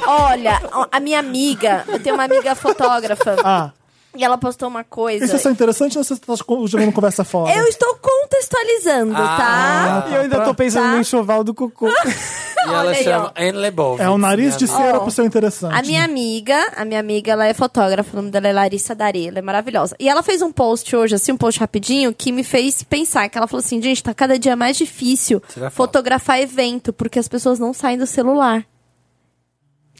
[SPEAKER 4] Olha, a minha amiga, eu tenho uma amiga fotógrafa,
[SPEAKER 2] Ah,
[SPEAKER 4] e ela postou uma coisa.
[SPEAKER 2] isso é só interessante ou você tá jogando conversa fora?
[SPEAKER 4] Eu estou contextualizando,
[SPEAKER 1] Ah,
[SPEAKER 3] E eu ainda tô pensando
[SPEAKER 4] Tá.
[SPEAKER 3] no enxoval do Cucu.
[SPEAKER 1] E ela
[SPEAKER 4] Olha aí,
[SPEAKER 1] chama Anne Lebovitz. né?
[SPEAKER 2] É o nariz de
[SPEAKER 1] minha amiga.
[SPEAKER 2] cera
[SPEAKER 4] Ó,
[SPEAKER 2] pro seu interessante. né?
[SPEAKER 4] tá? A minha amiga, a minha amiga, ela é fotógrafa, o nome dela é Larissa Dari, ela é maravilhosa. E ela fez um post hoje, assim, um post rapidinho, que me fez pensar, que ela falou assim, gente, tá cada dia mais difícil
[SPEAKER 1] Tirar foto.
[SPEAKER 4] fotografar evento, porque as pessoas não saem do celular.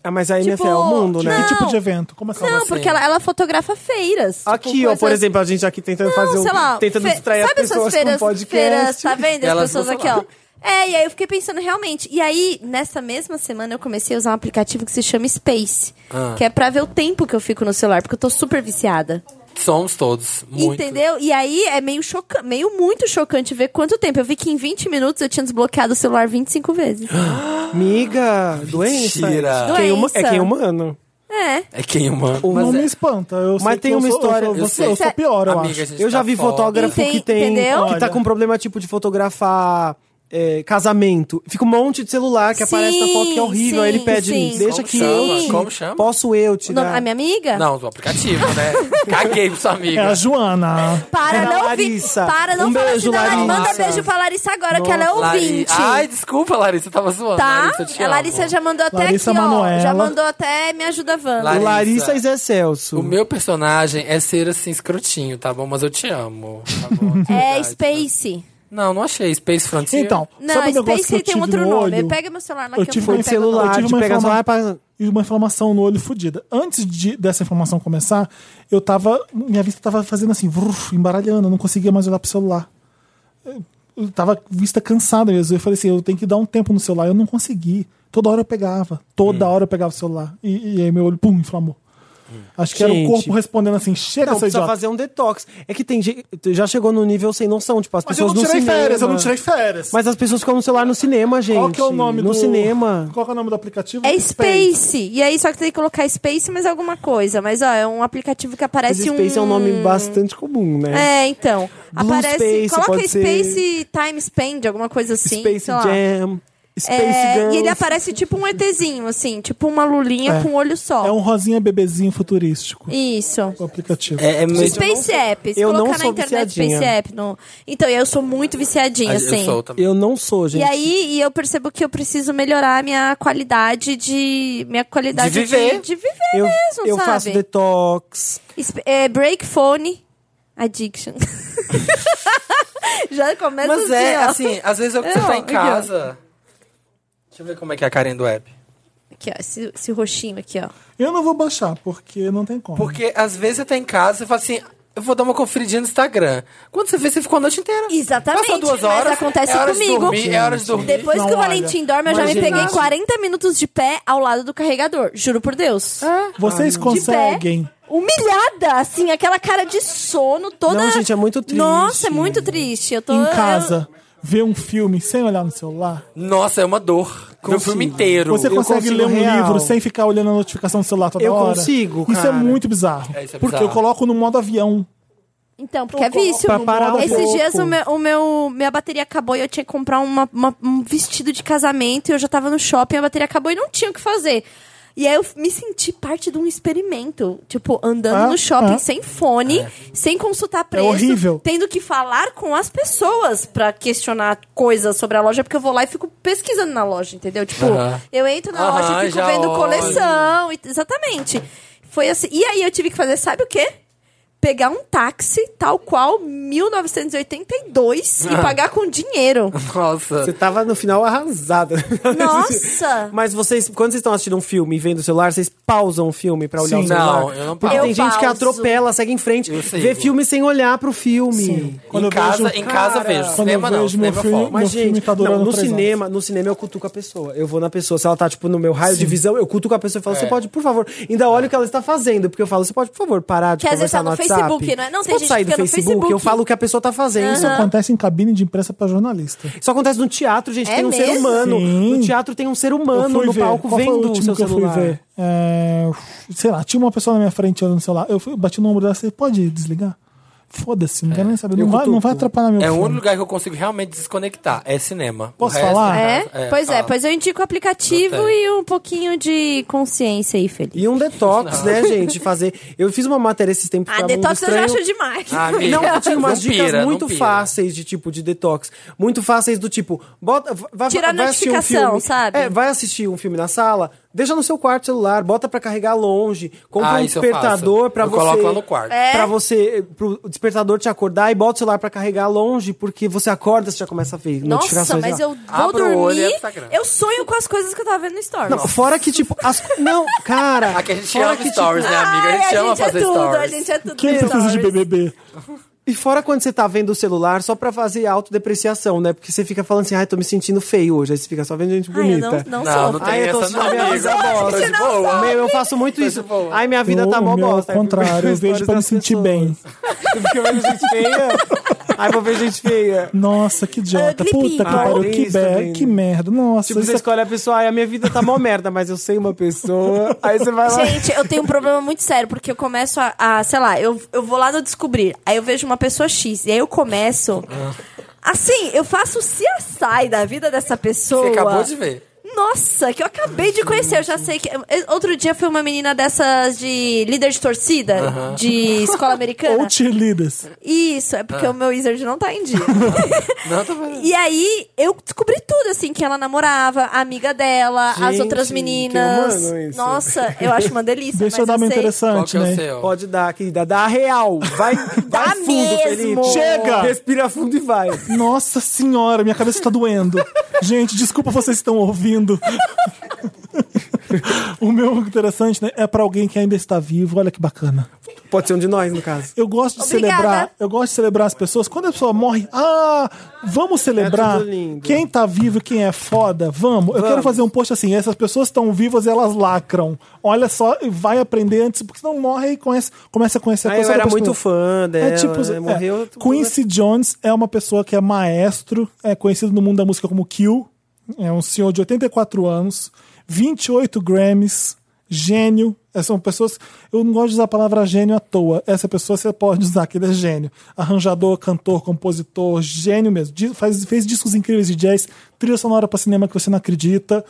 [SPEAKER 3] Ah, mas a NFL é
[SPEAKER 4] Tipo,
[SPEAKER 3] o mundo, né?
[SPEAKER 2] Que tipo
[SPEAKER 4] Não.
[SPEAKER 2] de evento? Como assim?
[SPEAKER 4] Não, porque ela, ela fotografa feiras. tipo,
[SPEAKER 3] Aqui, ó, por
[SPEAKER 4] coisas-
[SPEAKER 3] exemplo, a gente aqui tentando
[SPEAKER 4] Não,
[SPEAKER 3] fazer
[SPEAKER 4] sei
[SPEAKER 3] um,
[SPEAKER 4] lá.
[SPEAKER 3] tentando
[SPEAKER 4] fe-
[SPEAKER 3] distrair as
[SPEAKER 4] sabe essas
[SPEAKER 3] pessoas
[SPEAKER 4] feiras,
[SPEAKER 3] com podcast.
[SPEAKER 4] feiras, tá vendo? As
[SPEAKER 1] Elas
[SPEAKER 4] pessoas
[SPEAKER 1] vão
[SPEAKER 4] aqui, ó.
[SPEAKER 1] falar.
[SPEAKER 4] É, e aí eu fiquei pensando realmente. E aí, nessa mesma semana, eu comecei a usar um aplicativo que se chama Space.
[SPEAKER 1] Ah.
[SPEAKER 4] Que é pra ver o tempo que eu fico no celular, porque eu tô super viciada.
[SPEAKER 1] Somos todos. Muito.
[SPEAKER 4] Entendeu? E aí é meio chocante, meio muito chocante ver quanto tempo. Eu vi que em 20 minutos eu tinha desbloqueado o celular 25 vezes.
[SPEAKER 1] Ah.
[SPEAKER 3] Amiga, doença.
[SPEAKER 1] Mentira.
[SPEAKER 3] Quem huma-
[SPEAKER 4] Doença.
[SPEAKER 3] é quem é humano.
[SPEAKER 4] é.
[SPEAKER 1] É quem humano.
[SPEAKER 2] não
[SPEAKER 1] Mas
[SPEAKER 2] me
[SPEAKER 1] é-
[SPEAKER 2] espanta. Eu sei
[SPEAKER 3] Mas
[SPEAKER 2] que
[SPEAKER 3] tem
[SPEAKER 2] eu
[SPEAKER 3] uma
[SPEAKER 2] sou- eu
[SPEAKER 3] história-
[SPEAKER 2] sou-
[SPEAKER 1] eu
[SPEAKER 2] você- Eu,
[SPEAKER 1] sei.
[SPEAKER 4] é
[SPEAKER 2] sou pior, eu
[SPEAKER 1] Amiga, a
[SPEAKER 2] acho.
[SPEAKER 1] gente
[SPEAKER 3] Eu já
[SPEAKER 1] tá
[SPEAKER 3] vi
[SPEAKER 1] fora.
[SPEAKER 3] fotógrafo
[SPEAKER 4] Enten-
[SPEAKER 3] que tem
[SPEAKER 4] entendeu?
[SPEAKER 3] que tá
[SPEAKER 2] Olha.
[SPEAKER 3] com problema tipo de fotografar é, casamento. Fica um monte de celular que aparece na foto que é horrível.
[SPEAKER 4] Sim,
[SPEAKER 3] Aí ele pede,
[SPEAKER 4] sim.
[SPEAKER 3] deixa
[SPEAKER 1] Como
[SPEAKER 3] que
[SPEAKER 1] chama?
[SPEAKER 3] eu te-
[SPEAKER 1] Como chama?
[SPEAKER 3] posso eu
[SPEAKER 4] O nome- é
[SPEAKER 3] tirar.
[SPEAKER 4] a minha amiga?
[SPEAKER 1] Não, do aplicativo, né? Caguei pro sua
[SPEAKER 2] É
[SPEAKER 1] amiga.
[SPEAKER 2] a Joana.
[SPEAKER 4] Para
[SPEAKER 3] Era
[SPEAKER 4] não
[SPEAKER 3] Larissa.
[SPEAKER 4] ouvir. Para não
[SPEAKER 3] Um
[SPEAKER 4] falar
[SPEAKER 3] beijo,
[SPEAKER 4] assim da Lari- Manda
[SPEAKER 3] Larissa.
[SPEAKER 4] beijo pra Larissa agora, que ela é
[SPEAKER 1] Lari-
[SPEAKER 4] ouvinte.
[SPEAKER 1] Ai, desculpa, Larissa, eu tava zoando.
[SPEAKER 4] Tá?
[SPEAKER 1] Larissa, eu te
[SPEAKER 4] a
[SPEAKER 1] amo.
[SPEAKER 4] Larissa já mandou até
[SPEAKER 2] Larissa
[SPEAKER 4] aqui, ó.
[SPEAKER 2] Manoela.
[SPEAKER 4] Já mandou até Me Ajuda Wanda.
[SPEAKER 1] Lari-
[SPEAKER 3] Larissa
[SPEAKER 1] Larissa.
[SPEAKER 3] e Zé Celso.
[SPEAKER 1] O meu personagem é ser assim, escrotinho, tá bom? Mas eu te amo. Tá bom?
[SPEAKER 4] É
[SPEAKER 1] Verdade.
[SPEAKER 4] Space.
[SPEAKER 1] Não, não achei. Space Frontier.
[SPEAKER 2] Então,
[SPEAKER 4] Não,
[SPEAKER 2] sabe um negócio que
[SPEAKER 4] Space
[SPEAKER 2] eu
[SPEAKER 4] tem
[SPEAKER 2] tive
[SPEAKER 4] outro
[SPEAKER 2] no
[SPEAKER 4] nome.
[SPEAKER 2] olho?
[SPEAKER 4] Pega meu celular lá
[SPEAKER 2] Eu
[SPEAKER 4] que
[SPEAKER 2] tive
[SPEAKER 4] eu não
[SPEAKER 2] um
[SPEAKER 4] pego o nome.
[SPEAKER 2] Eu
[SPEAKER 3] celular,
[SPEAKER 2] tive
[SPEAKER 3] de
[SPEAKER 2] uma
[SPEAKER 3] pegar o
[SPEAKER 2] informa-
[SPEAKER 3] celular pra...
[SPEAKER 2] E uma inflamação no olho fodida. Antes de, dessa inflamação começar, eu tava. Minha vista tava fazendo assim, vruf, embaralhando, eu não conseguia mais olhar pro celular. Eu, eu tava com vista cansada mesmo. Eu falei assim, eu tenho que dar um tempo no celular. Eu não consegui. Toda hora eu pegava. Toda hora eu pegava o celular. E, e aí meu olho, pum, inflamou. Acho que era
[SPEAKER 3] Gente.
[SPEAKER 2] o corpo respondendo assim, chega,
[SPEAKER 3] Não,
[SPEAKER 2] seu
[SPEAKER 3] precisa
[SPEAKER 2] idiota.
[SPEAKER 3] fazer um detox. É que tem gente. Já chegou no nível sem noção, tipo, as
[SPEAKER 2] Mas eu
[SPEAKER 3] pessoas
[SPEAKER 2] não tirei
[SPEAKER 3] no cinema.
[SPEAKER 2] férias, eu não tirei férias.
[SPEAKER 3] Mas as pessoas ficam no celular no cinema, gente.
[SPEAKER 2] Qual que é o nome
[SPEAKER 3] no
[SPEAKER 2] do.
[SPEAKER 3] cinema.
[SPEAKER 2] Qual que é o nome do aplicativo?
[SPEAKER 4] É Space. E aí, só que tem que colocar Space mais alguma coisa. Mas, ó, é um aplicativo que
[SPEAKER 3] Mas
[SPEAKER 4] aparece um...
[SPEAKER 3] Space é um nome bastante comum, né?
[SPEAKER 4] É, então.
[SPEAKER 3] Blue
[SPEAKER 4] aparece.
[SPEAKER 3] Space,
[SPEAKER 4] coloca
[SPEAKER 3] pode ser-
[SPEAKER 4] Space Time Spend, alguma coisa assim.
[SPEAKER 3] Space
[SPEAKER 4] sei lá.
[SPEAKER 3] Jam. Space
[SPEAKER 4] É,
[SPEAKER 3] Girls.
[SPEAKER 4] e ele aparece tipo um ETzinho, assim, tipo uma lulinha com um olho só.
[SPEAKER 2] É um rosinha bebezinho futurístico.
[SPEAKER 4] Isso.
[SPEAKER 2] O aplicativo.
[SPEAKER 1] É, é meio...
[SPEAKER 4] Space App. Se
[SPEAKER 3] eu
[SPEAKER 4] colocar
[SPEAKER 3] não
[SPEAKER 4] na
[SPEAKER 3] sou
[SPEAKER 4] internet
[SPEAKER 3] viciadinha.
[SPEAKER 4] Space App. No... Então, eu sou muito viciadinha, assim.
[SPEAKER 1] Eu sou
[SPEAKER 2] Tá
[SPEAKER 1] também.
[SPEAKER 3] Eu não sou, gente.
[SPEAKER 4] E aí, e eu percebo que eu preciso melhorar a minha qualidade de. Minha qualidade
[SPEAKER 1] De viver.
[SPEAKER 4] De, de viver
[SPEAKER 3] eu,
[SPEAKER 4] é mesmo,
[SPEAKER 3] eu
[SPEAKER 4] sabe?
[SPEAKER 3] faço detox.
[SPEAKER 4] Esp- É, break phone addiction. Já começa
[SPEAKER 1] Mas é,
[SPEAKER 4] assim, ó.
[SPEAKER 1] assim, às vezes eu,
[SPEAKER 4] É,
[SPEAKER 1] você
[SPEAKER 4] ó,
[SPEAKER 1] tá em
[SPEAKER 4] aqui, ó.
[SPEAKER 1] casa. Deixa eu ver como é que é a Karen do app.
[SPEAKER 4] Aqui, ó, esse, esse roxinho aqui, ó.
[SPEAKER 2] Eu não vou baixar, porque não tem como.
[SPEAKER 1] Porque às vezes você tá em casa e fala assim, eu vou dar uma conferidinha no Instagram. Quando você vê, você ficou a noite inteira.
[SPEAKER 4] Exatamente,
[SPEAKER 1] Passa duas
[SPEAKER 4] mas
[SPEAKER 1] horas.
[SPEAKER 4] acontece
[SPEAKER 1] é hora
[SPEAKER 4] comigo.
[SPEAKER 1] De dormir, é hora de dormir.
[SPEAKER 4] Depois
[SPEAKER 2] Não,
[SPEAKER 4] que o
[SPEAKER 2] olha,
[SPEAKER 4] Valentim dorme, eu já me
[SPEAKER 1] imagina.
[SPEAKER 4] peguei 40 minutos de pé ao lado do carregador. Juro por
[SPEAKER 1] É.
[SPEAKER 4] Deus.
[SPEAKER 2] Vocês
[SPEAKER 4] de pé,
[SPEAKER 2] conseguem.
[SPEAKER 4] humilhada, assim, aquela cara de sono toda.
[SPEAKER 3] Não, gente, é muito triste.
[SPEAKER 4] Nossa, é muito triste. Eu tô
[SPEAKER 2] Em casa.
[SPEAKER 4] eu-
[SPEAKER 2] ver um filme sem olhar no celular?
[SPEAKER 1] Nossa, é uma dor. Ver o filme inteiro.
[SPEAKER 2] Você consegue
[SPEAKER 3] consigo
[SPEAKER 2] ler um
[SPEAKER 3] real.
[SPEAKER 2] livro sem ficar olhando a notificação do celular toda
[SPEAKER 3] Eu
[SPEAKER 2] hora?
[SPEAKER 3] consigo,
[SPEAKER 2] Isso é
[SPEAKER 3] cara.
[SPEAKER 2] muito bizarro.
[SPEAKER 1] É, isso é
[SPEAKER 2] Porque
[SPEAKER 1] bizarro.
[SPEAKER 2] eu coloco no modo avião.
[SPEAKER 4] Então, porque é vício.
[SPEAKER 3] pra parar um
[SPEAKER 4] Esses
[SPEAKER 3] pouco.
[SPEAKER 4] dias o meu, o meu- minha bateria acabou e eu tinha que comprar uma- uma- um vestido de casamento e eu já tava no shopping, a bateria acabou e não tinha o que fazer. E aí eu me senti parte de um experimento. Tipo, andando
[SPEAKER 2] Ah,
[SPEAKER 4] no shopping
[SPEAKER 2] ah.
[SPEAKER 4] sem fone, sem consultar preço.
[SPEAKER 2] horrível.
[SPEAKER 4] Tendo que falar com as pessoas pra questionar coisas sobre a loja, porque eu vou lá e fico pesquisando na loja, entendeu? Tipo,
[SPEAKER 1] Aham.
[SPEAKER 4] eu entro na loja
[SPEAKER 1] Aham,
[SPEAKER 4] e fico
[SPEAKER 1] já
[SPEAKER 4] vendo
[SPEAKER 1] olho.
[SPEAKER 4] coleção. e- Exatamente. Foi assim. E aí eu tive que fazer, sabe o quê? pegar um táxi, tal qual 1982,
[SPEAKER 1] Ah.
[SPEAKER 4] e pagar com dinheiro.
[SPEAKER 1] Nossa.
[SPEAKER 3] Você tava no final arrasada.
[SPEAKER 4] Nossa!
[SPEAKER 3] Mas vocês, quando vocês estão assistindo um filme e vendo o celular, vocês pausam o filme pra olhar
[SPEAKER 2] Sim.
[SPEAKER 3] o celular?
[SPEAKER 1] Não, eu não
[SPEAKER 3] Porque
[SPEAKER 1] pauso.
[SPEAKER 3] tem
[SPEAKER 4] Eu
[SPEAKER 3] gente que
[SPEAKER 4] pauso.
[SPEAKER 3] atropela, segue em frente,
[SPEAKER 1] Eu sigo.
[SPEAKER 3] vê filme sem olhar pro filme.
[SPEAKER 2] Quando
[SPEAKER 1] em
[SPEAKER 2] eu
[SPEAKER 1] casa,
[SPEAKER 2] vejo-
[SPEAKER 1] em casa
[SPEAKER 3] Cara,
[SPEAKER 1] vejo.
[SPEAKER 2] quando eu
[SPEAKER 1] Cinema não,
[SPEAKER 2] vejo meu
[SPEAKER 1] cinema
[SPEAKER 2] filme-
[SPEAKER 1] fora.
[SPEAKER 3] Mas,
[SPEAKER 2] Meu filme
[SPEAKER 3] gente,
[SPEAKER 2] tá durando
[SPEAKER 3] não, no
[SPEAKER 2] três
[SPEAKER 3] cinema, no cinema eu cutuco a pessoa. Eu vou na pessoa, se ela tá, tipo, no meu raio de visão, eu cutuco a pessoa e falo,
[SPEAKER 2] É.
[SPEAKER 3] você pode, por favor. Ainda olha o que ela está fazendo, porque eu falo, você pode, por favor, parar de
[SPEAKER 4] Que às vezes
[SPEAKER 3] conversar
[SPEAKER 4] tá no
[SPEAKER 3] WhatsApp.
[SPEAKER 4] Facebook, não é? Não,
[SPEAKER 3] Você
[SPEAKER 4] tem
[SPEAKER 3] pode
[SPEAKER 4] gente
[SPEAKER 3] sair do
[SPEAKER 4] que fica no
[SPEAKER 3] Facebook, eu
[SPEAKER 4] Facebook.
[SPEAKER 3] falo o que a pessoa tá fazendo.
[SPEAKER 2] Isso acontece em cabine de imprensa pra jornalista.
[SPEAKER 3] Isso acontece no teatro, gente,
[SPEAKER 4] É
[SPEAKER 3] tem um ser
[SPEAKER 4] mesmo?
[SPEAKER 3] humano.
[SPEAKER 2] Sim.
[SPEAKER 3] No teatro tem um ser
[SPEAKER 2] eu
[SPEAKER 3] humano
[SPEAKER 2] fui
[SPEAKER 3] no
[SPEAKER 2] ver.
[SPEAKER 3] palco
[SPEAKER 2] Qual foi o
[SPEAKER 3] vendo o
[SPEAKER 2] último
[SPEAKER 3] seu
[SPEAKER 2] que eu fui
[SPEAKER 3] celular.
[SPEAKER 2] ver? É, sei lá, tinha uma pessoa na minha frente olhando o celular. Eu fui, bati no ombro dela e falei, pode desligar? Foda-se, não
[SPEAKER 3] É.
[SPEAKER 2] quero nem saber. Não vai, não vai atrapalhar meu
[SPEAKER 1] É o
[SPEAKER 2] filme.
[SPEAKER 1] único lugar que eu consigo realmente desconectar. É cinema.
[SPEAKER 2] Posso
[SPEAKER 1] O resto-
[SPEAKER 2] falar?
[SPEAKER 4] É? pois é,
[SPEAKER 1] fala.
[SPEAKER 4] pois eu indico o aplicativo
[SPEAKER 1] Gostei.
[SPEAKER 4] e um pouquinho de consciência aí, Felipe.
[SPEAKER 3] E um detox, né, gente? Fazer. Eu fiz uma matéria esses tempos
[SPEAKER 4] Ah,
[SPEAKER 3] pra Mundo
[SPEAKER 4] detox eu já
[SPEAKER 3] Estranho.
[SPEAKER 4] acho demais.
[SPEAKER 1] Tá Ah, amiga,
[SPEAKER 3] Não, eu tinha umas
[SPEAKER 1] não
[SPEAKER 3] dicas
[SPEAKER 1] pira, não
[SPEAKER 3] muito
[SPEAKER 1] pira.
[SPEAKER 3] fáceis de tipo de detox. Muito fáceis do tipo, bota. Vai,
[SPEAKER 4] Tirar
[SPEAKER 3] vai assistir um
[SPEAKER 4] notificação,
[SPEAKER 3] filme-
[SPEAKER 4] sabe?
[SPEAKER 3] É, vai assistir um filme na sala, deixa no seu quarto celular, bota pra carregar longe, compra
[SPEAKER 1] Ah,
[SPEAKER 3] um
[SPEAKER 1] isso eu faço.
[SPEAKER 3] despertador pra
[SPEAKER 1] Eu
[SPEAKER 3] você.
[SPEAKER 1] coloco lá no quarto.
[SPEAKER 4] É.
[SPEAKER 3] Pra você. Pro despertador te acordar e bota o celular pra carregar longe, porque você acorda, você já começa a ver
[SPEAKER 4] Nossa,
[SPEAKER 3] notificações. ah.
[SPEAKER 4] mas
[SPEAKER 3] lá.
[SPEAKER 4] eu vou
[SPEAKER 1] Abra o olho e é
[SPEAKER 4] dormir.
[SPEAKER 1] Instagram.
[SPEAKER 4] eu sonho com as coisas que eu tava vendo no Stories.
[SPEAKER 3] Não, fora que, tipo, as. Não, cara.
[SPEAKER 1] Aqui a gente
[SPEAKER 3] fora
[SPEAKER 1] ama
[SPEAKER 3] que, tipo,
[SPEAKER 1] stories, né, amiga? A gente
[SPEAKER 4] Ai,
[SPEAKER 1] ama fazer
[SPEAKER 4] é tudo,
[SPEAKER 1] stories.
[SPEAKER 4] a gente é tudo.
[SPEAKER 2] Quem
[SPEAKER 4] no
[SPEAKER 2] precisa de
[SPEAKER 4] stories.
[SPEAKER 2] BBB?
[SPEAKER 3] E fora quando você tá vendo o celular só pra fazer autodepreciação, né? Porque você fica falando assim, ai, tô me sentindo feio hoje. Aí você fica só vendo gente
[SPEAKER 4] Ai, eu
[SPEAKER 3] bonita.
[SPEAKER 4] não, não,
[SPEAKER 1] Não,
[SPEAKER 4] sou.
[SPEAKER 1] não
[SPEAKER 3] Ai,
[SPEAKER 1] tem
[SPEAKER 3] eu tô
[SPEAKER 1] essa
[SPEAKER 3] sentindo minha vida
[SPEAKER 1] amiga.
[SPEAKER 3] bosta.
[SPEAKER 1] Tô de boa.
[SPEAKER 3] Meu, eu faço muito isso. Ai, minha vida
[SPEAKER 2] Eu-
[SPEAKER 3] tá mó
[SPEAKER 2] o meu é o
[SPEAKER 3] bosta. Aí eu fico
[SPEAKER 2] contrário,
[SPEAKER 3] vendo
[SPEAKER 2] eu vejo
[SPEAKER 3] histórias
[SPEAKER 2] pra me
[SPEAKER 3] das
[SPEAKER 2] sentir bem.
[SPEAKER 3] Você fica vendo gente feia? Ai, vou ver gente feia.
[SPEAKER 2] Nossa, que
[SPEAKER 3] É,
[SPEAKER 2] idiota.
[SPEAKER 4] Ugly
[SPEAKER 2] Puta que
[SPEAKER 4] people.
[SPEAKER 2] pariu.
[SPEAKER 3] Ah,
[SPEAKER 2] Que,
[SPEAKER 3] isso
[SPEAKER 2] be-
[SPEAKER 3] também,
[SPEAKER 2] que
[SPEAKER 3] né?
[SPEAKER 2] merda. Nossa,
[SPEAKER 3] Tipo,
[SPEAKER 2] isso
[SPEAKER 3] você
[SPEAKER 2] é
[SPEAKER 3] escolhe a pessoa, ai, a minha vida tá mó merda, mas eu sei uma pessoa. Aí você vai lá.
[SPEAKER 4] Gente, eu tenho um problema muito sério, porque eu começo a, a, sei lá, eu, eu vou lá no descobrir, aí eu vejo uma pessoa X, e aí eu começo. Assim, eu faço o CSI da vida dessa pessoa.
[SPEAKER 1] Você acabou de ver.
[SPEAKER 4] Nossa, que eu acabei de conhecer, eu já sei que. eu- Outro dia foi uma menina dessas de líder de torcida, de escola americana.
[SPEAKER 2] ou cheerleaders.
[SPEAKER 4] Isso, é porque o meu wizard não tá em dia.
[SPEAKER 1] Ah. Não, tá tô falando.
[SPEAKER 4] E aí, eu descobri tudo, assim, que ela namorava, a amiga dela, as
[SPEAKER 3] Gente,
[SPEAKER 4] outras
[SPEAKER 3] que
[SPEAKER 4] meninas.
[SPEAKER 3] humano isso.
[SPEAKER 4] Nossa, eu acho uma delícia.
[SPEAKER 2] Deixa
[SPEAKER 4] mas
[SPEAKER 2] eu dar uma
[SPEAKER 4] sei-
[SPEAKER 1] Qual
[SPEAKER 2] interessante,
[SPEAKER 1] que é o
[SPEAKER 2] né?
[SPEAKER 1] seu?
[SPEAKER 3] Pode dar, querida. Dá a real. Vai, dá vai fundo, Felipe.
[SPEAKER 4] mesmo.
[SPEAKER 2] Chega!
[SPEAKER 3] Respira fundo e vai.
[SPEAKER 2] Nossa senhora, minha cabeça tá doendo. Gente, desculpa vocês que estão ouvindo. o meu interessante, né? É pra alguém que ainda está vivo. Olha que bacana.
[SPEAKER 3] Pode ser um de nós, no caso.
[SPEAKER 2] Eu gosto de
[SPEAKER 4] Obrigada.
[SPEAKER 2] celebrar. Eu gosto de celebrar as pessoas. Quando a pessoa morre, ah, vamos celebrar
[SPEAKER 3] É tudo lindo.
[SPEAKER 2] quem tá vivo, e quem é foda. Vamos. Eu quero fazer um post assim. Essas pessoas estão vivas, e elas lacram. Olha só, e vai aprender antes, porque senão morre e conhece, começa a conhecer a
[SPEAKER 3] Ah, eu
[SPEAKER 2] pessoa.
[SPEAKER 3] era
[SPEAKER 2] depois
[SPEAKER 3] muito
[SPEAKER 2] tu-
[SPEAKER 3] fã dela.
[SPEAKER 2] É tipo,
[SPEAKER 3] né?
[SPEAKER 2] é,
[SPEAKER 3] morreu. tudo-
[SPEAKER 2] Quincy Jones é uma pessoa que é maestro, é conhecido no mundo da música como Kill. É um senhor de 84 anos, 28 Grammys, gênio. Essas São pessoas. Eu não gosto de usar a palavra gênio à toa. Essa pessoa você pode usar, que ele é gênio. Arranjador, cantor, compositor, gênio mesmo. Di- faz- fez discos incríveis de jazz, trilha sonora para cinema que você não acredita.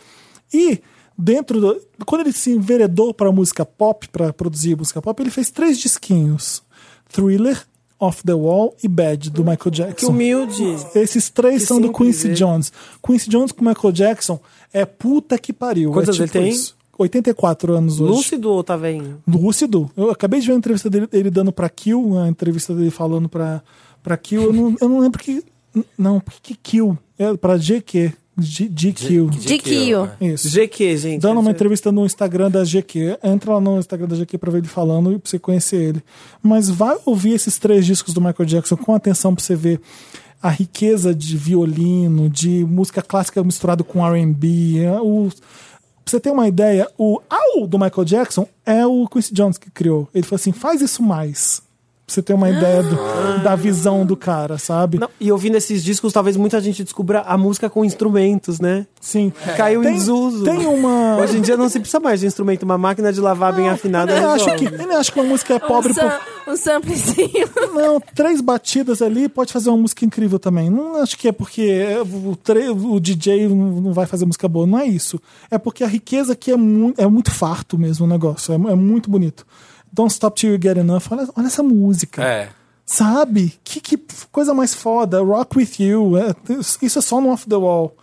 [SPEAKER 2] E dentro do, quando ele se enveredou para música pop, para produzir música pop, ele fez três disquinhos: Thriller, Off the Wall e Bad do Michael
[SPEAKER 3] Que
[SPEAKER 2] Jackson.
[SPEAKER 3] humilde.
[SPEAKER 2] Esses três são do
[SPEAKER 3] simples,
[SPEAKER 2] Quincy
[SPEAKER 3] hein?
[SPEAKER 2] Jones. Quincy Jones com Michael Jackson é puta que pariu.
[SPEAKER 3] Quantos
[SPEAKER 2] é
[SPEAKER 3] ele tem?
[SPEAKER 2] isso. 84 anos hoje.
[SPEAKER 3] Lúcido ou tá vendo?
[SPEAKER 2] Lúcido. Eu acabei de ver uma entrevista dele ele dando pra Kill, a entrevista dele falando pra, pra Kill. Eu não, eu não lembro que. Não, que Kill? É pra GQ. G, GQ.
[SPEAKER 4] De Kio.
[SPEAKER 2] Isso.
[SPEAKER 3] GQ, gente.
[SPEAKER 2] Dando uma
[SPEAKER 3] Gente,
[SPEAKER 2] entrevista no Instagram da GQ. Entra lá no Instagram da GQ pra ver ele falando e pra você conhecer ele. Mas vai ouvir esses três discos do Michael Jackson com atenção pra você ver a riqueza de violino, de música clássica misturado com R&B. é, o- Pra você ter uma ideia, o Au do Michael Jackson é o Quincy Jones que criou. Ele falou assim, faz isso mais. você ter uma ideia do- da visão do cara, sabe?
[SPEAKER 3] Ah. Não, e ouvindo esses discos, talvez muita gente descubra a música com instrumentos, né?
[SPEAKER 2] Sim.
[SPEAKER 3] Caiu
[SPEAKER 2] Tem-
[SPEAKER 3] em desuso.
[SPEAKER 2] Tem uma.
[SPEAKER 3] Hoje em dia não se precisa mais de instrumento, uma máquina de lavar bem afinada.
[SPEAKER 2] Ah.
[SPEAKER 3] é
[SPEAKER 2] Eu acho,
[SPEAKER 3] resolve.
[SPEAKER 2] que, eu acho que uma música é pobre
[SPEAKER 4] um,
[SPEAKER 2] por
[SPEAKER 4] sam um samplezinho.
[SPEAKER 2] Não, três batidas ali pode fazer uma música incrível também. Não acho que é porque é, o, tre- o DJ não não vai fazer música boa, não é isso. É porque a riqueza aqui é, mu é muito farto mesmo o negócio, é, mu- é muito bonito. Don't Stop Till You Get Enough, olha, olha essa música.
[SPEAKER 1] É.
[SPEAKER 2] Sabe? Que, que coisa mais foda. Rock With You, é, isso é só no Off The Wall.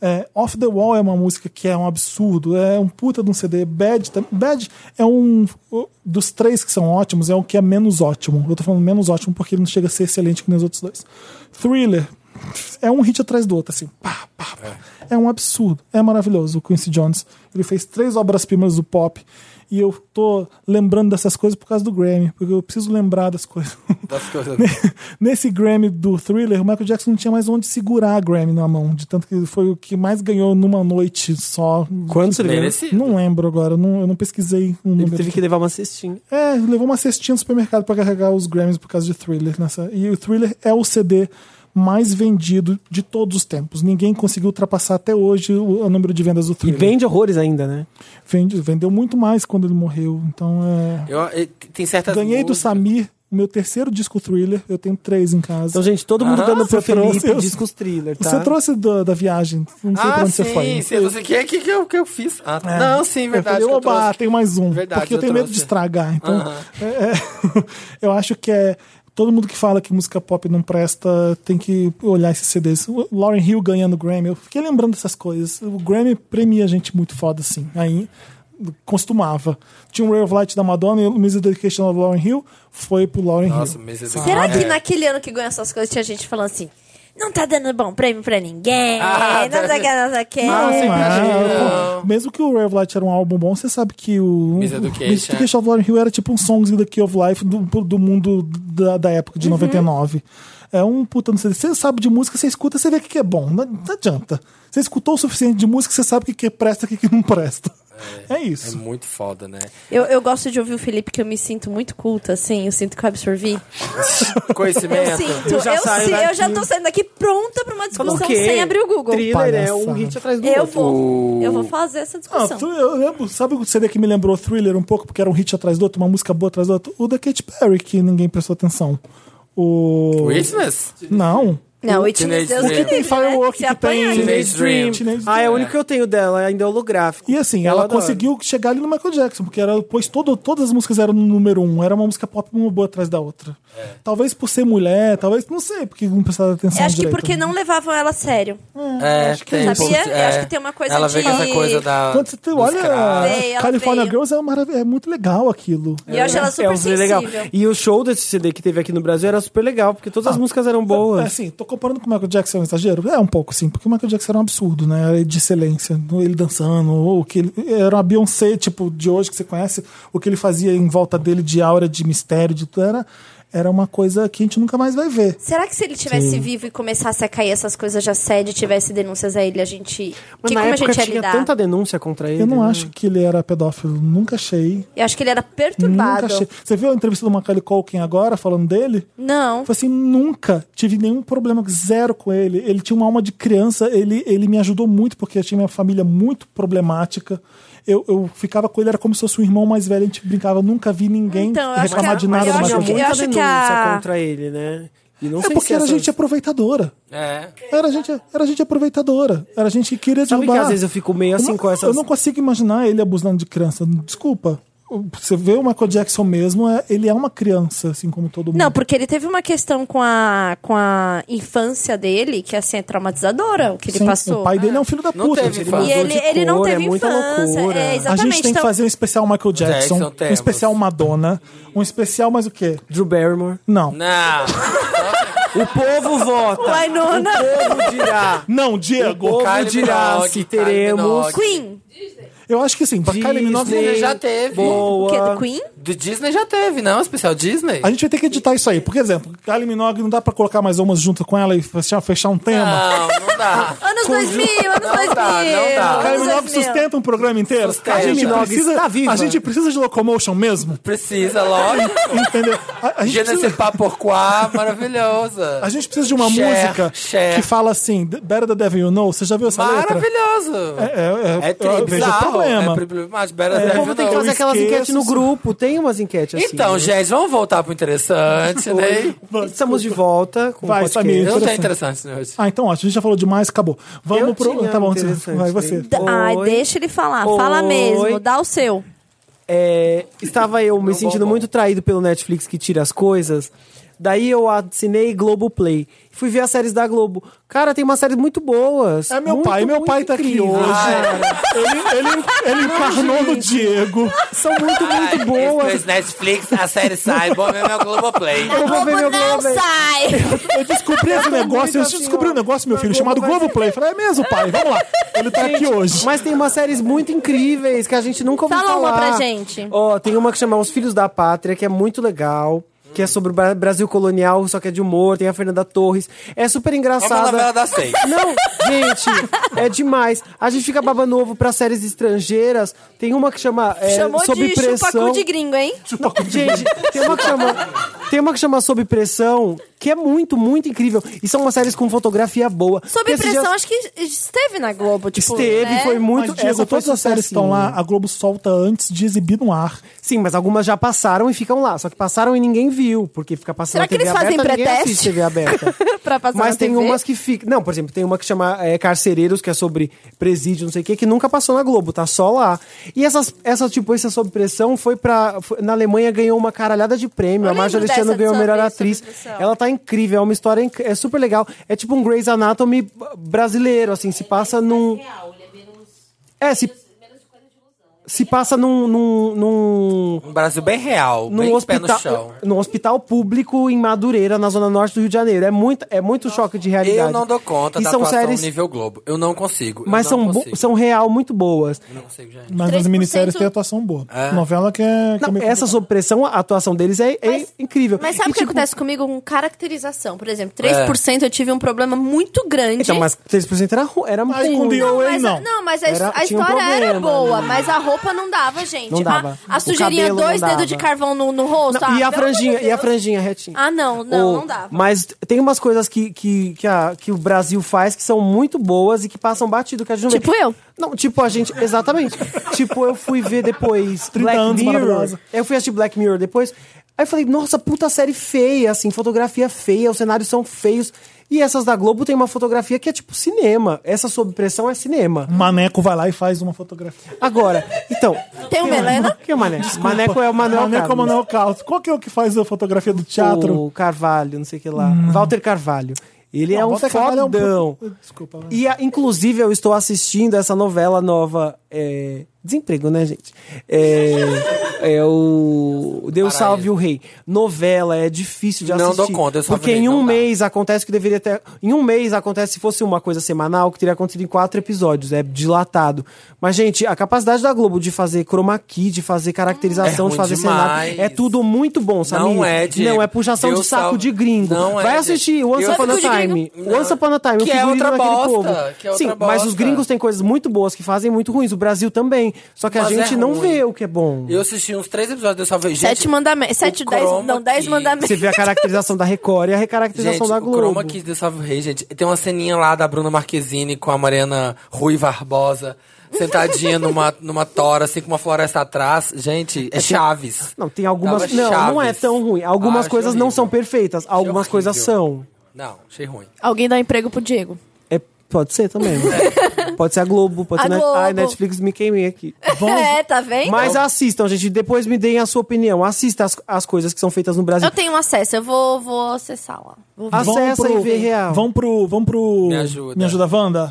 [SPEAKER 2] É, Off The Wall é uma música que é um absurdo, é um puta de um CD. Bad, tam- Bad é um o- dos três que são ótimos, é o que é menos ótimo. Eu tô falando menos ótimo porque ele não chega a ser excelente que nem os outros dois. Thriller é um hit atrás do outro, assim. Pá, pá, pá. É. um absurdo, é maravilhoso o Quincy Jones. Ele fez três obras-primas do pop. E eu tô lembrando dessas coisas por causa do Grammy, porque eu preciso lembrar das coisas.
[SPEAKER 1] Das coisas.
[SPEAKER 2] Nesse Grammy do Thriller, o Michael Jackson não tinha mais onde segurar a Grammy na mão, de tanto que foi o que mais ganhou numa noite só.
[SPEAKER 3] Quantos ele ganhou?
[SPEAKER 1] Merecido.
[SPEAKER 2] Não lembro agora, não- eu não pesquisei um
[SPEAKER 3] Ele
[SPEAKER 2] número.
[SPEAKER 3] teve que levar uma cestinha.
[SPEAKER 2] É, levou uma cestinha no supermercado pra carregar os Grammys por causa de Thriller nessa. E o Thriller é o CD mais vendido de todos os tempos. Ninguém conseguiu ultrapassar até hoje o, o número de vendas do
[SPEAKER 3] E
[SPEAKER 2] Thriller.
[SPEAKER 3] vende horrores ainda, né?
[SPEAKER 2] Vende- vendeu muito mais quando ele morreu. Então é.
[SPEAKER 1] Eu, eu- tem certas
[SPEAKER 2] Ganhei do
[SPEAKER 1] músicas-
[SPEAKER 2] Samir o meu terceiro disco Thriller. Eu tenho três em casa.
[SPEAKER 3] Então, gente, todo mundo dando pro
[SPEAKER 2] Ah, você trouxe
[SPEAKER 3] Felipe
[SPEAKER 2] os-
[SPEAKER 3] discos thriller, tá?
[SPEAKER 2] Você trouxe da, da viagem, não sei pra
[SPEAKER 1] Ah,
[SPEAKER 2] onde
[SPEAKER 1] sim,
[SPEAKER 2] você foi. né? É.
[SPEAKER 1] sim, eu sei. Que, é, que, que, eu, que eu fiz. Ah, tá. Não, sim, verdade.
[SPEAKER 2] Eu
[SPEAKER 1] que
[SPEAKER 2] falei,
[SPEAKER 1] eu
[SPEAKER 2] oba,
[SPEAKER 1] trouxe.
[SPEAKER 2] tem mais um.
[SPEAKER 1] Verdade,
[SPEAKER 2] porque eu
[SPEAKER 1] eu
[SPEAKER 2] tenho medo
[SPEAKER 1] trouxe.
[SPEAKER 2] de estragar. Então,
[SPEAKER 1] Aham.
[SPEAKER 2] é, é, eu acho que é. Todo mundo que fala que música pop não presta tem que olhar esses CDs. O Lauren Hill ganhando Grammy, eu fiquei lembrando dessas coisas. O Grammy premia gente muito foda, assim. Aí costumava. Tinha um Ray of Light da Madonna e o Miss Dedication of Lauren Hill foi pro Lauren
[SPEAKER 1] Nossa,
[SPEAKER 2] Hill.
[SPEAKER 1] mas esse daqui-
[SPEAKER 4] Será que
[SPEAKER 1] é.
[SPEAKER 4] naquele ano que ganhou essas coisas tinha gente falando assim: não tá dando bom prêmio pra ninguém,
[SPEAKER 1] Ah,
[SPEAKER 4] não sei o que, não sei o que.
[SPEAKER 3] assim,
[SPEAKER 2] Não,
[SPEAKER 1] achei.
[SPEAKER 2] eu- mesmo que o Ray of Light era um álbum bom, você sabe que o
[SPEAKER 1] Miss Education.
[SPEAKER 2] o Miss Education of Lauryn Hill era tipo um Songs in the Key of Life do, do mundo da, da época de 99. É um puta não sei. Você sabe de música, você escuta, você vê o que que é bom. Não, não adianta. Você escutou o suficiente de música, você sabe o que, que presta e o que, que não presta. É,
[SPEAKER 1] É
[SPEAKER 2] isso.
[SPEAKER 1] muito foda, né?
[SPEAKER 4] Eu, eu gosto de ouvir o Felipe que eu me sinto muito culta, assim, eu sinto que eu absorvi.
[SPEAKER 1] Conhecimento.
[SPEAKER 4] Eu sinto,
[SPEAKER 3] Eu
[SPEAKER 4] eu,
[SPEAKER 3] já saio
[SPEAKER 4] sei, eu
[SPEAKER 3] daqui.
[SPEAKER 4] já tô saindo daqui pronta pra uma
[SPEAKER 3] Falando
[SPEAKER 4] discussão
[SPEAKER 3] o quê?
[SPEAKER 4] sem abrir o Google.
[SPEAKER 3] Thriller é um
[SPEAKER 2] Palhaçada.
[SPEAKER 3] hit atrás do
[SPEAKER 4] Eu
[SPEAKER 3] outro.
[SPEAKER 4] vou. Eu vou fazer essa
[SPEAKER 2] Ah,
[SPEAKER 4] discussão.
[SPEAKER 2] tu- eu lembro, sabe o CD que me lembrou Thriller um pouco, porque era um hit atrás do outro, uma música boa atrás do outro? O da Katy Perry, que ninguém prestou atenção. O.
[SPEAKER 1] Witness?
[SPEAKER 2] Não.
[SPEAKER 4] Não, o
[SPEAKER 1] Teenage
[SPEAKER 4] Itines Deus
[SPEAKER 1] Dream.
[SPEAKER 4] me
[SPEAKER 1] O que
[SPEAKER 2] tem
[SPEAKER 4] livre, né?
[SPEAKER 2] Firework
[SPEAKER 4] Se
[SPEAKER 2] que tem-
[SPEAKER 4] apanha aí.
[SPEAKER 1] Teenage Dream.
[SPEAKER 2] Teenage
[SPEAKER 3] Ah, é o único que eu tenho dela, ainda é holográfico.
[SPEAKER 2] E assim,
[SPEAKER 3] Eu
[SPEAKER 2] ela
[SPEAKER 3] adoro.
[SPEAKER 2] conseguiu chegar ali no Michael Jackson, porque era, pois todo, todas as músicas eram no número um, era uma música pop uma boa atrás da outra.
[SPEAKER 3] É.
[SPEAKER 2] Talvez por ser mulher, talvez, não sei, porque não prestava atenção
[SPEAKER 4] Eu acho que
[SPEAKER 2] direito.
[SPEAKER 4] porque não levavam ela a sério.
[SPEAKER 1] É, tem.
[SPEAKER 4] Sabia?
[SPEAKER 1] um pouco de-
[SPEAKER 4] Eu acho que tem uma coisa
[SPEAKER 1] Ela vê
[SPEAKER 4] de-
[SPEAKER 1] que essa coisa da.
[SPEAKER 2] Quando você tem,
[SPEAKER 1] dos
[SPEAKER 2] olha,
[SPEAKER 1] craques.
[SPEAKER 4] Veio, ela
[SPEAKER 2] California
[SPEAKER 4] veio.
[SPEAKER 2] Girls é, marav- é muito legal aquilo.
[SPEAKER 4] E eu acho ela super
[SPEAKER 3] um CD
[SPEAKER 4] sensível.
[SPEAKER 3] E o show desse CD que teve aqui no Brasil era super legal, porque todas as músicas eram
[SPEAKER 2] É,
[SPEAKER 3] boas.
[SPEAKER 2] assim, tô comparando com o Michael Jackson, é um exagero? É um pouco, sim, porque o Michael Jackson era um absurdo, né? Era de excelência. Ele dançando, ou que ele, era uma Beyoncé, tipo, de hoje que você conhece, o que ele fazia em volta dele de aura, de mistério, de tudo, era, era uma coisa que a gente nunca mais vai ver.
[SPEAKER 4] Será que se ele tivesse vivo e começasse a cair essas coisas de assédio e tivesse denúncias a ele, a gente.
[SPEAKER 3] Mas
[SPEAKER 4] que,
[SPEAKER 3] na
[SPEAKER 4] como a
[SPEAKER 3] época
[SPEAKER 4] gente ia
[SPEAKER 3] tinha
[SPEAKER 4] lidar?
[SPEAKER 3] tanta denúncia contra ele.
[SPEAKER 2] Eu não
[SPEAKER 3] né?
[SPEAKER 2] acho que ele era pedófilo, nunca achei.
[SPEAKER 4] Eu acho que ele era
[SPEAKER 2] Nunca
[SPEAKER 4] perturbado.
[SPEAKER 2] achei. Você viu a entrevista do Macaulay Culkin agora, falando dele?
[SPEAKER 4] Não.
[SPEAKER 2] Foi assim, nunca tive nenhum problema, zero com ele. Ele tinha uma alma de criança, ele, ele me ajudou muito, porque eu tinha minha família muito problemática. Eu, eu ficava com ele, era como se fosse um irmão mais velho, a gente brincava, nunca vi ninguém
[SPEAKER 4] Então, eu acho
[SPEAKER 2] reclamar
[SPEAKER 4] que a-
[SPEAKER 2] de nada
[SPEAKER 4] eu
[SPEAKER 2] do
[SPEAKER 4] acho
[SPEAKER 2] Michael
[SPEAKER 4] que-
[SPEAKER 2] Jackson.
[SPEAKER 3] muita
[SPEAKER 4] eu acho que
[SPEAKER 3] denúncia
[SPEAKER 4] a-
[SPEAKER 3] contra ele, né? E não
[SPEAKER 2] É
[SPEAKER 3] sei
[SPEAKER 2] porque
[SPEAKER 3] se
[SPEAKER 2] era
[SPEAKER 3] essas-
[SPEAKER 2] gente aproveitadora.
[SPEAKER 1] É.
[SPEAKER 2] Era gente, era gente aproveitadora. Era gente que queria
[SPEAKER 3] Sabe
[SPEAKER 2] derrubar.
[SPEAKER 3] que às vezes eu fico meio assim
[SPEAKER 2] não-
[SPEAKER 3] com essas-
[SPEAKER 2] Eu não consigo imaginar ele abusando de criança. Desculpa. Você vê o Michael Jackson mesmo, é- ele é uma criança, assim como todo mundo.
[SPEAKER 4] Não, porque ele teve uma questão com a, com a infância dele, que assim, é traumatizadora o que ele
[SPEAKER 2] Sim,
[SPEAKER 4] passou. Ah.
[SPEAKER 2] O pai dele é um filho da
[SPEAKER 1] Não
[SPEAKER 2] puta.
[SPEAKER 1] teve
[SPEAKER 2] Ele-
[SPEAKER 1] fã.
[SPEAKER 4] E ele,
[SPEAKER 3] de
[SPEAKER 4] ele não
[SPEAKER 3] cor, é
[SPEAKER 4] teve
[SPEAKER 3] muita
[SPEAKER 4] infância.
[SPEAKER 3] loucura.
[SPEAKER 4] É,
[SPEAKER 2] A
[SPEAKER 4] exatamente.
[SPEAKER 2] gente tem que
[SPEAKER 4] então,
[SPEAKER 2] fazer um especial Michael Jackson,
[SPEAKER 1] Jackson
[SPEAKER 2] um
[SPEAKER 1] temos.
[SPEAKER 2] especial Madonna, um especial mais o quê?
[SPEAKER 3] Drew Barrymore.
[SPEAKER 2] Não. Não,
[SPEAKER 1] Não.
[SPEAKER 3] O povo vota.
[SPEAKER 4] Vai, Nona.
[SPEAKER 3] O povo dirá.
[SPEAKER 2] Diego.
[SPEAKER 3] O povo
[SPEAKER 1] Kylie
[SPEAKER 3] dirá
[SPEAKER 1] Minogue,
[SPEAKER 3] se
[SPEAKER 1] Kylie
[SPEAKER 3] teremos.
[SPEAKER 1] Minogue.
[SPEAKER 4] Queen.
[SPEAKER 2] Eu acho que sim, pra Kylie Minogue
[SPEAKER 3] Disney,
[SPEAKER 1] já teve.
[SPEAKER 4] O
[SPEAKER 3] Boa.
[SPEAKER 4] que? Do Queen?
[SPEAKER 1] Do Disney já teve, não? Especial Disney?
[SPEAKER 2] A gente vai ter que editar isso aí. Por exemplo, Kylie Minogue, não dá pra colocar mais umas junto com ela e fechar, fechar um tema?
[SPEAKER 1] Não, não dá.
[SPEAKER 4] Anos 2000, anos
[SPEAKER 1] Não dá, não
[SPEAKER 4] 2000.
[SPEAKER 1] dá.
[SPEAKER 2] A
[SPEAKER 4] anos
[SPEAKER 2] Kylie Minogue
[SPEAKER 4] 2000.
[SPEAKER 2] sustenta um programa inteiro?
[SPEAKER 1] Sustenta. tá
[SPEAKER 2] A gente
[SPEAKER 1] Kylie
[SPEAKER 3] Minogue
[SPEAKER 2] precisa,
[SPEAKER 3] está viva.
[SPEAKER 2] A gente precisa de locomotion mesmo?
[SPEAKER 1] Precisa, lógico.
[SPEAKER 2] Entendeu? A, a gente
[SPEAKER 1] Je ne sais
[SPEAKER 2] precisa...
[SPEAKER 1] pas pourquoi, maravilhosa.
[SPEAKER 2] A gente precisa de uma
[SPEAKER 1] Cher,
[SPEAKER 2] música
[SPEAKER 1] Cher.
[SPEAKER 2] que fala assim, Better the Devil You Know. Você já viu essa letra?
[SPEAKER 1] Maravilhoso.
[SPEAKER 2] É, é,
[SPEAKER 1] É,
[SPEAKER 2] é, eu
[SPEAKER 1] tri-
[SPEAKER 2] vejo o
[SPEAKER 1] bizarro,
[SPEAKER 2] problema.
[SPEAKER 1] é problemático. Better
[SPEAKER 2] É.
[SPEAKER 1] Than
[SPEAKER 2] O
[SPEAKER 3] O povo
[SPEAKER 1] You
[SPEAKER 3] tem que
[SPEAKER 1] Know.
[SPEAKER 3] fazer aquelas
[SPEAKER 2] esqueço,
[SPEAKER 3] enquetes no
[SPEAKER 2] sim.
[SPEAKER 3] grupo. Tem umas enquetes assim.
[SPEAKER 2] né?
[SPEAKER 1] Então, gente, vamos voltar pro interessante, né?
[SPEAKER 3] Estamos de volta com
[SPEAKER 2] Vai,
[SPEAKER 3] o podcast.
[SPEAKER 2] Samir.
[SPEAKER 1] Não tem
[SPEAKER 2] Interessante.
[SPEAKER 1] interessante né, hoje.
[SPEAKER 2] Ah, então ótimo. A gente já falou demais, acabou. Vamos
[SPEAKER 3] Eu
[SPEAKER 2] pro...
[SPEAKER 3] tinha
[SPEAKER 2] tá bom,
[SPEAKER 3] interessante,
[SPEAKER 2] vai você.
[SPEAKER 3] né?
[SPEAKER 4] Da- Ai,
[SPEAKER 3] Oi.
[SPEAKER 4] deixa ele falar.
[SPEAKER 3] Oi.
[SPEAKER 4] Fala mesmo, dá o seu.
[SPEAKER 3] É, estava eu me sentindo muito traído pelo Netflix que tira as coisas. Daí eu assinei Globoplay. Fui ver as séries da Globo. Cara, tem umas séries muito boas.
[SPEAKER 2] É meu
[SPEAKER 3] Muito,
[SPEAKER 2] pai, meu
[SPEAKER 3] muito
[SPEAKER 2] pai tá aqui
[SPEAKER 3] incríveis.
[SPEAKER 2] hoje.
[SPEAKER 1] Ah,
[SPEAKER 2] Ele, ele, ele encarnou no Diego.
[SPEAKER 3] São muito,
[SPEAKER 2] Ah,
[SPEAKER 3] muito boas.
[SPEAKER 1] Depois Netflix, a série sai, bom mesmo é o Globoplay.
[SPEAKER 3] Eu vou ver
[SPEAKER 4] Globo
[SPEAKER 3] meu
[SPEAKER 4] não
[SPEAKER 3] Globoplay.
[SPEAKER 4] sai!
[SPEAKER 2] Eu descobri esse negócio, eu
[SPEAKER 3] assim,
[SPEAKER 2] descobri
[SPEAKER 3] ó.
[SPEAKER 2] um negócio, meu filho,
[SPEAKER 3] Globo
[SPEAKER 2] chamado
[SPEAKER 3] vai ser-
[SPEAKER 2] Globoplay. Eu Falei, é mesmo, pai? Vamos lá. Ele tá aqui hoje.
[SPEAKER 3] Mas tem umas séries muito incríveis que a gente nunca ouviu
[SPEAKER 4] Fala uma
[SPEAKER 3] falar.
[SPEAKER 4] pra gente.
[SPEAKER 3] Ó, tem uma que chama Os Filhos da Pátria, que é muito legal. Que é sobre o Bra- Brasil colonial, só que é de humor. Tem a Fernanda Torres. É super
[SPEAKER 1] Vamos na
[SPEAKER 3] engraçada.
[SPEAKER 1] novela das seis.
[SPEAKER 3] Não, gente, é demais. A gente fica babando ovo pra séries estrangeiras. Tem uma que chama é,
[SPEAKER 4] Chamou
[SPEAKER 3] Sob
[SPEAKER 4] de
[SPEAKER 3] Pressão.
[SPEAKER 4] chupacu de gringo, hein?
[SPEAKER 3] Não, gente, tem uma que chama. Tem uma que chama Sob Pressão, que é muito, muito incrível. E são umas séries com fotografia boa.
[SPEAKER 4] Sob
[SPEAKER 3] Esses
[SPEAKER 4] pressão,
[SPEAKER 3] dias
[SPEAKER 4] acho que esteve na Globo, tipo.
[SPEAKER 3] Esteve,
[SPEAKER 4] né?
[SPEAKER 3] foi muito.
[SPEAKER 2] Mas, Diego,
[SPEAKER 3] essa foi
[SPEAKER 2] todas as séries que estão
[SPEAKER 3] sucessinho.
[SPEAKER 2] lá, a Globo solta antes de exibir no ar.
[SPEAKER 3] Sim, mas algumas já passaram e ficam lá. Só que passaram e ninguém viu, porque fica passando
[SPEAKER 4] Será
[SPEAKER 3] na
[SPEAKER 4] que
[SPEAKER 3] TV
[SPEAKER 4] eles fazem
[SPEAKER 3] aberta, ninguém
[SPEAKER 4] pré-teste?
[SPEAKER 3] assiste TV aberta.
[SPEAKER 4] Pra passar
[SPEAKER 3] mas
[SPEAKER 4] na
[SPEAKER 3] tem
[SPEAKER 4] TV?
[SPEAKER 3] umas que ficam... Não, por exemplo, tem uma que chama é, Carcereiros, que é sobre presídio, não sei o quê, que nunca passou na Globo, tá só lá. E essas, essa, tipo, essa sob pressão foi pra... foi- na Alemanha ganhou uma caralhada de prêmio.
[SPEAKER 4] Eu
[SPEAKER 3] A Marja
[SPEAKER 4] lembro
[SPEAKER 3] Alexandre
[SPEAKER 4] dessa
[SPEAKER 3] ganhou a
[SPEAKER 4] de Sob-
[SPEAKER 3] melhor
[SPEAKER 4] Sob
[SPEAKER 3] atriz.
[SPEAKER 4] Pressão.
[SPEAKER 3] Ela tá incrível, é uma história... inc- É super legal. É tipo um Grey's Anatomy brasileiro, assim, se passa num... É, se... Se passa num- num- num
[SPEAKER 1] Um Brasil bem real,
[SPEAKER 3] num
[SPEAKER 1] bem pé no
[SPEAKER 3] hospital,
[SPEAKER 1] chão.
[SPEAKER 3] num hospital público em Madureira, na zona norte do Rio de Janeiro. É muito, é muito choque de realidade.
[SPEAKER 1] Eu não dou conta
[SPEAKER 3] e
[SPEAKER 1] da
[SPEAKER 3] são
[SPEAKER 1] atuação
[SPEAKER 3] séries,
[SPEAKER 1] nível Globo. Eu não consigo. eu
[SPEAKER 3] mas
[SPEAKER 1] não
[SPEAKER 3] são, bo-
[SPEAKER 1] consigo.
[SPEAKER 3] são real muito boas.
[SPEAKER 1] Não consigo, gente.
[SPEAKER 2] Mas as
[SPEAKER 4] 3%
[SPEAKER 2] minisséries têm atuação boa. Novela que é. Que é
[SPEAKER 3] Não,
[SPEAKER 2] meio
[SPEAKER 3] essa sob pressão, a atuação deles é, é incrível.
[SPEAKER 4] Mas sabe
[SPEAKER 3] E,
[SPEAKER 4] o que
[SPEAKER 3] tipo, É.
[SPEAKER 4] acontece comigo com caracterização? Por exemplo, 3% eu tive um problema muito grande.
[SPEAKER 3] Então, mas 3% era, ru- era
[SPEAKER 2] Mas
[SPEAKER 3] ruim.
[SPEAKER 2] com The
[SPEAKER 4] Não,
[SPEAKER 2] Away,
[SPEAKER 4] mas,
[SPEAKER 2] não.
[SPEAKER 4] a, não, mas a,
[SPEAKER 3] Era-
[SPEAKER 4] a
[SPEAKER 3] tinha um
[SPEAKER 4] história era
[SPEAKER 3] problema,
[SPEAKER 4] boa,
[SPEAKER 3] né?
[SPEAKER 4] mas a roupa não dava, gente.
[SPEAKER 3] Não dava.
[SPEAKER 4] A, a
[SPEAKER 3] O
[SPEAKER 4] sujeirinha,
[SPEAKER 3] cabelo
[SPEAKER 4] dois
[SPEAKER 3] não dava.
[SPEAKER 4] dedos de carvão no, no rosto.
[SPEAKER 3] Não,
[SPEAKER 4] ah,
[SPEAKER 3] e a
[SPEAKER 4] pelo
[SPEAKER 3] franjinha,
[SPEAKER 4] amor de
[SPEAKER 3] e a
[SPEAKER 4] Deus.
[SPEAKER 3] franjinha retinha.
[SPEAKER 4] Ah, não, não,
[SPEAKER 3] Ou-
[SPEAKER 4] não dava.
[SPEAKER 3] Mas tem umas coisas que, que, que, a- que o Brasil faz que são muito boas e que passam batido, que é a gente não vê.
[SPEAKER 4] Tipo eu.
[SPEAKER 3] Não, tipo a gente, exatamente. tipo, eu fui ver depois
[SPEAKER 2] 30
[SPEAKER 3] Black
[SPEAKER 2] anos,
[SPEAKER 3] Mirror.
[SPEAKER 2] maravilhosa.
[SPEAKER 3] Eu fui assistir Black Mirror depois. Aí eu falei, nossa, puta série feia, assim, fotografia feia, os cenários são feios. E essas da Globo tem uma fotografia que é tipo cinema. Essa sob pressão é cinema.
[SPEAKER 2] Maneco vai lá e faz uma fotografia.
[SPEAKER 3] Agora, então.
[SPEAKER 4] Tem o né? Melena?
[SPEAKER 3] Quem é o Maneco? Maneco é o Manuel
[SPEAKER 2] Maneco é o
[SPEAKER 3] Carlos.
[SPEAKER 2] Manuel Carlos. Qual que é o que faz a fotografia do teatro? Hum.
[SPEAKER 3] O Carvalho, não sei o que lá. Walter Carvalho. Ele
[SPEAKER 2] Não,
[SPEAKER 3] é um
[SPEAKER 2] Walter Carvalho é um
[SPEAKER 3] fodão.
[SPEAKER 2] puto- Desculpa. vai.
[SPEAKER 3] E, a- inclusive, eu estou assistindo essa novela nova. é, Desemprego, né, gente? É, é o. Deus
[SPEAKER 1] Paraíso.
[SPEAKER 3] Salve o Rei. Novela, é difícil de
[SPEAKER 1] Não
[SPEAKER 3] assistir.
[SPEAKER 1] dou conta, Deus Salve o
[SPEAKER 3] Porque
[SPEAKER 1] Rei,
[SPEAKER 3] em
[SPEAKER 1] não
[SPEAKER 3] um
[SPEAKER 1] dá.
[SPEAKER 3] mês acontece o que deveria ter. Em um mês acontece se fosse uma coisa semanal, que teria acontecido em quatro episódios. É dilatado. Mas, gente, a capacidade da Globo de fazer chroma key, de fazer caracterização,
[SPEAKER 1] É ruim
[SPEAKER 3] de fazer cenário,
[SPEAKER 1] demais.
[SPEAKER 3] é tudo muito bom, sabe?
[SPEAKER 1] Não é, Diego.
[SPEAKER 3] Não, é puxação
[SPEAKER 1] Deus
[SPEAKER 3] de saco
[SPEAKER 1] Salve-
[SPEAKER 3] de gringo.
[SPEAKER 1] Não é,
[SPEAKER 3] Vai
[SPEAKER 1] Diego.
[SPEAKER 3] assistir Once
[SPEAKER 1] Deus
[SPEAKER 3] Upon a
[SPEAKER 1] Salve de
[SPEAKER 3] Time. Once Upon a Time, o
[SPEAKER 1] Que é
[SPEAKER 3] figurino
[SPEAKER 1] outra
[SPEAKER 3] daquele
[SPEAKER 1] bosta,
[SPEAKER 3] povo.
[SPEAKER 1] que é outra
[SPEAKER 3] Sim, mas os
[SPEAKER 1] bosta.
[SPEAKER 3] gringos têm coisas muito boas que fazem muito ruins. O Brasil também. Só que a
[SPEAKER 1] Mas
[SPEAKER 3] gente
[SPEAKER 1] é
[SPEAKER 3] não
[SPEAKER 1] ruim.
[SPEAKER 3] vê o que é bom.
[SPEAKER 1] Eu assisti uns três episódios dessa vez. Gente,
[SPEAKER 4] Sete mandamentos. Sete,
[SPEAKER 1] o
[SPEAKER 4] dez.
[SPEAKER 1] chroma
[SPEAKER 4] Não, dez
[SPEAKER 1] key.
[SPEAKER 4] mandamentos.
[SPEAKER 3] Você vê a caracterização da Record e a recaracterização
[SPEAKER 1] Gente,
[SPEAKER 3] da
[SPEAKER 1] o
[SPEAKER 3] Globo.
[SPEAKER 1] Chroma Kids de Salve o Rei, gente. Tem uma ceninha lá da Bruna Marquezine com a Mariana Rui Barbosa, sentadinha numa, numa tora, assim, com uma floresta atrás. Gente, é Chaves.
[SPEAKER 3] Não, tem algumas.
[SPEAKER 1] Tava
[SPEAKER 3] Não, não é
[SPEAKER 1] Chaves.
[SPEAKER 3] tão ruim.
[SPEAKER 1] Ah,
[SPEAKER 3] Algumas
[SPEAKER 1] achei
[SPEAKER 3] coisas não
[SPEAKER 1] horrível.
[SPEAKER 3] são perfeitas, algumas
[SPEAKER 1] horrível.
[SPEAKER 3] coisas são.
[SPEAKER 1] Não, achei ruim.
[SPEAKER 4] Alguém dá emprego pro Diego.
[SPEAKER 3] É, pode ser também. né? Pode ser a Globo, pode
[SPEAKER 4] A
[SPEAKER 3] ser a
[SPEAKER 4] Globo.
[SPEAKER 3] Ai, Netflix me queimei aqui.
[SPEAKER 4] É, tá vendo?
[SPEAKER 3] Mas assistam, gente. Depois me deem a sua opinião. Assista as, as coisas que são feitas no Brasil.
[SPEAKER 4] Eu tenho acesso, eu vou, vou acessar lá. Vou ver.
[SPEAKER 2] Vamos
[SPEAKER 3] Acessa e vê real.
[SPEAKER 2] Vamos pro. Vamos pro.
[SPEAKER 1] Me ajuda.
[SPEAKER 2] Me ajuda, Wanda?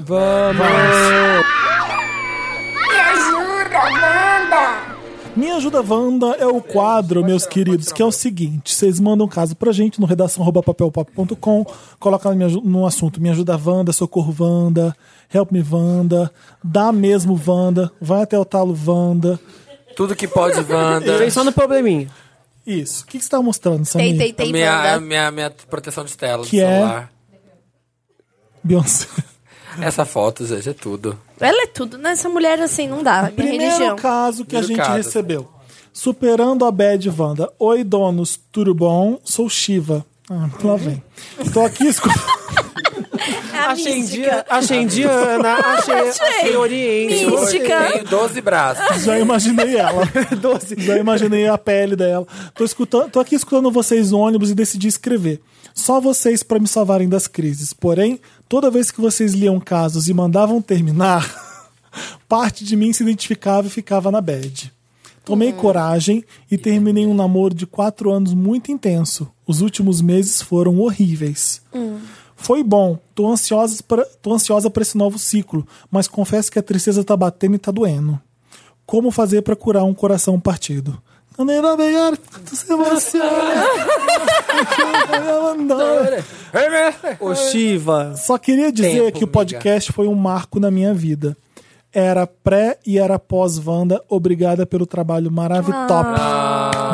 [SPEAKER 7] Me ajuda, Wanda!
[SPEAKER 2] Me Ajuda Wanda é o quadro, meus queridos, que é o seguinte: vocês mandam um caso pra gente no redação@papelpop.com, coloca no, Me Aju- no assunto Me Ajuda Wanda, Socorro Wanda, Help Me Wanda, Dá Mesmo Wanda, Vai Até o Talo Wanda,
[SPEAKER 1] Tudo que pode, Wanda.
[SPEAKER 3] Fez só no probleminha.
[SPEAKER 2] Isso. O que, que você tá mostrando, Samir?
[SPEAKER 4] Tem, tem, tem,
[SPEAKER 1] minha,
[SPEAKER 4] Wanda.
[SPEAKER 1] minha, minha proteção de tela do
[SPEAKER 2] Que é?
[SPEAKER 1] celular.
[SPEAKER 2] Beyoncé.
[SPEAKER 1] Essa foto, gente, é tudo.
[SPEAKER 4] Ela é tudo, né? Essa mulher, assim, não dá. Minha
[SPEAKER 2] Primeiro
[SPEAKER 4] religião.
[SPEAKER 2] caso que a
[SPEAKER 1] Primeiro
[SPEAKER 2] gente
[SPEAKER 1] caso.
[SPEAKER 2] recebeu. Superando a bad Wanda. Oi, donos, tudo bom? Sou Shiva. Ah, lá vem. Tô aqui escutando.
[SPEAKER 4] É a
[SPEAKER 3] Achei
[SPEAKER 4] mística.
[SPEAKER 3] indiana, achei indiana, achei, achei oriente.
[SPEAKER 4] Mística. Estica.
[SPEAKER 1] Tenho 12 braços.
[SPEAKER 2] Já imaginei ela.
[SPEAKER 3] Doce.
[SPEAKER 2] Já imaginei a pele dela. Tô, escutando, tô aqui escutando vocês no ônibus e decidi escrever. Só vocês pra me salvarem das crises. Porém, toda vez que vocês liam casos e mandavam terminar, parte de mim se identificava e ficava na bad. Tomei coragem e terminei um namoro de quatro anos muito intenso. Os últimos meses foram horríveis. Foi bom, tô ansiosa pra- tô ansiosa pra esse novo ciclo, mas confesso que a tristeza tá batendo e tá doendo. Como fazer pra curar um coração partido? Eu nem era melhor, tu se emociona.
[SPEAKER 3] Ô, Shiva.
[SPEAKER 2] Só queria dizer
[SPEAKER 1] Tempo,
[SPEAKER 2] que o podcast foi um marco na minha vida. Era pré e era pós Wanda. Obrigada pelo trabalho maravilhoso.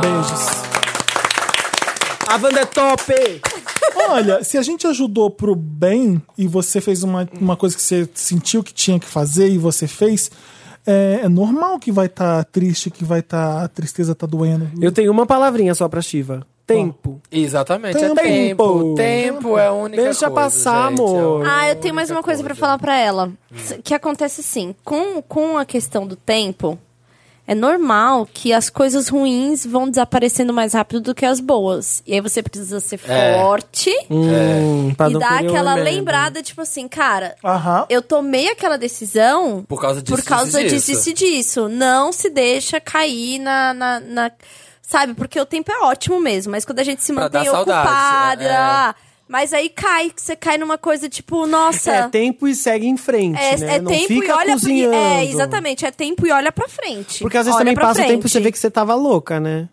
[SPEAKER 2] Beijos.
[SPEAKER 3] A Wanda é top!
[SPEAKER 2] Olha, se a gente ajudou pro bem e você fez uma, uma coisa que você sentiu que tinha que fazer e você fez, é, é normal que vai estar triste, que vai estar. a tristeza tá doendo.
[SPEAKER 3] Eu tenho uma palavrinha só pra Shiva. Tempo.
[SPEAKER 1] Exatamente,
[SPEAKER 2] Tempo.
[SPEAKER 1] é tempo. Tempo é a única
[SPEAKER 3] Deixa
[SPEAKER 1] coisa,
[SPEAKER 3] passar,
[SPEAKER 1] gente,
[SPEAKER 3] amor.
[SPEAKER 1] é a
[SPEAKER 4] Ah, eu tenho mais
[SPEAKER 1] única
[SPEAKER 4] uma coisa pra falar pra ela. Que acontece assim, com, com a questão do tempo, é normal que as coisas ruins vão desaparecendo mais rápido do que as boas. E aí você precisa ser
[SPEAKER 1] É.
[SPEAKER 4] forte
[SPEAKER 3] Hum, pra
[SPEAKER 4] e
[SPEAKER 3] não
[SPEAKER 4] dar
[SPEAKER 3] querer uma
[SPEAKER 4] aquela
[SPEAKER 3] merda.
[SPEAKER 4] lembrada, tipo assim, cara,
[SPEAKER 2] Aham.
[SPEAKER 4] eu tomei aquela decisão
[SPEAKER 1] Por causa disso,
[SPEAKER 4] por causa
[SPEAKER 1] disso,
[SPEAKER 4] disso, disso e disso. Não se deixa cair na. na, na- sabe, porque o tempo é ótimo mesmo, mas quando a gente se
[SPEAKER 1] Pra
[SPEAKER 4] mantém
[SPEAKER 1] dar saudade,
[SPEAKER 4] ocupada.
[SPEAKER 1] é.
[SPEAKER 4] Mas aí cai, que você cai numa coisa tipo, nossa.
[SPEAKER 3] É tempo e segue em frente,
[SPEAKER 4] É,
[SPEAKER 3] né?
[SPEAKER 4] é
[SPEAKER 3] não
[SPEAKER 4] tempo
[SPEAKER 3] fica
[SPEAKER 4] e olha pra,
[SPEAKER 3] cozinhando.
[SPEAKER 4] É, exatamente, é tempo e olha pra frente.
[SPEAKER 3] Porque às vezes
[SPEAKER 4] Olha
[SPEAKER 3] também
[SPEAKER 4] pra
[SPEAKER 3] passa o
[SPEAKER 4] frente.
[SPEAKER 3] tempo e você vê que você tava louca, né?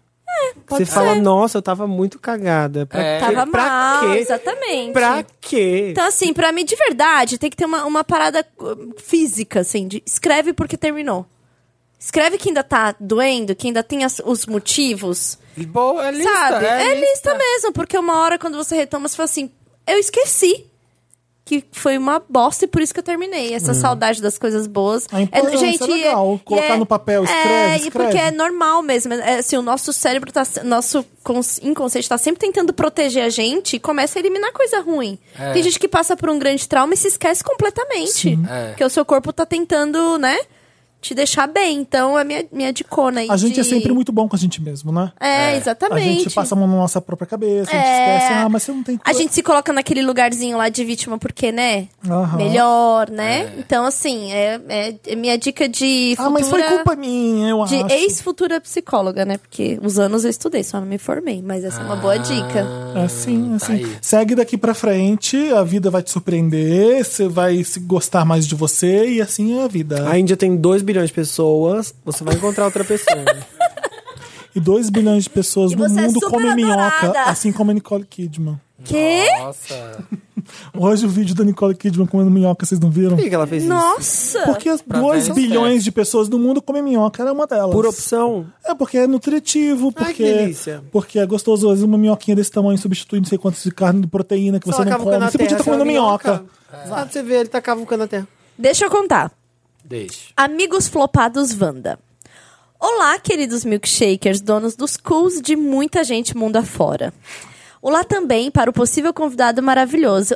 [SPEAKER 3] você fala, nossa, eu tava muito cagada. Pra
[SPEAKER 1] É.
[SPEAKER 3] quê?
[SPEAKER 4] Tava
[SPEAKER 3] pra
[SPEAKER 4] mal,
[SPEAKER 3] quê?
[SPEAKER 4] exatamente.
[SPEAKER 3] Pra quê?
[SPEAKER 4] Então, assim, pra mim, de verdade, tem que ter uma, uma parada uh, física, assim, de escreve porque terminou. Escreve que ainda tá doendo, que ainda tem as- os motivos,
[SPEAKER 1] Boa, é lista,
[SPEAKER 4] sabe?
[SPEAKER 1] É,
[SPEAKER 4] lista. mesmo, porque uma hora quando você retoma, você fala assim, eu esqueci que foi uma bosta e por isso que eu terminei. Essa saudade das coisas boas.
[SPEAKER 2] Uhum. A importância é legal,
[SPEAKER 4] e
[SPEAKER 2] colocar no papel, escreve,
[SPEAKER 4] É, e
[SPEAKER 2] escreve.
[SPEAKER 4] porque é normal mesmo. É, assim, o nosso cérebro, tá, se- nosso cons- inconsciente tá sempre tentando proteger a gente e começa a eliminar coisa ruim.
[SPEAKER 1] É.
[SPEAKER 4] Tem gente que passa por um grande trauma e se esquece completamente.
[SPEAKER 1] É.
[SPEAKER 4] Porque o seu corpo tá tentando, né, te deixar bem. Então, é minha, minha dicona aí
[SPEAKER 2] A gente é
[SPEAKER 4] de-
[SPEAKER 2] sempre muito bom com a gente mesmo, né?
[SPEAKER 4] É,
[SPEAKER 2] A
[SPEAKER 4] exatamente.
[SPEAKER 2] gente passa a mão na nossa própria cabeça, a gente
[SPEAKER 4] É.
[SPEAKER 2] esquece, ah, mas você não tem
[SPEAKER 4] A
[SPEAKER 2] coisa.
[SPEAKER 4] gente se coloca naquele lugarzinho lá de vítima porque, né?
[SPEAKER 2] Aham.
[SPEAKER 4] Melhor, né? Então, assim, é, é- é minha dica de futura...
[SPEAKER 2] Ah, mas foi culpa minha, eu
[SPEAKER 4] De
[SPEAKER 2] acho.
[SPEAKER 4] ex-futura psicóloga, né? Porque os anos eu estudei, só não me formei. Mas essa é uma boa dica.
[SPEAKER 1] Ah,
[SPEAKER 2] Assim,
[SPEAKER 1] tá
[SPEAKER 2] assim.
[SPEAKER 1] aí.
[SPEAKER 2] Segue daqui pra frente, a vida vai te surpreender, você vai se gostar mais de você e assim é a vida.
[SPEAKER 3] A Índia tem 2 bilhões de pessoas, você vai encontrar outra pessoa.
[SPEAKER 2] E 2 bilhões de pessoas
[SPEAKER 4] E
[SPEAKER 2] no
[SPEAKER 4] você é
[SPEAKER 2] mundo
[SPEAKER 4] super
[SPEAKER 2] comem minhoca,
[SPEAKER 4] adorada.
[SPEAKER 2] assim como a Nicole Kidman.
[SPEAKER 4] Que?
[SPEAKER 1] Ah, Nossa.
[SPEAKER 2] Hoje o vídeo da Nicole Kidman comendo minhoca, vocês não viram?
[SPEAKER 3] Por que, que ela fez isso?
[SPEAKER 4] Nossa!
[SPEAKER 2] Porque
[SPEAKER 1] Pra
[SPEAKER 2] 2
[SPEAKER 1] velhos
[SPEAKER 2] bilhões de pessoas no mundo comem minhoca, era uma delas.
[SPEAKER 3] Por opção.
[SPEAKER 2] É porque é nutritivo,
[SPEAKER 3] Ai,
[SPEAKER 2] porque,
[SPEAKER 3] que delícia.
[SPEAKER 2] porque é gostoso. Às vezes uma minhoquinha desse tamanho substitui não sei quantos de carne de proteína que
[SPEAKER 3] Só
[SPEAKER 2] você não
[SPEAKER 3] cavucando
[SPEAKER 2] come.
[SPEAKER 3] a
[SPEAKER 2] Você
[SPEAKER 3] terra,
[SPEAKER 2] podia estar
[SPEAKER 3] você é uma
[SPEAKER 2] comendo minhoca.
[SPEAKER 3] Ah, pra você ver, ele tá cavucando a terra.
[SPEAKER 4] Deixa eu contar.
[SPEAKER 1] Deixa.
[SPEAKER 4] Amigos flopados Wanda. Olá, queridos milkshakers, donos dos cools de muita gente mundo afora. Olá também para o possível convidado maravilhoso.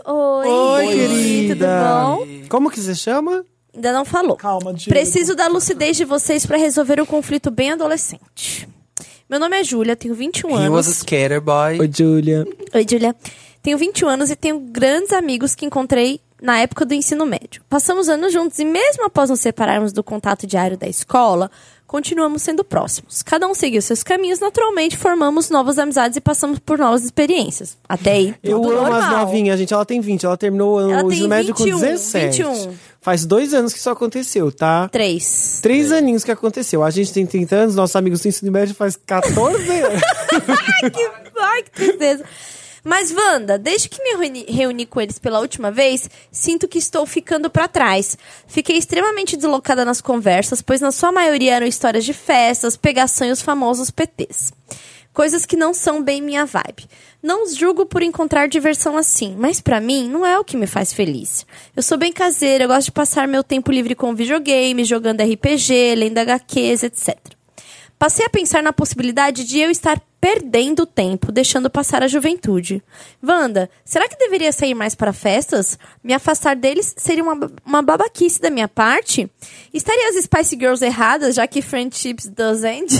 [SPEAKER 3] Oi,
[SPEAKER 4] Oi, Oi,
[SPEAKER 3] querida.
[SPEAKER 4] Tudo bom?
[SPEAKER 3] Como que você chama?
[SPEAKER 4] Ainda não falou.
[SPEAKER 2] Calma, Diego.
[SPEAKER 4] Preciso da lucidez de vocês para resolver um conflito bem adolescente. Meu nome é Júlia, tenho 21
[SPEAKER 1] He
[SPEAKER 4] anos.
[SPEAKER 1] was a skater boy.
[SPEAKER 3] Oi, Julia.
[SPEAKER 4] Oi, Julia. Tenho 21 anos e tenho grandes amigos que encontrei na época do ensino médio. Passamos anos juntos e mesmo após nos separarmos do contato diário da escola, continuamos sendo próximos. Cada um seguiu seus caminhos, naturalmente formamos novas amizades e passamos por novas experiências. Até aí,
[SPEAKER 3] Eu amo
[SPEAKER 4] tudo normal.
[SPEAKER 3] as novinhas, gente. Ela tem 20. Ela terminou o
[SPEAKER 4] Ela tem
[SPEAKER 3] ensino médio com
[SPEAKER 4] 21,
[SPEAKER 3] 17.
[SPEAKER 4] 21.
[SPEAKER 3] Faz dois anos que isso aconteceu, tá?
[SPEAKER 4] Três.
[SPEAKER 3] Três aninhos que aconteceu. A gente tem 30 anos, nossos amigos do ensino médio faz 14 anos.
[SPEAKER 4] Ai, que tristeza. Mas, Wanda, desde que me reuni, reuni com eles pela última vez, sinto que estou ficando pra trás. Fiquei extremamente deslocada nas conversas, pois na sua maioria eram histórias de festas, pegação e os famosos PTs. Coisas que não são bem minha vibe. Não os julgo por encontrar diversão assim, mas pra mim não é o que me faz feliz. Eu sou bem caseira, eu gosto de passar meu tempo livre com videogame, jogando RPG, lendo HQs, etc. Passei a pensar na possibilidade de eu estar perdendo tempo, deixando passar a juventude. Wanda, será que deveria sair mais para festas? Me afastar deles seria uma, uma babaquice da minha parte? Estaria as Spice Girls erradas, já que friendships does end?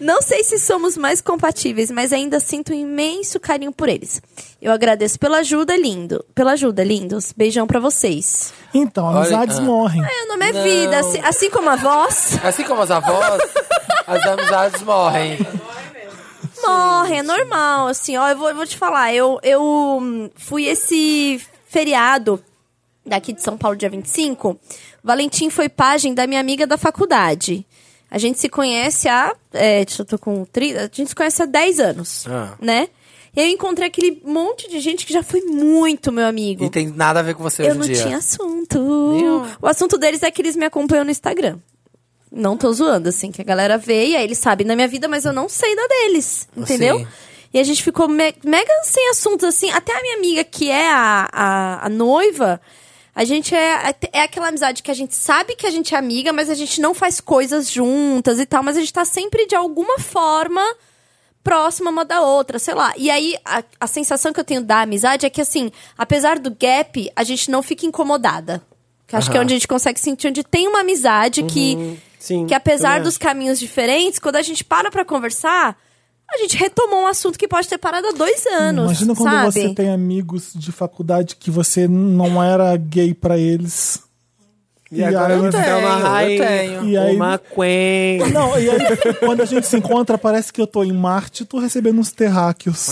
[SPEAKER 4] Não sei se somos mais compatíveis, mas ainda sinto um imenso carinho por eles. Eu agradeço pela ajuda, lindo. Pela ajuda, lindos. Beijão pra vocês.
[SPEAKER 2] Então, amizades
[SPEAKER 1] ah.
[SPEAKER 2] morrem.
[SPEAKER 4] Meu nome é
[SPEAKER 1] Não.
[SPEAKER 4] vida, assim, assim como a voz.
[SPEAKER 1] Assim como as avós, as amizades morrem.
[SPEAKER 4] Morre, é normal, assim, ó, eu vou, eu vou te falar, eu, eu hum, fui esse feriado daqui de São Paulo, dia 25, Valentim foi pajem da minha amiga da faculdade. A gente se conhece há, é, deixa eu tô com 30, a gente se conhece há 10 anos,
[SPEAKER 1] Ah.
[SPEAKER 4] né? E eu encontrei aquele monte de gente que já foi muito meu amigo.
[SPEAKER 1] E tem nada a ver com você
[SPEAKER 4] eu
[SPEAKER 1] hoje em
[SPEAKER 4] não
[SPEAKER 1] dia.
[SPEAKER 4] tinha assunto. O assunto deles é que eles me acompanham no Instagram. Não tô zoando, assim, que a galera vê e aí eles sabem da minha vida, mas eu não sei da deles, entendeu?
[SPEAKER 1] Sim.
[SPEAKER 4] E a gente ficou me- mega sem assuntos, assim. Até a minha amiga, que é a, a, a noiva, a gente é, é aquela amizade que a gente sabe que a gente é amiga, mas a gente não faz coisas juntas e tal, mas a gente tá sempre de alguma forma próxima uma da outra, sei lá. E aí, a, a sensação que eu tenho da amizade é que, assim, apesar do gap, a gente não fica incomodada. Que eu acho que é onde a gente consegue sentir, onde tem uma amizade que,
[SPEAKER 3] Uhum. sim,
[SPEAKER 4] que apesar
[SPEAKER 3] também
[SPEAKER 4] dos caminhos diferentes, quando a gente para pra conversar, a gente retomou um assunto que pode ter parado há dois anos,
[SPEAKER 2] Imagina quando
[SPEAKER 4] sabe?
[SPEAKER 2] você tem amigos de faculdade que você não era gay pra eles.
[SPEAKER 3] E agora
[SPEAKER 2] aí-
[SPEAKER 3] eles estão na
[SPEAKER 1] tenho, eu
[SPEAKER 3] raiva.
[SPEAKER 1] tenho.
[SPEAKER 2] E aí-
[SPEAKER 3] É Uma Queen.
[SPEAKER 2] Não, e aí, quando a gente se encontra, parece que eu tô em Marte e tô recebendo uns terráqueos.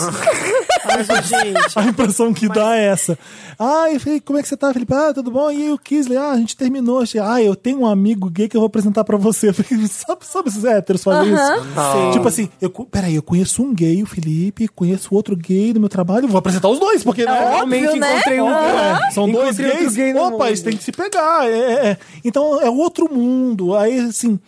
[SPEAKER 3] Mas, gente,
[SPEAKER 2] A impressão que dá é essa. Ai, Felipe, como é que você tá, Felipe? Ah, tudo bom? E aí, o Kisley? Ah, a gente terminou. Achei, Ah, eu tenho um amigo gay que eu vou apresentar pra você. Eu falei, sabe, sabe esses héteros fazem isso? Tipo assim, eu, co- peraí, eu conheço um gay, o Felipe, conheço outro gay do meu trabalho, vou apresentar os dois, porque né, óbvio,
[SPEAKER 3] realmente
[SPEAKER 4] né?
[SPEAKER 3] encontrei um.
[SPEAKER 2] é, são dois
[SPEAKER 3] Encontrei outro
[SPEAKER 2] gays.
[SPEAKER 3] gay no
[SPEAKER 2] Opa,
[SPEAKER 3] mundo.
[SPEAKER 2] eles têm que se pegar. é, é, é. Então é outro mundo. Aí, assim,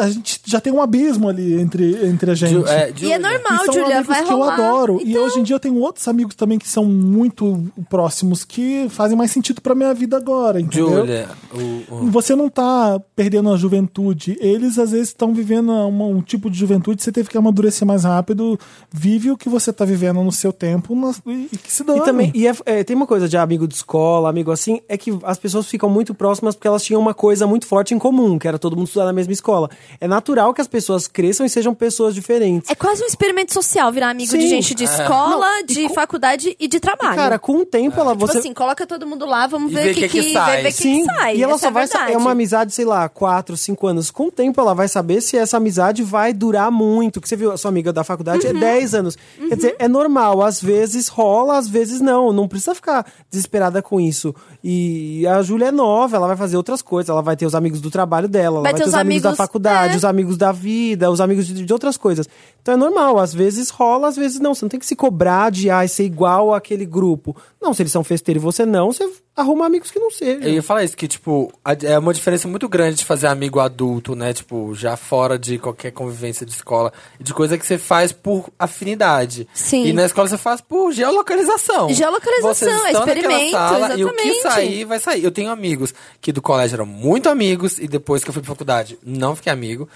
[SPEAKER 2] a gente já tem um abismo ali entre, entre a gente.
[SPEAKER 1] Ju- é,
[SPEAKER 4] E é
[SPEAKER 1] Julia.
[SPEAKER 4] normal,
[SPEAKER 2] E são
[SPEAKER 4] Julia,
[SPEAKER 2] amigos
[SPEAKER 4] vai
[SPEAKER 2] que eu
[SPEAKER 4] rolar.
[SPEAKER 2] adoro. E
[SPEAKER 4] Então,
[SPEAKER 2] hoje em dia eu tenho outros amigos também que são muito próximos, que fazem mais sentido pra minha vida agora, entendeu?
[SPEAKER 1] Julia, o- o-
[SPEAKER 2] Você não tá perdendo a juventude. Eles, às vezes, estão vivendo uma- um tipo de juventude que você teve que amadurecer mais rápido. Vive o que você tá vivendo no seu tempo nas- e, e que se dane.
[SPEAKER 3] E também, e é- é, tem uma coisa de amigo de escola, amigo assim, é que as pessoas ficam muito próximas porque elas tinham uma coisa muito forte em comum, que era todo mundo estudar na mesma escola. É natural que as pessoas cresçam e sejam pessoas diferentes.
[SPEAKER 4] é quase um experimento social virar amigo de
[SPEAKER 3] Sim. É.
[SPEAKER 4] gente de escola, de faculdade e de trabalho.
[SPEAKER 3] Cara, com o tempo ela
[SPEAKER 4] tipo
[SPEAKER 3] você
[SPEAKER 4] assim, coloca todo mundo lá, vamos
[SPEAKER 1] E
[SPEAKER 4] ver
[SPEAKER 1] ver
[SPEAKER 4] o
[SPEAKER 1] que
[SPEAKER 4] que,
[SPEAKER 1] que
[SPEAKER 4] que-
[SPEAKER 1] sai.
[SPEAKER 4] ver o que, que sai.
[SPEAKER 3] e ela
[SPEAKER 4] Essa
[SPEAKER 3] só
[SPEAKER 4] é a
[SPEAKER 3] vai sa- é
[SPEAKER 4] verdade.
[SPEAKER 3] uma amizade, sei lá, 4, 5 anos. Com o tempo ela vai saber se essa amizade vai durar muito. Que você viu, a sua amiga da faculdade
[SPEAKER 4] Uhum.
[SPEAKER 3] é 10 anos. Quer dizer, é normal, às vezes rola, às vezes não. Não precisa ficar desesperada com isso. E a Júlia é nova, ela vai fazer outras coisas, ela vai ter os amigos do trabalho dela, ela vai ter os amigos, da faculdade,
[SPEAKER 4] é.
[SPEAKER 3] os amigos da vida, os amigos de, de outras coisas. Então é normal, às vezes rola, às vezes não. Você não tem que se cobrar de ai, ser igual àquele grupo. Não, se eles são festeiros e você não, você arruma amigos que não sejam.
[SPEAKER 1] Eu ia falar isso, que, tipo, a- é uma diferença muito grande de fazer amigo adulto, né? Tipo, já fora de qualquer convivência de escola. De coisa que você faz por afinidade.
[SPEAKER 4] Sim.
[SPEAKER 1] E na escola você faz por geolocalização.
[SPEAKER 4] Geolocalização,
[SPEAKER 1] Então, Vocês estão naquela
[SPEAKER 4] experimento,
[SPEAKER 1] sala, E o que
[SPEAKER 4] exatamente.
[SPEAKER 1] sair, vai sair. Eu tenho amigos que do colégio eram muito amigos e depois que eu fui pra faculdade não fiquei amigo.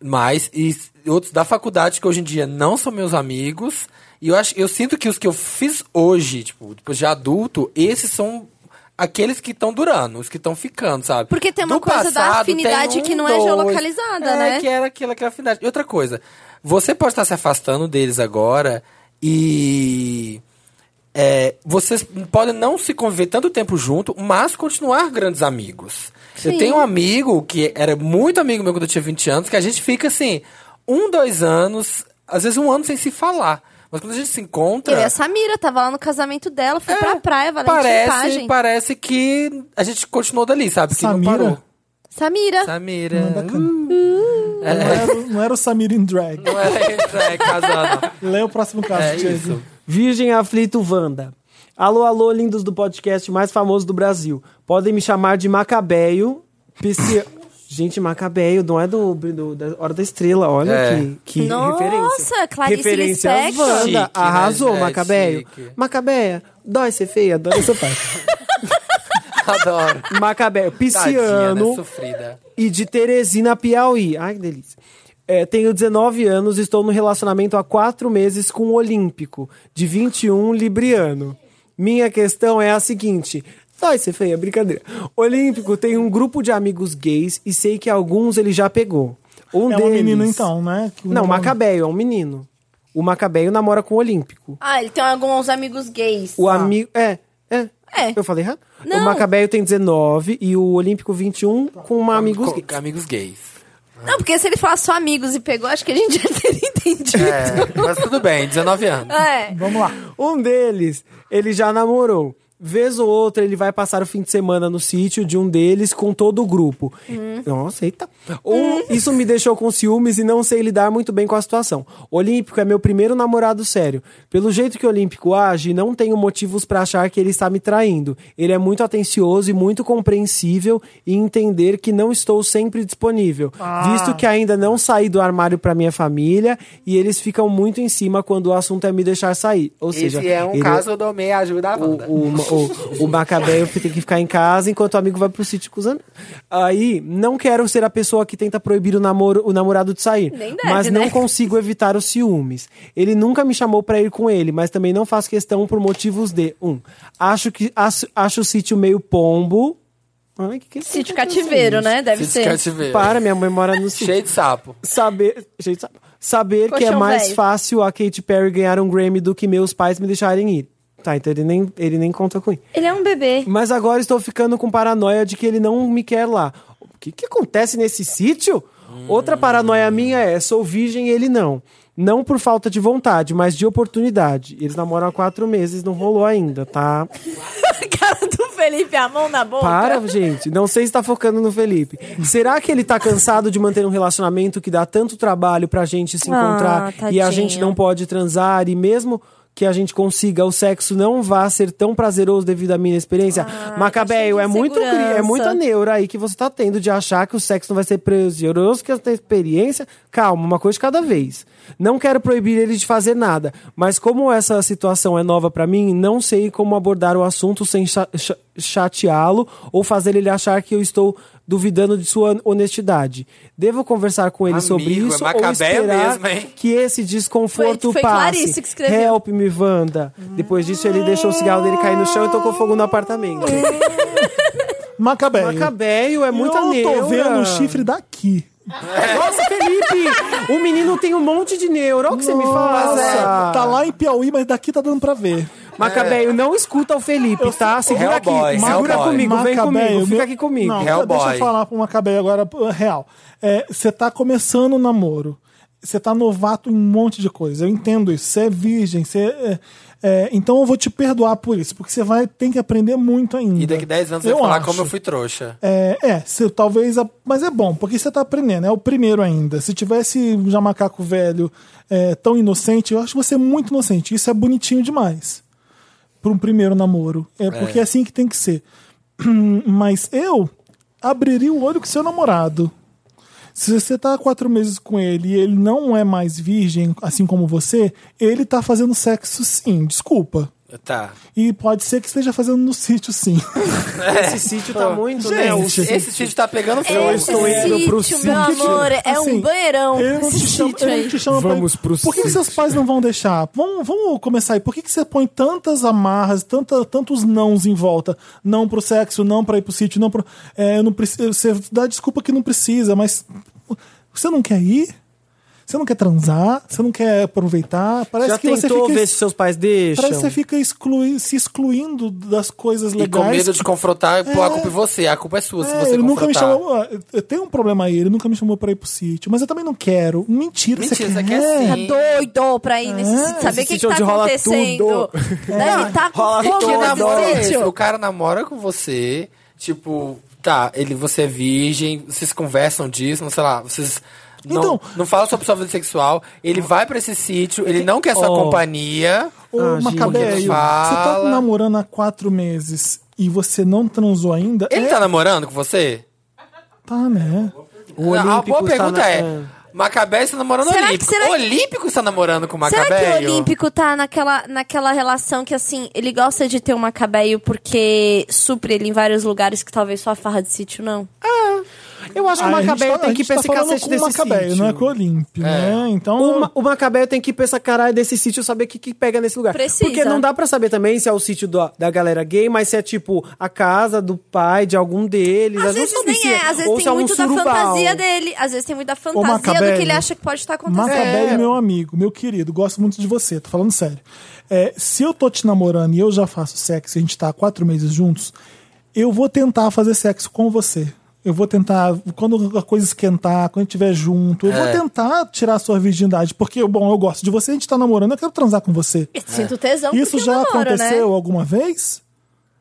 [SPEAKER 1] Mas, e s- outros da faculdade que hoje em dia não são meus amigos. E eu, acho, eu sinto que os que eu fiz hoje, tipo, depois de adulto, esses são aqueles que estão durando, os que estão ficando, sabe?
[SPEAKER 4] Porque tem uma
[SPEAKER 1] Do
[SPEAKER 4] coisa da
[SPEAKER 1] passado,
[SPEAKER 4] afinidade
[SPEAKER 1] tem um,
[SPEAKER 4] que não é
[SPEAKER 1] dois.
[SPEAKER 4] geolocalizada,
[SPEAKER 1] É,
[SPEAKER 4] né?
[SPEAKER 1] que era aquilo, aquela afinidade. E outra coisa, você pode estar se afastando deles agora e. é, vocês podem não se conviver tanto tempo junto, mas continuar grandes amigos.
[SPEAKER 4] Sim.
[SPEAKER 1] Eu tenho um amigo que era muito amigo meu quando eu tinha 20 anos, que a gente fica assim, um, dois anos, às vezes um ano sem se falar. Mas quando a gente se encontra.
[SPEAKER 3] Tá.
[SPEAKER 4] Eu e a Samira, tava lá no casamento dela, fui
[SPEAKER 1] É,
[SPEAKER 4] pra praia, Valentim tá,
[SPEAKER 1] parece,
[SPEAKER 4] Pagem.
[SPEAKER 1] parece que a gente continuou dali, sabe? Que não
[SPEAKER 2] Samira?
[SPEAKER 1] parou.
[SPEAKER 4] Samira.
[SPEAKER 1] Samira.
[SPEAKER 2] Bacana.
[SPEAKER 1] Uh,
[SPEAKER 2] Não, era, o- não era o Samir em drag.
[SPEAKER 1] Não era isso, é casado.
[SPEAKER 2] Lê o próximo caso,
[SPEAKER 1] É
[SPEAKER 2] Diego.
[SPEAKER 1] isso.
[SPEAKER 3] Virgem aflito Wanda. Alô, alô, lindos do podcast mais famoso do Brasil. Podem me chamar de Macabeio. Psi- Gente, Macabeio, não é do, do- da Hora da Estrela. Olha
[SPEAKER 1] É.
[SPEAKER 3] que, que
[SPEAKER 4] Nossa,
[SPEAKER 3] referência.
[SPEAKER 4] Clarice
[SPEAKER 3] referência
[SPEAKER 4] Lispector.
[SPEAKER 3] Wanda.
[SPEAKER 1] Chique, né,
[SPEAKER 3] Arrasou,
[SPEAKER 1] gente?
[SPEAKER 3] Macabeio.
[SPEAKER 1] Chique.
[SPEAKER 3] É, Macabeia, dói ser feia, dói ser pai.
[SPEAKER 1] Adoro. Tadinha,
[SPEAKER 3] Macabeio,
[SPEAKER 1] né?
[SPEAKER 3] pisciano
[SPEAKER 1] Sofrida.
[SPEAKER 3] e de Teresina, Piauí. Ai, que delícia. É, tenho 19 anos, estou no relacionamento há quatro meses com um olímpico, de 21, libriano. Minha questão é a seguinte. Ai, você é feia, brincadeira. Olímpico tem um grupo de amigos gays e sei que alguns ele já pegou. Um
[SPEAKER 2] É uma
[SPEAKER 3] deles...
[SPEAKER 2] menina, então, né? Que o
[SPEAKER 3] Não,
[SPEAKER 2] nome-
[SPEAKER 3] Macabeio, é um menino. O Macabeio namora com o olímpico.
[SPEAKER 4] Ah, ele tem alguns amigos gays.
[SPEAKER 3] O amigo. É, é.
[SPEAKER 4] É.
[SPEAKER 3] Eu falei errado?
[SPEAKER 4] Não.
[SPEAKER 3] O Macabeio tem 19 e o Olímpico 21 com uma amigos
[SPEAKER 1] Co-
[SPEAKER 3] gays.
[SPEAKER 1] Amigos gays.
[SPEAKER 4] Não, porque se ele falar só amigos e pegou, acho que a gente já teria entendido.
[SPEAKER 1] É, mas tudo bem, 19 anos.
[SPEAKER 4] É.
[SPEAKER 2] Vamos lá.
[SPEAKER 3] Um deles, ele já namorou. Vez ou outra, ele vai passar o fim de semana no sítio de um deles com todo o grupo. Nossa, eita. Um, Isso me deixou com ciúmes e não sei lidar muito bem com a situação. Olímpico é meu primeiro namorado sério. Pelo jeito que o Olímpico age, não tenho motivos pra achar que ele está me traindo. Ele é muito atencioso e muito compreensível e entender que não estou sempre disponível, visto que ainda não saí do armário pra minha família e eles ficam muito em cima quando o assunto é me deixar sair. Ou seja, ele- é
[SPEAKER 1] do MEI ajuda a
[SPEAKER 3] o, o, o, o Macabeu que tem que ficar em casa enquanto o amigo vai pro sítio com os amigos. Aí, não quero ser a pessoa que tenta proibir o, namoro, o namorado de sair.
[SPEAKER 4] Nem deve,
[SPEAKER 3] mas não
[SPEAKER 4] né?
[SPEAKER 3] consigo evitar os ciúmes. Ele nunca me chamou pra ir com ele, mas também não faço questão por motivos de. Um, acho, que, acho, acho o sítio meio pombo. Ai, que que é isso?
[SPEAKER 4] Sítio cativeiro, né? Deve
[SPEAKER 1] Se
[SPEAKER 4] ser.
[SPEAKER 1] cativeiro.
[SPEAKER 3] Para, minha mãe mora no sítio
[SPEAKER 1] Cheio de sapo.
[SPEAKER 3] saber, gente, sabe? saber que é
[SPEAKER 4] Colchão
[SPEAKER 3] mais
[SPEAKER 4] velho.
[SPEAKER 3] fácil a Katy Perry ganhar um Grammy do que meus pais me deixarem ir. Tá, então ele nem, ele nem conta com isso.
[SPEAKER 4] Ele é um bebê.
[SPEAKER 3] Mas agora estou ficando com paranoia de que ele não me quer lá. O que, que acontece nesse sítio? Outra paranoia minha é: sou virgem e ele não. Não por falta de vontade, mas de oportunidade. Eles namoram há quatro meses, não rolou ainda, tá?
[SPEAKER 4] Cara do Felipe, a mão na boca.
[SPEAKER 3] Para, gente. Não sei se tá focando no Felipe. Será que ele tá cansado de manter um relacionamento que dá tanto trabalho pra gente se encontrar
[SPEAKER 4] Ah,
[SPEAKER 3] e a
[SPEAKER 4] tadinho.
[SPEAKER 3] gente não pode transar e mesmo que a gente consiga, o sexo não vá ser tão prazeroso devido à minha experiência. Macabeio,
[SPEAKER 4] tá
[SPEAKER 3] é
[SPEAKER 4] cheio de
[SPEAKER 3] muito cri- é
[SPEAKER 4] insegurança.
[SPEAKER 3] muita neura aí que você tá tendo de achar que o sexo não vai ser prazeroso, que a experiência. Calma, uma coisa de cada vez. Não quero proibir ele de fazer nada, mas como essa situação é nova pra mim, não sei como abordar o assunto sem cha- cha- chateá-lo ou fazer ele achar que eu estou duvidando de sua honestidade. Devo conversar com ele
[SPEAKER 1] Amigo,
[SPEAKER 3] sobre
[SPEAKER 1] é
[SPEAKER 3] isso ou
[SPEAKER 1] Macabeia
[SPEAKER 3] esperar
[SPEAKER 1] mesmo, hein?
[SPEAKER 3] que esse desconforto
[SPEAKER 4] Foi- foi
[SPEAKER 3] passe.
[SPEAKER 4] Clarice que escreveu.
[SPEAKER 3] Help me, Wanda. Depois disso, ele deixou o cigarro dele cair no chão e tocou fogo no apartamento.
[SPEAKER 4] Hum.
[SPEAKER 2] Macabeio.
[SPEAKER 3] Macabeio é muita
[SPEAKER 2] Eu
[SPEAKER 3] neura.
[SPEAKER 2] tô vendo o chifre daqui.
[SPEAKER 3] Nossa, Felipe! O menino tem um monte de neura. Olha o que você me fala.
[SPEAKER 2] Nossa, tá lá em Piauí, mas daqui tá dando pra ver.
[SPEAKER 3] Macabeio, não escuta o Felipe, tá? Segura aqui.
[SPEAKER 1] É. Hellboy,
[SPEAKER 3] Segura
[SPEAKER 1] É Hellboy.
[SPEAKER 3] comigo, vem
[SPEAKER 2] Macabeio,
[SPEAKER 3] comigo.
[SPEAKER 2] meu-
[SPEAKER 3] Fica aqui comigo.
[SPEAKER 2] Não,
[SPEAKER 1] Hellboy.
[SPEAKER 2] deixa eu falar pro Macabeio agora, uh, real. Você tá começando o namoro. Você tá novato em um monte de coisa. Eu entendo isso. Você é virgem. Você é- é, então eu vou te perdoar por isso, porque você vai ter que aprender muito ainda.
[SPEAKER 1] E daqui 10 anos você vai falar como eu fui trouxa.
[SPEAKER 2] É, é se, talvez. a- mas é bom, porque você tá aprendendo, é o primeiro ainda. Se tivesse já macaco velho é, tão inocente, eu acho você muito inocente. Isso é bonitinho demais. Para um primeiro namoro. É porque é assim que tem que ser. Mas eu abriria o olho com seu namorado. Se você tá há quatro meses com ele e ele não é mais virgem, assim como você, ele tá fazendo sexo sim, desculpa.
[SPEAKER 1] Tá.
[SPEAKER 2] E pode ser que esteja fazendo no sítio sim.
[SPEAKER 3] Esse sítio tá muito, né? O-
[SPEAKER 2] Gente.
[SPEAKER 1] Esse sítio tá
[SPEAKER 2] É.
[SPEAKER 1] pegando fogo.
[SPEAKER 4] Esse
[SPEAKER 3] estou indo pro
[SPEAKER 4] sítio,
[SPEAKER 3] sítio.
[SPEAKER 4] meu amor, é
[SPEAKER 2] Assim,
[SPEAKER 4] um banheirão.
[SPEAKER 2] Ele não
[SPEAKER 4] Esse
[SPEAKER 2] te chama,
[SPEAKER 4] sítio
[SPEAKER 2] ele não
[SPEAKER 4] aí.
[SPEAKER 2] te chama pra-
[SPEAKER 3] Vamos pro
[SPEAKER 2] Por que, que seus pais não vão deixar? Vamos, vamos começar aí. Por que, que você põe tantas amarras, tanta, tantos nãos em volta? Não pro sexo, não pra ir pro sítio, não pro. é, eu não preciso. Você dá desculpa que não precisa, mas. Você não quer ir? Você não quer transar? Você não quer aproveitar? Parece
[SPEAKER 3] Já
[SPEAKER 2] que você
[SPEAKER 3] tentou
[SPEAKER 2] fica.
[SPEAKER 3] ver se seus pais deixam?
[SPEAKER 2] Parece que você fica exclui- se excluindo das coisas
[SPEAKER 1] E
[SPEAKER 2] legais.
[SPEAKER 1] com medo de confrontar, pô, a
[SPEAKER 2] É.
[SPEAKER 1] culpa é você. A culpa é sua se
[SPEAKER 2] É,
[SPEAKER 1] você
[SPEAKER 2] ele nunca me
[SPEAKER 1] confrontar.
[SPEAKER 2] chamou. ah, Eu tenho um problema aí, ele nunca me chamou pra ir pro sítio, mas eu também não quero. Mentira,
[SPEAKER 1] Mentira, é
[SPEAKER 2] você
[SPEAKER 1] você
[SPEAKER 2] quer? é,
[SPEAKER 1] quer
[SPEAKER 4] Tá
[SPEAKER 1] sim.
[SPEAKER 4] doido pra ir nesse sítio. Saber o que,
[SPEAKER 3] É? sítio
[SPEAKER 4] que
[SPEAKER 3] onde
[SPEAKER 4] tá
[SPEAKER 3] rola É.
[SPEAKER 4] acontecendo. Deve tá
[SPEAKER 3] rola
[SPEAKER 4] com fogo
[SPEAKER 1] Que
[SPEAKER 3] tudo.
[SPEAKER 1] namoro é
[SPEAKER 4] nesse
[SPEAKER 1] esse? O
[SPEAKER 4] sítio.
[SPEAKER 1] cara namora com você, tipo, tá, ele, você é virgem, vocês conversam disso, não sei lá, vocês Então,
[SPEAKER 2] Então-
[SPEAKER 1] não, não fala sobre sua vida sexual. Ele vai pra esse sítio, ele não quer sua
[SPEAKER 3] Ó.
[SPEAKER 1] companhia.
[SPEAKER 2] Ô,
[SPEAKER 3] Ah,
[SPEAKER 2] Macabeio,
[SPEAKER 1] gente.
[SPEAKER 2] você tá
[SPEAKER 1] Fala.
[SPEAKER 2] namorando há quatro meses e você não transou ainda?
[SPEAKER 1] Ele
[SPEAKER 2] é,
[SPEAKER 1] tá namorando com você?
[SPEAKER 2] tá, né?
[SPEAKER 3] O
[SPEAKER 1] Ah, a
[SPEAKER 3] Olímpico
[SPEAKER 1] boa
[SPEAKER 3] está
[SPEAKER 1] pergunta
[SPEAKER 3] na-
[SPEAKER 1] é: Macabé está namorando
[SPEAKER 4] Será que-
[SPEAKER 1] Olímpico?
[SPEAKER 4] será que-
[SPEAKER 1] Olímpico está namorando com o Macabé?
[SPEAKER 4] Será que o Olímpico tá naquela, naquela relação que, assim, ele gosta de ter um macabeio porque supre ele em vários lugares que talvez só a farra de sítio não?
[SPEAKER 3] Eu acho que o
[SPEAKER 2] Ah, a gente
[SPEAKER 3] Macabeio
[SPEAKER 2] tá- a
[SPEAKER 3] tem que ir
[SPEAKER 2] gente
[SPEAKER 3] pra
[SPEAKER 2] tá
[SPEAKER 3] esse
[SPEAKER 2] falando
[SPEAKER 3] cacete
[SPEAKER 2] com o
[SPEAKER 3] desse
[SPEAKER 2] Macabeio,
[SPEAKER 3] sítio.
[SPEAKER 2] não é com o Olímpio, né? Então,
[SPEAKER 3] O,
[SPEAKER 4] Oh.
[SPEAKER 3] Ma- o Macabeio tem que ir pra essa caralho desse sítio saber o que, que pega nesse lugar.
[SPEAKER 4] Precisa.
[SPEAKER 3] Porque não dá pra saber também se é o sítio da, da galera gay, mas se é tipo a casa do pai de algum deles.
[SPEAKER 4] Às vezes
[SPEAKER 3] não sabe
[SPEAKER 4] nem
[SPEAKER 3] se
[SPEAKER 4] é, às vezes
[SPEAKER 3] ou
[SPEAKER 4] tem
[SPEAKER 3] se é um
[SPEAKER 4] muito da
[SPEAKER 3] surubal.
[SPEAKER 4] fantasia dele. Às vezes tem muito da fantasia do que
[SPEAKER 2] Macabeio.
[SPEAKER 4] ele acha que pode estar acontecendo.
[SPEAKER 2] Macabeio, meu amigo, meu querido, gosto muito de você, tô falando sério. É, se eu tô te namorando e eu já faço sexo e a gente tá há quatro meses juntos, eu vou tentar fazer sexo com você. Eu vou tentar, quando a coisa esquentar, quando a gente estiver junto, eu
[SPEAKER 4] É.
[SPEAKER 2] vou tentar tirar a sua virgindade. Porque, bom, eu gosto de você, a gente tá namorando, eu quero transar com você.
[SPEAKER 4] Sinto tesão
[SPEAKER 2] Isso
[SPEAKER 4] Então, porque
[SPEAKER 2] já
[SPEAKER 4] eu namoro,
[SPEAKER 2] aconteceu
[SPEAKER 4] né?
[SPEAKER 2] alguma vez?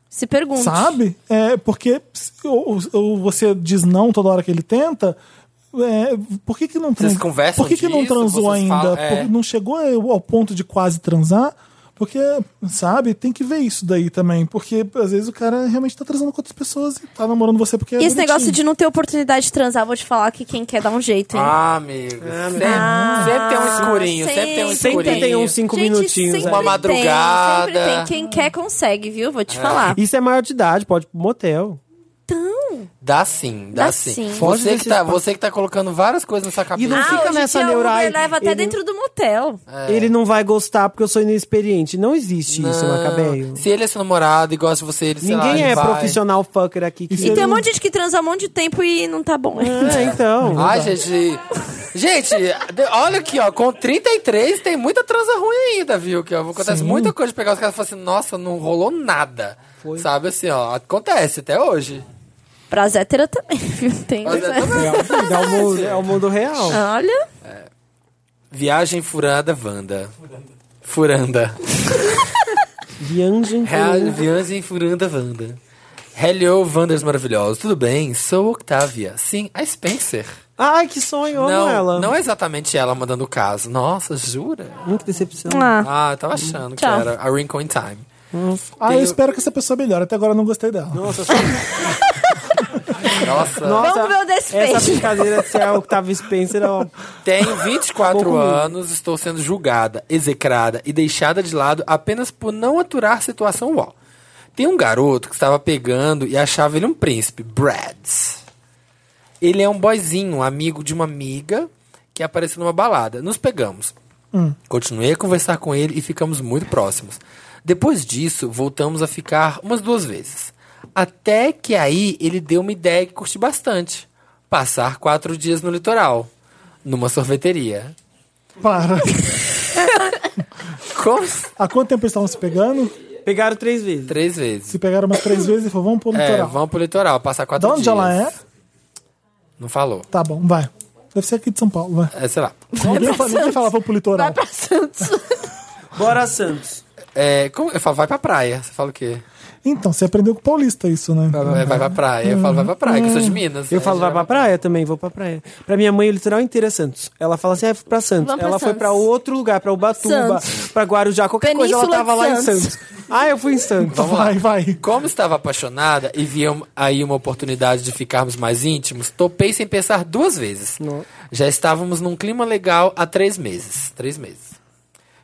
[SPEAKER 4] Se pergunte.
[SPEAKER 2] Sabe? É, porque se- ou, ou você diz não toda hora que ele tenta. é, por que, que não
[SPEAKER 1] Vocês
[SPEAKER 2] trans-
[SPEAKER 1] conversam
[SPEAKER 2] Por que, que não
[SPEAKER 1] disso?
[SPEAKER 2] transou
[SPEAKER 1] Vocês
[SPEAKER 2] ainda?
[SPEAKER 1] falam- é.
[SPEAKER 2] Por- não chegou ao ponto de quase transar? Porque, sabe, tem que ver isso daí também. Porque às vezes o cara realmente tá transando com outras pessoas e tá namorando você porque. é
[SPEAKER 4] E esse
[SPEAKER 2] bonitinho.
[SPEAKER 4] negócio de não ter oportunidade de transar, vou te falar que quem quer dá um jeito, hein?
[SPEAKER 1] Ah, amigo. sempre, sempre tem um escurinho, sempre, tem um
[SPEAKER 4] Ah, sempre
[SPEAKER 1] escurinho.
[SPEAKER 3] Sempre tem uns cinco
[SPEAKER 4] Gente,
[SPEAKER 3] minutinhos. né? aí.
[SPEAKER 4] sempre
[SPEAKER 1] Uma madrugada.
[SPEAKER 4] Tem, sempre tem. Quem quer consegue, viu? Vou te falar.
[SPEAKER 3] Isso é maior de idade, pode ir pro motel.
[SPEAKER 4] Então.
[SPEAKER 1] Dá sim, dá,
[SPEAKER 4] Dá
[SPEAKER 1] sim.
[SPEAKER 4] sim.
[SPEAKER 3] Foge
[SPEAKER 1] Você, que
[SPEAKER 3] desse
[SPEAKER 1] tá,
[SPEAKER 3] espaço.
[SPEAKER 1] você que tá colocando várias coisas nessa cabeça.
[SPEAKER 3] não
[SPEAKER 4] ah,
[SPEAKER 3] fica
[SPEAKER 4] hoje
[SPEAKER 3] nessa
[SPEAKER 4] em dia o Uber
[SPEAKER 3] neurai-
[SPEAKER 4] leva até
[SPEAKER 3] ele- Ah,
[SPEAKER 4] dentro do motel.
[SPEAKER 3] Ele não vai gostar porque eu sou inexperiente. Não existe isso,
[SPEAKER 1] É. Não.
[SPEAKER 3] Macabeio.
[SPEAKER 1] Se ele é seu namorado e gosta de você, ele sei lá,
[SPEAKER 3] Ninguém
[SPEAKER 1] ele
[SPEAKER 3] é
[SPEAKER 1] vai.
[SPEAKER 3] profissional fucker aqui. que-
[SPEAKER 2] Isso
[SPEAKER 4] E tem um
[SPEAKER 2] não-
[SPEAKER 4] monte de gente que transa um monte de tempo e não tá bom.
[SPEAKER 3] É, então.
[SPEAKER 1] Ai, gente. Gente, de- olha aqui, ó. Com 33 tem muita transa ruim ainda, viu? Que ó, acontece muita coisa de pegar os caras e falar assim, nossa, não rolou nada. Sabe assim, ó. Acontece até hoje.
[SPEAKER 4] Pras hétero também, viu? Tem.
[SPEAKER 1] Mas é também.
[SPEAKER 3] É o mundo, é o mundo real.
[SPEAKER 4] Olha.
[SPEAKER 1] Viagem furada, Wanda. Furanda.
[SPEAKER 3] Viagem.
[SPEAKER 1] Real- Viagem furanda, Wanda. Hello, Wanders maravilhosos. Tudo bem? Sou Octavia. Sim, a Spencer.
[SPEAKER 3] Ai, que sonho, amo
[SPEAKER 1] não,
[SPEAKER 3] ela.
[SPEAKER 1] não é exatamente ela mandando o caso. Nossa, jura?
[SPEAKER 3] Hum, que decepção.
[SPEAKER 4] Ah.
[SPEAKER 1] Ah, eu tava achando que
[SPEAKER 4] Tchau.
[SPEAKER 1] era a Wrinkle in Time.
[SPEAKER 2] Ah, eu
[SPEAKER 1] Tem-
[SPEAKER 2] espero que essa pessoa melhore. Até agora eu não gostei dela.
[SPEAKER 1] Nossa.
[SPEAKER 3] Nossa,
[SPEAKER 4] Vamos ver o desfecho.
[SPEAKER 3] Essa brincadeira de ser a Octavia Spencer, ó.
[SPEAKER 1] Tenho 24
[SPEAKER 3] Pouco
[SPEAKER 1] anos, estou sendo julgada, execrada e deixada de lado apenas por não aturar situação UOL. Tem um garoto que estava pegando e achava ele um príncipe, Brad. Ele é um boyzinho, amigo de uma amiga que apareceu numa balada. Nos pegamos.
[SPEAKER 2] Hum.
[SPEAKER 1] Continuei a conversar com ele e ficamos muito próximos. Depois disso, voltamos a ficar umas duas vezes. Até que aí ele deu uma ideia que curti bastante. Passar quatro dias no litoral, numa sorveteria.
[SPEAKER 2] Para.
[SPEAKER 1] Como?
[SPEAKER 2] Há quanto tempo eles estavam se pegando?
[SPEAKER 3] Pegaram três vezes.
[SPEAKER 1] Três vezes.
[SPEAKER 2] Se pegaram umas três vezes e falou, vamos pôr no
[SPEAKER 1] É,
[SPEAKER 2] litoral.
[SPEAKER 1] vamos pro litoral, passar
[SPEAKER 2] De
[SPEAKER 1] quatro
[SPEAKER 2] onde
[SPEAKER 1] dias.
[SPEAKER 2] ela é?
[SPEAKER 1] Não falou.
[SPEAKER 2] Tá bom, vai. Deve ser aqui de São Paulo, vai.
[SPEAKER 1] É, sei lá.
[SPEAKER 2] Ninguém, fa- ninguém fala, vamos pro litoral.
[SPEAKER 4] Vai pra Santos.
[SPEAKER 3] Bora, Santos.
[SPEAKER 1] É, como, eu falo, vai pra praia. Você fala o quê?
[SPEAKER 2] Então, você aprendeu com o paulista isso, né?
[SPEAKER 1] Vai, vai pra praia. Eu falo, vai pra praia, que eu sou
[SPEAKER 2] Hum.
[SPEAKER 1] de Minas. É,
[SPEAKER 3] Eu falo, vai pra praia também, vou pra praia. Pra minha mãe, o litoral inteiro é Santos. Ela fala assim, é pra Santos.
[SPEAKER 4] Vamos pra
[SPEAKER 3] ela foi
[SPEAKER 4] Santos.
[SPEAKER 3] pra outro lugar, pra Ubatuba, pra Guarujá, qualquer coisa,
[SPEAKER 4] Península
[SPEAKER 3] ela tava
[SPEAKER 4] de
[SPEAKER 3] lá
[SPEAKER 4] Santos.
[SPEAKER 3] em Santos. Ah, eu fui em Santos.
[SPEAKER 1] Então Vamos lá.
[SPEAKER 2] Vai, vai.
[SPEAKER 1] Como estava apaixonada e via um- aí uma oportunidade de ficarmos mais íntimos, topei sem pensar duas vezes. Já estávamos num clima legal há três meses. Três meses.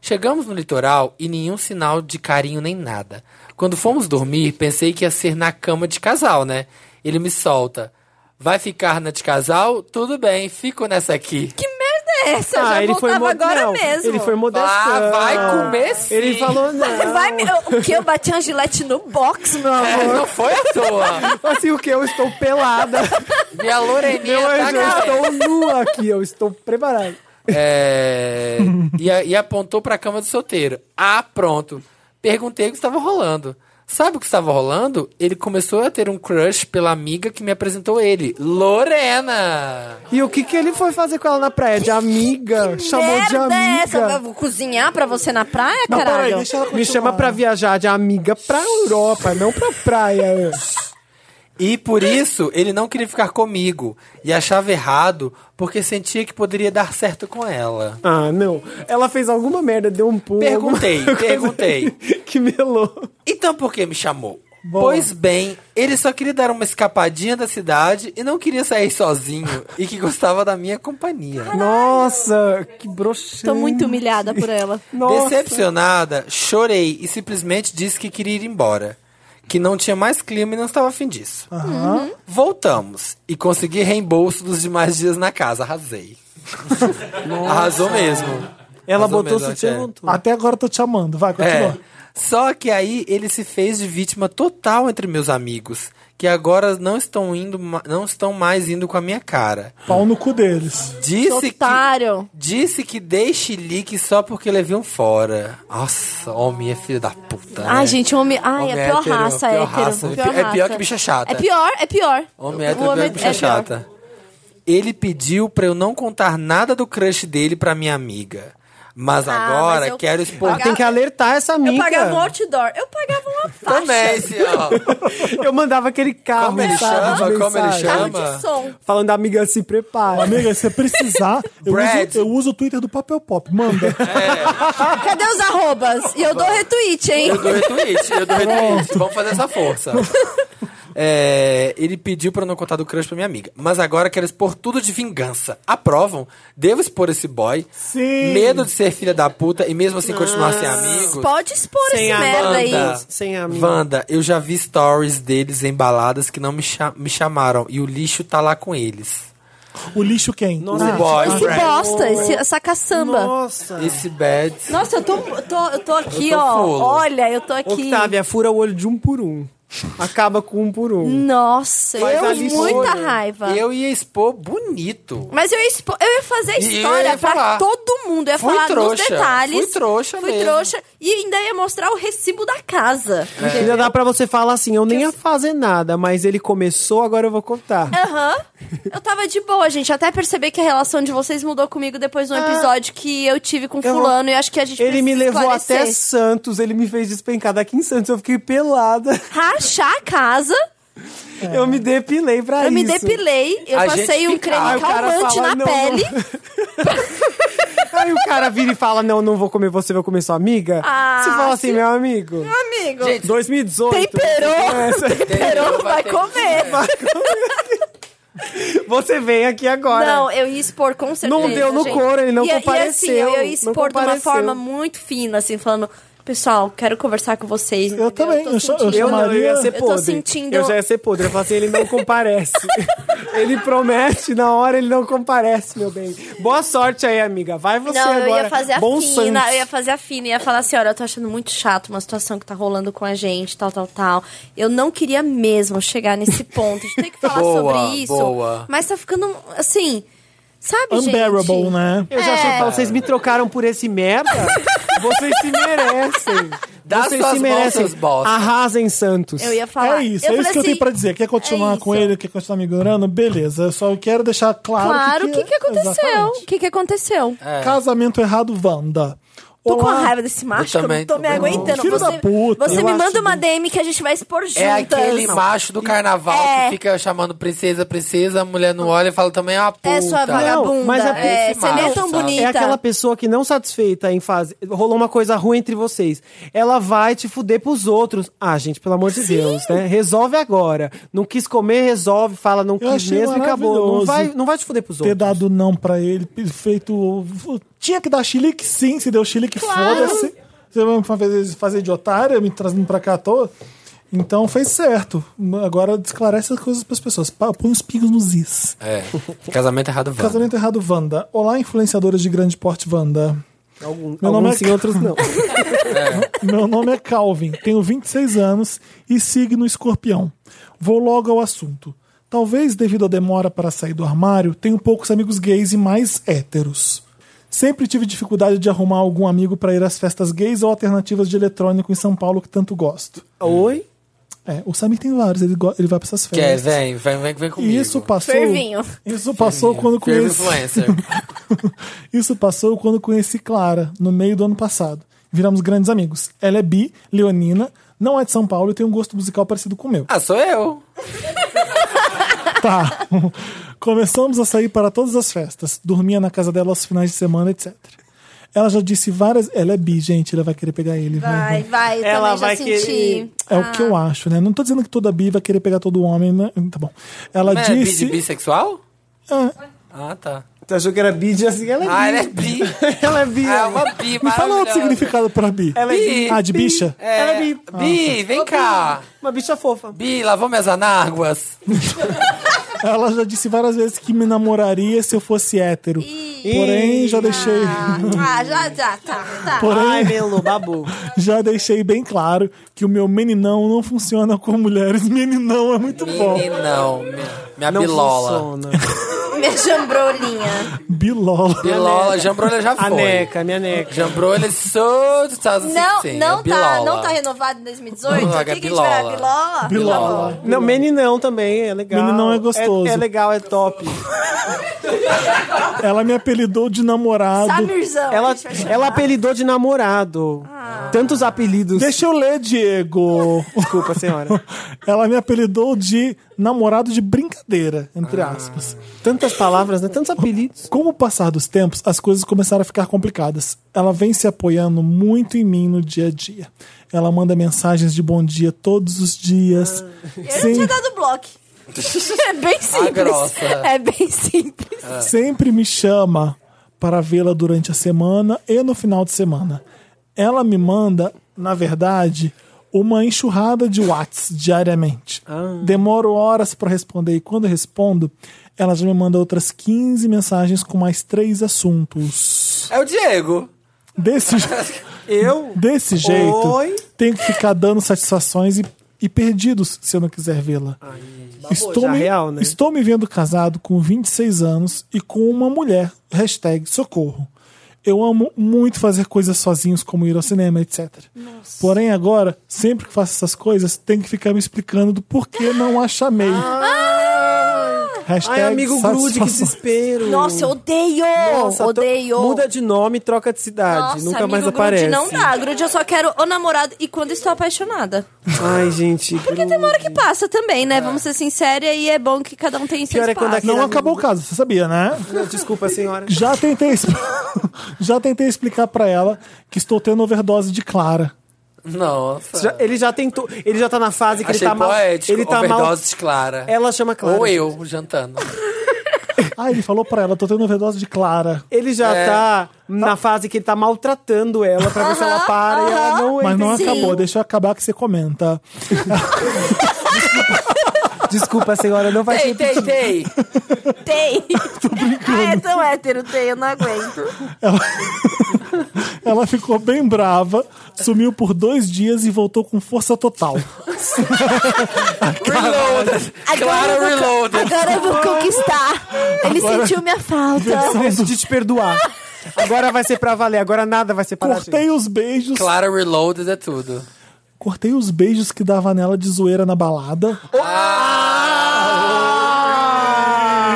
[SPEAKER 1] Chegamos no litoral e nenhum sinal de carinho nem nada. Quando fomos dormir, pensei que ia ser na cama de casal, né? Ele me solta. Vai ficar na de casal? Tudo bem, fico nessa aqui.
[SPEAKER 4] Que merda é essa? Eu
[SPEAKER 3] ah,
[SPEAKER 4] já
[SPEAKER 3] ele foi
[SPEAKER 4] voltava
[SPEAKER 3] mo-
[SPEAKER 4] agora
[SPEAKER 3] não,
[SPEAKER 4] mesmo.
[SPEAKER 3] Ele foi modestão.
[SPEAKER 1] Ah, vai comer sim.
[SPEAKER 3] Ele falou, não.
[SPEAKER 4] Vai, me- eu- o que? Eu bati uma gilete no box, meu
[SPEAKER 1] É,
[SPEAKER 4] amor.
[SPEAKER 1] não foi à toa.
[SPEAKER 3] Assim, o que? Eu estou pelada.
[SPEAKER 1] Minha Loreninha
[SPEAKER 3] Meu
[SPEAKER 1] tá
[SPEAKER 3] anjo, eu
[SPEAKER 1] garota.
[SPEAKER 3] estou nua aqui, eu estou preparado.
[SPEAKER 1] É, e, a- e apontou pra cama do solteiro. Ah, pronto. Perguntei o que estava rolando. Sabe o que estava rolando? Ele começou a ter um crush pela amiga que me apresentou ele, Lorena.
[SPEAKER 3] E o que que ele foi fazer com ela na praia? De amiga? Chamou de
[SPEAKER 4] merda é essa? Eu
[SPEAKER 3] amiga?
[SPEAKER 4] vou cozinhar pra você na praia,
[SPEAKER 2] Não, peraí,
[SPEAKER 4] caralho?
[SPEAKER 2] deixa ela
[SPEAKER 3] Me
[SPEAKER 2] continuar.
[SPEAKER 3] chama pra viajar de amiga pra Europa, não pra praia.
[SPEAKER 1] E por isso ele não queria ficar comigo e achava errado porque sentia que poderia dar certo com ela.
[SPEAKER 3] Ah, não. Ela fez alguma merda, deu um pulo.
[SPEAKER 1] Perguntei,
[SPEAKER 3] alguma coisa
[SPEAKER 1] perguntei.
[SPEAKER 3] Que melou.
[SPEAKER 1] Então por que me chamou? Pois bem, ele só queria dar uma escapadinha da cidade e não queria sair sozinho e que gostava da minha companhia.
[SPEAKER 3] Nossa, que broxante.
[SPEAKER 4] Tô muito humilhada por ela.
[SPEAKER 3] Nossa.
[SPEAKER 1] Decepcionada, chorei e simplesmente disse que queria ir embora. Que não tinha mais clima e não estava afim disso. Voltamos e consegui reembolso dos demais dias na casa. Arrasei. Arrasou mesmo.
[SPEAKER 3] Ela
[SPEAKER 1] Arrasou
[SPEAKER 3] botou o
[SPEAKER 1] mesmo,
[SPEAKER 3] sutiã né? e
[SPEAKER 1] é.
[SPEAKER 3] voltou.
[SPEAKER 2] Até agora eu tô te amando. Vai,
[SPEAKER 1] É.
[SPEAKER 2] continua.
[SPEAKER 1] Só que aí ele se fez de vítima total entre meus amigos, que agora não estão indo, ma- não estão mais indo com a minha cara.
[SPEAKER 2] Pau no cu deles.
[SPEAKER 1] Disse que
[SPEAKER 4] Otário.
[SPEAKER 1] disse que dei chilique só porque levei um fora. Nossa, homem é filho da puta.
[SPEAKER 4] Ai,
[SPEAKER 1] né?
[SPEAKER 4] gente, homem. Ai,
[SPEAKER 1] Homem
[SPEAKER 4] é a pior
[SPEAKER 1] hétero,
[SPEAKER 4] raça,
[SPEAKER 1] pior
[SPEAKER 4] hétero.
[SPEAKER 1] raça. É pi- é pior que bicha chata.
[SPEAKER 4] É pior, é pior.
[SPEAKER 1] Homem
[SPEAKER 4] O
[SPEAKER 1] hétero é pior que bicha
[SPEAKER 4] é pior.
[SPEAKER 1] chata. Ele pediu pra eu não contar nada do crush dele pra minha amiga. Mas
[SPEAKER 4] Ah,
[SPEAKER 1] agora
[SPEAKER 4] mas eu
[SPEAKER 1] quero expor.
[SPEAKER 4] pagava-
[SPEAKER 3] Ah, Tem que alertar essa
[SPEAKER 4] Eu
[SPEAKER 3] amiga.
[SPEAKER 4] pagava um outdoor, eu pagava uma faixa.
[SPEAKER 1] Também, esse, ó.
[SPEAKER 3] Eu mandava aquele carro,
[SPEAKER 1] Como ele
[SPEAKER 3] sabe, de
[SPEAKER 1] chama? Como ele
[SPEAKER 3] mensagem.
[SPEAKER 1] chama?
[SPEAKER 4] Carro de som.
[SPEAKER 3] Falando, amiga, se prepara.
[SPEAKER 2] Amiga, se você precisar, eu,
[SPEAKER 1] Brad. É.
[SPEAKER 2] uso, eu uso o Twitter do Papel Pop. Manda.
[SPEAKER 1] Ah.
[SPEAKER 4] Cadê os arrobas? E eu dou retweet, hein?
[SPEAKER 1] Eu dou um retweet, eu dou retweet. Vamos fazer essa força. É, ele pediu pra eu não contar do crush pra minha amiga. Mas agora quero expor tudo de vingança. Aprovam? Devo expor esse boy?
[SPEAKER 2] Sim.
[SPEAKER 1] Medo de ser filha da puta e mesmo assim continuar sem amigos?
[SPEAKER 4] Pode expor
[SPEAKER 3] Sem
[SPEAKER 4] esse
[SPEAKER 3] a
[SPEAKER 4] merda aí.
[SPEAKER 1] Wanda,
[SPEAKER 3] Sem amigo.
[SPEAKER 1] Wanda, eu já vi stories deles em baladas que não me, cha- me chamaram. E o lixo tá lá com eles.
[SPEAKER 2] O lixo quem?
[SPEAKER 1] o boy,
[SPEAKER 4] Esse
[SPEAKER 1] Brad.
[SPEAKER 4] bosta, esse, essa caçamba. Nossa,
[SPEAKER 3] Nossa.
[SPEAKER 1] Esse bad.
[SPEAKER 4] eu tô, eu tô, eu tô aqui,
[SPEAKER 1] Eu tô
[SPEAKER 4] ó.
[SPEAKER 1] fulo.
[SPEAKER 4] Olha, eu tô aqui.
[SPEAKER 3] Octávia, fura o olho de um por um. Acaba com um por um.
[SPEAKER 4] Nossa,
[SPEAKER 3] Faz a
[SPEAKER 4] eu
[SPEAKER 3] lista.
[SPEAKER 4] muita raiva.
[SPEAKER 1] Eu ia expor bonito.
[SPEAKER 4] Mas eu ia, expo- eu ia fazer a
[SPEAKER 1] E eu ia
[SPEAKER 4] história pra
[SPEAKER 1] falar.
[SPEAKER 4] todo mundo. Eu ia
[SPEAKER 1] Fui
[SPEAKER 4] falar
[SPEAKER 1] trouxa,
[SPEAKER 4] nos detalhes.
[SPEAKER 1] fui trouxa
[SPEAKER 4] Fui
[SPEAKER 1] mesmo.
[SPEAKER 4] trouxa. E ainda ia mostrar o recibo da casa.
[SPEAKER 3] Ainda dá pra você falar assim, eu nem ia fazer nada, mas ele começou, agora eu vou contar.
[SPEAKER 4] Aham. Eu tava de boa, gente. Até perceber que a relação de vocês mudou comigo depois de um episódio que eu tive com
[SPEAKER 3] Ah. Eu-
[SPEAKER 4] fulano. E acho que a gente
[SPEAKER 3] Ele me
[SPEAKER 4] precisa
[SPEAKER 3] levou
[SPEAKER 4] esclarecer.
[SPEAKER 3] até Santos, ele me fez despencar daqui em Santos, eu fiquei pelada.
[SPEAKER 4] Rachar a casa.
[SPEAKER 3] Eu me depilei pra
[SPEAKER 4] É. Eu
[SPEAKER 3] É isso.
[SPEAKER 4] me depilei. Eu
[SPEAKER 1] A gente
[SPEAKER 4] passei um
[SPEAKER 1] fica-
[SPEAKER 4] creme
[SPEAKER 3] Aí o cara
[SPEAKER 4] calmante
[SPEAKER 3] fala,
[SPEAKER 4] na
[SPEAKER 3] "Não,
[SPEAKER 4] pele.
[SPEAKER 3] não." Aí o cara vira e fala, não, não vou comer você, vou comer sua amiga.
[SPEAKER 4] Ah,
[SPEAKER 3] você fala assim,
[SPEAKER 4] se-
[SPEAKER 3] meu amigo,
[SPEAKER 4] Amigo.
[SPEAKER 3] 2018.
[SPEAKER 4] Temperou,
[SPEAKER 3] É, você-
[SPEAKER 4] temperou, vai comer.
[SPEAKER 3] Você vem aqui agora.
[SPEAKER 4] Não, eu ia expor com certeza.
[SPEAKER 3] Não deu no
[SPEAKER 4] gente.
[SPEAKER 3] couro, ele não
[SPEAKER 4] e, E
[SPEAKER 3] compareceu,
[SPEAKER 4] assim, eu ia
[SPEAKER 3] não
[SPEAKER 4] expor de uma
[SPEAKER 3] compareceu.
[SPEAKER 4] forma muito fina, assim, falando: pessoal, quero conversar com vocês. entendeu?
[SPEAKER 2] também,
[SPEAKER 4] tô
[SPEAKER 2] eu sou- eu
[SPEAKER 4] sentindo-
[SPEAKER 3] Eu não, eu ia
[SPEAKER 2] Maria,
[SPEAKER 3] ser
[SPEAKER 4] eu tô
[SPEAKER 3] podre.
[SPEAKER 4] sentindo-
[SPEAKER 3] Eu já ia ser podre. Eu falo assim, ele não comparece. ele promete, na hora ele não comparece, meu bem. Boa sorte aí, amiga. Vai você
[SPEAKER 4] Não,
[SPEAKER 3] agora.
[SPEAKER 4] eu ia fazer a
[SPEAKER 3] Bom
[SPEAKER 4] fina,
[SPEAKER 3] Santos.
[SPEAKER 4] eu ia fazer a fina, ia falar assim, olha, eu tô achando muito chato uma situação que tá rolando com a gente, tal, tal, tal. Eu não queria mesmo chegar nesse ponto de ter que falar
[SPEAKER 1] Boa,
[SPEAKER 4] sobre isso.
[SPEAKER 1] boa.
[SPEAKER 4] Mas tá ficando, assim, sabe,
[SPEAKER 2] Unbearable,
[SPEAKER 4] gente?
[SPEAKER 2] né?
[SPEAKER 3] Eu já achei que
[SPEAKER 4] É.
[SPEAKER 3] falava, vocês me trocaram por esse merda? vocês se merecem.
[SPEAKER 1] Dá
[SPEAKER 3] vocês
[SPEAKER 1] suas
[SPEAKER 3] se
[SPEAKER 1] mãos,
[SPEAKER 3] merecem.
[SPEAKER 1] seus bosta.
[SPEAKER 3] Arrasem Santos.
[SPEAKER 4] Eu ia falar.
[SPEAKER 2] é isso, é isso
[SPEAKER 4] eu falei
[SPEAKER 2] que eu
[SPEAKER 4] assim,
[SPEAKER 2] tenho pra dizer. Quer continuar
[SPEAKER 4] é
[SPEAKER 2] com
[SPEAKER 4] isso.
[SPEAKER 2] ele? Quer continuar me ignorando? Beleza, eu só quero deixar claro, é-
[SPEAKER 4] Claro, o que, que aconteceu?
[SPEAKER 2] Exatamente.
[SPEAKER 4] O que, que aconteceu?
[SPEAKER 1] É.
[SPEAKER 2] Casamento errado, Wanda.
[SPEAKER 4] Tô com
[SPEAKER 2] Olá.
[SPEAKER 4] a raiva desse macho,
[SPEAKER 1] Eu
[SPEAKER 4] que eu
[SPEAKER 1] também
[SPEAKER 4] não tô
[SPEAKER 1] tô
[SPEAKER 4] me
[SPEAKER 1] com-
[SPEAKER 4] aguentando.
[SPEAKER 2] Filho
[SPEAKER 4] você
[SPEAKER 2] da puta.
[SPEAKER 4] você
[SPEAKER 2] Eu
[SPEAKER 4] me
[SPEAKER 2] acho
[SPEAKER 4] manda uma DM que a gente vai expor juntas.
[SPEAKER 1] É aquele macho do carnaval
[SPEAKER 4] É.
[SPEAKER 1] que fica chamando princesa, princesa, a mulher não olha e fala também, ah, puta.
[SPEAKER 4] É sua vagabunda.
[SPEAKER 3] Não, mas é
[SPEAKER 4] é,
[SPEAKER 1] esse
[SPEAKER 4] você nem é
[SPEAKER 1] macho,
[SPEAKER 4] tão
[SPEAKER 1] sabe?
[SPEAKER 4] bonita.
[SPEAKER 3] É aquela pessoa que não satisfeita em fase. Rolou uma coisa ruim entre vocês. Ela vai te fuder pros outros. Ah, gente, pelo amor de Deus, né? Resolve agora. Não quis comer, resolve, fala, não quis
[SPEAKER 2] achei
[SPEAKER 3] mesmo e acabou. Não
[SPEAKER 2] maravilhoso
[SPEAKER 3] vai, não vai te fuder pros
[SPEAKER 2] Ter
[SPEAKER 3] outros.
[SPEAKER 2] dado não pra ele, feito. Tinha que dar chilique, sim, se deu chilique, foda-se. Você vai me fazer, fazer de otária, me trazendo pra cá à toa. Então fez certo. Agora esclarece as coisas pras pessoas. Pa- Põe os pingos nos is.
[SPEAKER 1] É. Casamento errado, Wanda.
[SPEAKER 2] Casamento errado, Wanda. Olá, influenciadoras de grande porte, Wanda.
[SPEAKER 3] Algum-
[SPEAKER 2] Meu nome
[SPEAKER 3] alguns
[SPEAKER 2] é-
[SPEAKER 3] sim, outros não.
[SPEAKER 2] Meu nome é Calvin, tenho 26 anos e signo escorpião. Vou logo ao assunto. Talvez devido à demora para sair do armário, tenho poucos amigos gays e mais héteros. Sempre tive dificuldade de arrumar algum amigo para ir às festas gays ou alternativas de eletrônico em São Paulo que tanto gosto.
[SPEAKER 3] Oi?
[SPEAKER 2] É, o Samir tem vários, ele, go- ele vai para essas
[SPEAKER 1] Quer,
[SPEAKER 2] festas.
[SPEAKER 1] vem, vem, vem, vem comigo.
[SPEAKER 2] E isso passou.
[SPEAKER 4] Fervinho.
[SPEAKER 2] Isso passou quando
[SPEAKER 1] Fervo
[SPEAKER 2] conheci.
[SPEAKER 1] influencer.
[SPEAKER 2] Isso passou quando conheci Clara, no meio do ano passado. Viramos grandes amigos. Ela é bi, leonina, não é de São Paulo e tem um gosto musical parecido com o meu.
[SPEAKER 1] ah, sou eu.
[SPEAKER 2] Tá. Começamos a sair para todas as festas. Dormia na casa dela aos finais de semana, etc. Ela já disse várias. Ela é bi, gente. Ela vai querer pegar ele. vai, vai.
[SPEAKER 4] Vai, vai, eu
[SPEAKER 3] Ela
[SPEAKER 4] também já
[SPEAKER 3] vai
[SPEAKER 4] senti.
[SPEAKER 3] querer-
[SPEAKER 2] É o que eu
[SPEAKER 1] Ah.
[SPEAKER 2] acho, né? Não tô dizendo que toda bi vai querer pegar todo homem, né? Tá bom. Ela
[SPEAKER 1] Mas é bi
[SPEAKER 2] disse.
[SPEAKER 1] de bissexual?
[SPEAKER 2] Ah,
[SPEAKER 1] Ah, tá.
[SPEAKER 3] Tu achou que era bi de assim? Ela é
[SPEAKER 1] Ah,
[SPEAKER 3] bi.
[SPEAKER 1] ela é bi.
[SPEAKER 3] Ela é bi.
[SPEAKER 1] É uma bi
[SPEAKER 2] me fala outro
[SPEAKER 1] maravilhosa.
[SPEAKER 2] significado pra bi.
[SPEAKER 3] Ela é
[SPEAKER 1] Bi.
[SPEAKER 3] bi.
[SPEAKER 2] Ah, de bicha?
[SPEAKER 1] É,
[SPEAKER 3] Ela é bi.
[SPEAKER 1] Bi, vem cá.
[SPEAKER 3] Uma bicha fofa.
[SPEAKER 1] Bi, lavou minhas anáguas.
[SPEAKER 2] Ela já disse várias vezes que me namoraria se eu fosse hétero. Porém, já deixei.
[SPEAKER 4] Ah, ah, já, já, tá, tá.
[SPEAKER 2] Porém,
[SPEAKER 3] Ai, Melu, babu.
[SPEAKER 2] já deixei bem claro que o meu meninão não funciona com mulheres. Meninão é muito bom.
[SPEAKER 1] Meninão. mi- Minha
[SPEAKER 3] Não
[SPEAKER 1] bilola.
[SPEAKER 3] funciona.
[SPEAKER 4] Minha jambrolinha.
[SPEAKER 2] Bilola.
[SPEAKER 1] Bilola, jambrolha já
[SPEAKER 3] A
[SPEAKER 1] foi.
[SPEAKER 3] neca, minha neca.
[SPEAKER 1] Jambrolha sou dos Estados Unidos.
[SPEAKER 4] Não,
[SPEAKER 1] sim,
[SPEAKER 4] não,
[SPEAKER 1] é
[SPEAKER 4] tá,
[SPEAKER 1] bilola.
[SPEAKER 4] não tá renovado em 2018?
[SPEAKER 1] Não,
[SPEAKER 4] o
[SPEAKER 1] é
[SPEAKER 4] que, que a gente vai?
[SPEAKER 1] bilola.
[SPEAKER 4] Bilola? Tá
[SPEAKER 2] Bilola.
[SPEAKER 3] Não, meninão também, é legal.
[SPEAKER 2] Meninão é gostoso.
[SPEAKER 3] É, é legal, é top.
[SPEAKER 2] Ela me apelidou de namorado.
[SPEAKER 4] Samirzão.
[SPEAKER 3] Ela,
[SPEAKER 4] Tá a gente vai
[SPEAKER 3] ela
[SPEAKER 4] chamar.
[SPEAKER 3] apelidou de namorado.
[SPEAKER 4] Ah.
[SPEAKER 3] Tantos apelidos.
[SPEAKER 2] Deixa eu ler, Diego.
[SPEAKER 3] Desculpa, senhora.
[SPEAKER 2] Ela me apelidou de namorado de brincadeira, entre
[SPEAKER 4] Ah.
[SPEAKER 2] aspas.
[SPEAKER 3] Tantas palavras, né? Tantos apelidos.
[SPEAKER 2] Com o passar dos tempos, as coisas começaram a ficar complicadas. Ela vem se apoiando muito em mim no dia a dia. Ela manda mensagens de bom dia todos os dias.
[SPEAKER 4] Ah. Eu não
[SPEAKER 2] Sem-
[SPEAKER 4] tinha dado bloco. É bem simples.
[SPEAKER 1] grossa.
[SPEAKER 4] É bem simples.
[SPEAKER 2] sempre me chama para vê-la durante a semana e no final de semana. Ela me manda, na verdade, uma enxurrada de Whats diariamente. Demoro horas para responder e quando eu respondo, ela já me manda outras 15 mensagens com mais três assuntos.
[SPEAKER 1] É o Diego.
[SPEAKER 2] Desse,
[SPEAKER 3] Eu?
[SPEAKER 2] desse jeito,
[SPEAKER 3] Oi?
[SPEAKER 2] tenho que ficar dando satisfações e, e perdidos se eu não quiser vê-la. Estou
[SPEAKER 3] já
[SPEAKER 2] me,
[SPEAKER 3] real, né?
[SPEAKER 2] estou me vendo casado com 26 anos e com uma mulher. Hashtag socorro. Eu amo muito fazer coisas sozinhos, como ir ao cinema, etc. Porém, agora, sempre que faço essas coisas, tenho que ficar me explicando do porquê não a chamei. Hashtag
[SPEAKER 3] Ah, Ai, amigo grude, que
[SPEAKER 2] satisfações.
[SPEAKER 3] desespero.
[SPEAKER 4] Ah! Nossa, eu odeio!
[SPEAKER 3] Nossa,
[SPEAKER 4] odeio!
[SPEAKER 3] tro- Muda de nome e troca de cidade.
[SPEAKER 4] Nossa,
[SPEAKER 3] Nunca
[SPEAKER 4] amigo,
[SPEAKER 3] mais
[SPEAKER 4] grude
[SPEAKER 3] aparece.
[SPEAKER 4] não dá. Grude eu só quero o namorado e quando estou apaixonada.
[SPEAKER 3] Ai, gente.
[SPEAKER 4] Porque tem uma hora que passa também, né? Vamos ser sinceros e é bom que cada um tem seu
[SPEAKER 3] Pior é
[SPEAKER 4] espaço.
[SPEAKER 3] quando aquele
[SPEAKER 2] Não
[SPEAKER 3] amigo-
[SPEAKER 2] acabou o caso, você sabia, né?
[SPEAKER 3] Não, Desculpa, senhora.
[SPEAKER 2] Já tentei, expl- já tentei explicar pra ela que estou tendo overdose de Clara.
[SPEAKER 1] Nossa.
[SPEAKER 3] Já- ele já tentou. Ele já tá na fase que
[SPEAKER 1] Achei
[SPEAKER 3] ele tá mal.
[SPEAKER 1] poético.
[SPEAKER 3] Ele tá
[SPEAKER 1] overdose
[SPEAKER 3] mal.
[SPEAKER 1] de Clara.
[SPEAKER 3] Ela chama Clara.
[SPEAKER 1] Ou eu, jantando.
[SPEAKER 2] Ah, ele falou pra ela, tô tendo overdose de Clara.
[SPEAKER 3] Ele já
[SPEAKER 1] É.
[SPEAKER 3] tá na fase que ele tá maltratando ela pra ver se ela para e ela não
[SPEAKER 2] Mas não
[SPEAKER 4] Sim.
[SPEAKER 2] acabou, deixa eu acabar que você comenta.
[SPEAKER 3] Desculpa, senhora, não vai
[SPEAKER 1] Ei, tem, tem.
[SPEAKER 4] Tem! ah, é tão hétero, tem, eu não aguento.
[SPEAKER 2] Ela ficou bem brava, sumiu por dois dias e voltou com força total.
[SPEAKER 1] Reloaded.
[SPEAKER 3] É
[SPEAKER 4] eu
[SPEAKER 1] Clara
[SPEAKER 4] vou-
[SPEAKER 1] Reloaded.
[SPEAKER 4] Agora eu vou conquistar. Ele sentiu minha falta.
[SPEAKER 3] Deixa de te perdoar. Agora vai ser pra valer, agora nada vai ser pra
[SPEAKER 2] Cortei os beijos.
[SPEAKER 1] Clara Reloaded é tudo.
[SPEAKER 2] Cortei os beijos que dava nela de zoeira na balada.
[SPEAKER 3] Ah!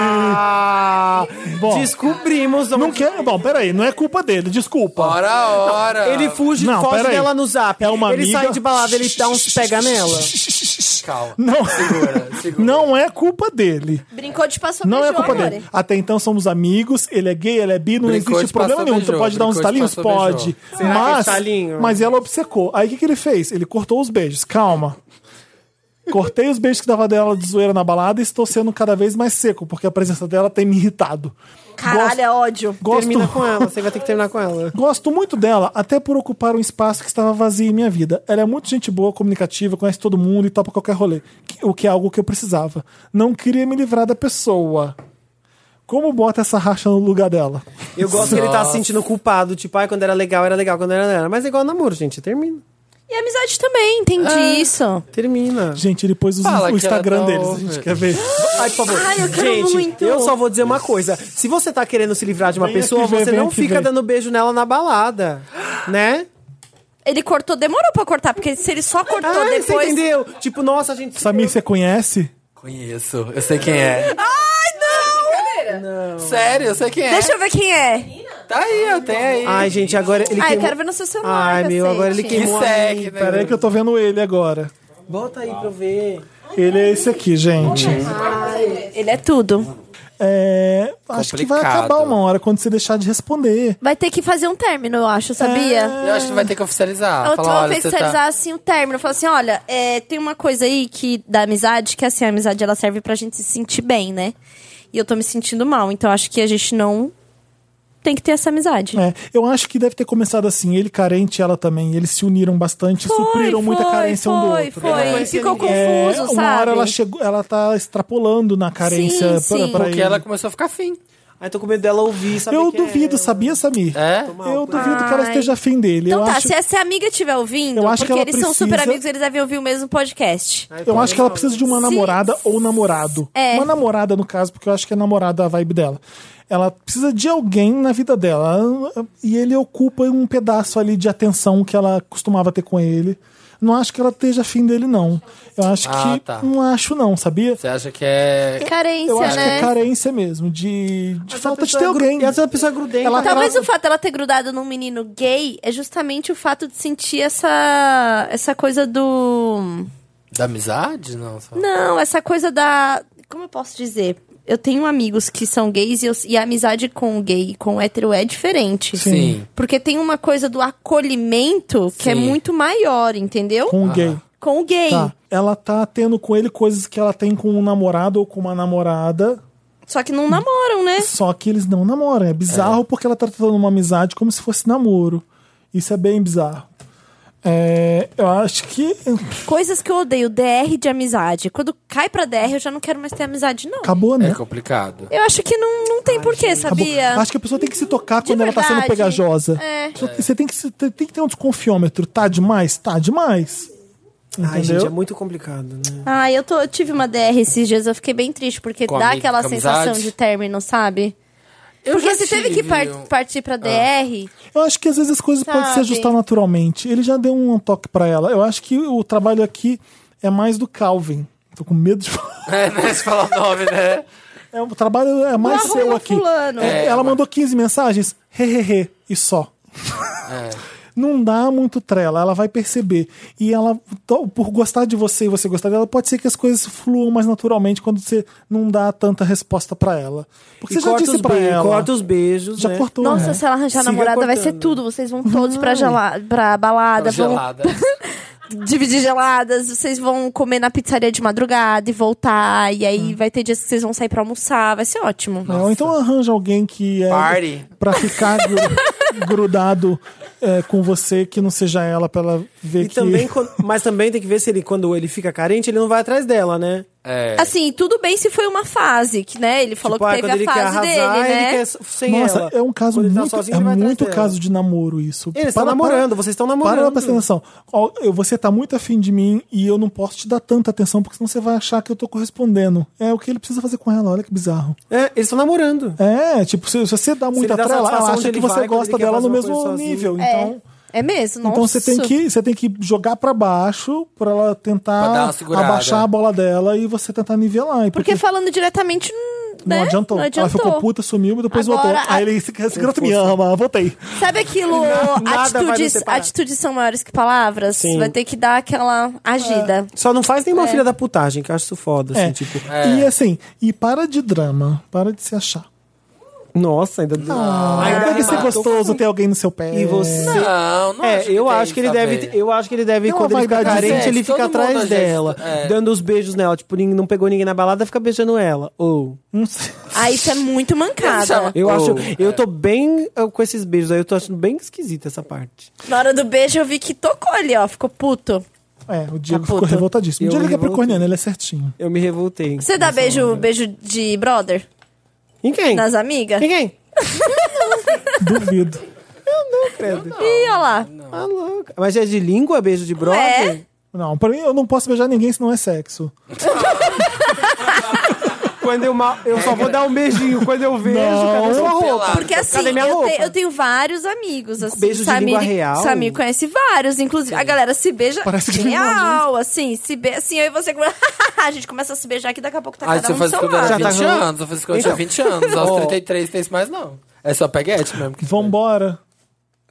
[SPEAKER 3] Ah!
[SPEAKER 2] Bom,
[SPEAKER 3] Descobrimos.
[SPEAKER 2] não quer. Bom, peraí, não é culpa dele, desculpa.
[SPEAKER 1] Ora, ora.
[SPEAKER 3] Ele fuge,
[SPEAKER 2] Não,
[SPEAKER 3] foge
[SPEAKER 2] peraí.
[SPEAKER 3] dela no zap.
[SPEAKER 2] É uma
[SPEAKER 3] ele
[SPEAKER 2] amiga.
[SPEAKER 3] sai de balada, ele dá uns pega nela.
[SPEAKER 1] Calma.
[SPEAKER 2] Não,
[SPEAKER 1] Segura, segura.
[SPEAKER 2] não é culpa dele.
[SPEAKER 4] Brincou de passar
[SPEAKER 2] Não é
[SPEAKER 4] beijão,
[SPEAKER 2] culpa
[SPEAKER 4] amore.
[SPEAKER 2] dele. Até então somos amigos, ele é gay, ele é bi, não
[SPEAKER 1] Brincou
[SPEAKER 2] existe
[SPEAKER 1] de
[SPEAKER 2] problema
[SPEAKER 1] passar
[SPEAKER 2] nenhum. Tu
[SPEAKER 1] beijou,
[SPEAKER 2] pode dar uns
[SPEAKER 1] brincou de
[SPEAKER 2] talinhos?
[SPEAKER 1] passar tá
[SPEAKER 2] Pode.
[SPEAKER 1] beijou.
[SPEAKER 3] Será que é
[SPEAKER 2] mas,
[SPEAKER 3] talinho?
[SPEAKER 2] mas ela obcecou. Aí o que, que ele fez? Ele cortou os beijos. Calma. Cortei os beijos que dava dela de zoeira na balada e estou sendo cada vez mais seco, porque a presença dela tem me irritado.
[SPEAKER 4] Caralho, é ódio.
[SPEAKER 2] Gosto,
[SPEAKER 3] Termina
[SPEAKER 2] gosto,
[SPEAKER 3] com ela, você vai ter que terminar com ela.
[SPEAKER 2] gosto muito dela, até por ocupar um espaço que estava vazio em minha vida. Ela é muito gente boa, comunicativa, conhece todo mundo e topa qualquer rolê, que- o que é algo que eu precisava. Não queria me livrar da pessoa. Como bota essa racha no lugar dela?
[SPEAKER 3] Eu gosto que ele tá se sentindo culpado, tipo, ai, quando era legal, era legal, quando era não era. Mas é igual namoro, gente, termina.
[SPEAKER 4] E amizade também, entendi
[SPEAKER 2] Ah.
[SPEAKER 4] isso.
[SPEAKER 3] Termina.
[SPEAKER 2] Gente, ele pôs os-
[SPEAKER 1] Fala
[SPEAKER 2] o
[SPEAKER 1] que
[SPEAKER 2] Instagram
[SPEAKER 1] ela tá
[SPEAKER 2] deles. A
[SPEAKER 1] ouvindo.
[SPEAKER 2] gente quer ver.
[SPEAKER 3] Ai, por favor.
[SPEAKER 4] Ai, eu quero
[SPEAKER 3] gente,
[SPEAKER 4] muito.
[SPEAKER 3] eu só vou dizer uma coisa. Se você tá querendo se livrar de uma
[SPEAKER 2] Vem
[SPEAKER 3] pessoa,
[SPEAKER 2] aqui ver,
[SPEAKER 3] você
[SPEAKER 2] vem
[SPEAKER 3] não
[SPEAKER 2] aqui
[SPEAKER 3] fica
[SPEAKER 2] ver.
[SPEAKER 3] dando beijo nela na balada, né?
[SPEAKER 4] Ele cortou, demorou pra cortar, porque se ele só cortou
[SPEAKER 3] Ah, você
[SPEAKER 4] depois.
[SPEAKER 3] entendeu? Tipo, nossa, a gente...
[SPEAKER 2] Samir, você conhece?
[SPEAKER 1] Conheço. Eu sei quem é. Sério, eu sei quem é.
[SPEAKER 4] Deixa eu ver quem é.
[SPEAKER 1] Tá aí, eu tenho aí.
[SPEAKER 3] Ai, gente, agora ele
[SPEAKER 4] Ah, eu
[SPEAKER 3] queimou-
[SPEAKER 4] quero ver no seu celular.
[SPEAKER 3] Ai, meu,
[SPEAKER 4] cacete.
[SPEAKER 3] agora ele
[SPEAKER 1] que
[SPEAKER 3] queimou a
[SPEAKER 2] É
[SPEAKER 1] segue,
[SPEAKER 3] amiga.
[SPEAKER 1] né?
[SPEAKER 2] Peraí que eu tô vendo ele agora.
[SPEAKER 3] Bota aí pra eu ver.
[SPEAKER 2] Ele é esse aqui, gente.
[SPEAKER 4] Ele é tudo.
[SPEAKER 2] É, acho que vai
[SPEAKER 1] Complicado.
[SPEAKER 2] acabar uma hora quando você deixar de responder.
[SPEAKER 4] Vai ter que fazer um término, eu acho, sabia?
[SPEAKER 2] É.
[SPEAKER 1] Eu acho que vai ter que
[SPEAKER 4] A
[SPEAKER 1] oficializar. Falar,
[SPEAKER 4] última
[SPEAKER 1] olha,
[SPEAKER 4] vez
[SPEAKER 1] você
[SPEAKER 4] que você
[SPEAKER 1] tá...
[SPEAKER 4] avisar, assim, o término. Falar assim, olha, é, tem uma coisa aí que da amizade, que assim, a amizade ela serve pra gente se sentir bem, né? E eu tô me sentindo mal, então acho que a gente não tem que ter essa amizade.
[SPEAKER 2] É, eu acho que deve ter começado assim, ele carente, ela também. Eles se uniram bastante, supriram muita carência um do
[SPEAKER 4] foi,
[SPEAKER 2] outro.
[SPEAKER 4] Foi,
[SPEAKER 8] É.
[SPEAKER 4] Ficou
[SPEAKER 2] É,
[SPEAKER 4] confuso,
[SPEAKER 2] uma
[SPEAKER 4] sabe?
[SPEAKER 2] hora ela chegou, ela tá extrapolando na carência
[SPEAKER 4] Sim, sim.
[SPEAKER 2] pra, pra
[SPEAKER 4] Porque
[SPEAKER 1] Porque
[SPEAKER 2] ele.
[SPEAKER 1] ela começou a ficar fim.
[SPEAKER 9] Ai, tô com medo dela ouvir, sabe?
[SPEAKER 3] é?
[SPEAKER 2] Eu duvido, sabia, Samir?
[SPEAKER 1] É?
[SPEAKER 2] Eu duvido que ela
[SPEAKER 4] Ai.
[SPEAKER 2] esteja afim dele.
[SPEAKER 4] Então
[SPEAKER 2] eu
[SPEAKER 4] tá,
[SPEAKER 2] acho,
[SPEAKER 4] se essa amiga estiver ouvindo,
[SPEAKER 2] Eu acho que
[SPEAKER 4] porque
[SPEAKER 2] ela
[SPEAKER 4] eles são super
[SPEAKER 2] precisa-
[SPEAKER 4] amigos, eles devem ouvir o mesmo podcast.
[SPEAKER 2] eu acho que ela precisa de uma
[SPEAKER 4] Sim.
[SPEAKER 2] namorada ou namorado.
[SPEAKER 4] É.
[SPEAKER 2] Uma namorada, no caso, porque eu acho que é namorada a vibe dela. Ela precisa de alguém na vida dela. E ele ocupa um pedaço ali de atenção que ela costumava ter com ele. Não acho que ela esteja afim dele, não. Eu acho
[SPEAKER 1] Ah,
[SPEAKER 2] que.
[SPEAKER 1] tá.
[SPEAKER 2] Não acho, não, sabia?
[SPEAKER 1] Você acha que é.
[SPEAKER 4] Carência,
[SPEAKER 2] Eu acho que é
[SPEAKER 4] né?
[SPEAKER 2] carência mesmo, de, de falta de ter alguém.
[SPEAKER 9] E essa pessoa é grudenta.
[SPEAKER 2] Ela-
[SPEAKER 4] Talvez
[SPEAKER 3] tá
[SPEAKER 4] o fato dela ter grudado num menino gay é justamente o fato de sentir essa essa coisa do
[SPEAKER 1] Da amizade? Não. só-
[SPEAKER 4] Não, essa coisa da. Como eu posso dizer? Eu tenho amigos que são gays e, eu- e a amizade com o gay e com o hétero é diferente.
[SPEAKER 1] Sim.
[SPEAKER 4] Porque tem uma coisa do acolhimento que é
[SPEAKER 1] Sim.
[SPEAKER 4] muito maior, entendeu? Com,
[SPEAKER 2] Com o gay.
[SPEAKER 4] o gay.
[SPEAKER 2] Tá. Ela tá tendo com ele coisas que ela tem com um namorado ou com uma namorada.
[SPEAKER 4] Só que não namoram, né?
[SPEAKER 2] Só que eles não namoram. É bizarro porque ela tá tratando uma amizade como se fosse namoro. Isso é bem bizarro. É, eu acho que
[SPEAKER 4] Coisas que eu odeio. DR de amizade. Quando cai pra DR, eu já não quero mais ter amizade, não.
[SPEAKER 2] acabou, né?
[SPEAKER 1] É complicado.
[SPEAKER 4] Eu acho que não, não tem porquê,
[SPEAKER 2] Acabou.
[SPEAKER 4] sabia?
[SPEAKER 2] Acho que a pessoa tem que se tocar
[SPEAKER 4] De
[SPEAKER 2] quando ela tá sendo
[SPEAKER 4] verdade.
[SPEAKER 2] pegajosa.
[SPEAKER 4] É.
[SPEAKER 2] Você tem que, se- tem que ter um desconfiômetro. Tá demais? Tá demais.
[SPEAKER 9] Ai, gente, é
[SPEAKER 2] Entendeu?
[SPEAKER 9] muito complicado, né?
[SPEAKER 4] Ah, eu, tô, eu tive uma DR esses dias, eu fiquei bem triste, porque
[SPEAKER 1] Com
[SPEAKER 4] dá
[SPEAKER 1] amigo,
[SPEAKER 4] aquela
[SPEAKER 1] com
[SPEAKER 4] sensação
[SPEAKER 1] amizade?
[SPEAKER 4] de término, sabe? porque
[SPEAKER 1] já
[SPEAKER 4] você teve que
[SPEAKER 1] tive
[SPEAKER 4] par-
[SPEAKER 1] um-
[SPEAKER 4] partir pra DR.
[SPEAKER 2] Eu acho que às vezes as coisas podem se
[SPEAKER 4] Sabe?
[SPEAKER 2] ajustar naturalmente. Ele já deu um toque pra ela. Eu acho que o trabalho aqui é mais do Calvin. Tô com medo de falar.
[SPEAKER 1] É, né? Se falar o nome, né?
[SPEAKER 2] É, o trabalho é mais
[SPEAKER 4] arruma
[SPEAKER 2] seu aqui.
[SPEAKER 4] fulano.
[SPEAKER 2] É,
[SPEAKER 1] É,
[SPEAKER 2] ela
[SPEAKER 1] mas-
[SPEAKER 2] mandou 15 mensagens, hehehe, e só.
[SPEAKER 9] É.
[SPEAKER 2] Não dá muito trela, ela vai perceber. E ela, to- por gostar de você e você gostar dela, pode ser que as coisas fluam mais naturalmente quando você não dá tanta resposta pra ela. Porque
[SPEAKER 9] E
[SPEAKER 2] você já
[SPEAKER 9] corta
[SPEAKER 2] disse
[SPEAKER 9] os
[SPEAKER 2] pra
[SPEAKER 9] beijos,
[SPEAKER 2] ela.
[SPEAKER 9] corta os beijos,
[SPEAKER 2] já
[SPEAKER 9] né?
[SPEAKER 2] cortou,
[SPEAKER 4] Nossa,
[SPEAKER 2] né?
[SPEAKER 4] se ela arranjar
[SPEAKER 9] Siga
[SPEAKER 4] namorada, vai ser
[SPEAKER 9] cortando.
[SPEAKER 4] tudo. Vocês vão todos pra, gela... pra balada, vão
[SPEAKER 1] Gelada.
[SPEAKER 4] dividir geladas, vocês vão comer na pizzaria de madrugada e voltar. E
[SPEAKER 9] Hum.
[SPEAKER 4] aí vai ter dias que vocês vão sair pra almoçar, vai ser ótimo.
[SPEAKER 2] É, Ou então arranja alguém que é
[SPEAKER 1] Party.
[SPEAKER 2] pra ficar gru- grudado é, com você, que não seja ela, pra ela ver
[SPEAKER 9] E
[SPEAKER 2] que.
[SPEAKER 9] também, quando- mas também tem que ver se ele, quando ele fica carente, ele não vai atrás dela, né?
[SPEAKER 1] É.
[SPEAKER 4] Assim, tudo bem se foi uma fase, que né? Ele falou
[SPEAKER 3] Tipo,
[SPEAKER 9] ah,
[SPEAKER 4] que teve
[SPEAKER 9] quando
[SPEAKER 4] a
[SPEAKER 9] ele
[SPEAKER 4] fase
[SPEAKER 9] quer arrasar,
[SPEAKER 4] dele, né?
[SPEAKER 9] ele quer s- sem
[SPEAKER 2] Nossa,
[SPEAKER 9] ela.
[SPEAKER 2] é um caso
[SPEAKER 9] Quando ele tá
[SPEAKER 2] muito,
[SPEAKER 9] sozinho,
[SPEAKER 2] é
[SPEAKER 9] ele vai atrás
[SPEAKER 2] muito
[SPEAKER 9] dela.
[SPEAKER 2] caso de namoro isso.
[SPEAKER 9] Eles estão
[SPEAKER 2] Para-
[SPEAKER 9] namorando,
[SPEAKER 2] para-
[SPEAKER 9] vocês estão namorando.
[SPEAKER 2] Para pra prestar atenção. Ó, eu- você tá muito afim de mim e eu não posso te dar tanta atenção, porque senão você vai achar que eu tô correspondendo. É o que ele precisa fazer com ela, olha que bizarro.
[SPEAKER 9] É, eles estão namorando.
[SPEAKER 2] É, tipo, se, se você dá muita
[SPEAKER 9] ele dá
[SPEAKER 2] trela, ela
[SPEAKER 9] satisfação onde
[SPEAKER 2] acha que
[SPEAKER 9] ele
[SPEAKER 2] você
[SPEAKER 9] vai, quando
[SPEAKER 2] gosta
[SPEAKER 9] ele quer
[SPEAKER 2] dela
[SPEAKER 9] fazer
[SPEAKER 2] no
[SPEAKER 9] uma
[SPEAKER 2] mesmo
[SPEAKER 9] coisa sozinho.
[SPEAKER 2] nível.
[SPEAKER 4] É.
[SPEAKER 2] Então.
[SPEAKER 4] É mesmo? Nossa.
[SPEAKER 2] Então você tem que você tem que jogar pra baixo pra ela
[SPEAKER 1] Pra dar
[SPEAKER 2] tentar
[SPEAKER 1] uma segurada.
[SPEAKER 2] abaixar a bola dela e você tentar nivelar. E
[SPEAKER 4] Porque falando diretamente, hum,
[SPEAKER 2] não,
[SPEAKER 4] né?
[SPEAKER 2] adiantou.
[SPEAKER 4] Não
[SPEAKER 2] Ela ficou puta, sumiu e depois
[SPEAKER 4] Agora,
[SPEAKER 2] voltou.
[SPEAKER 4] a-
[SPEAKER 2] Aí ele se esse garoto me ama, voltei.
[SPEAKER 4] Sabe aquilo,
[SPEAKER 9] nada vai nos
[SPEAKER 4] atitudes,
[SPEAKER 9] separar.
[SPEAKER 4] atitudes são maiores que palavras? Vai ter que dar aquela agida.
[SPEAKER 9] Só não faz
[SPEAKER 4] É.
[SPEAKER 9] nenhuma filha da putagem, que eu acho isso foda, assim,
[SPEAKER 2] É.
[SPEAKER 9] tipo...
[SPEAKER 2] E assim, e para de drama, para de se achar.
[SPEAKER 9] Nossa, ainda...
[SPEAKER 2] Ah,
[SPEAKER 9] é
[SPEAKER 2] deve ser gostoso ter alguém no seu pé.
[SPEAKER 9] E você...
[SPEAKER 1] Não, não
[SPEAKER 9] É,
[SPEAKER 1] acho
[SPEAKER 9] eu
[SPEAKER 1] tem
[SPEAKER 9] acho que ele
[SPEAKER 1] saber.
[SPEAKER 9] deve, eu acho que ele deve
[SPEAKER 2] Tem uma
[SPEAKER 9] quando ele fica
[SPEAKER 2] vaidade
[SPEAKER 9] carente,
[SPEAKER 1] sexo,
[SPEAKER 9] ele fica
[SPEAKER 1] todo mundo
[SPEAKER 9] atrás
[SPEAKER 1] às vezes-
[SPEAKER 9] dela,
[SPEAKER 1] é.
[SPEAKER 9] dando os beijos nela, tipo, ninguém- não pegou ninguém na balada, fica beijando ela. Ou
[SPEAKER 2] Não sei.
[SPEAKER 4] Ah, isso é muito mancada.
[SPEAKER 1] Chama-
[SPEAKER 9] eu
[SPEAKER 1] Ou,
[SPEAKER 9] acho, eu tô bem eh, com esses beijos aí, eu tô achando bem esquisita essa parte.
[SPEAKER 4] Na hora do beijo, eu vi que tocou ali, ó. Ficou puto.
[SPEAKER 2] É, o Diego
[SPEAKER 4] Tá
[SPEAKER 2] ficou
[SPEAKER 4] puto.
[SPEAKER 2] revoltadíssimo. O
[SPEAKER 9] Eu
[SPEAKER 2] Diego é
[SPEAKER 9] revoltei.
[SPEAKER 2] capricorniano, ele é certinho.
[SPEAKER 9] Eu me revoltei.
[SPEAKER 4] Você dá beijo, beijo de brother?
[SPEAKER 9] Em quem?
[SPEAKER 4] Nas amigas?
[SPEAKER 9] Em quem?
[SPEAKER 2] Duvido.
[SPEAKER 4] Ih, olha lá.
[SPEAKER 3] Tá
[SPEAKER 9] Ah, louca. Mas é de língua, beijo de brother?
[SPEAKER 4] Ué.
[SPEAKER 2] Não, pra mim eu não posso beijar ninguém se não é sexo.
[SPEAKER 9] Quando eu mal, eu só vou dar um beijinho quando eu vejo,
[SPEAKER 2] Não.
[SPEAKER 9] cadê sua roupa?
[SPEAKER 4] Porque assim,
[SPEAKER 9] Cadê minha
[SPEAKER 4] eu,
[SPEAKER 9] roupa?
[SPEAKER 4] te- eu tenho vários amigos, assim.
[SPEAKER 9] Beijo de língua real?
[SPEAKER 4] Samir conhece vários, inclusive. A galera se beija
[SPEAKER 2] Parece que
[SPEAKER 3] é
[SPEAKER 4] real, assim. Se be... Assim, eu e você... come- a gente começa a se beijar aqui, daqui a pouco tá
[SPEAKER 1] Ah,
[SPEAKER 4] cada
[SPEAKER 1] você
[SPEAKER 4] um do
[SPEAKER 1] faz isso
[SPEAKER 4] seu
[SPEAKER 1] quando eu
[SPEAKER 4] lado.
[SPEAKER 9] Já
[SPEAKER 1] era
[SPEAKER 9] tá Então-
[SPEAKER 1] 20
[SPEAKER 9] rolando.
[SPEAKER 1] anos. Eu fiz isso quando eu tinha 20 anos. Aos 33 tem isso mais, não. É só peguete mesmo. que-
[SPEAKER 2] Vambora.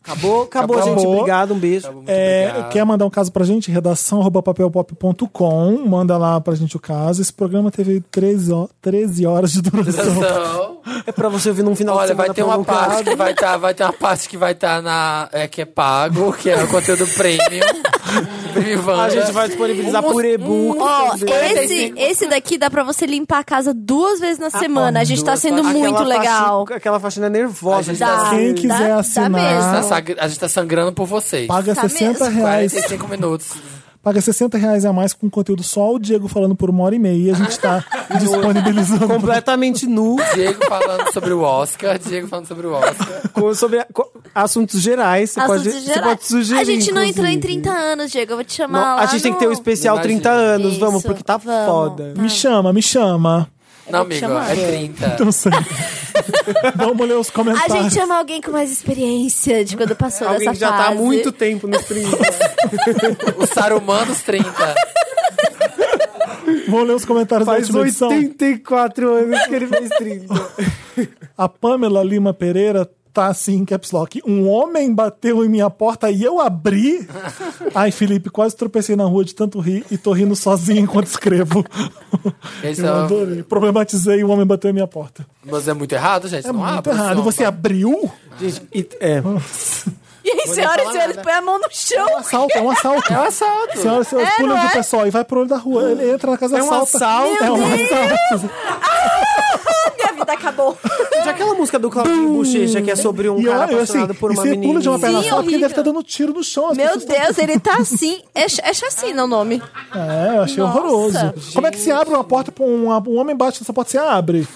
[SPEAKER 3] Acabou, acabou,
[SPEAKER 2] Acabou.
[SPEAKER 3] gente. Obrigado, um beijo.
[SPEAKER 1] Muito
[SPEAKER 2] É,
[SPEAKER 1] obrigado.
[SPEAKER 2] quer mandar um caso pra gente? Redação arroba papelpop.com. Manda lá pra gente o caso. Esse programa teve 13, ho- 13 horas de duração.
[SPEAKER 1] Atenção.
[SPEAKER 3] É pra você vir num
[SPEAKER 2] Então,
[SPEAKER 3] final de
[SPEAKER 1] Olha,
[SPEAKER 3] semana
[SPEAKER 1] vai ter
[SPEAKER 2] um
[SPEAKER 1] uma
[SPEAKER 3] prolongado.
[SPEAKER 1] parte que vai estar, vai ter uma parte que vai estar na é que é pago, que é o conteúdo premium. premium
[SPEAKER 3] A gente vai disponibilizar por e-book.
[SPEAKER 4] Ó, assim, "Hum, esse,
[SPEAKER 1] 45.
[SPEAKER 4] esse daqui dá pra você limpar a casa duas vezes na semana. A gente tá sendo
[SPEAKER 3] Ah, né? Aquela
[SPEAKER 4] muito
[SPEAKER 3] faxi-
[SPEAKER 4] legal.
[SPEAKER 3] Aquela faxina nervosa. tá de dar-
[SPEAKER 4] Dá,
[SPEAKER 2] Quem
[SPEAKER 4] dá-
[SPEAKER 2] quiser
[SPEAKER 4] dá
[SPEAKER 2] assinar-
[SPEAKER 1] Tá
[SPEAKER 4] mesmo.
[SPEAKER 1] sag- A gente tá sangrando por vocês.
[SPEAKER 2] Paga
[SPEAKER 4] Tá
[SPEAKER 2] 60
[SPEAKER 4] mesmo.
[SPEAKER 2] reais.
[SPEAKER 1] 45 minutos.
[SPEAKER 2] Paga 60 reais a mais com conteúdo só o Diego falando por uma hora e meia. E a gente tá disponibilizando.
[SPEAKER 3] completamente nu
[SPEAKER 1] Diego falando sobre o Oscar, Diego falando sobre o Oscar.
[SPEAKER 3] com- sobre a- co- assuntos gerais. Você,
[SPEAKER 4] Assuntos
[SPEAKER 3] pode, você
[SPEAKER 4] gerais.
[SPEAKER 3] pode sugerir.
[SPEAKER 4] A gente não entrou em
[SPEAKER 3] inclusive.
[SPEAKER 4] 30 anos, Diego. Eu vou te
[SPEAKER 3] Não,
[SPEAKER 4] chamar lá.
[SPEAKER 3] a gente tem que ter um
[SPEAKER 4] no-
[SPEAKER 3] especial
[SPEAKER 1] Imagina.
[SPEAKER 3] 30 anos, vamos,
[SPEAKER 4] Isso,
[SPEAKER 3] porque tá
[SPEAKER 4] vamos.
[SPEAKER 3] foda.
[SPEAKER 2] Me chama, me chama.
[SPEAKER 1] Não,
[SPEAKER 4] te
[SPEAKER 1] amigo,
[SPEAKER 4] chamar.
[SPEAKER 1] é 30.
[SPEAKER 2] Não sei. Vamos ler os
[SPEAKER 4] A
[SPEAKER 2] comentários.
[SPEAKER 4] gente chama alguém com mais experiência de quando passou
[SPEAKER 3] Alguém
[SPEAKER 4] dessa
[SPEAKER 3] que já
[SPEAKER 4] fase.
[SPEAKER 3] tá há muito tempo no stream.
[SPEAKER 1] O Saruman dos 30.
[SPEAKER 2] Vamos ler os comentários
[SPEAKER 3] Faz
[SPEAKER 2] da última edição.
[SPEAKER 3] 84 anos que ele fez 30.
[SPEAKER 2] A Pamela Lima Pereira tá assim, em caps lock. Um homem bateu em minha porta e eu abri. Ai, Felipe, quase tropecei na rua de tanto rir e tô rindo sozinho enquanto escrevo.
[SPEAKER 1] Eles
[SPEAKER 2] Eu
[SPEAKER 1] são-
[SPEAKER 2] adorei. Problematizei o homem bateu em minha porta.
[SPEAKER 1] Mas é muito errado, gente.
[SPEAKER 2] É
[SPEAKER 1] não
[SPEAKER 2] muito
[SPEAKER 1] abre,
[SPEAKER 2] errado.
[SPEAKER 1] não,
[SPEAKER 2] Você
[SPEAKER 1] vai.
[SPEAKER 2] abriu?
[SPEAKER 3] Gente, e- é.
[SPEAKER 4] E aí, senhoras e senhores, põe a mão no chão.
[SPEAKER 2] É um assalto, é um assalto.
[SPEAKER 1] É um assalto.
[SPEAKER 2] Senhora, você
[SPEAKER 4] É,
[SPEAKER 2] pula
[SPEAKER 4] não
[SPEAKER 2] do
[SPEAKER 4] é?
[SPEAKER 2] pessoal e vai pro olho da rua. Ele entra na casa
[SPEAKER 3] É um
[SPEAKER 2] assalta.
[SPEAKER 3] assalto.
[SPEAKER 2] É um
[SPEAKER 4] Meu
[SPEAKER 2] assalto.
[SPEAKER 4] Minha vida acabou.
[SPEAKER 3] Gente, aquela música do Claudio Bochecha que é sobre um
[SPEAKER 2] E
[SPEAKER 3] cara
[SPEAKER 2] eu- eu,
[SPEAKER 3] apaixonado por
[SPEAKER 2] e
[SPEAKER 3] uma
[SPEAKER 2] você
[SPEAKER 3] menina.
[SPEAKER 2] pula de uma perna
[SPEAKER 4] Sim,
[SPEAKER 2] só porque ele
[SPEAKER 4] horrível.
[SPEAKER 2] deve estar dando tiro no chão. As
[SPEAKER 4] Meu
[SPEAKER 2] pessoas tão-
[SPEAKER 4] Deus, ele tá assim. É, ch- é chacina o nome.
[SPEAKER 2] É, eu achei
[SPEAKER 4] Nossa.
[SPEAKER 2] horroroso. Como é que se abre uma porta pra um, um homem bate nessa porta? Você abre.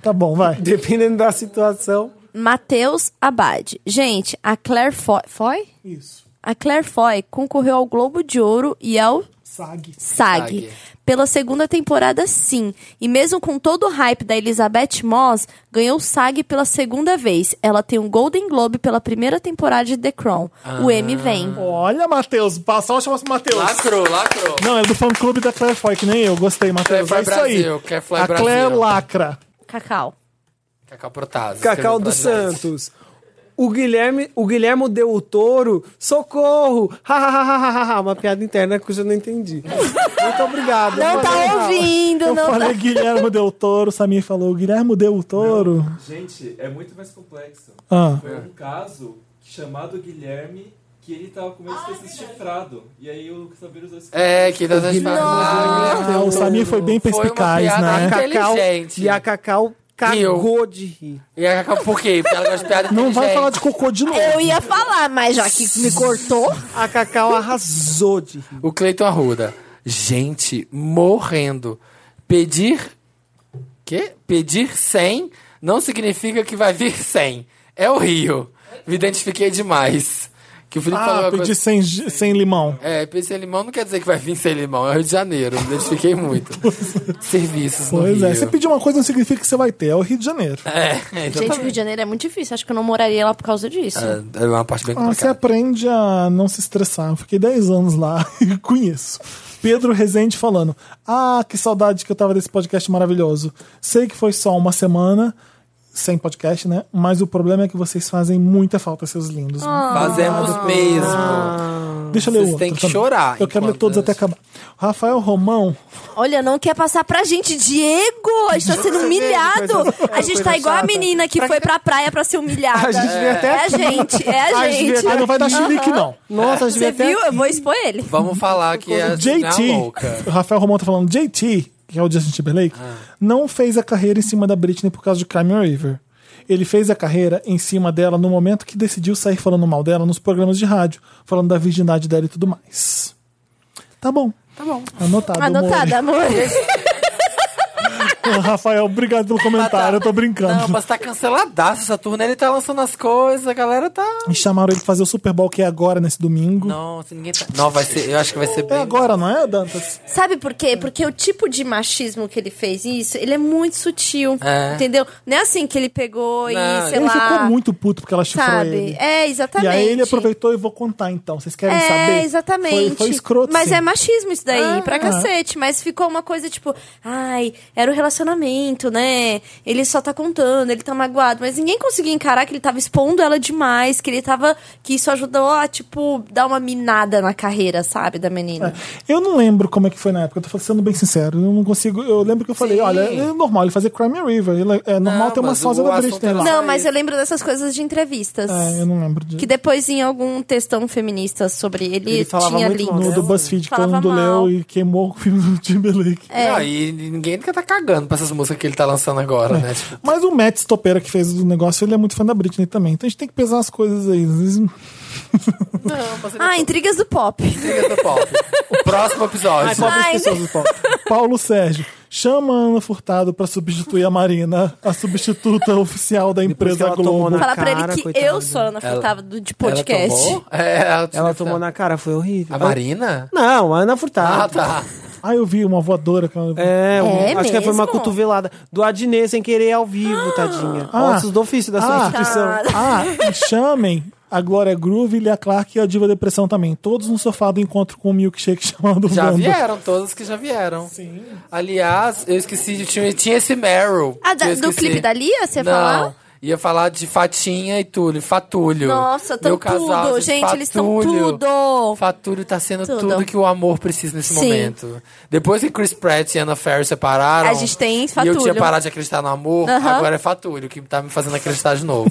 [SPEAKER 2] tá bom, vai.
[SPEAKER 3] Dependendo da situação.
[SPEAKER 4] Matheus Abad. Gente, a Claire Foy... Foy?
[SPEAKER 2] Isso.
[SPEAKER 4] A Claire Foy concorreu ao Globo de Ouro e ao
[SPEAKER 2] Sag.
[SPEAKER 4] SAG.
[SPEAKER 1] SAG.
[SPEAKER 4] Pela segunda temporada, sim. E mesmo com todo o hype da Elizabeth Moss, ganhou o SAG pela segunda vez. Ela tem um Golden Globe pela primeira temporada de The Crown. O M vem.
[SPEAKER 2] Olha, Matheus. Passar o chamado Matheus.
[SPEAKER 1] Lacrou, lacrou.
[SPEAKER 2] Não, é do fã clube da Claire Foy, que nem eu. Gostei, Matheus.
[SPEAKER 1] Claire
[SPEAKER 2] É isso
[SPEAKER 1] Foy Brasil,
[SPEAKER 2] aí.
[SPEAKER 1] Claire Foy
[SPEAKER 2] a Claire
[SPEAKER 1] Brasil.
[SPEAKER 2] lacra.
[SPEAKER 4] Cacau.
[SPEAKER 1] Cacau Protásio.
[SPEAKER 3] Cacau dos Santos. O Guilherme, o Guilherme deu o touro, socorro! Ha, ha, ha, ha, ha, ha, uma piada interna que eu já não entendi. Muito obrigado.
[SPEAKER 4] Não
[SPEAKER 3] Valeu,
[SPEAKER 4] tá
[SPEAKER 3] Rafa.
[SPEAKER 4] ouvindo,
[SPEAKER 2] Eu
[SPEAKER 4] não tá...
[SPEAKER 2] falei Guilherme Del Toro. Samir falou Guilherme Del Toro.
[SPEAKER 5] Gente, é muito mais complexo.
[SPEAKER 2] Ah.
[SPEAKER 5] Foi um caso chamado Guilherme que ele tava com medo de ter sido chifrado. E aí o Saber usou esse
[SPEAKER 1] É, que das as
[SPEAKER 2] Ah, o Samir foi bem
[SPEAKER 1] Foi uma
[SPEAKER 2] perspicaz,
[SPEAKER 1] piada
[SPEAKER 2] né?
[SPEAKER 1] arca-
[SPEAKER 3] Cacau,
[SPEAKER 1] Inteligente.
[SPEAKER 3] e a Cacau cagou de rir.
[SPEAKER 1] E a Cacau, por quê? Porque ela gosta de piada
[SPEAKER 2] Não vai
[SPEAKER 1] inteligente.
[SPEAKER 2] falar de cocô de novo.
[SPEAKER 4] Eu ia falar, mas já que me cortou.
[SPEAKER 3] A Cacau arrasou de rir.
[SPEAKER 1] O Cleiton Arruda. Gente, morrendo. Pedir. Quê? Pedir 100 não significa que vai vir 100. É o Rio. Me identifiquei demais. Que o Felipe falou
[SPEAKER 2] Ah,
[SPEAKER 1] uma
[SPEAKER 2] pedi
[SPEAKER 1] coisa.
[SPEAKER 2] sem, gi- sem limão.
[SPEAKER 1] É, pedir sem limão não quer dizer que vai vir sem limão. É o Rio de Janeiro. Me identifiquei muito. Serviços no
[SPEAKER 2] é. Pois
[SPEAKER 1] Rio.
[SPEAKER 2] é, você pedir uma coisa não significa que você vai ter, é o Rio de Janeiro.
[SPEAKER 1] É, então
[SPEAKER 4] Gente, o Rio de Janeiro é muito difícil. Acho que eu não moraria lá por causa disso.
[SPEAKER 1] tá- é uma parte bem
[SPEAKER 2] Ah, você
[SPEAKER 1] complicada.
[SPEAKER 2] aprende a não se estressar. Eu fiquei 10 anos lá e conheço. Pedro Rezende falando: Ah, que saudade que eu tava desse podcast maravilhoso. Sei que foi só uma semana sem podcast, né? Mas o problema é que vocês fazem muita falta, seus lindos.
[SPEAKER 1] Ah.
[SPEAKER 2] Ah.
[SPEAKER 1] Fazemos mesmo.
[SPEAKER 2] Deixa eu ler o
[SPEAKER 1] Vocês
[SPEAKER 2] outro.
[SPEAKER 1] têm que
[SPEAKER 2] também.
[SPEAKER 1] chorar
[SPEAKER 2] Eu quero ler
[SPEAKER 1] enquanto
[SPEAKER 2] todos
[SPEAKER 1] isso.
[SPEAKER 2] até acabar. Rafael Romão
[SPEAKER 4] Olha, não quer passar pra gente. Diego, a gente tá sendo humilhado. A gente tá igual a menina que foi pra praia pra ser humilhada.
[SPEAKER 3] A gente veio até
[SPEAKER 4] É a
[SPEAKER 3] aqui.
[SPEAKER 4] gente, é a
[SPEAKER 3] gente veio
[SPEAKER 4] gente.
[SPEAKER 2] Ah, não vai dar chilique, não.
[SPEAKER 3] Nossa, a gente
[SPEAKER 4] Você
[SPEAKER 3] veio até
[SPEAKER 4] viu? Eu vou expor ele.
[SPEAKER 1] Vamos falar que é
[SPEAKER 2] JT,
[SPEAKER 1] Não é louca.
[SPEAKER 2] o Rafael Romão tá falando, JT, que é o Justin Timberlake, não fez a carreira em cima da Britney por causa de Crime River. Ele fez a carreira em cima dela no momento que decidiu sair falando mal dela nos programas de rádio, falando da virgindade dela e tudo mais. Tá bom. Tá bom. Anotado.
[SPEAKER 4] Anotada, amor.
[SPEAKER 2] amor. Rafael, obrigado pelo comentário, eu tô brincando.
[SPEAKER 1] Não, mas tá canceladaço essa turma. Ele tá lançando as coisas, a galera tá.
[SPEAKER 2] Me chamaram ele pra fazer o Super Bowl, que é agora, nesse domingo.
[SPEAKER 1] Nossa, ninguém tá. Não, vai ser. Eu acho que vai ser bem.
[SPEAKER 2] É agora, não é, Dantas?
[SPEAKER 4] Sabe por quê? Porque o tipo de machismo que ele fez isso, ele é muito sutil.
[SPEAKER 1] É.
[SPEAKER 4] Entendeu? Não é assim que ele pegou
[SPEAKER 1] Não.
[SPEAKER 4] e, sei
[SPEAKER 2] Ele
[SPEAKER 4] lá.
[SPEAKER 2] ficou muito puto porque ela chifrou
[SPEAKER 4] sabe?
[SPEAKER 2] ele.
[SPEAKER 4] É,
[SPEAKER 2] E
[SPEAKER 4] exatamente.
[SPEAKER 2] aí ele aproveitou e vou contar então. Vocês querem
[SPEAKER 4] é,
[SPEAKER 2] saber?
[SPEAKER 4] exatamente.
[SPEAKER 2] Foi, foi escroto.
[SPEAKER 4] Mas
[SPEAKER 2] sim.
[SPEAKER 4] é machismo isso daí, pra
[SPEAKER 2] é.
[SPEAKER 4] cacete. Mas ficou uma coisa tipo, ai, era o relacionamento, né? Ele só tá contando, ele tá magoado. Mas ninguém conseguia encarar que ele tava expondo ela demais, que ele tava. que isso ajudou a, tipo, dar uma minada na carreira, sabe, da menina.
[SPEAKER 2] Eu não lembro como é que foi na época, eu tô sendo bem sincero. Eu não consigo. Eu lembro que eu falei,
[SPEAKER 1] Sim.
[SPEAKER 2] olha, é normal ele fazer Crime River. ele- é normal
[SPEAKER 1] Não,
[SPEAKER 2] ter uma
[SPEAKER 1] mas
[SPEAKER 2] sósia
[SPEAKER 1] o
[SPEAKER 2] da
[SPEAKER 1] assunto é
[SPEAKER 2] Britney.
[SPEAKER 1] lá.
[SPEAKER 4] Não, mas eu lembro dessas coisas de entrevistas.
[SPEAKER 2] É, eu não lembro disso.
[SPEAKER 4] Que depois em algum textão feminista sobre ele,
[SPEAKER 9] Ele falava
[SPEAKER 4] tinha
[SPEAKER 9] muito
[SPEAKER 4] link.
[SPEAKER 9] mal
[SPEAKER 2] No,
[SPEAKER 9] dela,
[SPEAKER 2] do BuzzFeed, que todo
[SPEAKER 4] Falava
[SPEAKER 2] mundo
[SPEAKER 4] mal.
[SPEAKER 2] leu e queimou o filme do Timberlake.
[SPEAKER 1] Não, e ninguém quer tá cagando pra essas músicas que ele tá lançando agora, né? Tipo,
[SPEAKER 2] Mas o Matt Stopera que fez o negócio, ele é muito fã da Britney também. Então a gente tem que pesar as coisas aí. Às vezes-
[SPEAKER 1] não, você
[SPEAKER 4] Ah, intrigas do pop.
[SPEAKER 1] liga do pop. O próximo episódio.
[SPEAKER 9] Pobres
[SPEAKER 4] Ai,
[SPEAKER 9] pessoas do pop.
[SPEAKER 2] Paulo Sérgio, chama a Ana Furtado pra substituir a Marina, a substituta oficial da
[SPEAKER 9] que
[SPEAKER 2] empresa
[SPEAKER 9] ela tomou
[SPEAKER 2] Globo.
[SPEAKER 1] né?
[SPEAKER 9] na-
[SPEAKER 4] Falar pra ele
[SPEAKER 9] Cara,
[SPEAKER 4] que
[SPEAKER 9] coitada.
[SPEAKER 4] eu sou a Ana Furtado do- de podcast.
[SPEAKER 1] Ela tomou? É, ela,
[SPEAKER 9] Ela tomou na cara, foi horrível.
[SPEAKER 1] A Marina?
[SPEAKER 9] Não, a Ana
[SPEAKER 1] Ah,
[SPEAKER 9] Furtado.
[SPEAKER 1] tá.
[SPEAKER 2] Ah, eu vi uma voadora. que ela-
[SPEAKER 9] É, um-
[SPEAKER 4] É
[SPEAKER 9] acho que foi uma
[SPEAKER 4] mesmo?
[SPEAKER 9] cotovelada do Adnet sem querer ao vivo, tadinha.
[SPEAKER 2] Ah.
[SPEAKER 9] Ossos do ofício da sua
[SPEAKER 2] Ah.
[SPEAKER 9] instituição.
[SPEAKER 4] Tá.
[SPEAKER 2] Ah, e chamem a Glória Groove, Lia Clark e a Diva Depressão também. Todos no sofá do encontro com o milkshake chamado
[SPEAKER 1] Já
[SPEAKER 2] Wanda.
[SPEAKER 1] vieram, todas que já vieram. Sim. Aliás, eu esqueci, de- tinha, tinha esse Meryl.
[SPEAKER 4] Ah, da-
[SPEAKER 1] que eu
[SPEAKER 4] do
[SPEAKER 1] esqueci.
[SPEAKER 4] clipe da Lia, você ia
[SPEAKER 1] Não,
[SPEAKER 4] falar?
[SPEAKER 1] Ia falar de Fatinha e Túlio, Fatulho.
[SPEAKER 4] Nossa, tão
[SPEAKER 1] Meu casal,
[SPEAKER 4] tudo, gente, eles tão
[SPEAKER 1] Fatulho.
[SPEAKER 4] tudo.
[SPEAKER 1] Fatulho tá sendo
[SPEAKER 4] Tudo.
[SPEAKER 1] tudo. que o amor precisa nesse
[SPEAKER 4] Sim.
[SPEAKER 1] momento. Depois que Chris Pratt e Anna Faris separaram...
[SPEAKER 4] A gente tem
[SPEAKER 1] E eu tinha
[SPEAKER 4] Fatulho.
[SPEAKER 1] parado de acreditar no amor,
[SPEAKER 4] Aham.
[SPEAKER 1] agora é Fatulho, que tá me fazendo acreditar de novo.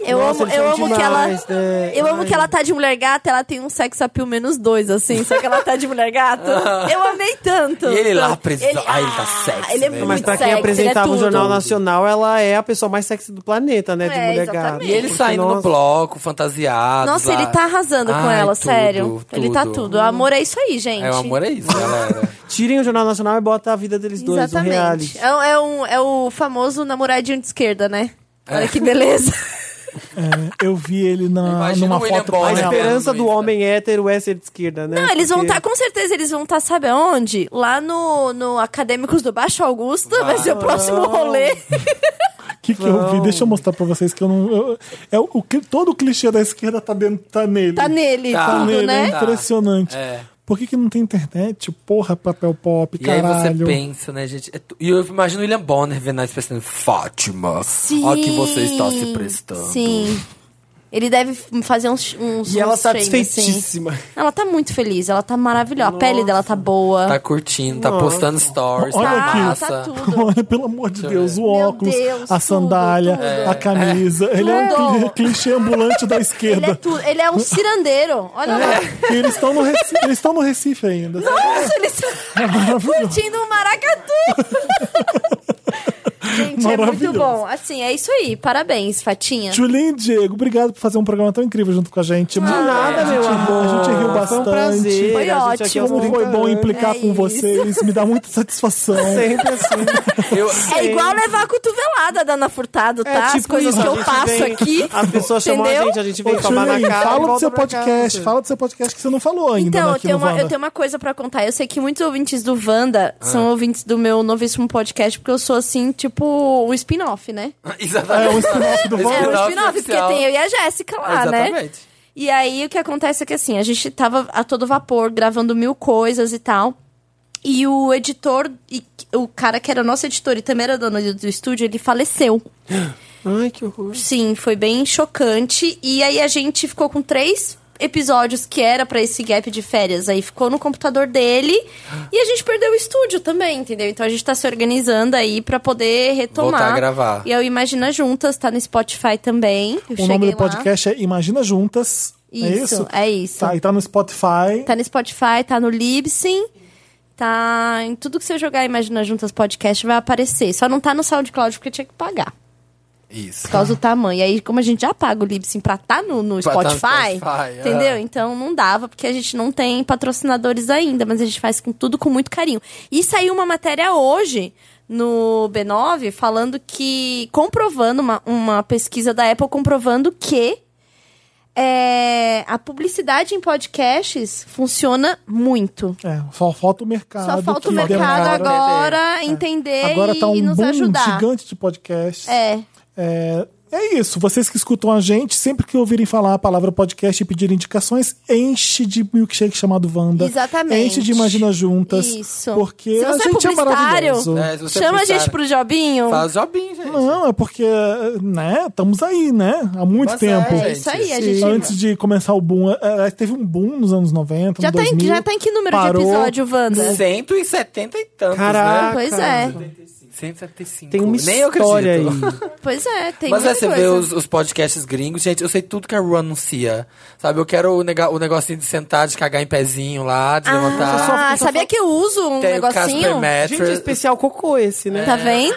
[SPEAKER 4] Eu
[SPEAKER 9] Nossa,
[SPEAKER 4] amo,
[SPEAKER 9] eles
[SPEAKER 4] eu
[SPEAKER 9] são
[SPEAKER 4] amo que ela.
[SPEAKER 9] demais, né?
[SPEAKER 4] Eu amo
[SPEAKER 9] Ai.
[SPEAKER 4] que ela tá de mulher gata, ela tem um sex appeal menos dois, assim, só que ela tá de mulher gata. eu amei tanto.
[SPEAKER 1] E ele lá preso. Ah, ele tá
[SPEAKER 4] ah,
[SPEAKER 1] sexy,
[SPEAKER 4] Ele é
[SPEAKER 1] né?
[SPEAKER 4] muito
[SPEAKER 9] Mas pra
[SPEAKER 4] sexy,
[SPEAKER 9] quem
[SPEAKER 4] ele é
[SPEAKER 9] apresentava o
[SPEAKER 4] tudo.
[SPEAKER 9] Jornal Nacional, ela é a pessoa mais sexy do planeta, né? De
[SPEAKER 4] É,
[SPEAKER 9] mulher
[SPEAKER 4] exatamente.
[SPEAKER 9] gata.
[SPEAKER 1] E ele
[SPEAKER 9] Porque,
[SPEAKER 1] saindo no
[SPEAKER 9] nossa,
[SPEAKER 1] bloco, fantasiado.
[SPEAKER 4] Nossa,
[SPEAKER 1] lá.
[SPEAKER 4] ele tá arrasando com
[SPEAKER 1] Ai,
[SPEAKER 4] ela,
[SPEAKER 1] tudo,
[SPEAKER 4] sério. Ele tá tudo. O amor é isso aí, gente.
[SPEAKER 1] É, o amor é isso, galera.
[SPEAKER 9] Tirem o Jornal Nacional e bota a vida deles dois, o
[SPEAKER 4] Exatamente.
[SPEAKER 9] reality.
[SPEAKER 4] É, um- é um, é o famoso namoradinho de esquerda, né? Olha que beleza.
[SPEAKER 2] É, eu vi ele na-
[SPEAKER 1] Imagina
[SPEAKER 2] numa
[SPEAKER 1] o William
[SPEAKER 2] foto
[SPEAKER 1] Bonner.
[SPEAKER 9] A
[SPEAKER 1] Olha,
[SPEAKER 2] painel.
[SPEAKER 9] esperança
[SPEAKER 1] mano,
[SPEAKER 9] do
[SPEAKER 1] isso.
[SPEAKER 9] homem hétero é ser de esquerda, né?
[SPEAKER 4] Não, eles vão tá
[SPEAKER 9] Porque-
[SPEAKER 4] estar, com certeza, eles vão estar, sabe aonde? Lá no, no Acadêmicos do Baixo Augusto, vai ser o
[SPEAKER 1] Ah.
[SPEAKER 4] próximo rolê.
[SPEAKER 2] O que, que eu vi? Deixa eu mostrar pra vocês que eu não. eu- é o, o que- todo o clichê da esquerda tá dentro, tá nele.
[SPEAKER 4] Tá nele,
[SPEAKER 1] Tá
[SPEAKER 4] tudo,
[SPEAKER 2] nele,
[SPEAKER 4] né?
[SPEAKER 2] é impressionante.
[SPEAKER 1] É.
[SPEAKER 2] Por que, que não tem internet? Porra, papel pop,
[SPEAKER 1] E aí
[SPEAKER 2] caralho.
[SPEAKER 1] você pensa, né, gente? É tu- E eu imagino o William Bonner vendo isso pensando, Fátima,
[SPEAKER 4] Sim.
[SPEAKER 1] olha que você está se prestando.
[SPEAKER 4] Sim. Ele deve f- fazer uns. uns
[SPEAKER 9] E ela
[SPEAKER 1] tá
[SPEAKER 4] uns frames, assim.
[SPEAKER 9] satisfeitíssima.
[SPEAKER 4] Ela tá muito feliz, ela tá maravilhosa. A pele dela tá boa.
[SPEAKER 1] Tá curtindo, tá postando stories,
[SPEAKER 2] Olha
[SPEAKER 1] tá
[SPEAKER 2] aqui.
[SPEAKER 1] massa.
[SPEAKER 4] tá tudo.
[SPEAKER 2] Olha, pelo amor de Deus, o óculos,
[SPEAKER 4] Deus,
[SPEAKER 2] a
[SPEAKER 4] tudo,
[SPEAKER 2] sandália,
[SPEAKER 4] tudo.
[SPEAKER 1] É.
[SPEAKER 2] a camisa. Ele é um cli-
[SPEAKER 4] Tudo.
[SPEAKER 2] clichê ambulante da
[SPEAKER 4] Ele é
[SPEAKER 2] esquerda.
[SPEAKER 4] tudo. Ele é um cirandeiro. Olha lá.
[SPEAKER 1] É.
[SPEAKER 2] E eles estão no Recife, eles estão no Recife ainda.
[SPEAKER 4] Nossa, ele está
[SPEAKER 2] Maravilhoso.
[SPEAKER 4] curtindo um maracatu. Gente, é muito
[SPEAKER 2] Maravilhoso.
[SPEAKER 4] bom. Assim, é isso aí. Parabéns, Fatinha.
[SPEAKER 2] Julinho e Diego, obrigado por fazer um programa tão incrível junto com a gente.
[SPEAKER 9] De
[SPEAKER 4] Ah, é.
[SPEAKER 9] nada, meu amor.
[SPEAKER 2] A gente riu
[SPEAKER 9] Foi um
[SPEAKER 2] bastante.
[SPEAKER 9] prazer.
[SPEAKER 4] Foi
[SPEAKER 9] A gente aqui é um
[SPEAKER 4] ótimo.
[SPEAKER 9] aos
[SPEAKER 2] Como
[SPEAKER 9] 30
[SPEAKER 2] foi bom
[SPEAKER 9] anos.
[SPEAKER 2] implicar
[SPEAKER 4] É
[SPEAKER 2] com
[SPEAKER 4] isso.
[SPEAKER 2] vocês, me dá muita satisfação.
[SPEAKER 9] Sempre assim.
[SPEAKER 1] Eu,
[SPEAKER 4] É igual levar a cotovelada da Ana Furtado, tá?
[SPEAKER 9] É tipo
[SPEAKER 4] As coisas
[SPEAKER 9] isso,
[SPEAKER 4] que
[SPEAKER 9] a
[SPEAKER 4] eu
[SPEAKER 9] gente
[SPEAKER 4] passo
[SPEAKER 9] vem-
[SPEAKER 4] aqui.
[SPEAKER 9] As pessoas chamam a
[SPEAKER 4] entendeu?
[SPEAKER 9] gente, a gente
[SPEAKER 2] Ô,
[SPEAKER 9] vem tomar na
[SPEAKER 2] Julinho,
[SPEAKER 9] cara. e
[SPEAKER 2] fala do
[SPEAKER 9] volta
[SPEAKER 2] seu
[SPEAKER 9] pra
[SPEAKER 2] podcast,
[SPEAKER 9] casa.
[SPEAKER 2] fala do seu podcast que você não
[SPEAKER 9] tá
[SPEAKER 2] falou ainda
[SPEAKER 4] Então,
[SPEAKER 2] né,
[SPEAKER 4] eu
[SPEAKER 2] aqui
[SPEAKER 4] tenho,
[SPEAKER 2] no
[SPEAKER 4] uma, eu
[SPEAKER 2] Wanda.
[SPEAKER 4] tenho uma coisa pra contar. Eu sei que muitos ouvintes do Wanda
[SPEAKER 9] Ah.
[SPEAKER 4] são ouvintes do meu novíssimo podcast, porque eu sou, assim, tipo, um spin-off, né?
[SPEAKER 2] É,
[SPEAKER 1] exatamente.
[SPEAKER 2] o spin-off do
[SPEAKER 4] É,
[SPEAKER 2] Wanda.
[SPEAKER 4] um
[SPEAKER 1] Spin-off
[SPEAKER 4] spin-off, porque
[SPEAKER 1] oficial.
[SPEAKER 4] tem eu e a Jéssica lá, né?
[SPEAKER 1] exatamente.
[SPEAKER 4] E aí, o que acontece é que, assim, a gente tava a todo vapor, gravando mil coisas e tal. E o editor, e o cara que era nosso editor e também era dono do- do estúdio, ele faleceu.
[SPEAKER 9] Ai, que horror.
[SPEAKER 4] Sim, foi bem chocante. E aí a gente ficou com três episódios que era pra esse gap de férias. Aí ficou no computador dele e a gente perdeu o estúdio também, entendeu? Então a gente tá se organizando aí pra poder retomar.
[SPEAKER 1] Voltar a gravar.
[SPEAKER 4] E é o Imagina Juntas, tá no Spotify também. Eu
[SPEAKER 2] O
[SPEAKER 4] cheguei
[SPEAKER 2] nome do
[SPEAKER 4] lá.
[SPEAKER 2] podcast é Imagina Juntas. é
[SPEAKER 4] Isso,
[SPEAKER 2] isso?
[SPEAKER 4] é isso.
[SPEAKER 2] Tá, e tá no Spotify.
[SPEAKER 4] Tá no Spotify, tá no Libsyn. Tá em tudo que você jogar Imagina Juntas Podcast vai aparecer. Só não tá no SoundCloud porque tinha que pagar.
[SPEAKER 1] Isso.
[SPEAKER 4] por causa do tamanho. Aí, como a gente já paga o Libsyn pra tá no, no
[SPEAKER 1] Pra tá no
[SPEAKER 4] Spotify,
[SPEAKER 1] Spotify, é.
[SPEAKER 4] entendeu? Então não dava, porque a gente não tem patrocinadores ainda, mas a gente faz com tudo com muito carinho. E saiu uma matéria hoje no B9 falando que. comprovando uma, uma pesquisa da Apple comprovando que. é, a publicidade em podcasts funciona muito.
[SPEAKER 2] É, só falta o mercado.
[SPEAKER 4] Só falta o
[SPEAKER 2] que
[SPEAKER 4] mercado
[SPEAKER 2] demora.
[SPEAKER 4] agora entender
[SPEAKER 2] Agora
[SPEAKER 4] e
[SPEAKER 2] tá um
[SPEAKER 4] nos
[SPEAKER 2] boom
[SPEAKER 4] ajudar.
[SPEAKER 2] gigante de podcasts.
[SPEAKER 4] É.
[SPEAKER 2] É, É isso. Vocês que escutam a gente, sempre que ouvirem falar a palavra podcast e pedirem indicações, enche de milkshake chamado Wanda.
[SPEAKER 4] Exatamente.
[SPEAKER 2] Enche de Imagina Juntas.
[SPEAKER 4] Isso.
[SPEAKER 2] Porque
[SPEAKER 4] Se
[SPEAKER 2] a
[SPEAKER 4] você é
[SPEAKER 2] gente é
[SPEAKER 4] publicitário,
[SPEAKER 2] maravilhoso.
[SPEAKER 1] É, se você
[SPEAKER 4] Chama a
[SPEAKER 1] precisar-
[SPEAKER 4] gente pro Jobinho.
[SPEAKER 1] Faz jobinho, gente.
[SPEAKER 2] Não, é porque, né, estamos aí, né? Há muito
[SPEAKER 1] Mas
[SPEAKER 2] tempo.
[SPEAKER 1] é,
[SPEAKER 4] É isso aí, a
[SPEAKER 1] Sim.
[SPEAKER 4] gente.
[SPEAKER 2] Antes de começar o boom, é, é, teve um boom nos anos 90,
[SPEAKER 4] já,
[SPEAKER 2] no
[SPEAKER 4] tá em,
[SPEAKER 2] 2000.
[SPEAKER 4] já tá em que número
[SPEAKER 2] parou.
[SPEAKER 4] de episódio, Wanda?
[SPEAKER 1] 170 e tantos,
[SPEAKER 3] Caraca.
[SPEAKER 1] né?
[SPEAKER 4] Pois é,
[SPEAKER 1] 175.
[SPEAKER 3] Tem uma
[SPEAKER 1] Nem eu
[SPEAKER 3] história aí.
[SPEAKER 1] acredito.
[SPEAKER 4] pois é, tem
[SPEAKER 1] Mas é,
[SPEAKER 4] muita
[SPEAKER 1] você
[SPEAKER 4] coisa.
[SPEAKER 1] vê os, os podcasts gringos, gente, eu sei tudo que a Ru anuncia. Sabe, eu quero o, nega- o negocinho de sentar, de cagar em pezinho lá, de levantar.
[SPEAKER 4] Ah, sabia que eu uso um
[SPEAKER 1] tem o Casper
[SPEAKER 4] negocinho?
[SPEAKER 3] Gente, é
[SPEAKER 1] Mattress,
[SPEAKER 3] especial cocô esse, né?
[SPEAKER 4] Tá vendo?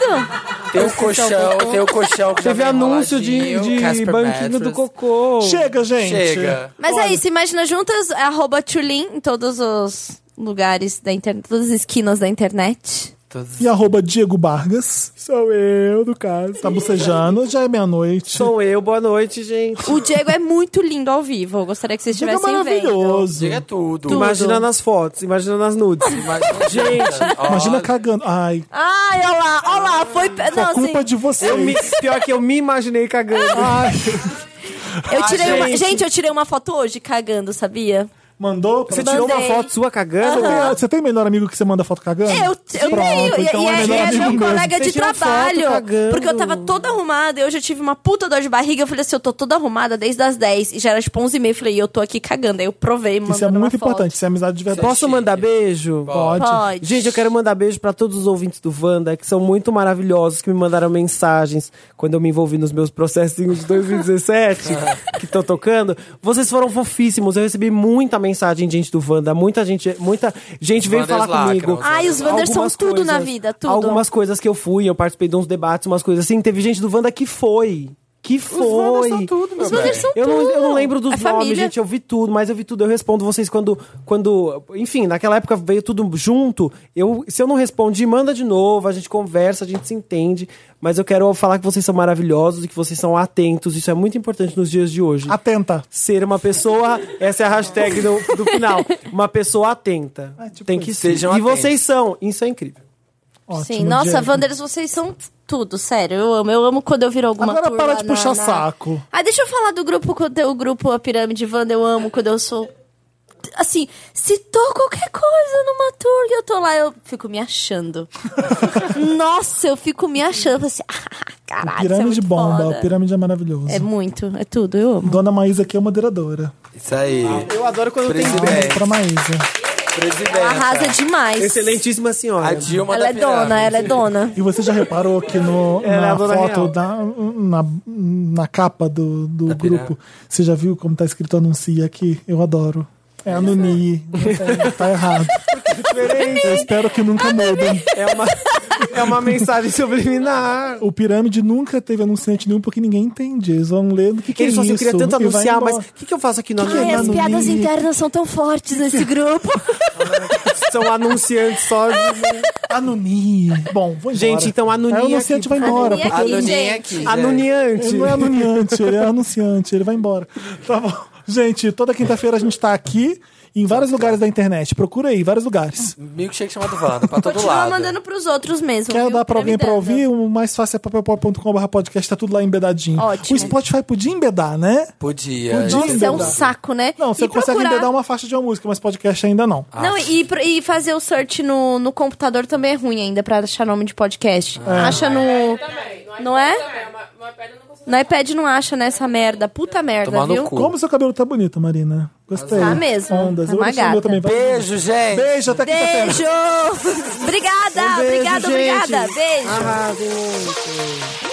[SPEAKER 1] tem o colchão, tem o colchão que já
[SPEAKER 3] Teve
[SPEAKER 1] vem
[SPEAKER 3] anúncio de,
[SPEAKER 1] enroladinho,
[SPEAKER 3] de
[SPEAKER 1] Casper
[SPEAKER 3] banquinho do
[SPEAKER 1] Mattress.
[SPEAKER 3] cocô.
[SPEAKER 2] Chega, gente.
[SPEAKER 1] Chega.
[SPEAKER 4] Mas é isso, imagina juntas, arroba Tulin em todos os lugares da internet, todas as esquinas da internet.
[SPEAKER 1] Todos-
[SPEAKER 2] E arroba Diego Vargas. Sou eu, no caso. Tá bocejando, já é meia-noite.
[SPEAKER 3] Sou eu, boa noite, gente.
[SPEAKER 4] O Diego é muito lindo ao vivo, eu gostaria que vocês
[SPEAKER 2] Diego é
[SPEAKER 4] estivessem vendo.
[SPEAKER 2] maravilhoso.
[SPEAKER 1] Diga é tudo.
[SPEAKER 3] Imagina nas fotos, imagina nas nudes.
[SPEAKER 1] Imagina- Olha,
[SPEAKER 2] Imagina cagando. Ai,
[SPEAKER 4] Ai, olha lá, olha lá, foi... Não,
[SPEAKER 2] a culpa
[SPEAKER 4] assim,
[SPEAKER 2] é de vocês.
[SPEAKER 3] Eu me- pior que eu me imaginei cagando.
[SPEAKER 4] eu tirei
[SPEAKER 3] Ah,
[SPEAKER 4] uma...
[SPEAKER 3] gente.
[SPEAKER 4] Gente, eu tirei uma foto hoje cagando, sabia?
[SPEAKER 2] Mandou? pra-
[SPEAKER 3] Você tirou uma
[SPEAKER 4] Mandei.
[SPEAKER 3] foto sua cagando?
[SPEAKER 2] Você tem- Você tem melhor amigo que você manda foto cagando?
[SPEAKER 4] Eu, eu tenho,
[SPEAKER 2] Pronto,
[SPEAKER 4] e-
[SPEAKER 2] então
[SPEAKER 4] e,
[SPEAKER 2] é
[SPEAKER 4] é,
[SPEAKER 2] melhor
[SPEAKER 4] e é
[SPEAKER 2] amigo
[SPEAKER 4] meu
[SPEAKER 2] mesmo.
[SPEAKER 4] colega de
[SPEAKER 3] Você tirou foto
[SPEAKER 4] trabalho.
[SPEAKER 3] cagando.
[SPEAKER 4] Porque eu tava toda arrumada, eu já tive uma puta dor de barriga. Eu falei assim, eu tô toda arrumada desde as 10. E já era tipo 11 e meia, eu falei, e eu tô aqui cagando. Aí eu provei, mandando
[SPEAKER 2] Isso é
[SPEAKER 4] uma
[SPEAKER 2] muito
[SPEAKER 4] foto.
[SPEAKER 2] importante, isso é amizade de verdade.
[SPEAKER 3] Posso mandar beijo?
[SPEAKER 1] Pode.
[SPEAKER 4] Pode.
[SPEAKER 3] Gente, eu quero mandar beijo pra todos os ouvintes do Wanda, que são muito maravilhosos, que me mandaram mensagens quando eu me envolvi nos meus processinhos de 2017, que tô tocando. Vocês foram fofíssimos. Eu recebi muita mensagem de gente do Wanda, muita gente, muita gente veio
[SPEAKER 1] Wandas
[SPEAKER 3] falar comigo.
[SPEAKER 1] lacram.
[SPEAKER 4] Ai, os Wanders são
[SPEAKER 3] Algumas
[SPEAKER 4] tudo na
[SPEAKER 3] coisas-
[SPEAKER 4] vida, tudo.
[SPEAKER 3] Algumas coisas que eu fui, eu participei de uns debates, umas coisas assim. Teve gente do Wanda que foi. Que foi.
[SPEAKER 1] tudo, meu
[SPEAKER 4] Os Wanders
[SPEAKER 1] bem.
[SPEAKER 4] são
[SPEAKER 3] Eu
[SPEAKER 4] tudo.
[SPEAKER 3] não, eu não lembro dos
[SPEAKER 4] É
[SPEAKER 3] nomes,
[SPEAKER 4] família.
[SPEAKER 3] gente. Eu vi tudo, mas eu vi tudo. Eu respondo vocês quando. quando enfim, naquela época veio tudo junto. Eu, se eu não respondi, manda de novo. A gente conversa, a gente se entende. Mas eu quero falar que vocês são maravilhosos e que vocês são atentos. Isso é muito importante nos dias de hoje.
[SPEAKER 2] Atenta.
[SPEAKER 3] Ser uma pessoa. Essa é a hashtag do, do final. Uma pessoa atenta.
[SPEAKER 2] tipo
[SPEAKER 3] Tem que
[SPEAKER 1] isso.
[SPEAKER 3] ser. E
[SPEAKER 1] Sejam atentos.
[SPEAKER 3] vocês são. Isso é incrível.
[SPEAKER 2] Ótimo,
[SPEAKER 4] Sim, nossa,
[SPEAKER 2] Diego.
[SPEAKER 4] Wanders, vocês são tudo, sério. Eu amo, eu amo quando eu viro alguma
[SPEAKER 2] Agora
[SPEAKER 4] turma
[SPEAKER 2] para de
[SPEAKER 4] na-
[SPEAKER 2] puxar
[SPEAKER 4] na-
[SPEAKER 2] saco.
[SPEAKER 4] Ah, deixa eu falar do grupo, quando eu- o grupo A Pirâmide Wanda, eu amo quando eu sou. Assim, citou qualquer coisa numa tour e eu tô lá, eu fico me achando. Nossa, eu fico me achando. eu falo Assim, ah, caralho, isso é
[SPEAKER 2] Pirâmide
[SPEAKER 4] muito
[SPEAKER 2] bomba,
[SPEAKER 4] foda.
[SPEAKER 2] pirâmide é maravilhoso.
[SPEAKER 4] É muito, é tudo, eu amo.
[SPEAKER 2] Dona Maísa aqui é moderadora.
[SPEAKER 1] Isso aí.
[SPEAKER 3] Eu adoro quando É.
[SPEAKER 1] Presidente.
[SPEAKER 2] Pra Maísa.
[SPEAKER 1] Presidente.
[SPEAKER 4] Ela arrasa demais.
[SPEAKER 3] Excelentíssima senhora.
[SPEAKER 1] A Dilma tá
[SPEAKER 4] Ela
[SPEAKER 1] é da
[SPEAKER 4] é dona,
[SPEAKER 1] pirâmide.
[SPEAKER 4] ela é dona.
[SPEAKER 2] E você já reparou que no,
[SPEAKER 3] Ela é
[SPEAKER 2] na
[SPEAKER 3] a dona
[SPEAKER 2] foto,
[SPEAKER 3] real.
[SPEAKER 2] da, na, na capa do, do
[SPEAKER 1] Da
[SPEAKER 2] grupo, você já viu como tá escrito anuncia aqui? Eu adoro. É Anuni. Não tá- tá errado. Eu espero que nunca mudem.
[SPEAKER 3] É uma, é uma mensagem subliminar.
[SPEAKER 2] O Pirâmide nunca teve anunciante nenhum porque ninguém entende. Eles vão ler o que, que
[SPEAKER 3] Ele
[SPEAKER 2] é
[SPEAKER 3] só
[SPEAKER 2] isso.
[SPEAKER 3] se assim, queria tanto
[SPEAKER 2] e vai
[SPEAKER 3] anunciar, mas
[SPEAKER 2] embora. é
[SPEAKER 3] o que, que eu faço aqui? Não,
[SPEAKER 4] Ai, as
[SPEAKER 2] Anuni.
[SPEAKER 4] piadas internas são tão fortes nesse grupo.
[SPEAKER 3] são anunciantes só de...
[SPEAKER 2] Anuni. Bom, vou embora.
[SPEAKER 3] Gente, então Anuni
[SPEAKER 2] Aí É, o
[SPEAKER 3] aqui.
[SPEAKER 2] anunciante vai embora.
[SPEAKER 4] Anuni aqui.
[SPEAKER 1] A
[SPEAKER 2] porque ele-
[SPEAKER 1] Anuninha
[SPEAKER 4] é gente.
[SPEAKER 1] aqui. gente.
[SPEAKER 2] Ele
[SPEAKER 3] Anuniante.
[SPEAKER 2] não é anunciante, ele é anunciante, ele vai embora. Tá bom. Gente, toda quinta-feira a gente tá aqui em vários lugares da internet. Procura aí, vários lugares.
[SPEAKER 1] Milkshake chamado Wanda, pra todo
[SPEAKER 4] Continua
[SPEAKER 1] lado.
[SPEAKER 4] mandando pros outros mesmo.
[SPEAKER 2] Quer
[SPEAKER 4] viu? tá
[SPEAKER 2] dar pra alguém pra
[SPEAKER 4] Duvidando.
[SPEAKER 2] ouvir? O mais fácil é papelpop.com.br podcast, tá tudo lá embedadinho.
[SPEAKER 4] Ótimo.
[SPEAKER 2] O Spotify podia embedar, né?
[SPEAKER 1] Podia.
[SPEAKER 2] Podia.
[SPEAKER 1] gente.
[SPEAKER 4] Nossa, é um
[SPEAKER 2] Embedar.
[SPEAKER 4] saco, né?
[SPEAKER 2] Não, você
[SPEAKER 4] E
[SPEAKER 2] consegue um
[SPEAKER 4] procurar-
[SPEAKER 2] embedar uma faixa de uma música, mas podcast ainda não.
[SPEAKER 4] Não, e, pro- e fazer o search no, no computador também é ruim ainda pra achar nome de podcast.
[SPEAKER 2] Ah.
[SPEAKER 4] Acha no. Não é? No iPad não acha nessa merda. Puta merda,
[SPEAKER 1] Tomar no
[SPEAKER 4] viu?
[SPEAKER 1] cu.
[SPEAKER 3] assim?
[SPEAKER 2] Como seu cabelo tá bonito, Marina. Gostei.
[SPEAKER 4] Tá mesmo,
[SPEAKER 2] Ondas.
[SPEAKER 4] tá
[SPEAKER 2] Eu
[SPEAKER 4] uma
[SPEAKER 2] achei o meu
[SPEAKER 4] gata.
[SPEAKER 2] também. vai.
[SPEAKER 1] Beijo, gente.
[SPEAKER 2] Beijo, até quinta-feira.
[SPEAKER 4] Beijo! obrigada,
[SPEAKER 2] Um
[SPEAKER 3] beijo,
[SPEAKER 4] obrigada,
[SPEAKER 3] gente.
[SPEAKER 4] obrigada. Beijo.
[SPEAKER 3] Arrasem muito.